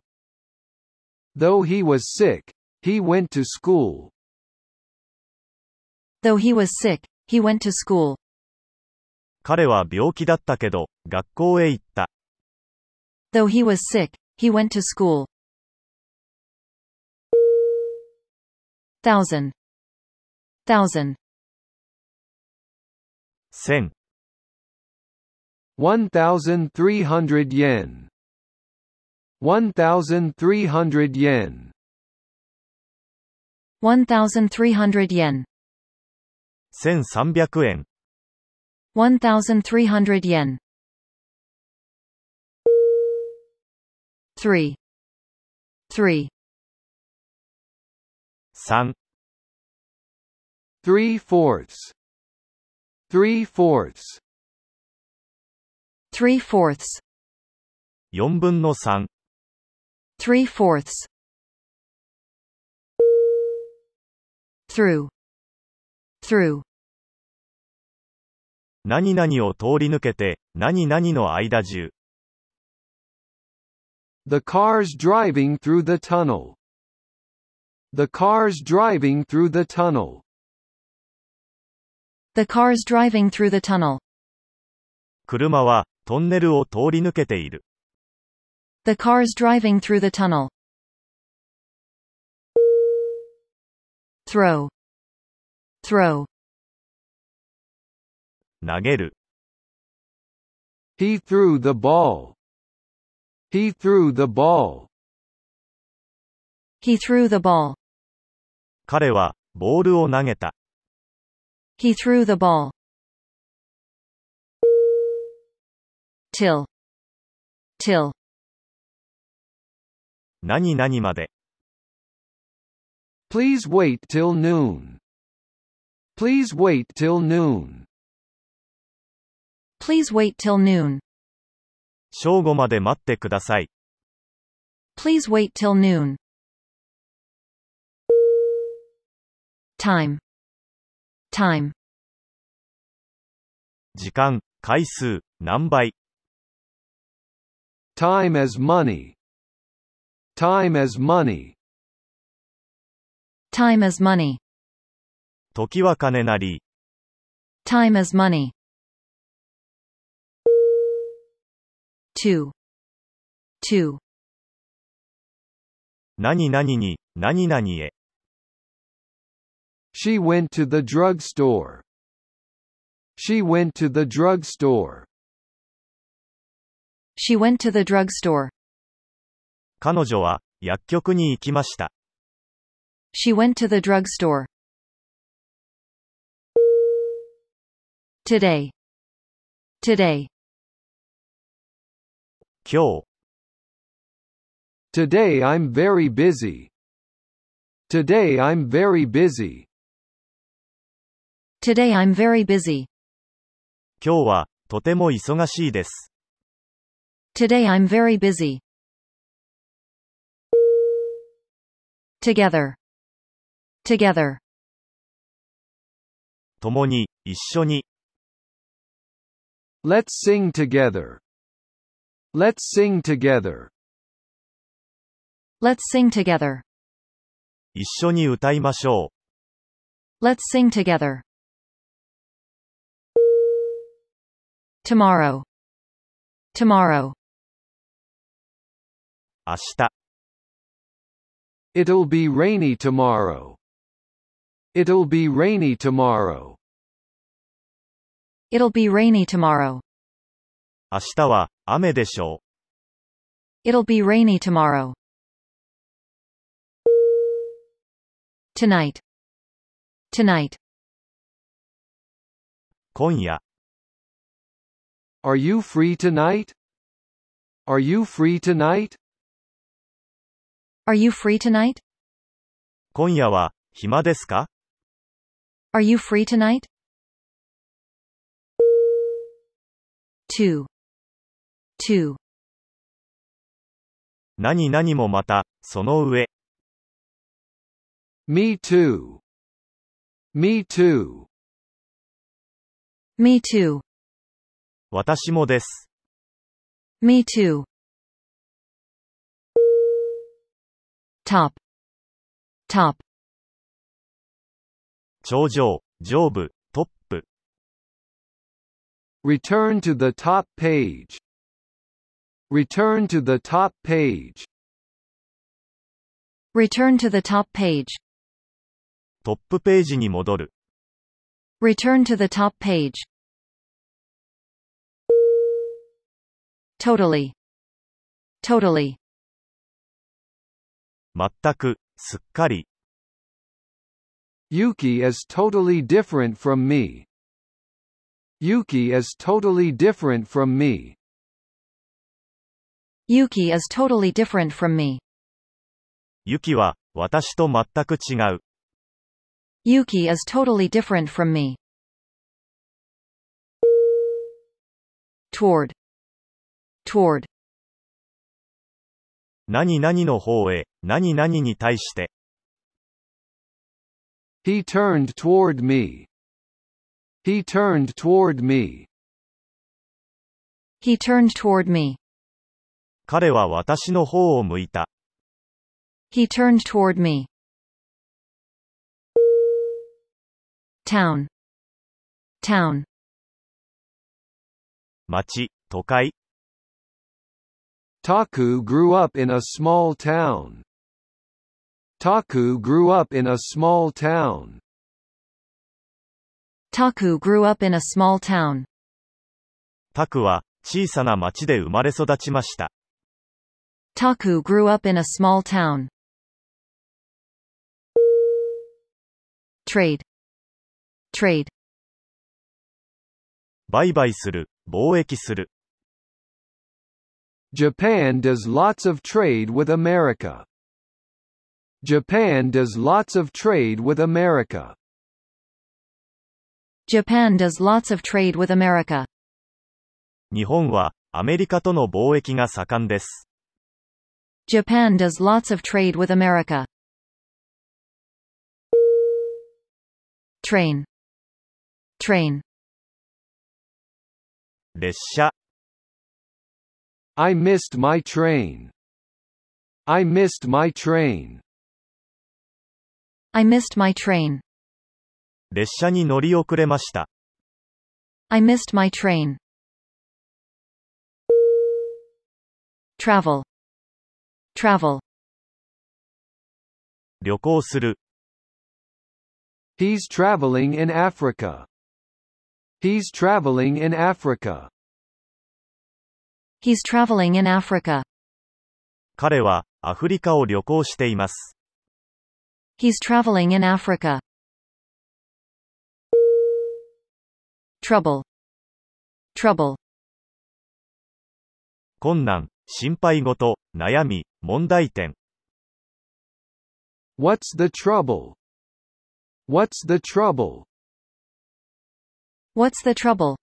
S3: Though he was sick, he went to school.
S1: Though he was sick, he went to school.
S2: 彼は病気だったけど、学校へ行った。
S1: Though he was sick, he went to school. Thousand. Thousand.
S2: 1000、
S3: 1,300 yen. 1,300 yen.
S1: 1,300 yen.
S2: 1300円、
S1: 1,300 yen. 3. 3.
S2: 3、
S3: Three fourths. Three fourths.
S1: 3 fourths.
S2: 4分の3、
S1: 3 fourths. Through. Through.
S2: 何々を通り抜けて、何々の間中、
S3: The car's driving through the tunnel. The car's driving through the tunnel.
S1: The car's driving through the tunnel.
S2: 車は、トンネルを通り抜けている。
S1: The car's driving through the tunnel. Throw. Throw.
S2: 投げる、
S3: He threw the ball. He threw the ball.
S1: He threw the ball.
S2: 彼は、ボールを投げた。
S1: He threw the ball. Till. Till.
S2: 何々まで、
S3: Please wait till noon. Please wait till noon.
S1: Please wait till noon.
S2: 正午まで待ってください。
S1: Please wait till noon. Time. Time.
S2: 時間、回数、何倍、
S3: Time as money. Time as money.
S1: Time is money.
S2: 時は金なり、
S1: Time is money. Two. Two.
S2: 何々に、何々へ、
S3: She went to the drugstore. She went to the drugstore.
S1: She went to the drugstore.
S2: 彼女は、薬局に行きました。
S1: She went to the drugstore. Today. Today.
S2: 今日、
S3: Today I'm very busy. Today I'm very busy.
S1: Today I'm very busy.
S2: 今日は、とても忙しいです。
S1: Today I'm very busy. Together. Together.
S2: 共に、一緒に、
S3: Let's sing together. Let's sing together.
S1: Let's sing together.
S2: 一緒に歌いましょう。
S1: Let's sing together. Tomorrow. Tomorrow.
S2: 明日、
S3: It'll be rainy tomorrow. It'll be rainy tomorrow.
S1: It'll be rainy tomorrow.
S2: 明日は、雨でしょう。
S1: It'll be rainy tomorrow. Tonight. Tonight.
S2: 今夜、
S3: Are you free tonight? Are you free tonight?
S1: Are you free tonight?
S2: 今夜は、暇ですか
S1: Are you free tonight? 2. 2.
S2: 何々もまた、その上、
S3: Me too. Me too.
S1: Me too.
S2: 私もです。
S1: Me too. Top. Top.
S2: 頂上、上部、トップ。
S3: Return to the top page. Return to the top page.
S1: Return to the top page.
S2: トップページに戻る。
S1: Return to the top page. Totally. Totally.
S2: 全く、すっかり。
S3: Yuki is totally different from me. Yuki is totally different from me.
S1: Yuki is totally different from me.
S2: ユキは、私と全く違う。
S1: Yuki is totally different from me. Toward. Toward.
S2: 何々の方へ、何々に対して。
S3: He turned toward me. He turned toward me.
S1: He turned toward me.
S2: 彼は私の方を向いた。
S1: He turned toward me. Town. Town.
S2: 町、都会。
S3: Taku grew up in a small town. Taku grew up in a small town.
S1: Taku grew up in a small town.
S2: タクは、小さな町で生まれ育ちました。
S1: Taku grew up in a small town. Trade. Trade.
S2: 売買する、貿易する。
S3: Japan does lots of trade with America. Japan does lots of trade with America.
S1: Japan does lots of trade with America.
S2: 日本は、アメリカとの貿易が盛んです。
S1: Japan does lots of trade with America. Train. Train.
S2: 列車、
S3: I missed my train. I missed my train.
S1: I missed my train.
S2: 列車に乗り遅れました。
S1: I missed my train. Travel. Travel.
S2: 旅行する。
S3: He's traveling in Africa. He's traveling in Africa.
S1: He's traveling in Africa.
S2: 彼は、アフリカを旅行しています。
S1: He's traveling in Africa. Trouble. Trouble.
S2: 困難、心配事、悩み、問題点。
S3: What's the trouble? What's the trouble?
S1: What's the trouble?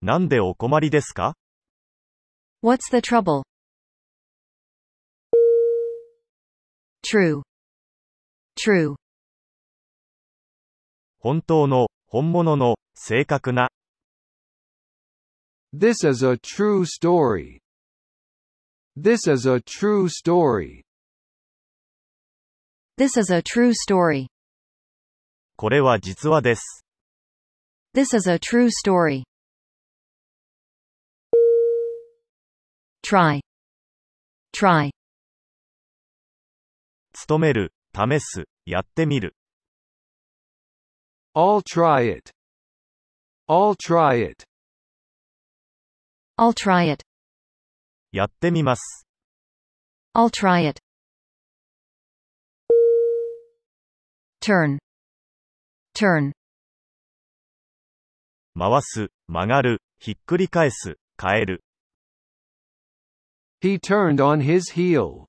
S2: なんでお困りですか
S1: What's the trouble? True. True.
S2: 本当の、本物の、正確な。
S3: This is a true story. This is a true story.
S1: This is a true story.
S2: これは実話です。
S1: This is a true story. Try. Try.
S2: 努める、試す、やってみる。
S3: I'll try it. I'll try it.
S1: I'll try it.
S2: やってみます。
S1: I'll try it. Turn. Turn.
S2: 回す、曲がる、ひっくり返す、変える。
S3: He turned on his heel.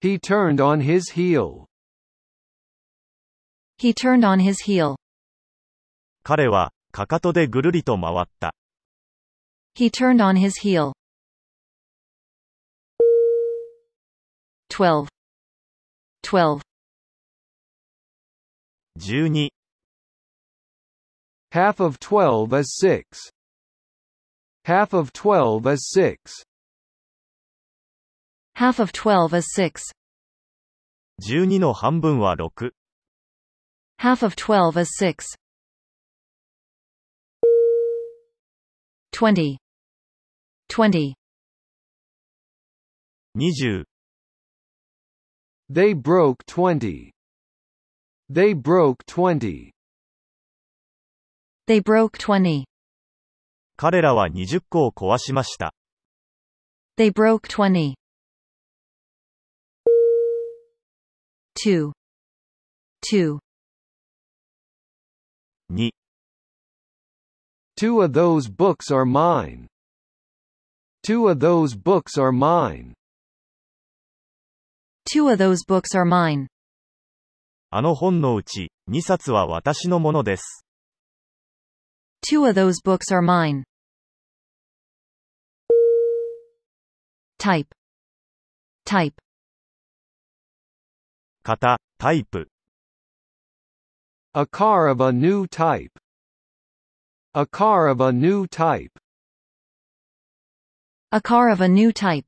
S3: He turned on his heel.
S1: He turned on his heel.
S2: 彼は、かかとでぐるりと回った。
S1: He turned on his heel. 12. 12.
S2: 12、
S3: Half of 12 is 6. Half of 12 is 6.
S1: Half of 12 is 6.
S2: 12の半分は6、
S1: Half of 12 is 6. 20. 20.
S2: 20、
S3: They broke 20. They broke 20.
S1: They broke 20.
S2: 彼らは20個を壊しました。
S1: They broke 20. 2. 2.
S2: 2、
S3: Two of those books are mine. Two of those books are mine.
S1: Two of those books are mine.
S2: あの本のうち、2冊は私のものです。
S1: Two of those books are mine. Type. Type.
S2: 型、タイプ、
S3: A car of a new type. A car of a new type.
S1: A car of a new type.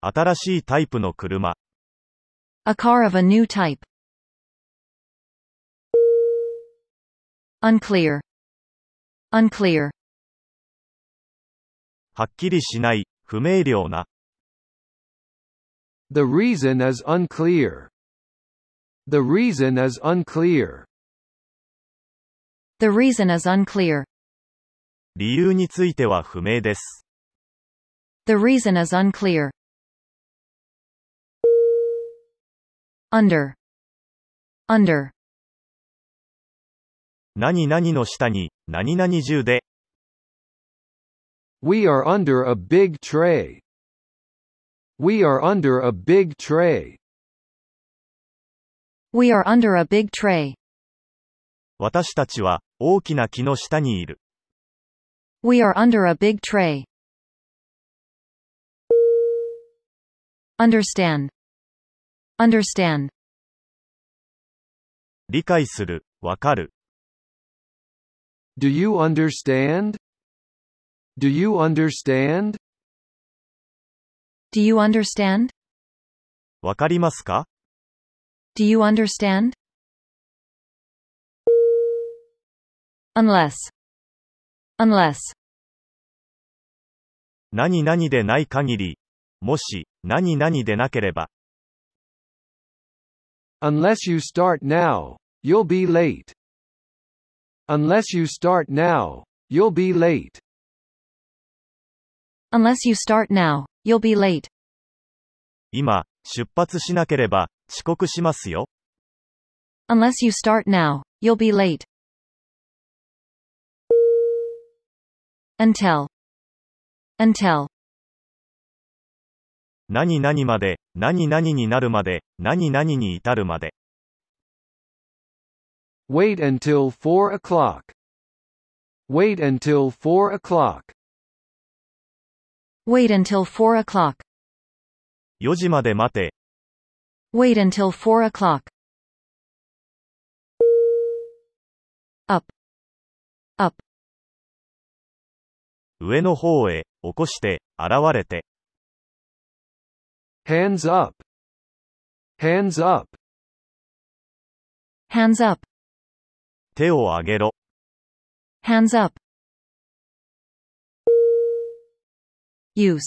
S2: 新しいタイプの車、
S1: A car of a new type. Unclear. Unclear.
S2: はっきりしない、不明瞭な、
S3: The reason is unclear. The reason is unclear.
S1: The reason is unclear.
S2: 理由については不明です。
S1: The reason is unclear. Under. Under.
S2: 何々の下に、何々中で、
S3: We are under a big tray. We are under a big tray.
S1: We are under a big tray.
S2: 私たちは、大きな木の下にいる。
S1: We are under a big tray. Understand. Understand.
S2: 理解する、わかる。
S3: Do you understand? Do you understand?
S1: Do you understand?
S2: わかりますか
S1: Do you understand? Unless. Unless.
S2: 何々でない限り、もし、何々でなければ、
S3: Unless you start now, you'll be late. Unless you start now, you'll be late.
S1: Unless you start now, you'll be late.
S2: 今、出発しなければ、遅刻しますよ。
S1: Unless you start now, you'll be late. Until. Until.
S2: 何々まで、何々になるまで、何々に至るまで。
S3: Wait until 4 o'clock. Wait until 4 o'clock.
S1: Wait until 4 o'clock.
S2: 4時まで待て、
S1: Wait until 4 o'clock. Up. Up.
S2: 上の方へ、起こして、現れて。
S3: Hands up. Hands up.
S1: Hands up.
S2: 手を上げろ。
S1: Hands up. Use.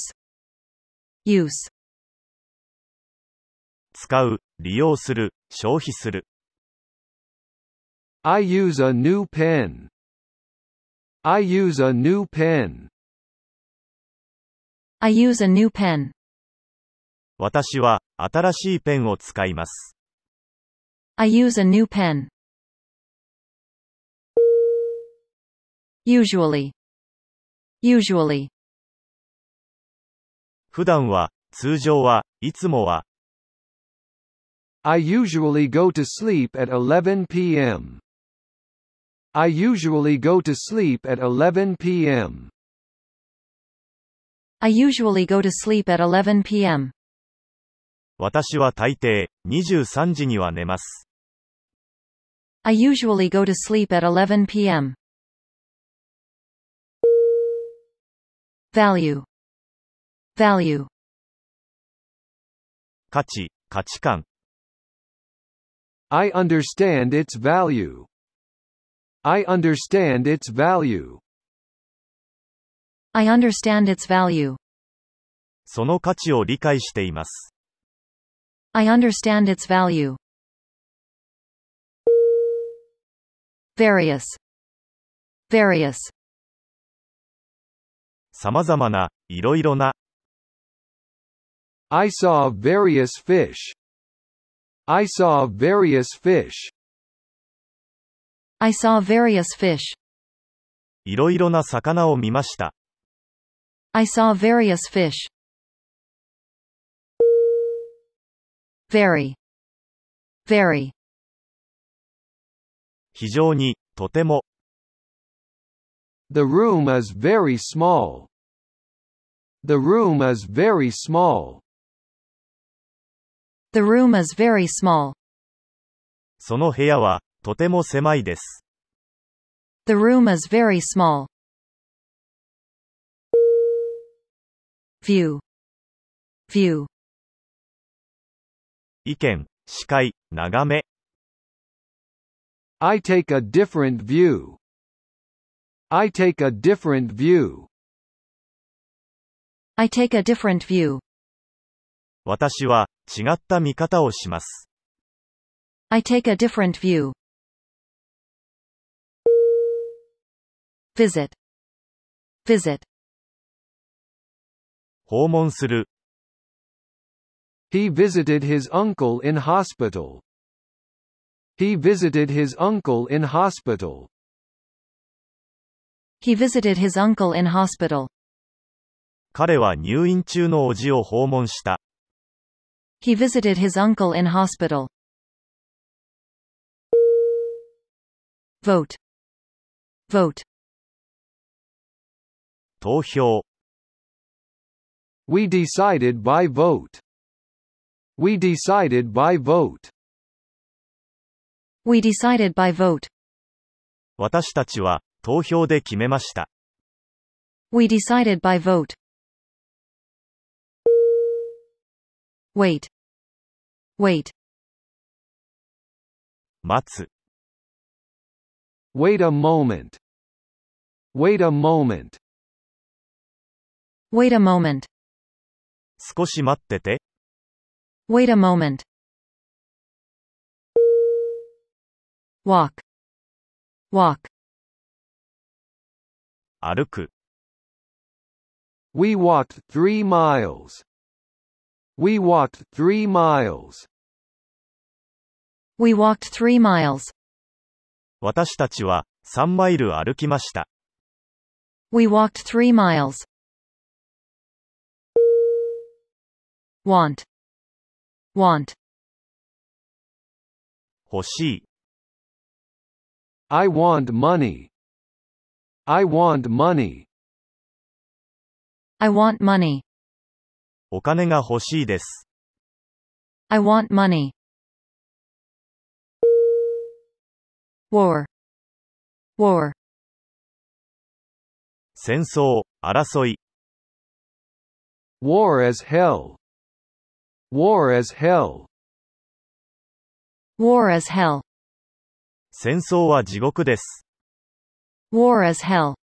S1: Use.
S2: 使う、利用する、消費する。
S3: I use a new pen. I use a new pen.
S1: I use a new pen.
S2: 私は、新しいペンを使います。
S1: I use a new pen. Usually. Usually.
S2: 普段は、通常は、いつもは、
S3: I usually go to sleep at 11 p.m. I usually go to sleep at 11 p.m.
S1: I usually go to sleep at 11 p.m.
S5: 私は大抵、23時には寝ます。
S1: I usually go to sleep at 11 p.m. Value. Value.
S5: 価値、価値観。
S3: I understand its value. I understand its value.
S1: I understand its value.
S5: その価値を理解しています。
S1: I understand its value. Various. Various.
S5: 様々な、いろいろな、
S3: I saw various fish. I saw various fish.
S1: I saw various fish.
S5: いろいろな魚を見ました。
S1: I saw various fish. Very. Very.
S5: 非常に、とても、
S3: The room is very small. The room is very small.
S1: The room is very small.
S5: その部屋は、とても狭いです。
S1: The room is very small. View. View.
S5: 意見、視界、眺め、
S3: I take a different view. I take a different view.
S1: I take a different view.
S5: 私は、違った見方をします。
S1: I take a different view. Visit. Visit.
S5: 訪問する、
S3: He visited his uncle in hospital. He visited his uncle in hospital.
S1: He visited his uncle in hospital.
S5: 彼は入院中のおじを訪問した。
S1: He visited his uncle in hospital. Vote. Vote.
S5: 投票。
S3: We decided by vote. We decided by vote.
S1: We decided by vote.
S5: 私たちは、投票で決めました。
S1: We decided by vote. Wait. Wait.
S5: 待つ。
S3: Wait a moment. Wait a moment.
S1: Wait a moment.
S5: 少し待ってて。
S1: Wait a moment. Walk. Walk.
S5: 歩く。
S3: We walked three miles. We walked three miles.
S1: We walked three miles.
S5: 私たちは、3マイル歩きました。
S1: We walked three miles. Want. Want.
S5: 欲しい。
S3: I want money. I want money.
S1: I want money.
S5: お金が欲しいです。
S1: I want money. War. War.
S5: 戦争、争い、
S3: War as hell. War as hell.
S1: War as hell.
S5: 戦争は地獄です。
S1: War as hell.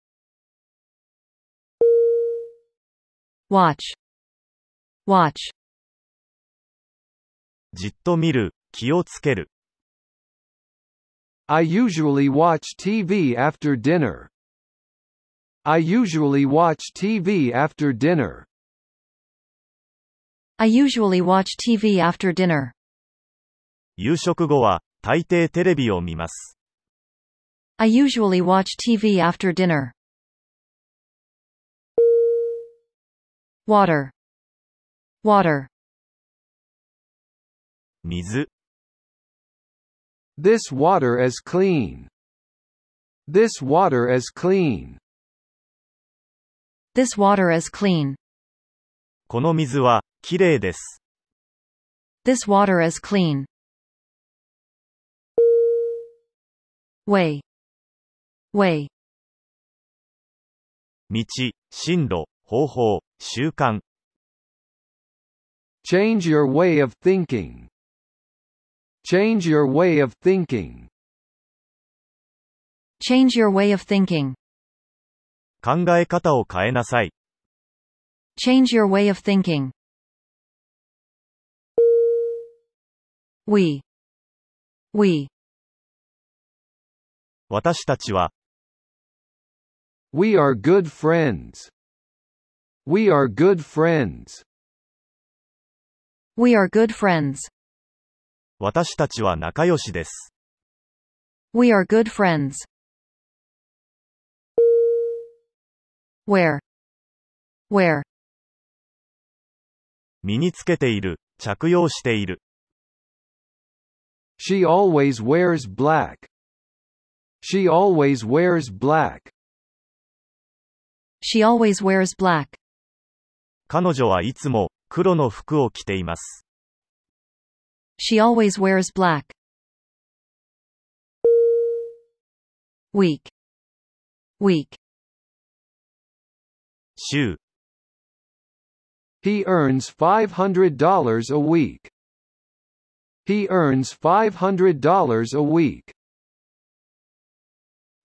S1: Watch. Watch.
S5: じっと見る、気をつける。
S3: I usually watch TV after dinner. I usually watch TV after dinner.
S1: I usually watch TV after dinner.
S5: 夕食後は、大抵テレビを見ます。
S1: I usually watch TV after dinner. Water. Water.
S5: 水、
S3: This water is clean. This water is clean.
S1: This water is clean.
S2: この水は、きれいです。
S1: This water is clean. Way. Way.
S2: 道、進路、方法、習慣。
S3: Change your way of thinking. Change your way of thinking.
S1: Change your way of thinking.
S2: 考え方を変えなさい。
S1: Change your way of thinking. We. We.
S2: 私たちは、
S3: We are good friends. We are good friends.
S1: We are good friends.
S2: 私たちは仲良しです。
S1: We are good friends. Where? Where?
S2: 身につけている、着用している。
S3: She always wears black. She always wears black.
S1: She always wears black.
S2: 彼女はいつも、黒の服を着ています。
S1: She always wears black. Week. Week.
S2: 週、
S3: He earns $500 a week. He earns $500 a week.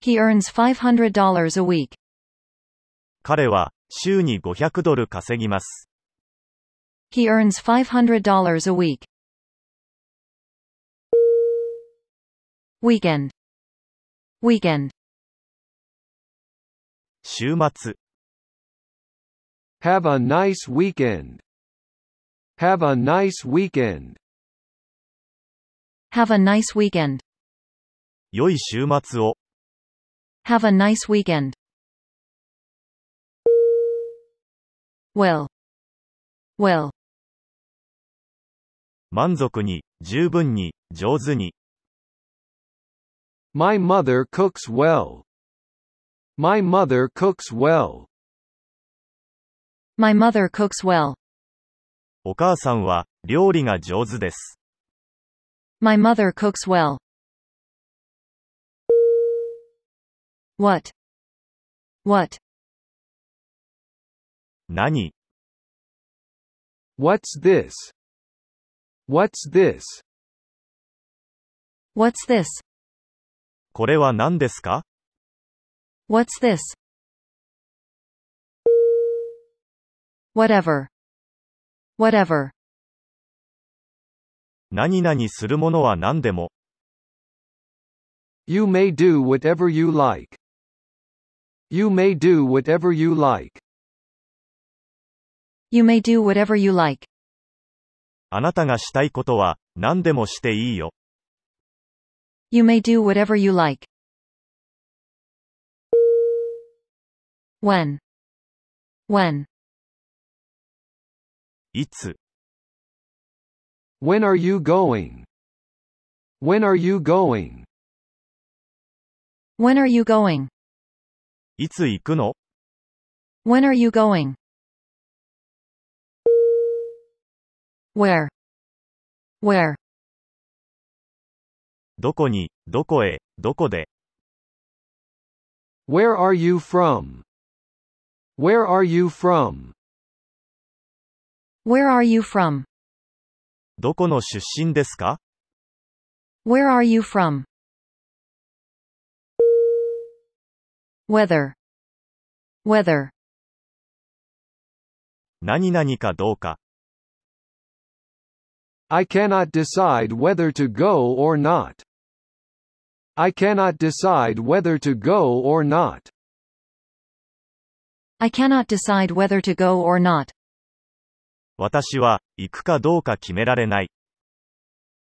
S1: He earns $500 a week.
S2: 彼は、週に500ドル稼ぎます。
S1: He earns $500 a week. Weekend. Weekend.
S2: 週末、
S3: Have a nice weekend. Have a nice weekend.
S1: Have a nice weekend.
S2: 良い週末を、
S1: Have a nice weekend. Well. Well.
S2: 満足に、十分に、上手に。
S3: My mother cooks well. My mother cooks well.
S1: My mother cooks well.
S2: お母さんは、料理が上手です。
S1: My mother cooks well. What? What?
S2: 何
S3: What's this? What's this?
S1: What's this?
S2: これは何ですか
S1: What's this? Whatever. Whatever.
S2: 何々するものは何でも、
S3: You may do whatever you like. You may do whatever you like.
S1: You may do whatever you like.
S2: あなたがしたいことは、何でもしていいよ。
S1: You may do whatever you like. When? When?
S2: いつ、
S3: When are you going? When are you going?
S1: When are you going?
S2: いつ行くの
S1: When are you going? Where? Where?
S2: どこに、どこへ、どこで。
S3: Where are you from? Where are you from?
S1: Where are you from?
S2: どこの出身ですか
S1: Where are you from? Weather. Weather.
S2: 何々かどうか。
S3: I cannot decide whether to go or not. I cannot decide whether to go or not.
S1: I cannot decide whether to go or not.
S2: 私は、行くかどうか決められない。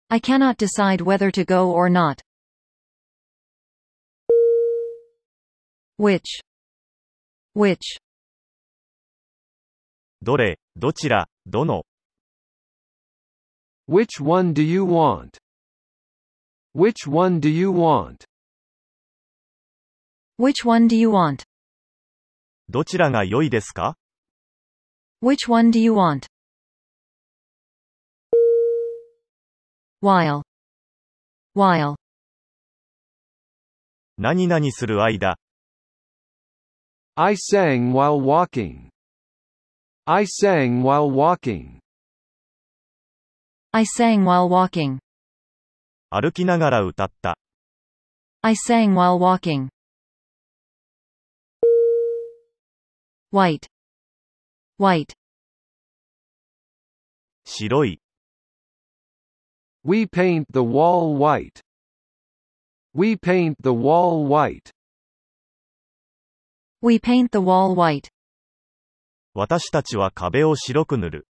S1: I cannot decide whether to go or not. Which? Which?
S2: どれ、どちら、どの。
S3: Which one do you want? Which one do you want?
S1: Which one do you want?
S2: どちらが良いですか
S1: Which one do you want? While. While.
S2: 何々する間、
S3: I sang while walking. I sang while walking.
S1: I sang while walking.
S2: 歩きながら歌った。
S1: I sang while walking. White. White.
S2: 白い、
S3: We paint the wall white. We paint the wall white.
S1: We paint the wall white.
S2: 私たちは壁を白く塗る。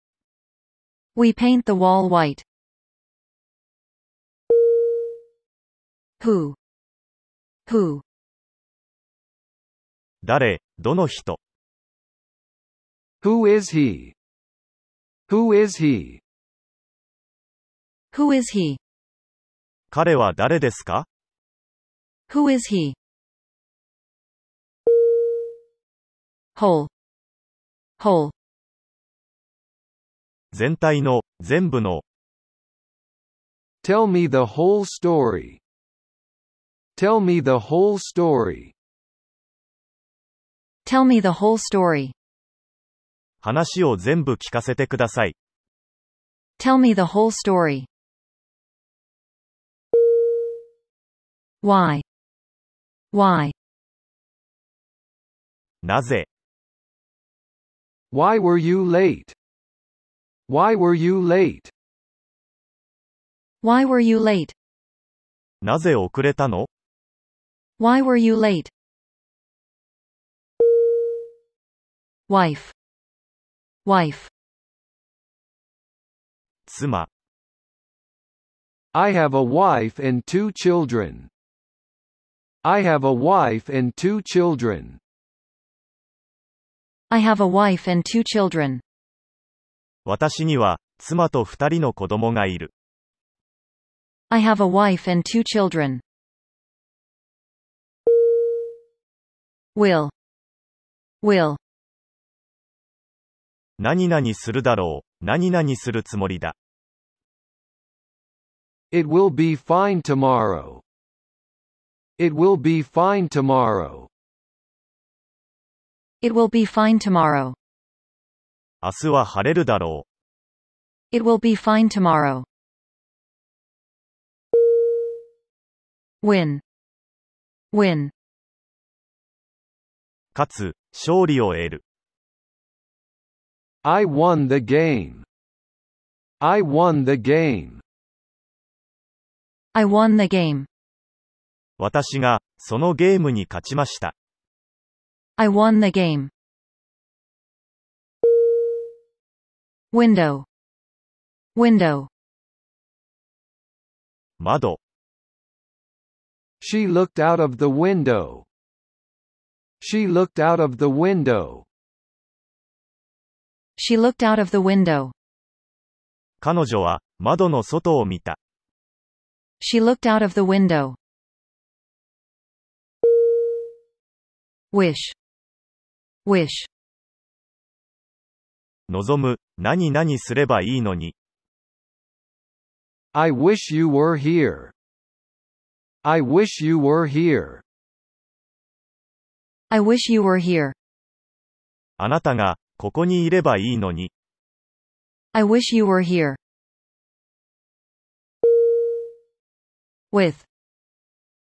S1: We paint the wall white. Who? Who?
S2: 誰、どの人、
S3: Who is he? Who is he?
S1: Who is he?
S2: 彼は誰ですか
S1: Who is he? Whole. Whole.
S2: 全体の、全部の、
S3: Tell me the whole story. Tell me the whole story.
S1: Tell me the whole story.
S2: 話を全部聞かせてください。
S1: Tell me the whole story. Why? Why?
S2: なぜ、
S3: Why were you late? Why were you late?
S1: Why were you late?
S2: なぜ遅れたの
S1: Why were you late? Wife. Wife.
S2: 妻、
S3: I have a wife and two children. I have a wife and two children.
S1: I have a wife and two children.
S2: 私には、妻と二人の子供がいる。
S1: I have a wife and two children. Will. Will.
S2: 何々するだろう、何々するつもりだ。
S3: It will be fine tomorrow. It will be fine tomorrow.
S1: It will be fine tomorrow.
S2: 明日は晴れるだろ
S1: It will be fine tomorrow. Win. Win.
S2: う。かつ、勝利を得る。
S3: I won the game. I won the game.
S1: I won the game.
S2: 私が、そのゲームに勝ちました。
S1: I won the game. Window. Window.
S2: 窓、
S3: She looked out of the window. She looked out of the window.
S1: She looked out of the window.
S2: 彼女は、窓の外を見た。
S1: She looked out of the window. Wish. Wish.
S2: 望む、何々すればいいのに、
S3: I wish you were here. I wish you were here.
S1: I wish you were here.
S2: あなたが、ここにいればいいのに、
S1: I wish you were here. With.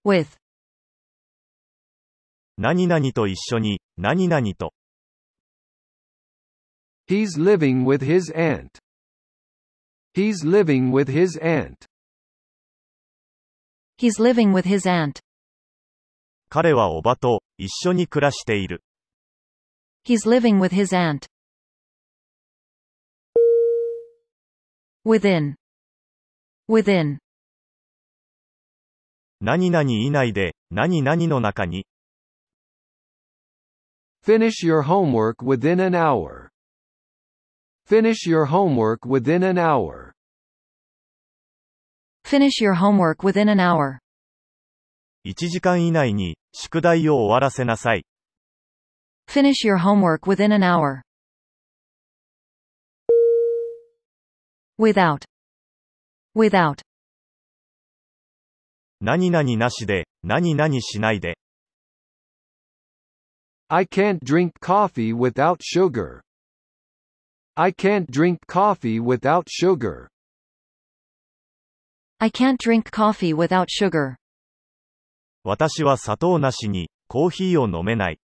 S1: With.
S2: 何々と一緒に、何々と、
S3: He's living with his aunt. He's living with his aunt.
S1: He's living with his aunt.
S2: 彼はおばと、一緒に暮らしている。
S1: He's living with his aunt. Within. Within.
S2: 何々以内で、何々の中に、
S3: Finish your homework within an hour. Finish your homework within an hour.
S1: Finish your homework within an hour.
S2: 1時間以内に、宿題を終わらせなさい。
S1: Finish your homework within an hour. Without. Without.
S2: 何々なしで、何々しないで。
S3: I can't drink coffee without sugar. I can't drink coffee without sugar.
S1: I can't drink coffee without sugar.
S2: 私は砂糖なしに、コーヒーを飲めない。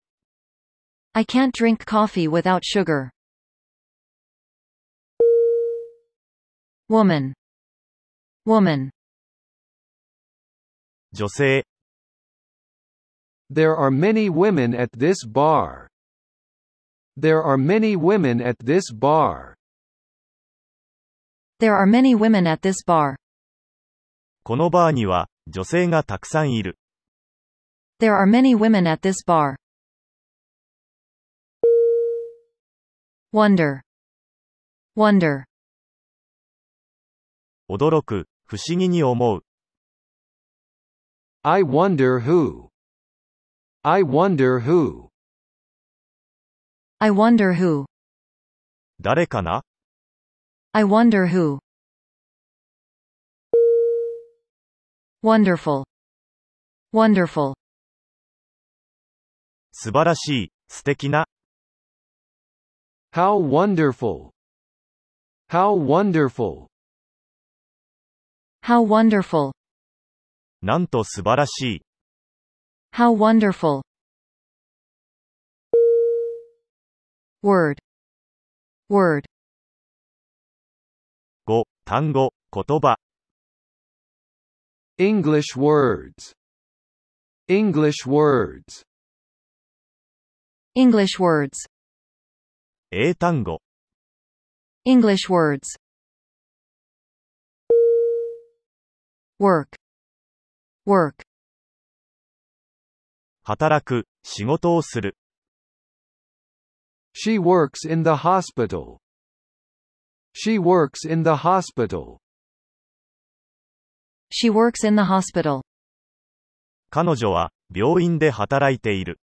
S1: I can't drink coffee without sugar. Woman. Woman.
S2: 女性、
S3: There are many women at this bar. There are many women at this bar.
S1: There are many women at this bar.
S2: このバーには、女性がたくさんいる。
S1: There are many women at this bar. Wonder. Wonder.
S2: 驚く、不思議に思う。
S3: I wonder who. I wonder who.
S1: I wonder who.
S2: 誰かな
S1: I wonder who. Wonderful. Wonderful.
S2: 素晴らしい、素敵な、
S3: How wonderful. How wonderful.
S1: How wonderful.
S2: なんと素晴らしい。
S1: How wonderful. Word. Word.
S2: 語、単語、言葉、
S3: English words. English words.
S1: English words.
S2: 英単語、
S1: English words. Work. Work.
S2: 働く、仕事をする。
S3: She works in the hospital. She works in the hospital.
S1: She works in the hospital.
S2: 彼女は、病院で働いている。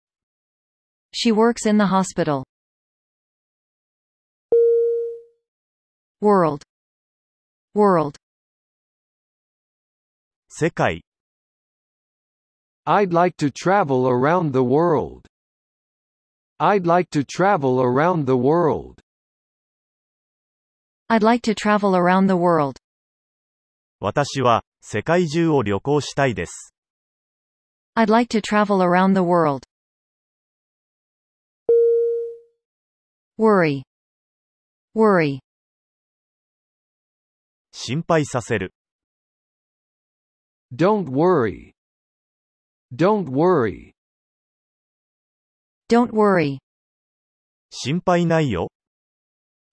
S1: She works in the hospital. World. World.
S2: 世界、
S3: I'd like to travel around the world. I'd like to travel around the world.
S1: I'd like to travel around the world.
S2: 私は、世界中を旅行したいです。
S1: I'd like to travel around the world. Worry. Worry.
S2: 心配させる。
S3: Don't worry. Don't worry.
S1: Don't worry.
S2: 心配ないよ。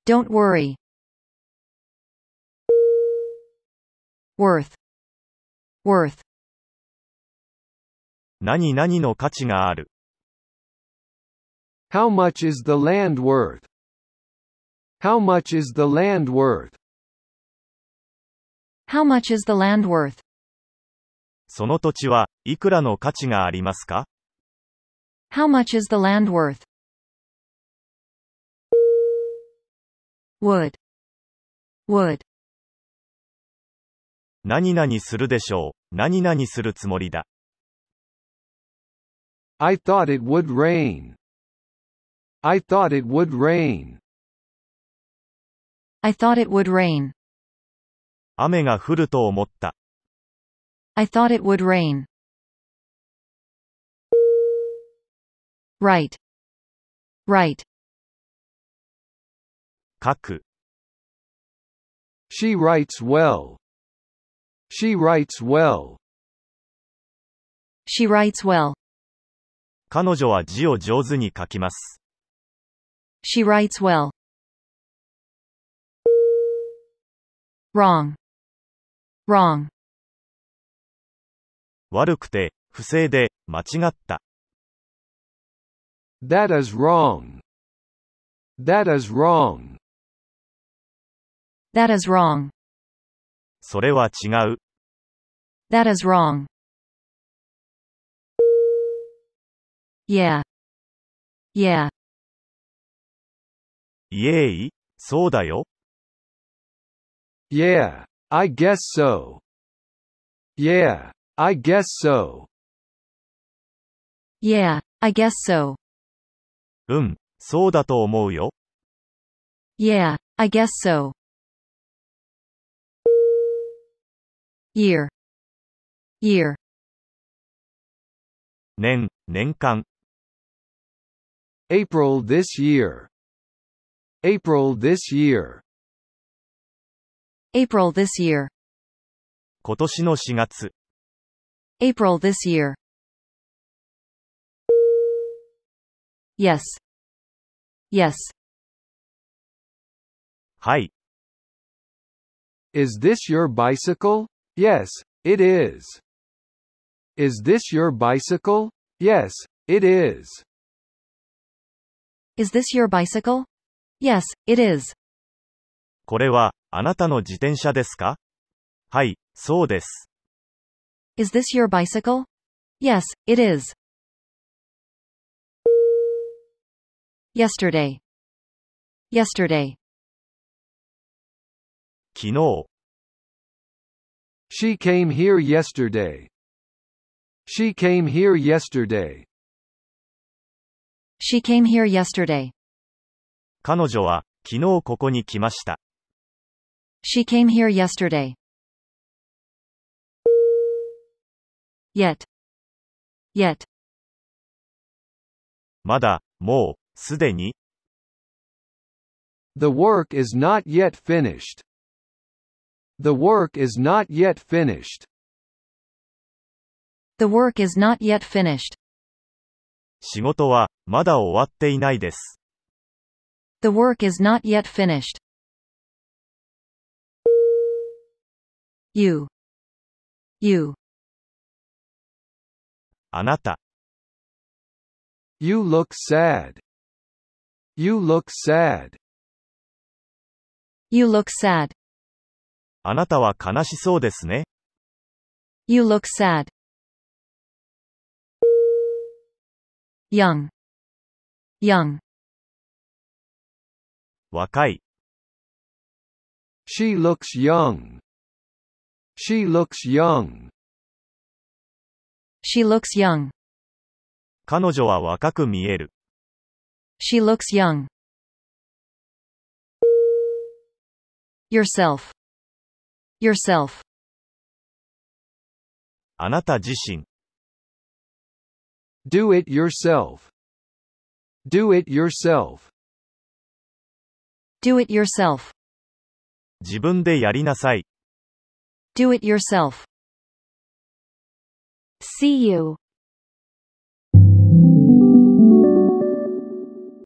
S1: Don't worry. Worth. Worth.
S2: 何々の価値がある。
S3: How much is the land worth? How much is the land worth?
S1: How much is the land worth?
S2: その土地はいくらの価値がありますか
S1: How much is the land worth? Would. Would.
S2: 何々するでしょう。何々するつもりだ。
S3: I thought it would rain. I thought it would rain.
S1: I thought it would rain.
S2: 雨が降ると思った。
S1: I thought it would rain. Right. Right.
S2: 書く。
S3: She writes well. She writes well.
S1: She writes well.
S2: 彼女は字を上手に書きます。
S1: She writes well. Wrong. Wrong.
S2: 悪くて、不正で、間違った。
S3: That is wrong. That is wrong.
S1: That is wrong.
S2: それは違う。
S1: That is wrong. Yeah. Yeah.
S2: イエーイ、そうだよ。
S3: Yeah. I guess so. Yeah. I guess so.
S1: Yeah. I guess so.
S2: うん、そうだと思うよ。
S1: Yeah. I guess so. Year. Year.
S2: 年、年間。
S3: April this year. April this year.
S1: April this year.
S2: 今年の4月。
S1: April this year. Yes. Yes.
S2: はい。
S3: Is this your bicycle? Yes, it is. Is this your bicycle? Yes, it is.
S1: Is this your bicycle? Yes, it is.
S2: これは、あなたの自転車ですかはい、そうです。
S1: Is this your bicycle? Yes, it is. Yesterday. Yesterday.
S2: 昨日、
S3: She came here yesterday. She came here yesterday.
S1: She came here yesterday.
S2: 彼女は、昨日ここに来ました。
S1: She came here yesterday. Yet. Yet.
S2: まだ、もう、すでに、
S3: The work is not yet finished. The work is not yet finished.
S1: The work is not yet finished.
S2: 仕事は、まだ終わっていないです。
S1: The work is not yet finished. You. You.
S2: あなた、
S3: You look sad. You look sad.
S1: You look sad.
S2: あなたは悲しそうですね。
S1: You look sad. Young. Young.
S2: 若い、
S3: She looks young. She looks young.
S1: She looks young.
S2: 彼女は若く見える。
S1: She looks young. Yourself. Yourself.
S2: あなた自身、
S3: Do it yourself. Do it yourself.
S1: Do it yourself.
S2: 自分でやりなさい。
S1: Do it yourself. See you.